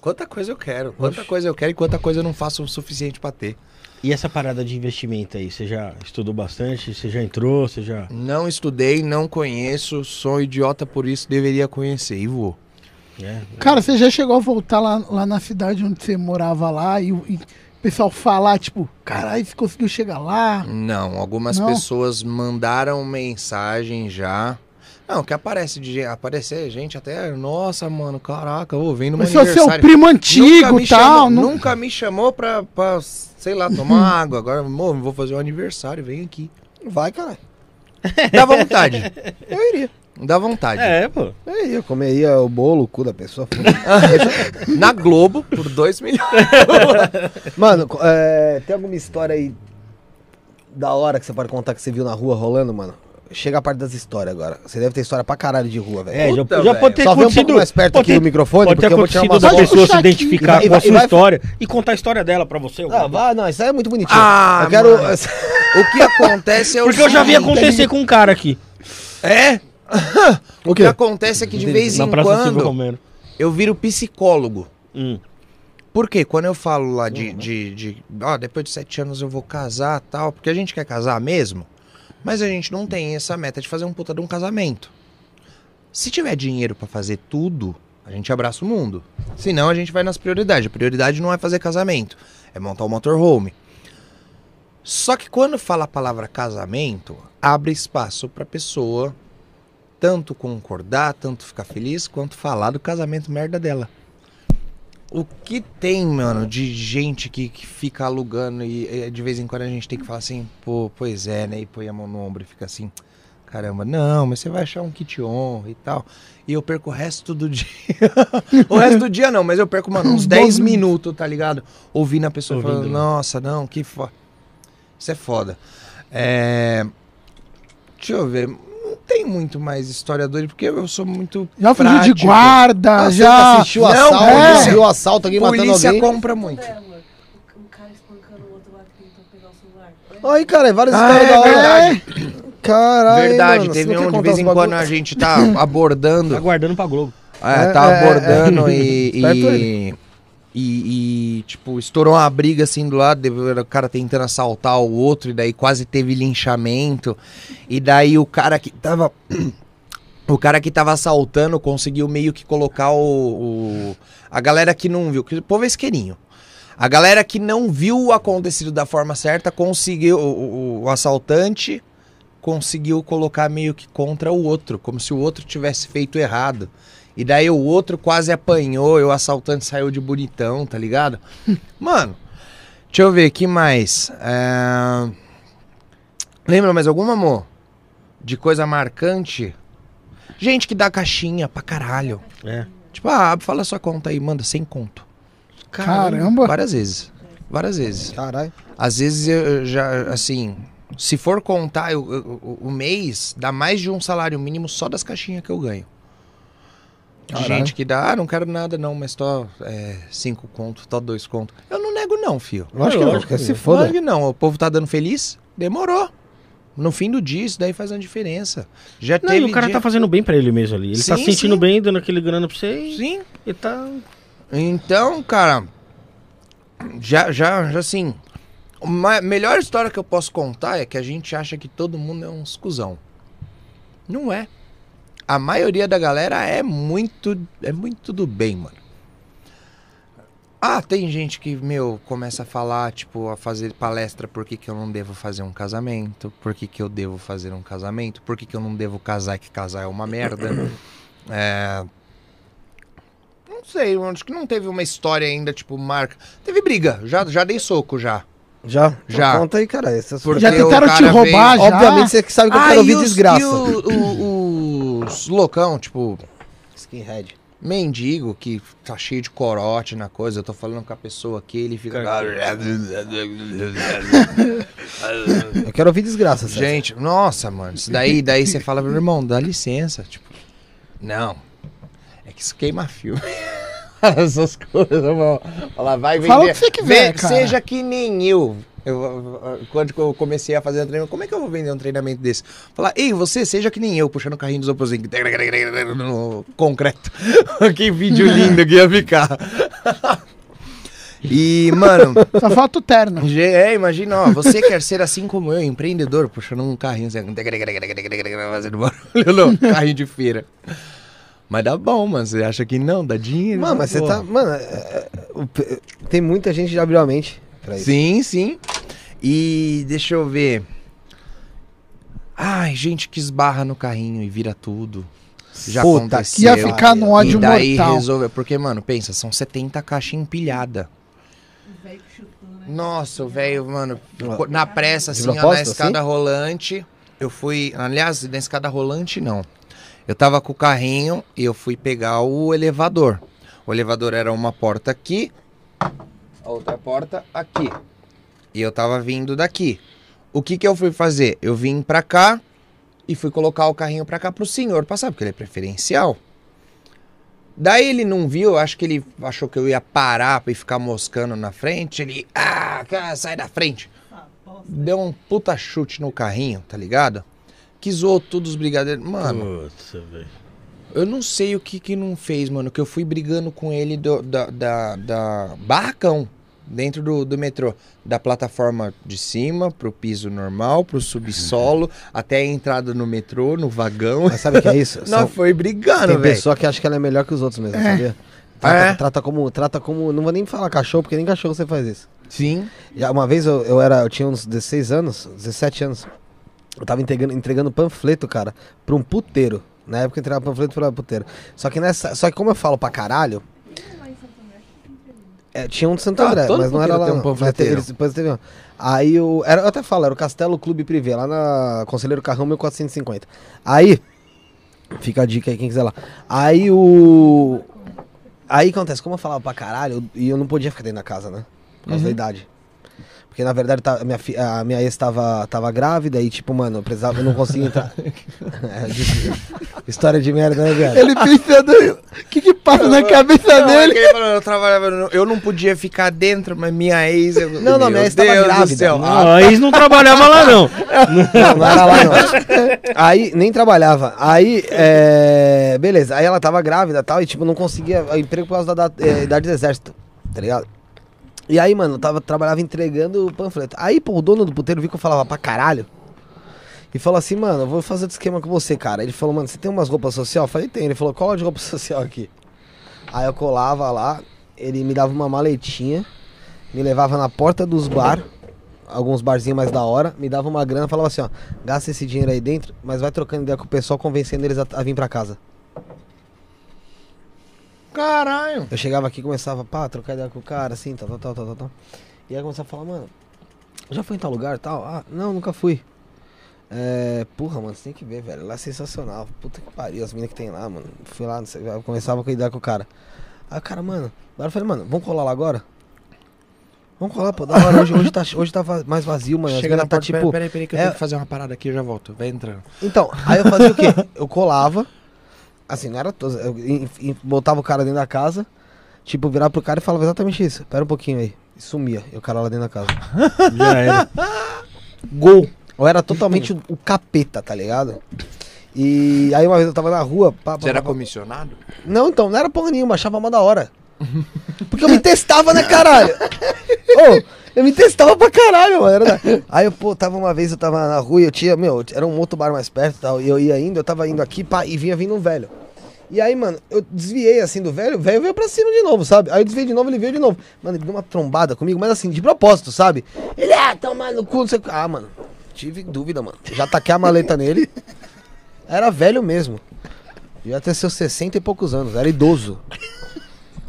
Speaker 5: Quanta coisa eu quero. Quanta coisa eu quero e quanta coisa eu não faço o suficiente pra ter.
Speaker 2: E essa parada de investimento aí? Você já estudou bastante? Você já entrou? Você já.
Speaker 5: Não estudei, não conheço. Sou um idiota, por isso deveria conhecer. E vou.
Speaker 2: É.
Speaker 4: Cara, você já chegou a voltar lá, lá na cidade onde você morava lá e, o- e o pessoal falar, tipo, caralho, você conseguiu chegar lá?
Speaker 5: Não, algumas
Speaker 4: Não?
Speaker 5: pessoas mandaram mensagem já. Não, que aparece de gen- aparecer gente até, nossa, mano, caraca, eu vim no meu
Speaker 4: Mas é seu
Speaker 5: aniversário.
Speaker 4: primo
Speaker 5: Nunca
Speaker 4: antigo
Speaker 5: me
Speaker 4: e tal.
Speaker 5: chamou-
Speaker 4: não-
Speaker 5: Nunca me chamou pra, pra, sei lá, tomar água. Agora, amor, vou fazer um aniversário, vem aqui.
Speaker 1: Vai, cara.
Speaker 5: Dá vontade.
Speaker 1: Eu iria.
Speaker 5: Dá vontade.
Speaker 2: É, pô.
Speaker 1: Eu iria. Eu comeria o bolo, o cu da pessoa. foda-se.
Speaker 5: Na Globo, por 2 milhões.
Speaker 1: mano, co- é, tem alguma história aí da hora que você pode contar que você viu na rua rolando, mano? Chega a parte das histórias agora. Você deve ter história pra caralho de rua, velho.
Speaker 2: É, já-
Speaker 5: Puta,
Speaker 2: já, pode
Speaker 5: velho.
Speaker 2: ter
Speaker 1: Só vem um
Speaker 2: acontecido.
Speaker 1: pouco mais perto
Speaker 2: pode
Speaker 1: aqui
Speaker 2: ter-
Speaker 1: do microfone,
Speaker 2: pode ter
Speaker 1: porque eu vou tirar
Speaker 2: acontecido
Speaker 1: umas
Speaker 2: das
Speaker 1: fotos.
Speaker 2: pessoas se
Speaker 4: Puxa aqui.
Speaker 2: identificar
Speaker 1: E vai-
Speaker 2: com a
Speaker 1: e vai-
Speaker 2: sua
Speaker 1: e vai-
Speaker 2: história e contar a história dela pra você.
Speaker 1: Ah, vai, não, isso aí é muito bonitinho.
Speaker 5: Ah,
Speaker 1: eu quero.
Speaker 5: mano. O que acontece é o
Speaker 2: Porque eu já vi
Speaker 5: seguinte.
Speaker 2: acontecer com um cara aqui.
Speaker 5: É? o
Speaker 1: quê?
Speaker 5: que acontece é que de vez
Speaker 2: na
Speaker 5: em
Speaker 2: Praça Silvio
Speaker 5: quando
Speaker 2: Romero.
Speaker 5: eu viro psicólogo.
Speaker 2: Hum.
Speaker 5: Porque quando eu falo lá de. de, de ó, depois de sete anos eu vou casar tal. Porque a gente quer casar mesmo. Mas a gente não tem essa meta de fazer um puta de um casamento. Se tiver dinheiro pra fazer tudo, a gente abraça o mundo. Senão a gente vai nas prioridades. A prioridade não é fazer casamento, é montar o motorhome. Só que quando fala a palavra casamento, abre espaço pra pessoa tanto concordar, tanto ficar feliz, quanto falar do casamento merda dela. O que tem, mano, de gente que, que fica alugando e, eh, de vez em quando a gente tem que falar assim, pô, pois é, né? E põe a mão no ombro e fica assim, caramba, não, mas você vai achar um kit honra e tal. E eu perco o resto do dia. o resto do dia não, mas eu perco, mano, uns 10 minutos, tá ligado? Ouvindo a pessoa
Speaker 2: Ouvindo,
Speaker 5: falando,
Speaker 2: né?
Speaker 5: nossa, não, que foda. Isso é foda. É... Deixa eu ver. Não tem muito mais história doida, porque eu sou muito.
Speaker 4: Já fugiu de
Speaker 5: prático.
Speaker 4: guarda,
Speaker 5: Ah, você
Speaker 1: Já
Speaker 4: já.
Speaker 1: assistiu o
Speaker 5: Não,
Speaker 1: assalto,
Speaker 4: é.
Speaker 1: viu o assalto, alguém matando
Speaker 5: Polícia
Speaker 1: alguém.
Speaker 5: compra muito.
Speaker 7: Dela, o- o cara espancando o outro lá que tentou pegar o celular. Olha,
Speaker 1: Aí, cara, várias
Speaker 5: Ah,
Speaker 1: histórias
Speaker 5: é
Speaker 1: da hora.
Speaker 5: verdade.
Speaker 1: Caralho,
Speaker 5: Verdade,
Speaker 1: mano, você
Speaker 5: teve
Speaker 1: não quer
Speaker 5: um de
Speaker 1: contar
Speaker 5: vez
Speaker 1: os
Speaker 5: em
Speaker 1: bagulho?
Speaker 5: quando a gente tá abordando.
Speaker 2: Aguardando pra Globo.
Speaker 5: É,
Speaker 1: É,
Speaker 5: tá
Speaker 1: é, Tá
Speaker 5: abordando e,
Speaker 1: Perto
Speaker 5: e, e- e, tipo, estourou uma briga assim do lado, deve- era o cara tentando assaltar o outro, e daí quase teve linchamento. E daí o cara que tava. O cara que tava assaltando conseguiu meio que colocar o. o- a galera que não viu, que o povo é isqueirinho. A galera que não viu o acontecido da forma certa conseguiu. o- o- o assaltante conseguiu colocar meio que contra o outro, como se o outro tivesse feito errado. E daí o outro quase apanhou, e o assaltante saiu de bonitão, tá ligado? Mano, deixa eu ver, que mais? É... Lembra mais alguma, amor? De coisa marcante? Gente que dá caixinha pra caralho.
Speaker 2: É.
Speaker 5: Tipo, ah, fala sua conta aí, manda sem conto.
Speaker 4: Caramba.
Speaker 5: Várias vezes. Várias vezes.
Speaker 1: Caralho.
Speaker 5: Às vezes eu eu já, assim, se for contar eu- eu- o, o mês, dá mais de um salário mínimo só das caixinhas que eu ganho. De
Speaker 4: Caralho.
Speaker 5: gente que dá, ah, não quero nada não, mas tô é, cinco conto, tô dois conto. Eu não nego não, fio.
Speaker 1: Lógico que não,
Speaker 2: Lógico
Speaker 1: quer
Speaker 2: que
Speaker 1: se
Speaker 4: É
Speaker 2: não.
Speaker 1: foda.
Speaker 5: Claro que não, o povo tá dando feliz, demorou. No fim do dia, isso daí faz uma diferença. Já
Speaker 2: Não,
Speaker 5: teve
Speaker 2: e o cara
Speaker 5: dia-
Speaker 2: tá fazendo bem pra ele mesmo ali. Ele tá
Speaker 5: Sim,
Speaker 2: se sentindo
Speaker 5: sim.
Speaker 2: bem, dando aquele grana pra você e
Speaker 5: Sim,
Speaker 2: ele tá.
Speaker 5: Então, cara, já, já, já assim, a ma- melhor história que eu posso contar é que a gente acha que todo mundo é um cuzão. Não é. A maioria da galera é muito, é muito do bem, mano. Ah, tem gente que, meu, começa a falar, tipo, a fazer palestra por que, que eu não devo fazer um casamento, por que, que eu devo fazer um casamento, por que, que eu não devo casar, que casar é uma merda. Não sei, eu acho que não teve uma história ainda, tipo, marca. Teve briga, já, já dei soco já.
Speaker 1: Já?
Speaker 5: Já.
Speaker 1: Conta aí, cara. Essas
Speaker 5: Porque
Speaker 4: Já
Speaker 5: o
Speaker 4: tentaram te
Speaker 5: cara
Speaker 4: roubar, já.
Speaker 1: Obviamente você que sabe que eu
Speaker 5: Ah, e
Speaker 1: quero ouvir
Speaker 5: os- E
Speaker 1: desgraça.
Speaker 5: o- o- os loucão, tipo,
Speaker 1: Skinhead.
Speaker 5: mendigo que tá cheio de corote na coisa, eu tô falando com a pessoa aqui, ele fica. "Ah,
Speaker 1: Eu quero ouvir desgraça, César.
Speaker 5: Gente, nossa, mano, isso daí, daí você fala, irmão, dá licença. Tipo, não. É que isso queima filme. Essas coisas, mano. Fala, vai vender.
Speaker 4: Fala o que você quiser,
Speaker 5: Vê-
Speaker 4: cara.
Speaker 5: Seja que nem eu. Eu, eu, eu, Quando eu comecei a fazer um treinamento, como é que eu vou vender um treinamento desse? Falar, ei, você, seja que nem eu, puxando o carrinho dos oposinhos no concreto. que vídeo lindo que ia ficar. e, mano,
Speaker 4: Só falta o terno.
Speaker 5: Ge- É, imagina, ó, você quer ser assim como eu, empreendedor, puxando um carrinho, assim, fazendo barulho, não, carrinho de feira. Mas dá bom, mano, você acha que não, dá dinheiro.
Speaker 1: Mano, mas você
Speaker 5: Pô.
Speaker 1: tá. Mano, é- é- o pe- tem muita gente que já abriu a mente pra isso.
Speaker 5: Sim, sim. E deixa eu ver. Ai, gente que esbarra no carrinho e vira tudo. Já
Speaker 1: Puta,
Speaker 5: aconteceu.
Speaker 4: Que ia ficar num um ódio
Speaker 5: e daí
Speaker 4: mortal.
Speaker 5: resolve, porque, mano, pensa, são 70 caixas empilhada.
Speaker 7: o velho que chutou, né?
Speaker 5: Nossa, o velho, mano, co- na pressa,
Speaker 1: De
Speaker 5: assim, ó, na
Speaker 1: propósito,
Speaker 5: escada rolante. Eu fui. Aliás, na escada rolante, não. Eu tava com o carrinho e eu fui pegar o elevador. O elevador era uma porta aqui, a outra porta aqui. E eu tava vindo daqui. O que que eu fui fazer? Eu vim pra cá e fui colocar o carrinho pra cá pro senhor passar, porque ele é preferencial. Daí ele não viu, acho que ele achou que eu ia parar e ficar moscando na frente. Ele, ah, cara, sai da frente.
Speaker 7: Ah, bosta.
Speaker 5: Deu um puta chute no carrinho, tá ligado? Que zoou todos os brigadeiros. Mano,
Speaker 2: Nossa, velho.
Speaker 5: eu não sei o que que não fez, mano. Que eu fui brigando com ele do- da, da, da barracão, dentro do, do metrô. Da plataforma de cima, pro piso normal, pro subsolo, até a entrada no metrô, no vagão.
Speaker 1: Mas sabe o que é isso?
Speaker 5: Não,
Speaker 1: São-
Speaker 5: foi brigando,
Speaker 1: tem
Speaker 5: velho.
Speaker 1: pessoa que acha que ela é melhor que os outros mesmo,
Speaker 4: É.
Speaker 1: sabia? Trata,
Speaker 5: É.
Speaker 1: trata como. Trata como. Não vou nem falar cachorro, porque nem cachorro você faz isso.
Speaker 5: Sim.
Speaker 1: Já uma vez eu, eu era. Eu tinha uns 16 anos, 17 anos. Eu tava entregando, entregando panfleto, cara, pra um puteiro. Na época eu entregava panfleto pra puteiro. Só que nessa. Só que como eu falo pra caralho. É, tinha um de Santo
Speaker 12: Ah,
Speaker 1: André,
Speaker 12: todo
Speaker 1: mas não era
Speaker 12: puteiro tem
Speaker 1: lá.
Speaker 12: um
Speaker 1: não. Mas
Speaker 12: panfleteiro.
Speaker 1: teve- depois teve um. Aí o. Era, eu até falo, era o Castelo Clube Privé, lá na Conselheiro Carrão 1450. Aí. Fica a dica aí, quem quiser lá. Aí o. Aí acontece, como eu falava pra caralho, eu- e eu não podia ficar dentro da casa, né? Por causa da idade. Porque na verdade tá- a minha, fi- a minha ex tava, tava grávida e, tipo, mano, eu precisava, eu não conseguia entrar. É, difícil. História de merda, né, viado?
Speaker 4: Ele pensando. O que que passa na cabeça
Speaker 5: Não, é
Speaker 4: dele?
Speaker 5: que ele falou, eu trabalhava. no- Eu não podia ficar dentro, mas minha ex. eu-
Speaker 1: Não, não, minha
Speaker 5: Meu
Speaker 1: ex tava
Speaker 5: Deus do
Speaker 1: grávida.
Speaker 5: céu.
Speaker 1: Não,
Speaker 2: Ah, eles não trabalhavam lá, não.
Speaker 1: Não, não era lá, não. Aí, nem trabalhava. Aí, é... beleza. Aí ela tava grávida e tal, e, tipo, não conseguia emprego por causa da, da- é, idade do exército, tá ligado? E aí, mano, eu tava, trabalhava entregando o panfleto. Aí, pô, o dono do puteiro viu que eu falava pra caralho. E falou assim, mano, eu vou fazer outro esquema com você, cara. Ele falou, mano, você tem umas roupas social? Eu falei, tem. Ele falou, cola de roupa social aqui. Aí eu colava lá, ele me dava uma maletinha, me levava na porta dos bar, alguns barzinhos mais da hora, me dava uma grana, falava assim, ó, gasta esse dinheiro aí dentro, mas vai trocando ideia com o pessoal, convencendo eles a, a vir pra casa.
Speaker 5: Caralho.
Speaker 1: Eu chegava aqui e começava, pá, trocar ideia com o cara, assim, tal, tal, tal, tal, tal, tal. E aí começava a falar, mano, já foi em tal lugar, tal? Ah, não, nunca fui. É, porra, mano, você tem que ver, velho, lá é sensacional. Puta que pariu, as minas que tem lá, mano. Fui lá, não sei, eu começava a cuidar com o cara. Aí o cara, mano, agora eu falei, mano, vamos colar lá agora? Vamos colar, pô, da hora, hoje, hoje, tá, hoje tá va- mais vazio, mano. As
Speaker 5: Chega
Speaker 1: minas
Speaker 5: na
Speaker 1: tá,
Speaker 5: parte. Peraí,
Speaker 1: tipo,
Speaker 5: peraí, peraí, que eu
Speaker 1: é-
Speaker 5: tenho que fazer uma parada aqui, eu já volto. Vai entrando.
Speaker 1: Então, aí eu fazia o quê? Eu colava, assim, não era todos, eu in- in- botava o cara dentro da casa, tipo, virava pro cara e falava exatamente isso. Pera um pouquinho aí. E sumia, e o cara lá dentro da casa.
Speaker 2: Já era.
Speaker 1: Gol! Eu era totalmente o, o capeta, tá ligado? E aí uma vez eu tava na rua. Pá, pá,
Speaker 5: Você era
Speaker 1: pá, pá.
Speaker 5: comissionado?
Speaker 1: Não, então, não era porra nenhuma, achava mó da hora. Porque eu me testava, né, caralho? Ô, eu me testava pra caralho, mano. era da- Aí eu, pô, tava uma vez, eu tava na rua e eu tinha, meu, era um outro bar mais perto e tal. E eu ia indo, eu tava indo aqui, pá, e vinha vindo um velho. E aí, mano, eu desviei assim do velho, o velho veio pra cima de novo, sabe? Aí eu desviei de novo, ele veio de novo. Mano, ele deu uma trombada comigo, mas assim, de propósito, sabe? Ele, ah, toma no cu, não sei o que. Ah, mano, tive dúvida, mano. Já taquei a maleta nele. Era velho mesmo. Devia ter seus 60 e poucos anos, era idoso.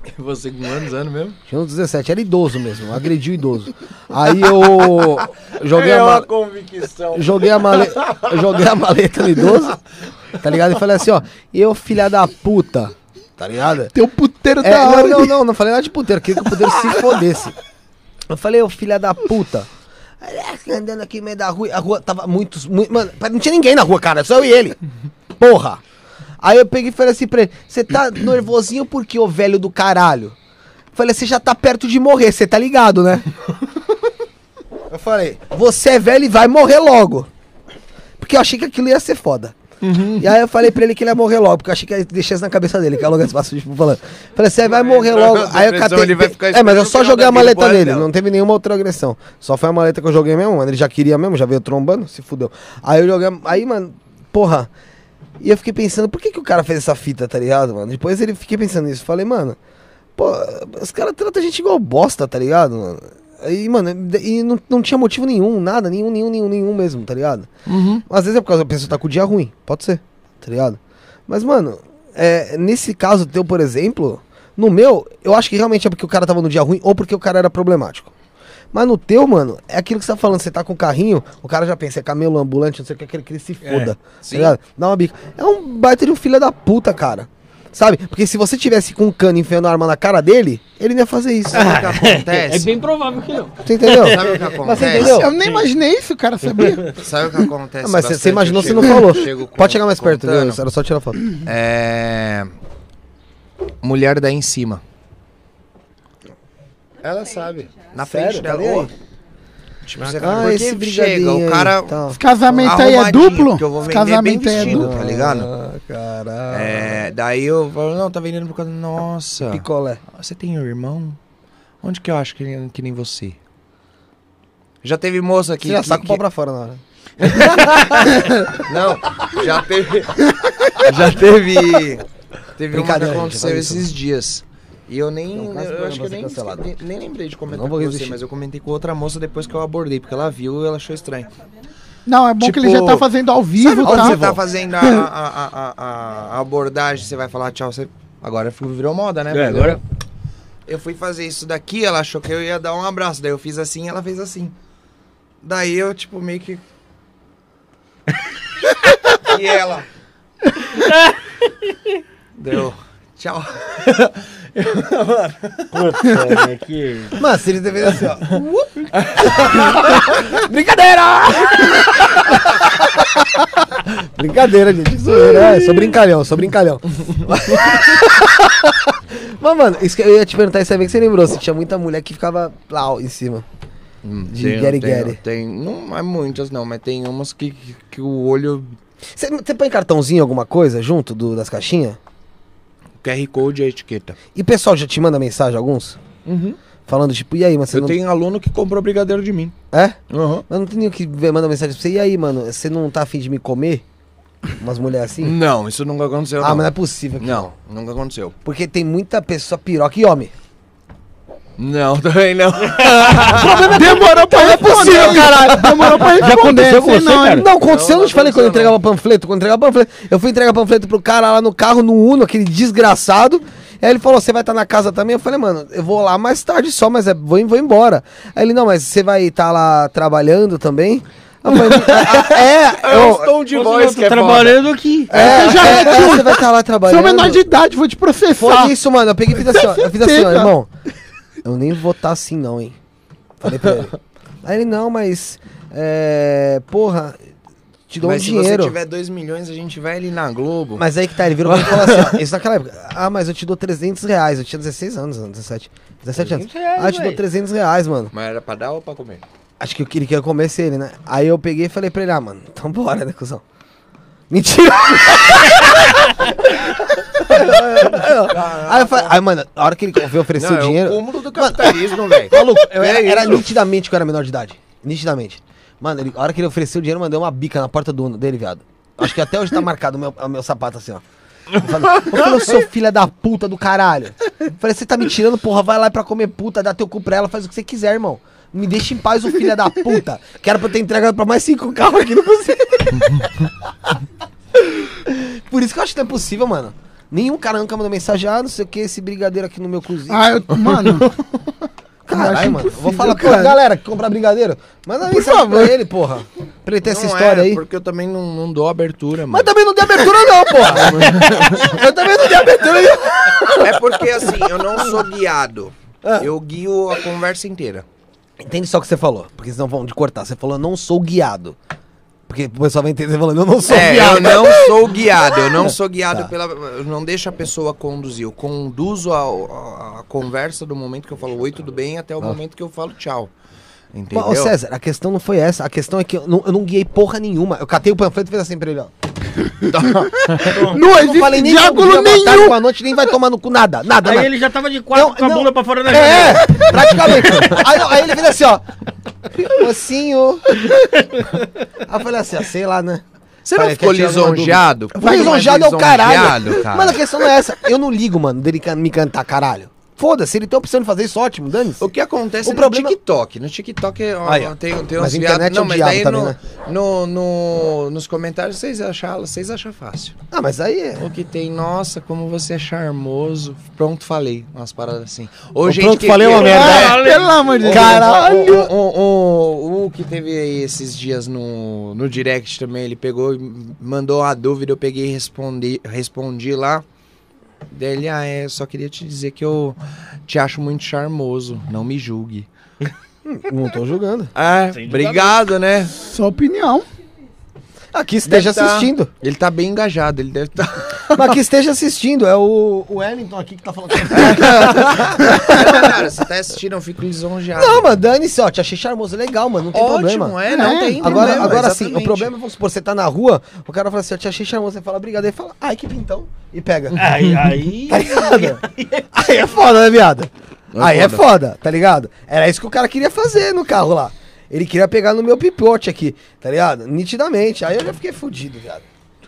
Speaker 5: é
Speaker 12: Você com quantos anos mesmo?
Speaker 1: Tinha uns 17, era idoso mesmo, agrediu idoso. Aí eu joguei a maleta.
Speaker 12: convicção.
Speaker 1: Joguei a maleta. Joguei a maleta no idoso, tá ligado? E falei assim, ó, eu, filha da puta, tá ligado?
Speaker 4: Teu um puteiro
Speaker 1: É,
Speaker 4: da hora.
Speaker 1: não, não, não, não falei nada de puteiro, queria que o puteiro se fodesse. Eu falei, ô filha da puta. Aí, é, Andando aqui no meio da rua, a rua tava muitos, muito, mano, pa- não tinha ninguém na rua, cara, só eu e ele. Porra. Aí eu peguei e falei assim pra ele, você tá nervosinho por quê, ô velho do caralho? Eu Falei, você já tá perto de morrer, você tá ligado, né? Eu falei, você é velho e vai morrer logo. Porque eu achei que aquilo ia ser foda.
Speaker 12: Uhum.
Speaker 1: E aí eu falei pra ele que ele ia morrer logo, porque eu achei que ia deixar isso na cabeça dele, que é logo esse passo, tipo, falando. Falei, você vai morrer
Speaker 12: Vai
Speaker 1: logo.
Speaker 12: entrar na
Speaker 1: Aí eu
Speaker 12: depressão,
Speaker 1: catei.
Speaker 12: ele vai ficar
Speaker 1: É, mas eu
Speaker 12: esperando
Speaker 1: só
Speaker 12: o final
Speaker 1: joguei a
Speaker 12: da vida
Speaker 1: maleta
Speaker 12: embora
Speaker 1: nele,
Speaker 12: dela.
Speaker 1: não teve nenhuma outra agressão. Só foi a maleta que eu joguei mesmo, mano. Ele já queria mesmo, já veio trombando, se fudeu. Aí eu joguei. a- Aí, mano, porra. E eu fiquei pensando, por que, que o cara fez essa fita, tá ligado, mano? Depois ele fiquei pensando nisso. Falei, mano, pô, os caras tratam a gente igual bosta, tá ligado, mano? E, mano, e não, não tinha motivo nenhum, nada, nenhum, nenhum, nenhum, nenhum mesmo, tá ligado? Às vezes é por causa da pessoa tá com o dia ruim, pode ser, tá ligado? Mas, mano, é, nesse caso teu, por exemplo, no meu, eu acho que realmente é porque o cara tava no dia ruim ou porque o cara era problemático. Mas no teu, mano, é aquilo que você tá falando, você tá com o carrinho, o cara já pensa, é camelo ambulante, não sei o que, aquele que ele se
Speaker 5: É,
Speaker 1: foda. tá ligado? Dá uma bica. É um baita de um filho da puta, cara. Sabe? Porque se você tivesse com um cano enfiando a arma na cara dele, ele não ia fazer isso.
Speaker 5: Sabe o que acontece?
Speaker 2: É bem provável que não.
Speaker 1: Você entendeu?
Speaker 5: Sabe o que
Speaker 1: Mas você
Speaker 5: acontece?
Speaker 1: entendeu?
Speaker 4: Eu nem imaginei isso, cara, sabia?
Speaker 5: Sabe o que acontece?
Speaker 1: Ah, mas você- você
Speaker 5: bastante?
Speaker 1: imaginou,
Speaker 5: Eu
Speaker 1: você não
Speaker 5: chego-
Speaker 1: falou.
Speaker 5: chego com-
Speaker 1: Pode chegar mais perto,
Speaker 5: contando.
Speaker 1: viu? Era só tirar foto.
Speaker 5: É. Mulher daí em cima. Ela sabe. Na frente
Speaker 1: Sério? Tá
Speaker 5: dela.
Speaker 1: nem aí.
Speaker 5: Ó, Tipo, você
Speaker 1: Ah,
Speaker 5: fala, por
Speaker 1: esse
Speaker 5: que chega?
Speaker 1: brigadinho
Speaker 5: O
Speaker 1: aí,
Speaker 5: cara.
Speaker 1: tá.
Speaker 4: Esse casamento aí é
Speaker 5: arrumadinho,
Speaker 4: duplo?
Speaker 5: porque eu vou
Speaker 4: Esse
Speaker 5: vender bem
Speaker 4: casamento aí é
Speaker 5: vestido.
Speaker 4: duplo.
Speaker 5: tá ligado?
Speaker 1: Ah, caralho.
Speaker 5: É, daí eu falo, não, tá vendendo por causa. Nossa,
Speaker 1: Picolé.
Speaker 5: você tem um irmão? Onde que eu acho que, nem- que nem você? Já teve moça aqui.
Speaker 1: Você já
Speaker 5: que-
Speaker 1: saca o
Speaker 5: que-
Speaker 1: pau pra fora na hora.
Speaker 5: Não, já teve. já teve. Teve uma que
Speaker 1: Brincadeira, gente,
Speaker 5: aconteceu
Speaker 1: faz isso,
Speaker 5: esses dias. E eu nem.
Speaker 1: Então, caso
Speaker 5: eu
Speaker 1: programa
Speaker 5: acho que eu
Speaker 1: vai
Speaker 5: nem,
Speaker 1: ser cancelado.
Speaker 5: nem- nem lembrei de comentar
Speaker 1: não
Speaker 5: com
Speaker 1: vou
Speaker 5: você,
Speaker 1: resistir.
Speaker 5: mas eu comentei com outra moça depois que eu abordei, porque ela viu e ela achou estranho.
Speaker 4: Não, é bom que ele já
Speaker 5: Tipo,
Speaker 4: tá fazendo ao
Speaker 5: Sabe
Speaker 4: vivo,
Speaker 5: quando
Speaker 4: tá?
Speaker 5: você tá fazendo
Speaker 1: É.
Speaker 5: a, a- a- a- a- a abordagem, você vai falar tchau, você... Agora ficou- virou moda, né?
Speaker 2: É, agora-
Speaker 5: Eu fui fazer isso daqui, ela achou que eu ia dar um abraço, daí eu fiz assim, ela fez assim. Daí eu, tipo, meio que... e ela... Deu... Tchau.
Speaker 2: Puta, né, que...
Speaker 1: Mano, se eles deveriam assim, ó. Brincadeira! Brincadeira, gente. Isso é, sou brincalhão, sou brincalhão. Mas, mano, isso que eu ia te perguntar, isso aí bem que você lembrou. Você tinha muita mulher que ficava lá ó, em cima.
Speaker 5: De
Speaker 1: De Gary Gary.
Speaker 5: Hum, Tem, não é muitas não, mas tem umas que, que- que o olho...
Speaker 1: Você, você põe cartãozinho, alguma coisa, junto do- das caixinhas?
Speaker 5: QR Code é etiqueta.
Speaker 1: E o pessoal já te manda mensagem, alguns?
Speaker 5: Uhum.
Speaker 1: Falando, tipo, e aí, mas você
Speaker 5: eu
Speaker 1: não...
Speaker 5: tenho aluno que comprou brigadeiro de mim.
Speaker 1: É?
Speaker 5: Uhum.
Speaker 1: Mas não tem nenhum que vê- manda mensagem pra você. E aí, mano, você não tá afim de me comer? Umas mulheres assim?
Speaker 5: Não, isso nunca aconteceu.
Speaker 1: ah,
Speaker 5: não.
Speaker 1: mas não é possível. que-
Speaker 5: Não, nunca aconteceu.
Speaker 1: Porque tem muita pessoa piroca e homem.
Speaker 5: Não, também não.
Speaker 4: Demorou pra responder, caralho. Demorou pra responder.
Speaker 2: aconteceu com
Speaker 4: sei
Speaker 2: você,
Speaker 4: não, hein?
Speaker 2: cara?
Speaker 1: Não, aconteceu, eu não te falei quando eu
Speaker 5: aconteceu,
Speaker 1: entregava panfleto. Quando eu entregava panfleto, eu fui entregar panfleto pro cara lá no carro, no Uno, aquele desgraçado. Aí ele falou, você vai estar na casa também? Eu falei, mano, eu vou lá mais tarde só, mas é, vou, vou embora. Aí ele, não, mas você vai estar lá trabalhando também? Eu falei, "Ah, é, eu,
Speaker 5: estou um de é
Speaker 2: Eu tô trabalhando aqui.
Speaker 1: é,
Speaker 4: já é,
Speaker 1: é, você vai estar lá
Speaker 4: Você é
Speaker 1: trabalhando.
Speaker 4: o menor de idade, vou te
Speaker 1: Foi
Speaker 4: processar.
Speaker 1: isso, mano. Eu peguei e fiz assim, ó. Eu fiz assim, ó,
Speaker 4: certeza.
Speaker 1: irmão. Eu nem vou tá assim, não, hein. Falei pra ele. Aí ele, não, mas. É. Porra, te dou
Speaker 5: Mas
Speaker 1: um
Speaker 5: se
Speaker 1: dinheiro.
Speaker 5: você tiver 2 milhões, a gente vai ali na Globo.
Speaker 1: Mas aí que tá, ele virou pra mim e falou assim, ó, isso naquela época. Ah, mas eu te dou 300 reais. Eu tinha 16 anos, não, 17. 17 anos.
Speaker 2: 300 reais,
Speaker 1: ah, eu te dou
Speaker 2: véi.
Speaker 1: 300 reais, mano.
Speaker 5: Mas era pra dar ou pra comer?
Speaker 1: Acho que eu- ele queria comer se ele, né? Aí eu peguei e falei pra ele, ah, mano, então bora, né, cuzão? Mentira! aí eu falei, aí, mano, a hora que ele me ofereceu o dinheiro.
Speaker 5: é cúmulo do capitalismo, velho.
Speaker 1: Maluco, tá eu
Speaker 5: É
Speaker 1: era,
Speaker 5: isso.
Speaker 1: era nitidamente que eu era menor de idade. Nitidamente. Mano, ele- a hora que ele ofereceu o dinheiro, eu mandei uma bica na porta do dono dele, viado. Acho que até hoje tá marcado o meu, o meu sapato assim, ó. Eu falei, eu falei, seu filho da puta do caralho. Eu falei, você tá me tirando, porra, vai lá pra comer puta, dá teu cu pra ela, faz o que você quiser, irmão. Me deixa em paz, o filho da puta. Que era pra eu ter entregado pra mais cinco carros aqui, não é consigo. Por isso que eu acho que não é possível, mano. Nenhum cara nunca mandou mensagem, ah, não sei o que, esse brigadeiro aqui no meu cozinho.
Speaker 4: Ah, eu, mano, Eu acho
Speaker 1: Caralho, mano. Eu vou
Speaker 4: impossível,
Speaker 1: falar pra
Speaker 4: cara.
Speaker 1: galera que comprar brigadeiro. Manda Por favor. pra ele, porra. Pra ele ter essa história aí.
Speaker 5: é, porque eu também não, não dou abertura,
Speaker 1: Mas
Speaker 5: mano.
Speaker 1: também não dei abertura, não, porra. eu também não dei abertura, não.
Speaker 5: É porque, assim, eu não sou guiado.
Speaker 1: Ah.
Speaker 5: Eu guio a conversa inteira.
Speaker 1: Entende só o que você falou, porque senão vão te cortar. Você falou, eu não sou guiado. Porque o pessoal vai entender você falando, eu não sou
Speaker 5: É,
Speaker 1: guiado. Tá.
Speaker 5: eu não sou guiado. Eu não sou guiado pela... Eu não deixo a pessoa conduzir. Eu conduzo a, a- a conversa do momento que eu falo oi, tudo bem, até o momento que eu falo tchau. Entendeu?
Speaker 1: Mas, ô César, a questão não foi essa. A questão é que eu não, eu não guiei porra nenhuma. Eu catei o panfleto e fiz assim pra ele, ó.
Speaker 4: não
Speaker 1: Eu não falei
Speaker 4: existe
Speaker 1: nem bom dia,
Speaker 4: diálogo
Speaker 1: boa tarde,
Speaker 4: nenhum.
Speaker 1: boa noite, nem vai tomar no cu nada. Nada,
Speaker 2: Aí
Speaker 1: nada.
Speaker 2: ele já tava de quatro
Speaker 1: Não,
Speaker 2: com a
Speaker 1: não.
Speaker 2: bunda pra fora da
Speaker 1: É,
Speaker 2: janela.
Speaker 1: é, praticamente. aí, aí ele vira assim, ó. Mocinho. Aí eu falei assim, ó, sei lá, né?
Speaker 5: Você não
Speaker 1: Falei,
Speaker 5: ficou
Speaker 1: quer tirar alguma dúvida?
Speaker 5: lisonjeado?
Speaker 1: O lisonjeado é o caralho.
Speaker 5: cara.
Speaker 1: Mano, a questão não é essa. Eu não ligo, mano, dele can- me cantar caralho. Foda-se, ele tem a opção de fazer isso, ótimo, dane-se.
Speaker 5: O que acontece
Speaker 1: O
Speaker 5: no
Speaker 1: problema-
Speaker 5: TikTok? No TikTok ó,
Speaker 1: Aí, ó.
Speaker 5: tem, tem
Speaker 1: Mas
Speaker 5: uns
Speaker 1: a internet
Speaker 5: viados-
Speaker 1: é o diabo também,
Speaker 5: no,
Speaker 1: né?
Speaker 5: no- no- nos comentários vocês acham, vocês acham fácil.
Speaker 1: Ah, mas aí é.
Speaker 5: O que tem, nossa, como você é charmoso. Pronto, falei. Umas paradas assim. Ô,
Speaker 1: O
Speaker 5: gente
Speaker 1: pronto,
Speaker 5: que- É.
Speaker 1: falei
Speaker 5: que-
Speaker 2: É
Speaker 1: uma merda.
Speaker 4: Ah, pelo amor de
Speaker 5: Ô,
Speaker 4: Deus.
Speaker 5: O, o- o- o- o um, que teve aí esses dias no, no direct também, ele pegou e mandou a dúvida, eu peguei e respondi, respondi lá. Daí ele, ah, é, só queria te dizer que eu te acho muito charmoso, não me julgue.
Speaker 1: Não tô julgando.
Speaker 5: Ah,
Speaker 2: Sem
Speaker 5: obrigado, né?
Speaker 4: Sua opinião.
Speaker 1: Aqui esteja
Speaker 5: Deve tá.
Speaker 1: assistindo.
Speaker 5: Ele tá bem engajado, ele deve estar. Tá...
Speaker 1: Mas aqui esteja assistindo. É o, o Wellington aqui que tá falando.
Speaker 5: Cara, você tá assistindo, eu fico lisonjeado.
Speaker 1: Não, mano, dane-se, ó. Te achei charmoso, legal, mano. Não tem problema.
Speaker 5: Ótimo, é, não
Speaker 4: É,
Speaker 5: tem
Speaker 1: Agora,
Speaker 5: problema,
Speaker 1: agora sim, o
Speaker 5: exatamente.
Speaker 1: problema é, vamos supor, você tá na rua, o cara fala assim, eu te achei charmoso, você fala, obrigado, aí fala, ai, que pintão, e pega.
Speaker 2: Aí, aí.
Speaker 1: Tá ligado? Aí é foda, né, viado? Aí é
Speaker 5: foda.
Speaker 1: foda, tá ligado? Era isso que o cara queria fazer no carro lá. Ele queria pegar no meu pipote aqui, tá ligado? Nitidamente. Aí eu já fiquei fudido, viado.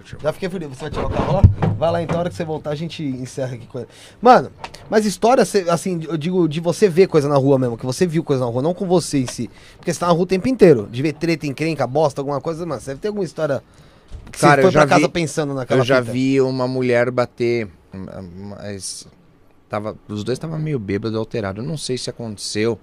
Speaker 2: tchau.
Speaker 1: Já fiquei feliz. Você vai tirar o carro lá? Vai lá então, a hora que você voltar, a gente encerra aqui com ele. Mano, mas história, cê- assim, eu digo de você ver coisa na rua mesmo, que você viu coisa na rua, não com você em si. Porque você tá na rua o tempo inteiro. De ver treta, encrenca, bosta, alguma coisa, mano. Você deve ter alguma história que
Speaker 5: Cara,
Speaker 1: você foi
Speaker 5: eu já
Speaker 1: pra casa
Speaker 5: vi-
Speaker 1: pensando naquela
Speaker 5: Eu já
Speaker 1: fita.
Speaker 5: vi uma mulher bater, hum, mas tava, os dois estavam meio bêbados, alterados. Eu não sei se aconteceu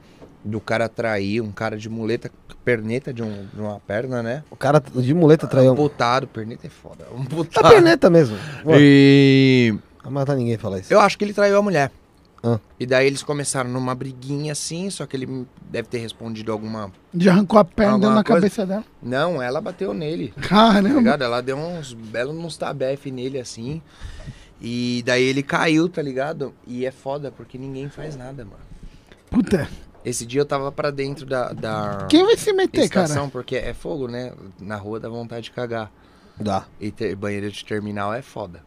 Speaker 5: do cara trair um cara de muleta, perneta de, um- de uma perna, né?
Speaker 1: O cara de muleta traiu. um-
Speaker 5: Amputado, perneta é foda.
Speaker 1: Tá
Speaker 5: Amputado.
Speaker 1: perneta mesmo. Ué,
Speaker 5: E
Speaker 1: Não vai matar ninguém falar isso.
Speaker 5: eu acho que ele traiu a mulher.
Speaker 1: Ah.
Speaker 5: E daí eles começaram numa briguinha assim, só que ele deve ter respondido alguma.
Speaker 4: Já arrancou a perna
Speaker 5: Alguma
Speaker 4: na
Speaker 5: coisa?
Speaker 4: cabeça dela.
Speaker 5: Não, ela bateu nele. Tá
Speaker 4: Caramba.
Speaker 5: ligado? Ela deu uns belos uns tabef nele assim. E daí ele caiu, tá ligado? E é foda, porque ninguém faz nada, mano.
Speaker 4: Puta.
Speaker 5: Ah. Esse dia eu tava pra dentro da, da
Speaker 4: Quem vai se meter,
Speaker 5: estação,
Speaker 4: cara?
Speaker 5: porque é fogo, né? Na rua dá vontade de cagar.
Speaker 1: Dá.
Speaker 5: E ter, banheiro de terminal é foda.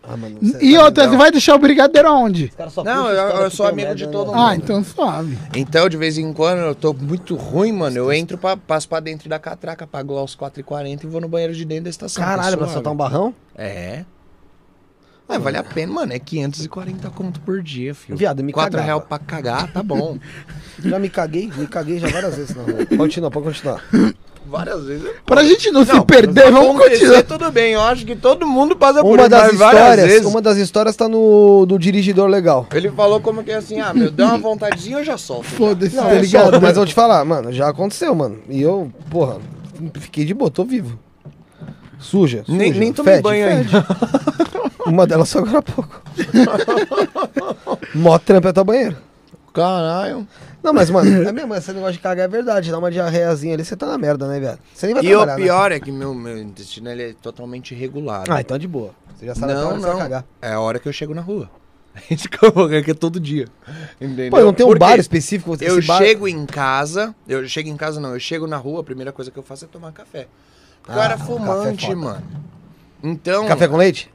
Speaker 1: Ah, mano,
Speaker 4: E outra,
Speaker 5: legal.
Speaker 4: você vai deixar o brigadeiro aonde?
Speaker 5: Não, eu, eu sou amigo de todo
Speaker 1: né?
Speaker 5: mundo.
Speaker 4: Ah, então suave.
Speaker 5: Então, de vez em quando, eu tô muito ruim, mano. Eu entro, pra, passo pra dentro da catraca, pago lá os 4,40 e vou no banheiro de dentro da estação. tá
Speaker 1: Caralho, pra
Speaker 5: suave.
Speaker 1: soltar um barrão?
Speaker 5: É. Ah, vale a pena, mano. É 540 conto por dia, filho.
Speaker 1: Viado, eu me
Speaker 5: 4
Speaker 1: cagava.
Speaker 5: real pra cagar, tá bom.
Speaker 1: Já me caguei, me caguei já várias vezes né? na rua. Continua, pode continuar.
Speaker 5: Várias vezes.
Speaker 4: Pra gente não, se
Speaker 5: Não,
Speaker 4: perder, vamos
Speaker 5: acontecer,
Speaker 4: continuar.
Speaker 5: Tudo bem, eu acho que todo mundo passa por
Speaker 1: Uma
Speaker 5: isso,
Speaker 1: das
Speaker 5: mas várias
Speaker 1: histórias,
Speaker 5: vezes.
Speaker 1: uma das histórias tá no do dirigidor legal.
Speaker 5: Ele falou como que é assim, ah, meu, deu uma vontadezinha, eu já solto. então."
Speaker 4: Foda-se,
Speaker 1: Não, é
Speaker 4: tá
Speaker 5: é
Speaker 1: eu
Speaker 4: ligado?
Speaker 1: solto, mas eu vou te falar, mano, já aconteceu, mano. E eu, porra, fiquei de boa, tô vivo. Suja, suja.
Speaker 5: Nem- nem tomei banho
Speaker 1: Uma delas só agora há pouco. Mó trampa é tua banheiro.
Speaker 5: Caralho.
Speaker 1: Não, mas, mano, é mesmo, esse negócio de cagar é verdade. Dá uma diarreiazinha ali, você tá na merda, né, viado? Você nem vai
Speaker 5: E
Speaker 1: trabalhar,
Speaker 5: o pior é que meu, meu intestino ele é totalmente regulado.
Speaker 1: né? Ah, então de boa. Você já sabe até
Speaker 5: Não,
Speaker 1: onde você vai
Speaker 5: não.
Speaker 1: cagar.
Speaker 5: É a hora que eu chego na rua. Isso que eu vou aqui todo dia. Entendeu?
Speaker 1: Pô, não tem um
Speaker 5: Por quê?
Speaker 1: bar específico. esse
Speaker 5: Eu
Speaker 1: bar-
Speaker 5: chego em casa, eu chego em casa não, eu chego na rua, a primeira coisa que eu faço é tomar café. Porque eu
Speaker 1: Ah,
Speaker 5: era
Speaker 1: o
Speaker 5: fumante,
Speaker 1: café é foda.
Speaker 5: mano. Então.
Speaker 1: Café com leite?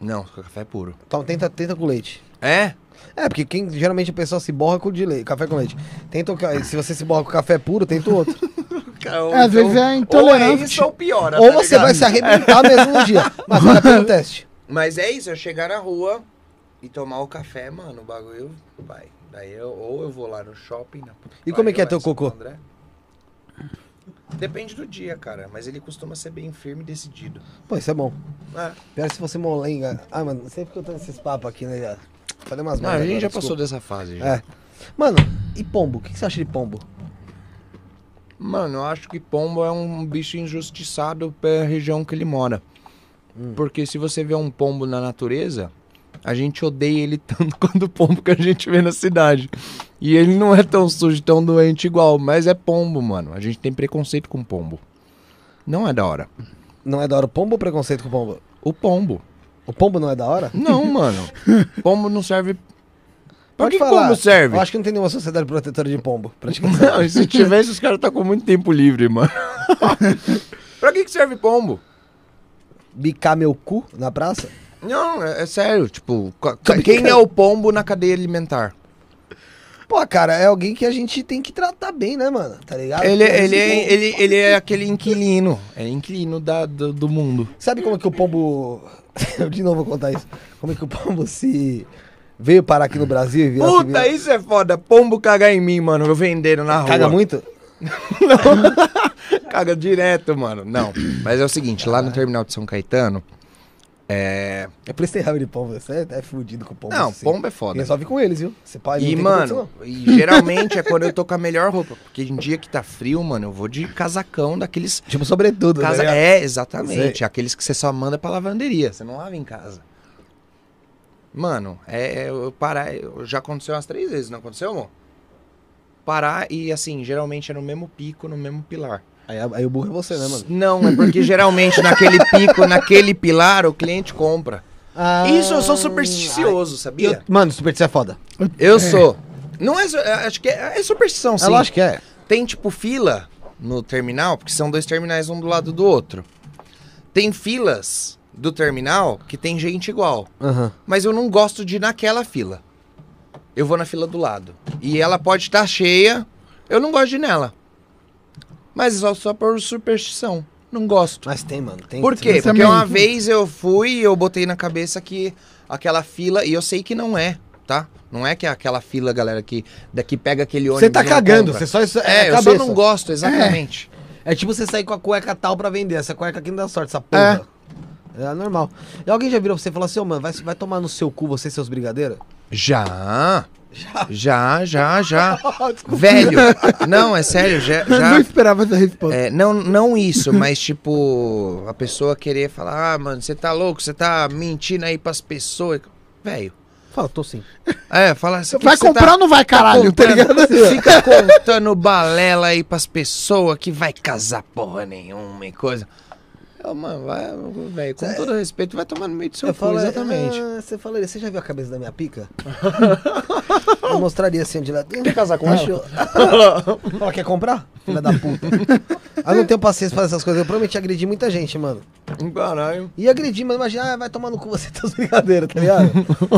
Speaker 5: Não, café é puro.
Speaker 1: Então tenta, tenta com leite.
Speaker 5: É?
Speaker 1: É, porque quem, geralmente a pessoa se borra com de leite, café com leite. Tenta o ca- se você se borra com café puro, tenta o outro.
Speaker 5: Então,
Speaker 4: Às vezes é
Speaker 5: Ou
Speaker 4: intolerante.
Speaker 5: é isso ou piora.
Speaker 1: Ou
Speaker 5: tá
Speaker 1: você vai
Speaker 5: ligado?
Speaker 1: se arrebentar mesmo no dia. Mas vale a pena o teste.
Speaker 5: Mas é isso, eu chegar na rua e tomar o café, mano, o bagulho vai. Daí eu, ou eu vou lá no shopping. Na puta
Speaker 1: E como é que é teu
Speaker 5: pariu, lá em Santo
Speaker 1: cocô?
Speaker 5: André. Depende do dia, cara, mas ele costuma ser bem firme e decidido.
Speaker 1: Pô, isso é bom.
Speaker 5: É.
Speaker 1: Pior se você molenga. Ah, mano, sempre que eu tô nesses papos aqui, né? já- Falei umas
Speaker 5: Não, a
Speaker 1: merda
Speaker 5: gente já
Speaker 1: agora,
Speaker 5: passou
Speaker 1: desculpa.
Speaker 5: dessa fase. Já.
Speaker 1: É. Mano, e pombo? O que que você acha de pombo?
Speaker 5: Mano, eu acho que pombo é um bicho injustiçado pela região que ele mora.
Speaker 1: Hum.
Speaker 5: Porque se você vê um pombo na natureza, a gente odeia ele tanto quanto o pombo que a gente vê na cidade. E ele não é tão sujo, tão doente igual, mas é pombo, mano. A gente tem preconceito com pombo. Não é da hora.
Speaker 1: Não é da hora o pombo ou preconceito com o pombo?
Speaker 5: O pombo.
Speaker 1: O pombo não é da hora?
Speaker 5: Não, mano. Pombo não serve. Pra
Speaker 1: Pode
Speaker 5: que
Speaker 1: falar.
Speaker 5: pombo serve?
Speaker 1: Eu acho que não tem nenhuma sociedade protetora de pombo. Praticamente.
Speaker 5: Não, e se tivesse, os caras tá com muito tempo livre, mano. pra que, que serve pombo?
Speaker 1: Bicar meu cu na praça?
Speaker 5: Não, é, é sério, tipo, ca-
Speaker 1: Sabe
Speaker 5: quem
Speaker 1: que-
Speaker 5: é o pombo na cadeia alimentar?
Speaker 1: Pô, cara, é alguém que a gente tem que tratar bem, né, mano? Tá ligado? assim,
Speaker 5: Ele,
Speaker 1: Porque esse
Speaker 5: ele, é,
Speaker 1: pombo-
Speaker 5: ele, ele é aquele inquilino, é inquilino da, do, do mundo.
Speaker 1: Sabe como é que o pombo. Eu de novo vou contar isso. Como é que o pombo se. Veio parar aqui no Brasil e virou.
Speaker 5: Puta, isso é foda, pombo caga em mim, mano, eu vendendo na rua.
Speaker 1: Caga muito?
Speaker 5: Caga direto, mano, não. Mas é o seguinte, lá no terminal de São Caetano, é...
Speaker 1: É por isso que tem raiva de pombo. Você é fudido com pombo.
Speaker 5: Não,
Speaker 1: assim.
Speaker 5: pombo
Speaker 1: E
Speaker 5: é
Speaker 1: é
Speaker 5: foda.
Speaker 1: só vir com eles, viu? Você pai não
Speaker 5: E,
Speaker 1: tem
Speaker 5: mano,
Speaker 1: condição,
Speaker 5: e geralmente é quando eu tô com a melhor roupa, porque em dia que tá frio, mano, eu vou de casacão daqueles
Speaker 1: não. Tipo, sobretudo.
Speaker 5: Casa-
Speaker 1: né?
Speaker 5: é, exatamente. Aqueles que você só manda pra lavanderia, você não lava em casa. Mano, é, é, eu parar. eu- Já aconteceu umas três vezes, não aconteceu, amor? Parar e assim, geralmente é no mesmo pico, no mesmo pilar.
Speaker 1: Aí, aí o burro é você, né, mano?
Speaker 5: Não, é porque geralmente naquele pico, naquele pilar, o cliente compra. Isso eu sou supersticioso, sabia?
Speaker 1: Mano, superstição é foda.
Speaker 5: Eu sou. Não é. su- é, Acho que é, é superstição, sim.
Speaker 1: Eu acho que é.
Speaker 5: Tem tipo fila no terminal, porque são dois terminais um do lado do outro. Tem filas do terminal que tem gente igual,
Speaker 1: Aham.
Speaker 5: mas eu não gosto de ir naquela fila. Eu vou na fila do lado. E ela pode tá estar cheia, eu não gosto de ir nela. Mas é só- só por superstição. Não gosto.
Speaker 11: Mas tem, mano. Tem
Speaker 5: Por quê?
Speaker 4: Isso é
Speaker 5: Porque uma
Speaker 4: meio-
Speaker 5: vez eu fui e eu botei na cabeça que aquela fila, e eu sei que não é, tá? Não é que é aquela fila, galera, que daqui pega aquele ônibus.
Speaker 1: Você tá
Speaker 5: e não
Speaker 1: cagando,
Speaker 5: compra.
Speaker 1: você só. isso-
Speaker 5: É,
Speaker 1: a
Speaker 5: eu só
Speaker 1: cabeça.
Speaker 5: não gosto, exatamente.
Speaker 1: É tipo você sair com a cueca tal pra vender. Essa cueca aqui não dá sorte, essa porra. É, normal. E alguém já virou pra você e falou assim, ô mano, vai, vai tomar no seu cu você e seus brigadeiros?
Speaker 5: Já. Já, já, já. Velho. Não, é sério, já.
Speaker 4: Eu
Speaker 5: já-
Speaker 4: não esperava essa resposta.
Speaker 5: é, não, não isso, mas tipo, a pessoa querer falar, ah, mano, você tá louco, você tá mentindo aí pras pessoas. Velho.
Speaker 1: Faltou sim.
Speaker 5: É, fala assim.
Speaker 4: vai comprar ou não vai, caralho? Tá ligado?
Speaker 5: Fica contando balela aí pras pessoas que vai casar porra nenhuma e coisa. Eu, mano, vai, velho, com todo respeito, vai tomar no meio do seu
Speaker 1: Eu
Speaker 5: cu,
Speaker 1: falo,
Speaker 5: exatamente.
Speaker 1: "Ah, você falaria, você já viu a cabeça da minha pica? eu mostraria assim de lá. Quer casar com ela? quer comprar? Filha da puta. Eu não tenho paciência pra essas coisas. Eu prometi agredir muita gente, mano.
Speaker 5: Caralho.
Speaker 1: E agredir, mano, imagina, ah, vai tomar no cu você teus brigadeiros, tá ligado?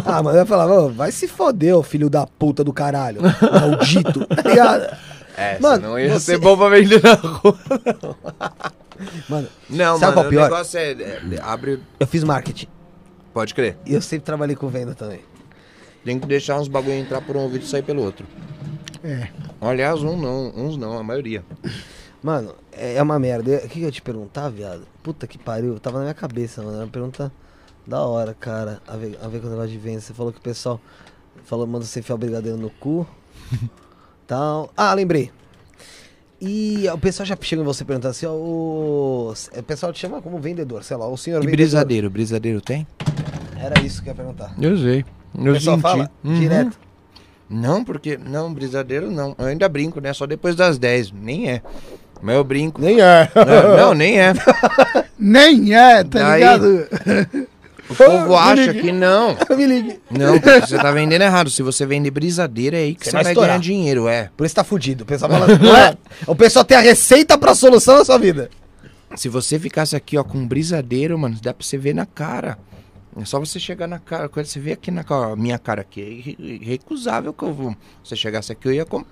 Speaker 1: ah, mano, eu ia falar, "Ô, vai se foder, ô filho da puta do caralho. Maldito, tá ligado?
Speaker 5: É,
Speaker 1: Mano,
Speaker 5: não ia
Speaker 1: você-
Speaker 5: ser bom pra vender na rua.
Speaker 1: Mano, Sabe
Speaker 5: Não, Sabe
Speaker 1: qual
Speaker 5: mano,
Speaker 1: é o
Speaker 5: o
Speaker 1: pior?
Speaker 5: negócio é, é- Abre.
Speaker 1: eu fiz marketing
Speaker 5: Pode crer.
Speaker 1: e eu sempre trabalhei com venda também.
Speaker 5: Tem que deixar uns bagulho entrar por um ouvido e sair pelo outro.
Speaker 4: É.
Speaker 5: Aliás, um não, uns não, a maioria.
Speaker 1: Mano, é é uma merda. Eu- O que que eu ia te perguntar, viado? Puta que pariu, tava na minha cabeça, mano. Era uma pergunta da hora, cara. A ver, a ver com o negócio de venda. Você falou que o pessoal falou, manda você enfiar o brigadeiro no cu. tal. Ah, lembrei. E o pessoal já chega em você perguntando assim, ó, o... é, o pessoal te chama como vendedor, sei lá, o senhor
Speaker 5: E
Speaker 1: vendedor.
Speaker 5: brisadeiro, brisadeiro tem?
Speaker 1: Era isso que eu ia perguntar.
Speaker 3: Eu sei.
Speaker 1: O
Speaker 3: Eu
Speaker 1: pessoal
Speaker 3: senti.
Speaker 1: fala
Speaker 3: Uhum.
Speaker 1: direto.
Speaker 5: Não, porque. Não, brisadeiro não. Eu ainda brinco, né? Só depois das 10. Nem é. Mas eu brinco.
Speaker 1: Nem é.
Speaker 5: não, não, nem é.
Speaker 4: Nem é, tá
Speaker 5: Daí-
Speaker 4: ligado?
Speaker 5: O povo acha que não.
Speaker 1: Me ligue.
Speaker 5: Não, porque você tá vendendo errado. Se você vende brisadeiro, é aí que
Speaker 1: Você
Speaker 5: você,
Speaker 1: vai
Speaker 5: vai,
Speaker 1: estourar.
Speaker 5: ganhar dinheiro, é.
Speaker 1: Por isso tá fudido. O pessoal fala, não é? O pessoal tem a receita pra solução da sua vida.
Speaker 5: Se você ficasse aqui, ó, com um brisadeiro, mano, dá pra você ver na cara. É só você chegar na cara. Quando você vê aqui na ca- minha cara aqui, é irre- irrecusável que eu vou. Se você chegasse aqui, eu ia comprar.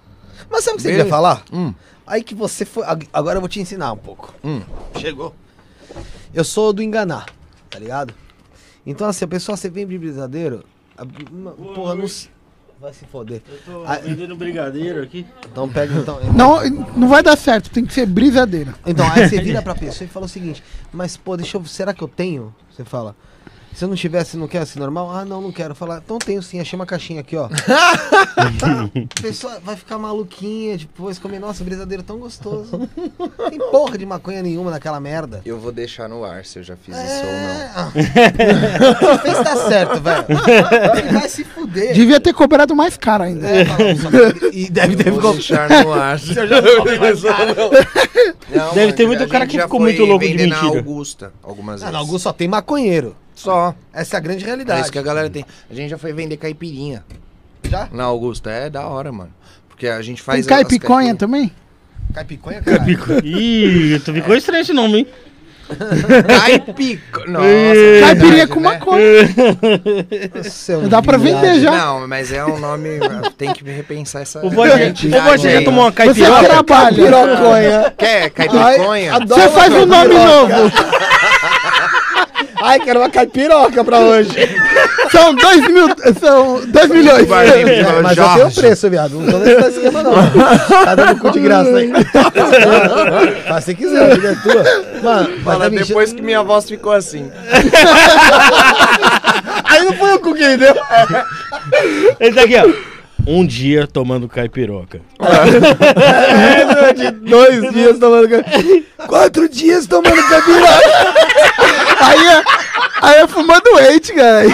Speaker 1: Mas sabe o que você
Speaker 5: Beleza.
Speaker 1: queria falar?
Speaker 5: Hum,
Speaker 1: Aí que você foi. ag- Agora eu vou te ensinar um pouco.
Speaker 5: hum.
Speaker 1: Eu sou do enganar, tá ligado? Então, assim, a pessoa, você vem de brisadeiro. a- uma- porra, não. se- Vai se foder. Ah,
Speaker 2: vendendo brigadeiro aqui.
Speaker 1: então pega então.
Speaker 4: Não, não vai dar certo, tem que ser brisadeira.
Speaker 1: Então, aí você vira pra pessoa e fala o seguinte, mas pô, deixa eu. Será que eu tenho? Você fala. Se eu não tivesse, não quer assim normal? Ah, não, não quero. Falar, então tenho sim, achei uma caixinha aqui, ó. a pessoa vai ficar maluquinha depois, comer, nossa, brisadeiro tão gostoso. Não tem porra de maconha nenhuma naquela merda.
Speaker 5: Eu vou deixar no ar se eu já fiz isso ou não.
Speaker 1: É. Se fez tá certo, velho. Ele vai se fuder.
Speaker 4: Devia ter cobrado mais caro ainda.
Speaker 1: É, falou, só que- E deve ter
Speaker 5: Eu vou
Speaker 1: ficado.
Speaker 5: deixar no ar. Não,
Speaker 2: Deve ter
Speaker 5: mano,
Speaker 2: muito
Speaker 5: a
Speaker 2: cara
Speaker 5: gente
Speaker 2: que
Speaker 5: já
Speaker 2: ficou
Speaker 5: foi
Speaker 2: muito louco de
Speaker 5: vender na
Speaker 2: mentira.
Speaker 5: Augusta, algumas
Speaker 1: Ah,
Speaker 5: vezes.
Speaker 1: na Augusta só tem maconheiro.
Speaker 5: Só.
Speaker 1: Essa é a grande
Speaker 5: É
Speaker 1: realidade.
Speaker 5: isso que a galera tem. A gente já foi vender caipirinha.
Speaker 1: Já?
Speaker 5: Na Augusta. É da hora, mano. Porque a gente
Speaker 4: Tem
Speaker 5: faz. as
Speaker 4: caipiconha
Speaker 5: caipirinhas-
Speaker 4: também?
Speaker 1: Caipiconha, cara.
Speaker 2: Ih, tu ficou estranho esse nome, hein?
Speaker 5: Caipico. Nossa.
Speaker 2: É
Speaker 4: Caipirinha
Speaker 5: verdade,
Speaker 4: com
Speaker 5: né?
Speaker 4: maconha.
Speaker 1: Seu
Speaker 4: Dá pra
Speaker 1: viado.
Speaker 4: vender já.
Speaker 5: Não, mas é um nome. Tem que repensar essa.
Speaker 2: O Bojé o Bojé
Speaker 5: é.
Speaker 2: já tomou uma
Speaker 4: Você é
Speaker 2: caipirota.
Speaker 4: trabalha.
Speaker 1: Piroconha.
Speaker 5: Quer
Speaker 1: Ai,
Speaker 5: caipiconha?
Speaker 1: adoro
Speaker 4: Você faz um nome
Speaker 1: piroca.
Speaker 4: novo.
Speaker 1: Ai, quero uma caipiroca pra hoje.
Speaker 4: São dois mil. São dois milhões.
Speaker 5: Barzinho.
Speaker 1: É, mas já
Speaker 5: Jorge.
Speaker 1: tem o preço, viado. Não tô nesse esquema, não. Tá dando cu de graça aí. Faz se quiser, a vida é tua. Mano, mas tá
Speaker 5: Fala
Speaker 1: mentindo-
Speaker 5: depois que minha voz ficou assim.
Speaker 1: Aí não foi o cu que ele deu.
Speaker 2: Ele tá aqui, ó. Um dia tomando caipiroca.
Speaker 1: Durante dois dias tomando caipiroca. Quatro dias tomando caipiroca.
Speaker 4: Aí é, aí é fumando hate, cara.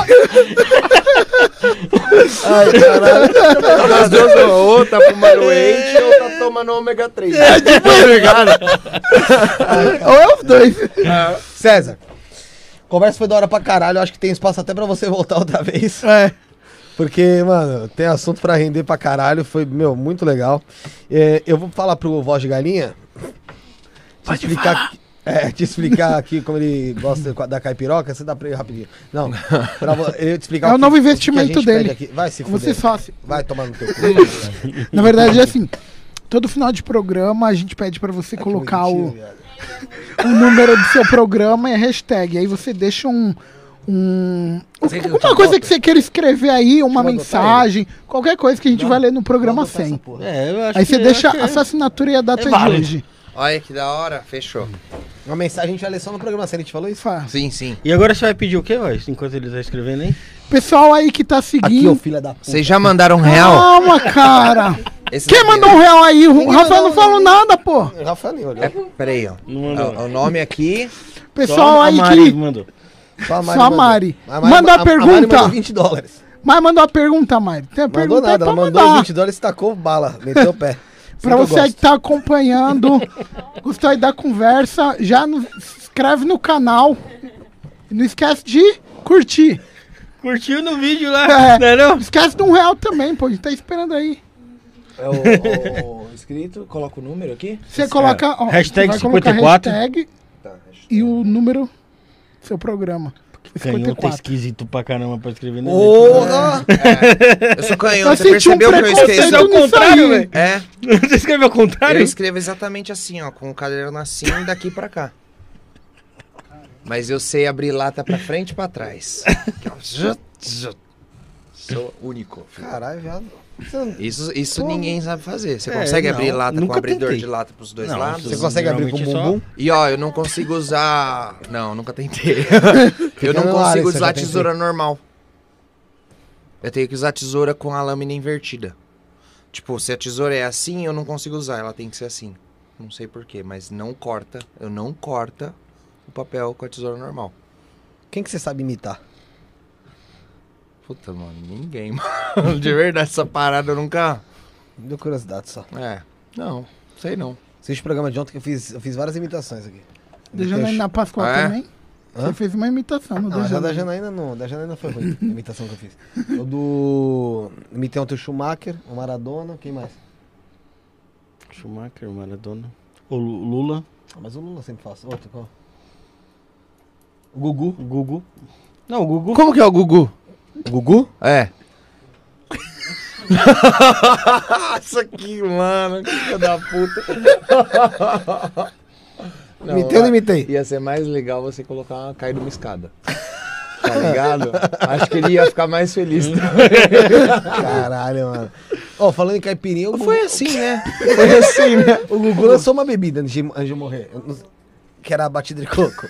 Speaker 1: Ai, caralho.
Speaker 5: As duas, ou tá fumando whey ou tá tomando ômega 3. É tipo,
Speaker 4: Ou é os dois.
Speaker 1: César, conversa foi da hora pra caralho. Eu Acho que tem espaço até pra você voltar outra vez.
Speaker 4: É.
Speaker 1: Porque, mano, tem assunto pra render pra caralho. Foi, meu, muito legal. É, eu vou falar pro Voz de Galinha. Te explicar. É, te explicar aqui como ele gosta da caipiroca, você dá pra ele rapidinho. Não, pra vo- eu te explicar
Speaker 4: É o novo
Speaker 1: que- que a
Speaker 4: investimento
Speaker 1: gente
Speaker 4: dele.
Speaker 1: pede aqui. Vai se
Speaker 4: Você
Speaker 1: fuder.
Speaker 4: sócio.
Speaker 1: Vai tomar no teu cu. É
Speaker 4: Na verdade, é assim. Todo final de programa a gente pede pra você colocar o.
Speaker 1: né?
Speaker 4: o número do seu programa e a hashtag. Aí você deixa um. um
Speaker 1: Você- eu te
Speaker 4: uma coisa
Speaker 1: adoto.
Speaker 4: que você queira escrever aí, uma
Speaker 1: adotar
Speaker 4: mensagem, qualquer coisa que a gente vai ler no programa
Speaker 1: Vamos botar essa
Speaker 4: 100.
Speaker 1: porra.
Speaker 2: É, eu acho
Speaker 4: Aí você
Speaker 2: que-
Speaker 4: deixa
Speaker 2: acho que é
Speaker 4: a sua assinatura e a data de
Speaker 2: válido.
Speaker 4: hoje.
Speaker 5: Olha que da hora, fechou.
Speaker 1: Uma mensagem a gente vai ler só no programa 100, a gente falou isso?
Speaker 4: Fala.
Speaker 5: Sim, sim.
Speaker 2: E agora você vai pedir o quê, ó, enquanto ele tá escrevendo aí?
Speaker 4: Pessoal aí que tá
Speaker 1: Aqui, ô
Speaker 4: seguindo.
Speaker 1: filha da puta.
Speaker 5: Vocês já mandaram um real?
Speaker 4: Calma, cara.
Speaker 5: Esse
Speaker 4: Ah, Quem
Speaker 5: daqui,
Speaker 4: mandou
Speaker 5: ó.
Speaker 4: um real aí? O Rafael
Speaker 1: um
Speaker 4: não falou nada, pô.
Speaker 1: Rafael nem olhou.
Speaker 5: É, peraí, ó.
Speaker 2: Não
Speaker 5: Ó, ó, O nome aqui.
Speaker 4: Pessoal É aí que.
Speaker 2: mandou.
Speaker 1: Só a
Speaker 4: Só a Mari. Manda a
Speaker 1: Mari
Speaker 4: pergunta.
Speaker 1: mandou 20 dólares.
Speaker 4: Mas mandou a pergunta, Mari. Tem a
Speaker 1: Mandou
Speaker 4: pergunta aí
Speaker 1: nada,
Speaker 4: pra
Speaker 1: ela mandou
Speaker 4: mandar.
Speaker 1: 20 dólares e tacou bala, meteu o pé.
Speaker 4: Pra
Speaker 1: Isso que
Speaker 4: você
Speaker 1: eu
Speaker 4: aí que tá acompanhando, gostou aí da conversa, já no- se inscreve no canal. E não esquece de curtir.
Speaker 2: Curtiu no vídeo lá,
Speaker 4: É.
Speaker 2: né não?
Speaker 4: Não esquece de um real também, pô. A gente tá esperando aí.
Speaker 13: É o, o- o escrito, coloca o número aqui. Tá,
Speaker 4: Você coloca. Ó,
Speaker 2: Hashtag
Speaker 4: você vai colocar
Speaker 2: 54.
Speaker 4: hashtag e o número do seu programa.
Speaker 2: Canhoto é esquisito pra caramba pra escrever, né?
Speaker 1: Porra!
Speaker 5: É, Eu sou canhoto,
Speaker 4: Eu
Speaker 5: você
Speaker 4: senti um
Speaker 5: percebeu que eu
Speaker 4: preconceito
Speaker 5: esqueci?
Speaker 2: ao
Speaker 4: nisso
Speaker 2: contrário,
Speaker 4: aí.
Speaker 2: velho.
Speaker 5: É,
Speaker 2: Você escreveu ao
Speaker 5: eu
Speaker 2: contrário?
Speaker 5: escrevo exatamente assim, ó, com o caderno assim daqui pra cá. Mas eu sei abrir lata pra frente e pra trás. Sou único.
Speaker 1: Caralho, viado.
Speaker 5: Isso, isso ninguém sabe fazer. Você
Speaker 2: É,
Speaker 5: consegue
Speaker 2: não,
Speaker 5: abrir lata com
Speaker 2: nunca
Speaker 5: abridor
Speaker 2: tentei.
Speaker 5: de lata pros dois
Speaker 2: Não,
Speaker 5: lados?
Speaker 2: isso-
Speaker 1: Você consegue abrir com o
Speaker 2: Geralmente é só-
Speaker 1: bumbum?
Speaker 5: E ó, eu não consigo usar. Não, nunca tentei. eu não
Speaker 1: no ar,
Speaker 5: consigo
Speaker 1: isso eu
Speaker 5: usar
Speaker 1: já
Speaker 5: a
Speaker 1: tentei.
Speaker 5: tesoura normal. Eu tenho que usar a tesoura com a lâmina invertida. Tipo, se a tesoura é assim, eu não consigo usar, ela tem que ser assim. Não sei porquê, mas não corta. Eu não corta o papel com a tesoura normal.
Speaker 1: Quem que você sabe imitar?
Speaker 5: Puta, mano, ninguém, mano. De verdade, essa parada eu nunca.
Speaker 1: Deu curiosidade só.
Speaker 5: É, não, sei não.
Speaker 1: Assiste o programa de ontem que eu fiz, eu fiz várias imitações aqui.
Speaker 4: Da Janaína Pascoal
Speaker 5: Ah, é?
Speaker 4: também. Você fez uma imitação, não,
Speaker 1: Não,
Speaker 4: da
Speaker 1: mas a da
Speaker 4: Janaína.
Speaker 1: Janaína não. Da Janaína foi ruim, a imitação que eu fiz. O do. Imitei ontem o Schumacher, o Maradona, quem mais?
Speaker 2: Schumacher, Maradona. O Lu- Lula,
Speaker 1: Ah, Mas o Lula sempre faço. Outro qual? O Gugu.
Speaker 2: o Gugu. Não, o Gugu.
Speaker 5: Como que é o Gugu?
Speaker 1: Gugu?
Speaker 5: É. Nossa, que mano, que filho da puta. Não,
Speaker 1: imitei ou não
Speaker 5: ah,
Speaker 1: imitei?
Speaker 5: Ia ser mais legal você colocar uma, cair de uma escada. Tá ligado? Acho que ele ia ficar mais feliz.
Speaker 1: Caralho, mano. Ó, falando em caipirinha, o Gugu,
Speaker 5: Foi assim, né? Foi assim, né?
Speaker 1: o Gugu lançou uma bebida antes de, antes de morrer. Eu não- Que era a batida de coco.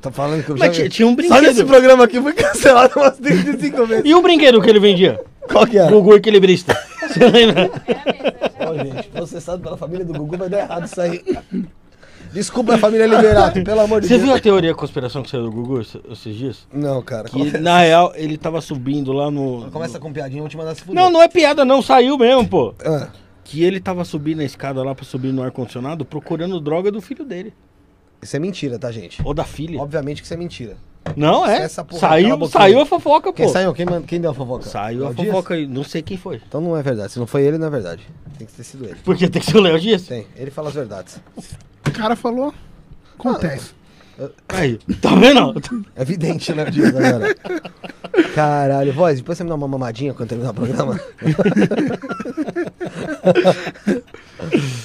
Speaker 1: Tô falando que eu já...
Speaker 2: Mas tinha- tinha um
Speaker 1: Só nesse
Speaker 2: brinquedo.
Speaker 1: programa aqui foi cancelado umas 35 vezes.
Speaker 2: E o brinquedo que ele vendia?
Speaker 1: Qual que era?
Speaker 2: Gugu Equilibrista. Você lembra?
Speaker 1: Ó, gente, processado pela família do Gugu vai dar errado isso aí. Desculpa a família Liberato, pelo amor de
Speaker 2: Você
Speaker 1: Deus.
Speaker 2: viu a teoria da conspiração que saiu do Gugu esses esses dias?
Speaker 1: Não, cara. é
Speaker 2: Que na real ele tava subindo lá no.
Speaker 1: Começa com piadinha, eu vou te mandar se fuder.
Speaker 2: Não, não é piada, não, saiu mesmo, pô.
Speaker 1: Ah,
Speaker 2: Que ele tava subindo a escada lá pra subir no ar-condicionado procurando droga do filho dele.
Speaker 1: isso é mentira, tá, gente?
Speaker 2: Ou da filha.
Speaker 1: Obviamente que isso é mentira.
Speaker 2: Não, é.
Speaker 1: Essa porra, cala a
Speaker 2: saiu,
Speaker 1: boquinha.
Speaker 2: saiu a fofoca, pô.
Speaker 1: Quem saiu? Quem, man- quem deu a fofoca?
Speaker 2: Saiu
Speaker 1: Léo
Speaker 2: a
Speaker 1: Dias?
Speaker 2: fofoca aí. Não sei quem foi.
Speaker 1: Então não é verdade. Se não foi ele, não é verdade. Tem que ter sido ele.
Speaker 2: Porque tem que ser o Léo Dias.
Speaker 1: Tem. Ele fala as verdades.
Speaker 4: O cara falou. Acontece.
Speaker 2: Aí, tá vendo?
Speaker 1: É evidente, né, Dias, agora. Caralho. Voz, depois você me dá uma mamadinha quando terminar o programa.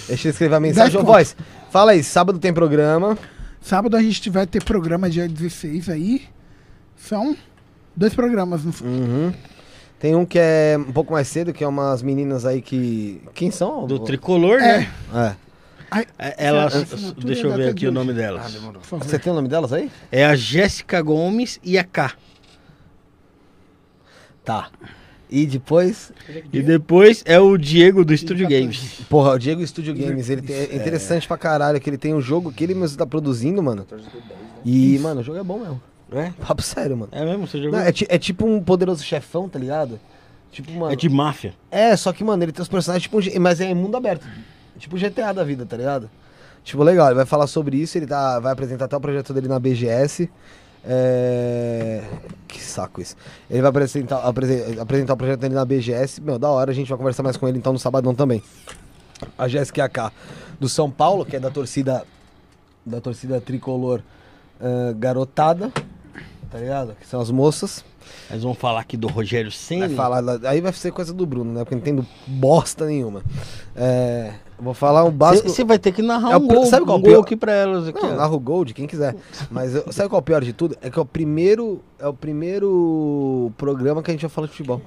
Speaker 1: Deixa eu escrever a mensagem.
Speaker 4: Dez
Speaker 1: Ô, Voz, fala aí. Sábado tem programa.
Speaker 4: Sábado a gente vai ter programa dia 16 aí. São dois programas. não-
Speaker 1: Uhum. Tem um que é um pouco mais cedo, que é umas meninas aí que... Quem são?
Speaker 2: Do tricolor, né?
Speaker 1: É.
Speaker 2: É, Ela.
Speaker 4: Essa assinatura
Speaker 2: Deixa eu
Speaker 4: é
Speaker 2: ver
Speaker 4: data
Speaker 2: aqui
Speaker 4: de
Speaker 2: o
Speaker 4: hoje.
Speaker 2: nome
Speaker 1: Ah,
Speaker 2: delas.
Speaker 4: Por favor.
Speaker 1: Você tem o nome delas aí?
Speaker 2: É a Jéssica Gomes e a K.
Speaker 1: Tá. E depois...
Speaker 2: E depois é o Diego do Estúdio Games.
Speaker 1: Porra, o Diego Studio Games, ele tem- é interessante pra caralho, que ele tem um jogo que ele mesmo tá produzindo, mano. E, mano, o jogo é bom mesmo.
Speaker 2: É?
Speaker 1: Papo sério, mano.
Speaker 2: É mesmo? Você jogou?
Speaker 1: Não, é, ti- é tipo um poderoso chefão, tá ligado? Tipo, mano.
Speaker 2: É
Speaker 1: É,
Speaker 2: de máfia.
Speaker 1: só que, mano, ele tem os personagens, tipo, um G- mas é em mundo aberto. Tipo GTA da vida, tá ligado? Tipo, legal, ele vai falar sobre isso, ele tá, vai apresentar até o projeto dele na BGS. É... Que saco isso. Ele vai apresentar, apresen- apresentar o projeto dele na BGS. Meu, da hora, a gente vai conversar mais com ele então no sabadão também. A Jéssica AK do São Paulo, que é da torcida eh, da torcida tricolor ah, garotada, tá ligado? Que são as moças.
Speaker 2: Mas vamos falar aqui do Rogério Senna.
Speaker 1: Vai falar, lá- aí vai ser coisa do Bruno, né? Porque não entendo bosta nenhuma. É, vou falar um básico.
Speaker 2: Você vai ter que narrar
Speaker 1: É o
Speaker 2: um
Speaker 1: pri-
Speaker 2: gol,
Speaker 1: sabe qual é
Speaker 2: um
Speaker 1: o
Speaker 2: gol
Speaker 1: pior?
Speaker 2: aqui pra elas. Aqui,
Speaker 1: Não,
Speaker 2: ó.
Speaker 1: narra o gol de quem quiser. Mas eu- sabe qual é o pior de tudo? É que é o primeiro, é o primeiro programa que a gente vai falar de futebol.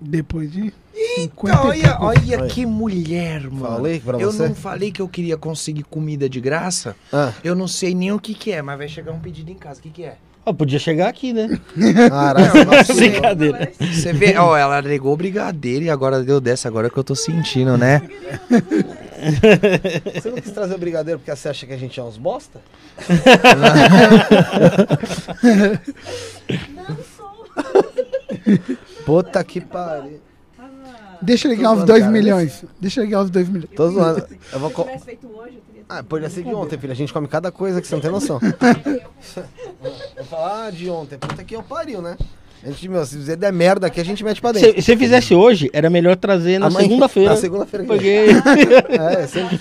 Speaker 4: Depois de 50
Speaker 5: Então,
Speaker 4: e
Speaker 5: olha,
Speaker 4: poucos.
Speaker 5: olha que mulher, mano.
Speaker 1: Falei pra
Speaker 5: eu
Speaker 1: você?
Speaker 5: não falei que eu queria conseguir comida de graça.
Speaker 1: Ah,
Speaker 5: Eu não sei nem o que que é, mas vai chegar um pedido em casa. O que que é?
Speaker 2: Ó, podia chegar aqui, né?
Speaker 1: caralho.
Speaker 5: Não, você-
Speaker 2: Brincadeira.
Speaker 5: Você vê, ó, ela negou o brigadeiro e agora deu dessa, agora que eu tô sentindo, né?
Speaker 1: Você não quis trazer o brigadeiro porque você acha que a gente é uns bosta?
Speaker 7: Não sou.
Speaker 1: Puta que pariu.
Speaker 4: Deixa eu ligar
Speaker 1: Tô
Speaker 4: os
Speaker 1: zoando,
Speaker 4: 2
Speaker 1: cara.
Speaker 4: milhões. Deixa eu ligar os 2 milhões.
Speaker 1: Tô zoando. Eu vou
Speaker 7: Se
Speaker 1: co-
Speaker 7: tivesse feito hoje, eu teria.
Speaker 1: Ah, podia ser de ontem, filho. A gente come cada coisa que você não tem noção. Vou falar de ontem. Puta que eu pariu, né? A gente, meu, se fizer der merda aqui, a gente mete pra dentro.
Speaker 2: Se se fizesse hoje, era melhor trazer na
Speaker 1: Amanhã-
Speaker 2: segunda-feira.
Speaker 1: Na segunda-feira que vem.
Speaker 2: Porque
Speaker 1: É, sempre.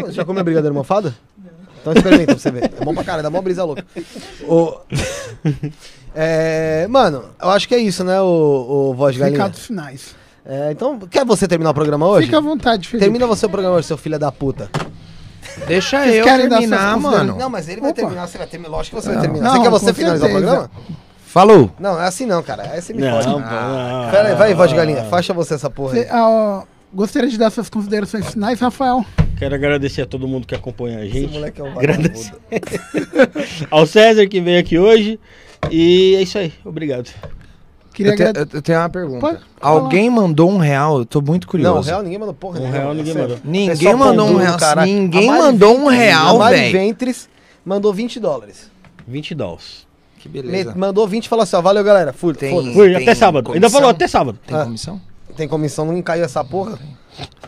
Speaker 1: Você já comeu brigadeiro mofado? Então experimenta pra você ver. É bom pra caralho, dá mó brisa louca. O... É, mano, eu acho que é isso, né, o, o Voz de Galinha?
Speaker 4: Recados finais.
Speaker 1: É, então, quer você terminar o programa hoje?
Speaker 4: Fica à vontade, Felipe.
Speaker 1: Termina você o programa hoje, seu filho da puta.
Speaker 5: Deixa
Speaker 4: Vocês
Speaker 5: eu
Speaker 4: querem dar
Speaker 5: terminar,
Speaker 4: suas
Speaker 5: mano.
Speaker 1: Não, mas ele vai
Speaker 4: Opa.
Speaker 1: terminar, você vai terminar. Lógico que você vai terminar.
Speaker 4: Não,
Speaker 1: você quer você
Speaker 4: com
Speaker 1: finalizar o
Speaker 4: certeza.
Speaker 1: programa?
Speaker 5: Falou.
Speaker 1: Não, é assim não, cara. É assim me
Speaker 2: Não,
Speaker 1: fode.
Speaker 2: pô, não.
Speaker 1: Pera aí, vai, Voz de Galinha. Faixa você essa porra
Speaker 4: Você,
Speaker 1: aí.
Speaker 4: ah, ó, gostaria de dar suas considerações finais, Rafael.
Speaker 2: Quero agradecer a todo mundo que acompanha a
Speaker 1: Esse
Speaker 2: gente.
Speaker 1: moleque é um
Speaker 2: Agradecer.
Speaker 1: vagabundo.
Speaker 2: Ao César que veio aqui hoje. E é isso aí. Obrigado.
Speaker 4: Queria
Speaker 5: Eu, te-
Speaker 4: agradecer.
Speaker 5: eu- eu tenho uma pergunta.
Speaker 4: Pode
Speaker 5: Alguém mandou um real? Eu tô muito curioso.
Speaker 1: Não, real ninguém mandou porra
Speaker 2: Um
Speaker 1: nenhuma.
Speaker 2: real ninguém
Speaker 1: Sério.
Speaker 2: mandou.
Speaker 5: Ninguém
Speaker 1: Pessoal
Speaker 5: mandou um
Speaker 1: pão duro,
Speaker 5: real.
Speaker 1: caralho.
Speaker 5: Ninguém
Speaker 1: A Mari
Speaker 5: mandou um
Speaker 1: Ventres-
Speaker 5: real,
Speaker 1: A Mari
Speaker 5: velho.
Speaker 1: Ventres mandou 20 dólares.
Speaker 2: 20 dólares.
Speaker 5: Que
Speaker 1: Me- mandou 20 e falou assim, ó, valeu galera, fui,
Speaker 5: Tem-
Speaker 1: foda-se.
Speaker 2: Fui,
Speaker 5: Tem
Speaker 2: até sábado. Ainda
Speaker 5: comissão?
Speaker 2: falou até sábado.
Speaker 5: Tem
Speaker 1: Ah.
Speaker 5: comissão?
Speaker 1: Tem comissão, não caiu essa porra.
Speaker 5: Não,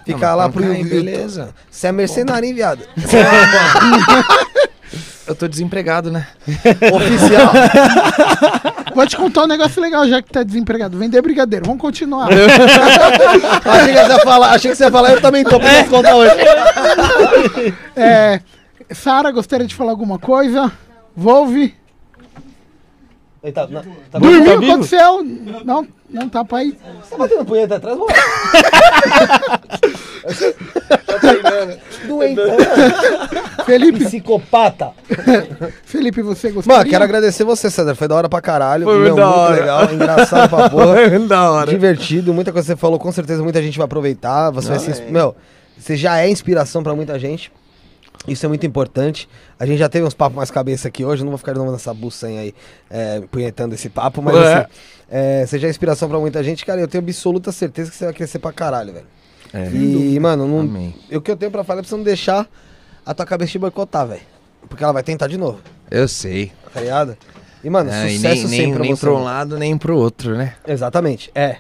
Speaker 1: Fica
Speaker 5: mas
Speaker 1: lá
Speaker 5: não
Speaker 1: pro...
Speaker 5: cai, beleza.
Speaker 1: Você é mercenário, hein, viado?
Speaker 5: Eu tô desempregado, né?
Speaker 1: Oficial.
Speaker 4: Vou te contar um negócio legal, já que tá desempregado. Vender brigadeiro. Vamos continuar.
Speaker 1: achei, que você ia falar, achei que você ia falar, eu também
Speaker 5: É.
Speaker 1: tô pra contar hoje.
Speaker 4: É, Sara, gostaria de falar alguma coisa? Volve.
Speaker 1: Ele tá, na, tá
Speaker 4: Dormiu, aconteceu. Não, não tá pra ir.
Speaker 1: Você tá batendo punheta atrás, mano?
Speaker 5: Tá
Speaker 1: Doentão,
Speaker 4: Felipe,
Speaker 1: psicopata.
Speaker 4: Felipe, você gostaria?
Speaker 1: Mano, quero agradecer você, César. Foi da hora pra caralho. Foi muito, legal, engraçado pra porra.
Speaker 5: da hora.
Speaker 1: divertido, muita coisa que você falou, com certeza muita gente vai aproveitar, você vai se,
Speaker 5: é.
Speaker 1: ins- meu, você já é inspiração pra muita gente. Isso é muito importante. A gente já teve uns papos mais cabeça aqui hoje, não vou ficar de novo nessa buçanha aí, é, punhetando esse papo, mas
Speaker 5: Ué.
Speaker 1: assim, é, você já é inspiração pra muita gente, cara, eu tenho absoluta certeza que você vai crescer pra caralho, velho.
Speaker 5: É.
Speaker 1: E, mano, não,
Speaker 5: Amém.
Speaker 1: e o que eu tenho pra falar é pra você não deixar a tua cabeça te boicotar, velho. Porque ela vai tentar de novo,
Speaker 5: Eu sei.
Speaker 1: tá ligado? E, mano,
Speaker 5: É, e nem,
Speaker 1: sucesso
Speaker 5: nem,
Speaker 1: sempre pra
Speaker 5: nem
Speaker 1: você. né?
Speaker 5: pra um lado, nem pro outro, né?
Speaker 1: Exatamente, é.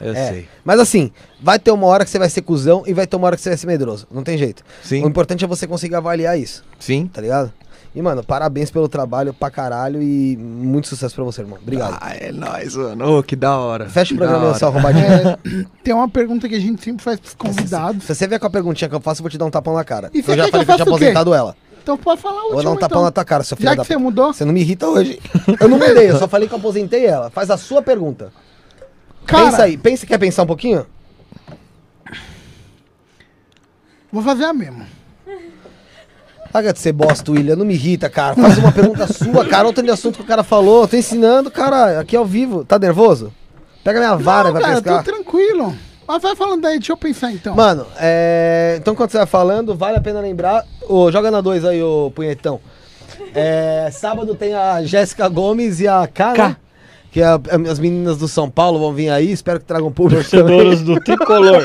Speaker 5: Eu
Speaker 1: É.
Speaker 5: sei.
Speaker 1: Mas assim, vai ter uma hora que você vai ser cuzão e vai ter uma hora que você vai ser medroso. Não tem jeito.
Speaker 5: Sim.
Speaker 1: O importante é você conseguir avaliar isso,
Speaker 5: Sim.
Speaker 1: tá ligado? E, mano, parabéns pelo trabalho pra caralho e muito sucesso pra você, irmão. Obrigado.
Speaker 5: Ah, é nóis, mano. Ô, que da hora.
Speaker 1: Fecha o
Speaker 5: Que da
Speaker 1: programa,
Speaker 5: hora.
Speaker 1: seu arrombadinho.
Speaker 4: É. Tem uma pergunta que a gente sempre faz pros convidados.
Speaker 1: Se você vier com a perguntinha que eu faço, eu vou te dar um tapão na cara.
Speaker 4: E
Speaker 1: eu
Speaker 4: você
Speaker 1: já
Speaker 4: quer que
Speaker 1: falei
Speaker 4: eu
Speaker 1: que eu tinha
Speaker 4: faça o quê?
Speaker 1: aposentado ela.
Speaker 4: Então pode falar o
Speaker 1: Vou dar
Speaker 4: último,
Speaker 1: um tapão
Speaker 4: então.
Speaker 1: na tua cara, seu filho
Speaker 4: Já
Speaker 1: da
Speaker 4: que você
Speaker 1: p-
Speaker 4: mudou,
Speaker 1: Você não me irrita hoje. Eu não mudei, eu só falei que eu aposentei ela. Faz a sua pergunta.
Speaker 4: cara,
Speaker 1: Pensa aí. Pensa, quer pensar um pouquinho?
Speaker 4: vou fazer a mesma.
Speaker 1: Paga de ser bosta, William. Não me irrita, cara. Faz uma pergunta sua, cara. Outro de assunto que o cara falou. Eu tô ensinando, cara. Aqui ao vivo. Tá nervoso? Pega minha vara e
Speaker 4: não,
Speaker 1: vai
Speaker 4: cara,
Speaker 1: pescar.
Speaker 4: tô tranquilo. Mas vai falando aí, deixa eu pensar então.
Speaker 1: Mano, é... então quando você vai falando, vale a pena lembrar. Ô, joga na 2 aí, ô punhetão. É, Sábado tem a Jéssica Gomes e a Cara. Que é a- as meninas do São Paulo vão vir aí, espero que tragam público também.
Speaker 2: Torcedoras do Tricolor.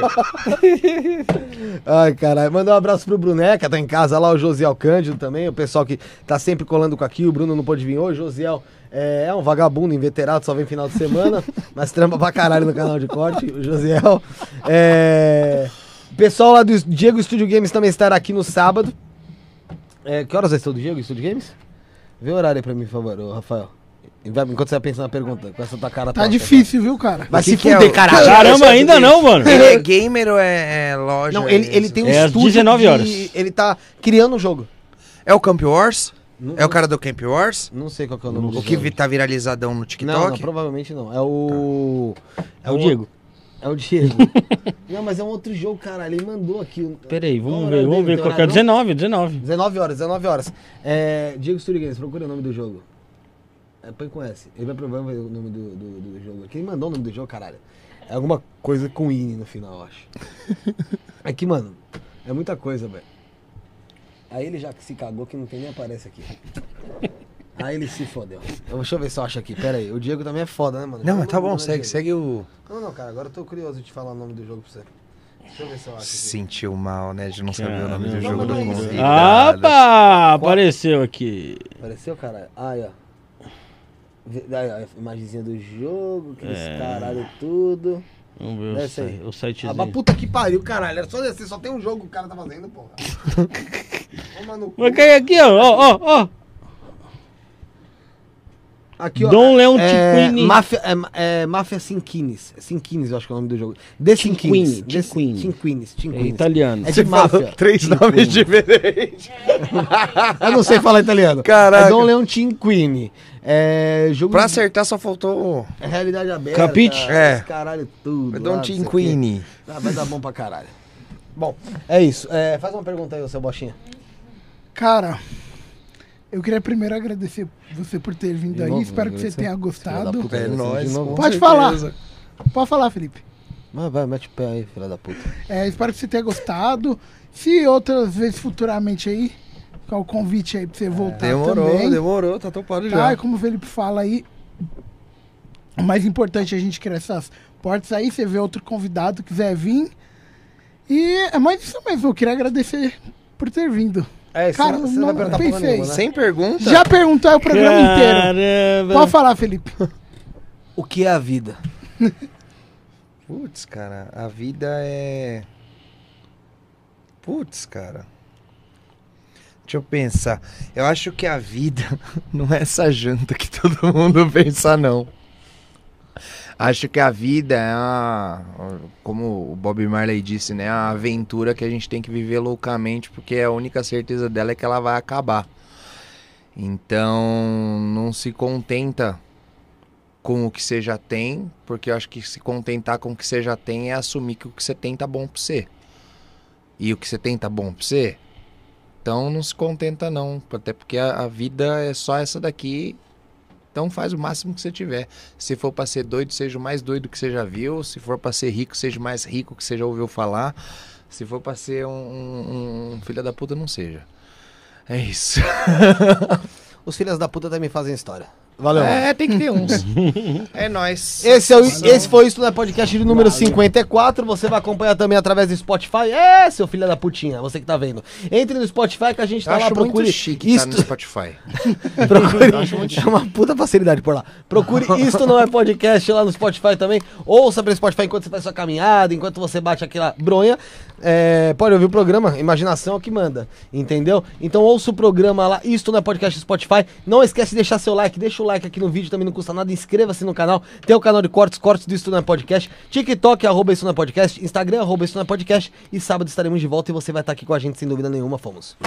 Speaker 1: Ai, caralho. Mandar um abraço pro Bruneca, tá em casa lá, o Josiel Cândido também, o pessoal que tá sempre colando com aqui. O Bruno não pôde vir hoje. O Josiel é, é um vagabundo inveterado, só vem final de semana, mas trampa pra caralho no canal de corte. O Josiel. É... o Pessoal lá do Diego Studio Games também estará aqui no sábado. É, que horas vai ser o do Diego Studio Games? Vê o horário aí pra mim, por favor, ô, Rafael. Enquanto você vai pensando na pergunta, com essa tua cara
Speaker 4: Tá
Speaker 1: torta,
Speaker 4: difícil, viu, cara?
Speaker 1: Vai
Speaker 5: O que
Speaker 1: se
Speaker 5: que é
Speaker 1: fuder,
Speaker 5: o-
Speaker 1: caralho.
Speaker 2: Caramba, ainda não, mano.
Speaker 5: Ele é gamer ou é, é loja?
Speaker 1: Não, ele, ele tem um
Speaker 2: É às
Speaker 1: estúdio
Speaker 2: 19
Speaker 1: de-
Speaker 2: horas.
Speaker 1: ele tá criando um jogo.
Speaker 5: É o Camp Wars?
Speaker 1: Não,
Speaker 5: É o cara do Camp Wars?
Speaker 1: não sei qual que é o nome
Speaker 5: O
Speaker 1: do
Speaker 5: que
Speaker 1: jogo.
Speaker 5: vi- tá viralizadão no
Speaker 1: Não, não,
Speaker 5: TikTok?
Speaker 1: provavelmente não. É o.
Speaker 2: É o Diego.
Speaker 1: É o Diego. não, mas é um outro jogo, cara. Ele mandou aqui. o-
Speaker 2: Peraí,
Speaker 1: Qual
Speaker 2: vamos
Speaker 1: hora
Speaker 2: ver, vamos
Speaker 1: dele?
Speaker 2: ver
Speaker 1: Tem
Speaker 2: qual que é.
Speaker 1: horário
Speaker 2: 19, 19.
Speaker 1: 19 horas, 19 horas. É, Diego Sturigues, procura o nome do jogo. É, põe com S. Ele vai provar o nome do, do, do jogo. Quem mandou o nome do jogo, caralho? É alguma coisa com INE no final, eu acho. é que, mano, é muita coisa, velho. Aí ele já se cagou que não tem nem aparece aqui. Aí ele se fodeu. Eu- Deixa eu ver se eu acho aqui. Pera aí, o Diego também é foda, né, mano?
Speaker 5: Não,
Speaker 1: Fala
Speaker 5: mas tá
Speaker 1: o nome,
Speaker 5: bom,
Speaker 1: né,
Speaker 5: segue,
Speaker 1: Diego?
Speaker 5: segue o.
Speaker 1: Não, não, cara, agora eu tô curioso de falar o nome do jogo pra você. Deixa eu ver se eu acho. aqui.
Speaker 5: Sentiu mal, né? De não saber o nome do
Speaker 2: Caramba.
Speaker 5: jogo do
Speaker 1: Não, mas é
Speaker 5: convidado.
Speaker 1: isso.
Speaker 2: Ah, Opa! Apareceu aqui.
Speaker 1: Apareceu, caralho? Aí, ó. Vê- Aí, ó, a imagenzinha do jogo, que
Speaker 2: É.
Speaker 1: esse caralho tudo.
Speaker 2: Vamos ver o,
Speaker 1: Desce
Speaker 2: site,
Speaker 1: aí.
Speaker 2: o
Speaker 1: Ah, mas
Speaker 2: sitezinho.
Speaker 1: puta que pariu, caralho. Era só descer, só tem um jogo que o cara tá fazendo, porra. Toma no cu.
Speaker 2: Mas cai aqui, ó, ó, ó, ó.
Speaker 1: Aqui, ó.
Speaker 2: Dom Leon
Speaker 1: é,
Speaker 2: Tiquini.
Speaker 1: Máfia, é, ma- é, Máfia Cinquines. Cinquines, eu acho que é o nome do jogo. The
Speaker 2: Cinquini,
Speaker 1: Cinquines. The
Speaker 2: Cinquini.
Speaker 1: Cinquines.
Speaker 2: É
Speaker 1: Cinquines.
Speaker 2: italiano.
Speaker 1: É de máfia.
Speaker 14: Três nomes diferentes.
Speaker 1: Eu não sei falar italiano.
Speaker 14: Caraca.
Speaker 1: É Dom Leon Cinquini. É jogo
Speaker 5: Pra
Speaker 1: de
Speaker 5: acertar só faltou.
Speaker 1: É realidade aberta.
Speaker 2: Capite?
Speaker 1: É.
Speaker 5: É.
Speaker 1: Esse caralho tudo. lá,
Speaker 5: Don
Speaker 1: não sei o quê.
Speaker 5: Queen.
Speaker 1: Ah, vai dar bom pra caralho. Bom, é isso. É, faz uma pergunta aí, ô seu bochinha.
Speaker 4: Cara, eu queria primeiro agradecer você por ter vindo
Speaker 1: De
Speaker 4: aí.
Speaker 1: novo, né?
Speaker 4: Espero que você
Speaker 1: agradecer.
Speaker 4: tenha
Speaker 1: Filha da
Speaker 4: gostado.
Speaker 1: puta,
Speaker 5: É
Speaker 1: Deus,
Speaker 5: nóis.
Speaker 1: de novo.
Speaker 5: com
Speaker 4: Pode falar.
Speaker 5: certeza.
Speaker 4: Pode falar, Felipe.
Speaker 1: Mas vai, mete o pé aí, filha da puta.
Speaker 4: É, espero que você tenha gostado. Se outras vezes futuramente aí, ficar o convite aí pra você voltar
Speaker 5: Demorou,
Speaker 4: Tá também.
Speaker 5: demorou, tá topado
Speaker 4: Tá,
Speaker 5: já.
Speaker 4: e como o Felipe fala aí, o mais importante é a gente criar essas portas aí, você vê outro convidado quiser vir. E é mais isso mesmo, eu queria agradecer por ter vindo.
Speaker 1: É, isso
Speaker 4: Cara, não, pensei.
Speaker 1: né?
Speaker 5: Sem pergunta?
Speaker 4: Já perguntou aí o programa
Speaker 2: É, né?
Speaker 4: inteiro.
Speaker 2: Caramba.
Speaker 4: Pode falar, Felipe.
Speaker 1: O que é a vida?
Speaker 5: Putz, cara, a vida é. Putz, cara. Deixa eu pensar. Eu acho que a vida não é essa janta que todo mundo pensa, não. Acho que a vida é uma. Como o Bob Marley disse, né? A aventura que a gente tem que viver loucamente, porque a única certeza dela é que ela vai acabar. Então, não se contenta com o que você já tem, porque eu acho que se contentar com o que você já tem é assumir que o que você tem tá bom pra você. E o que você tem tá bom pra você. Então não se contenta não, até porque a, a vida é só essa daqui. Então faz o máximo que você tiver. Se for pra ser doido, seja o mais doido que você já viu. Se for pra ser rico, seja o mais rico que você já ouviu falar. Se for pra ser um, um- um filho da puta, não seja. É isso.
Speaker 1: Os filhas da puta também fazem história. Valeu. mano.
Speaker 5: É, tem que ter uns. é nóis.
Speaker 1: Esse, é o, esse foi isso no podcast de número 54. Você vai acompanhar também através do Spotify. É, seu filho da putinha, você que tá vendo. Entre no Spotify que a gente
Speaker 5: Eu
Speaker 1: tá lá,
Speaker 5: acho
Speaker 1: procure.
Speaker 5: muito chique tá? estar
Speaker 1: Isto-
Speaker 5: no Spotify.
Speaker 1: Procure. É uma puta facilidade por lá. Procure Isto Não É Podcast lá no Spotify também. Ouça pelo Spotify enquanto você faz sua caminhada, enquanto você bate aquela bronha. É, pode ouvir o programa, imaginação é o que manda, entendeu? Então ouça o programa lá, Isto Não É Podcast no Spotify. Não esquece de deixar seu like, deixa o like aqui no vídeo, também não custa nada. Inscreva-se no canal, tem o canal de cortes, cortes do Isto Não É Podcast. TikTok, arroba Isto Não É Podcast. Instagram, arroba Isto Não É Podcast. E sábado estaremos de volta e você vai estar aqui com a gente, sem dúvida nenhuma. Fomos.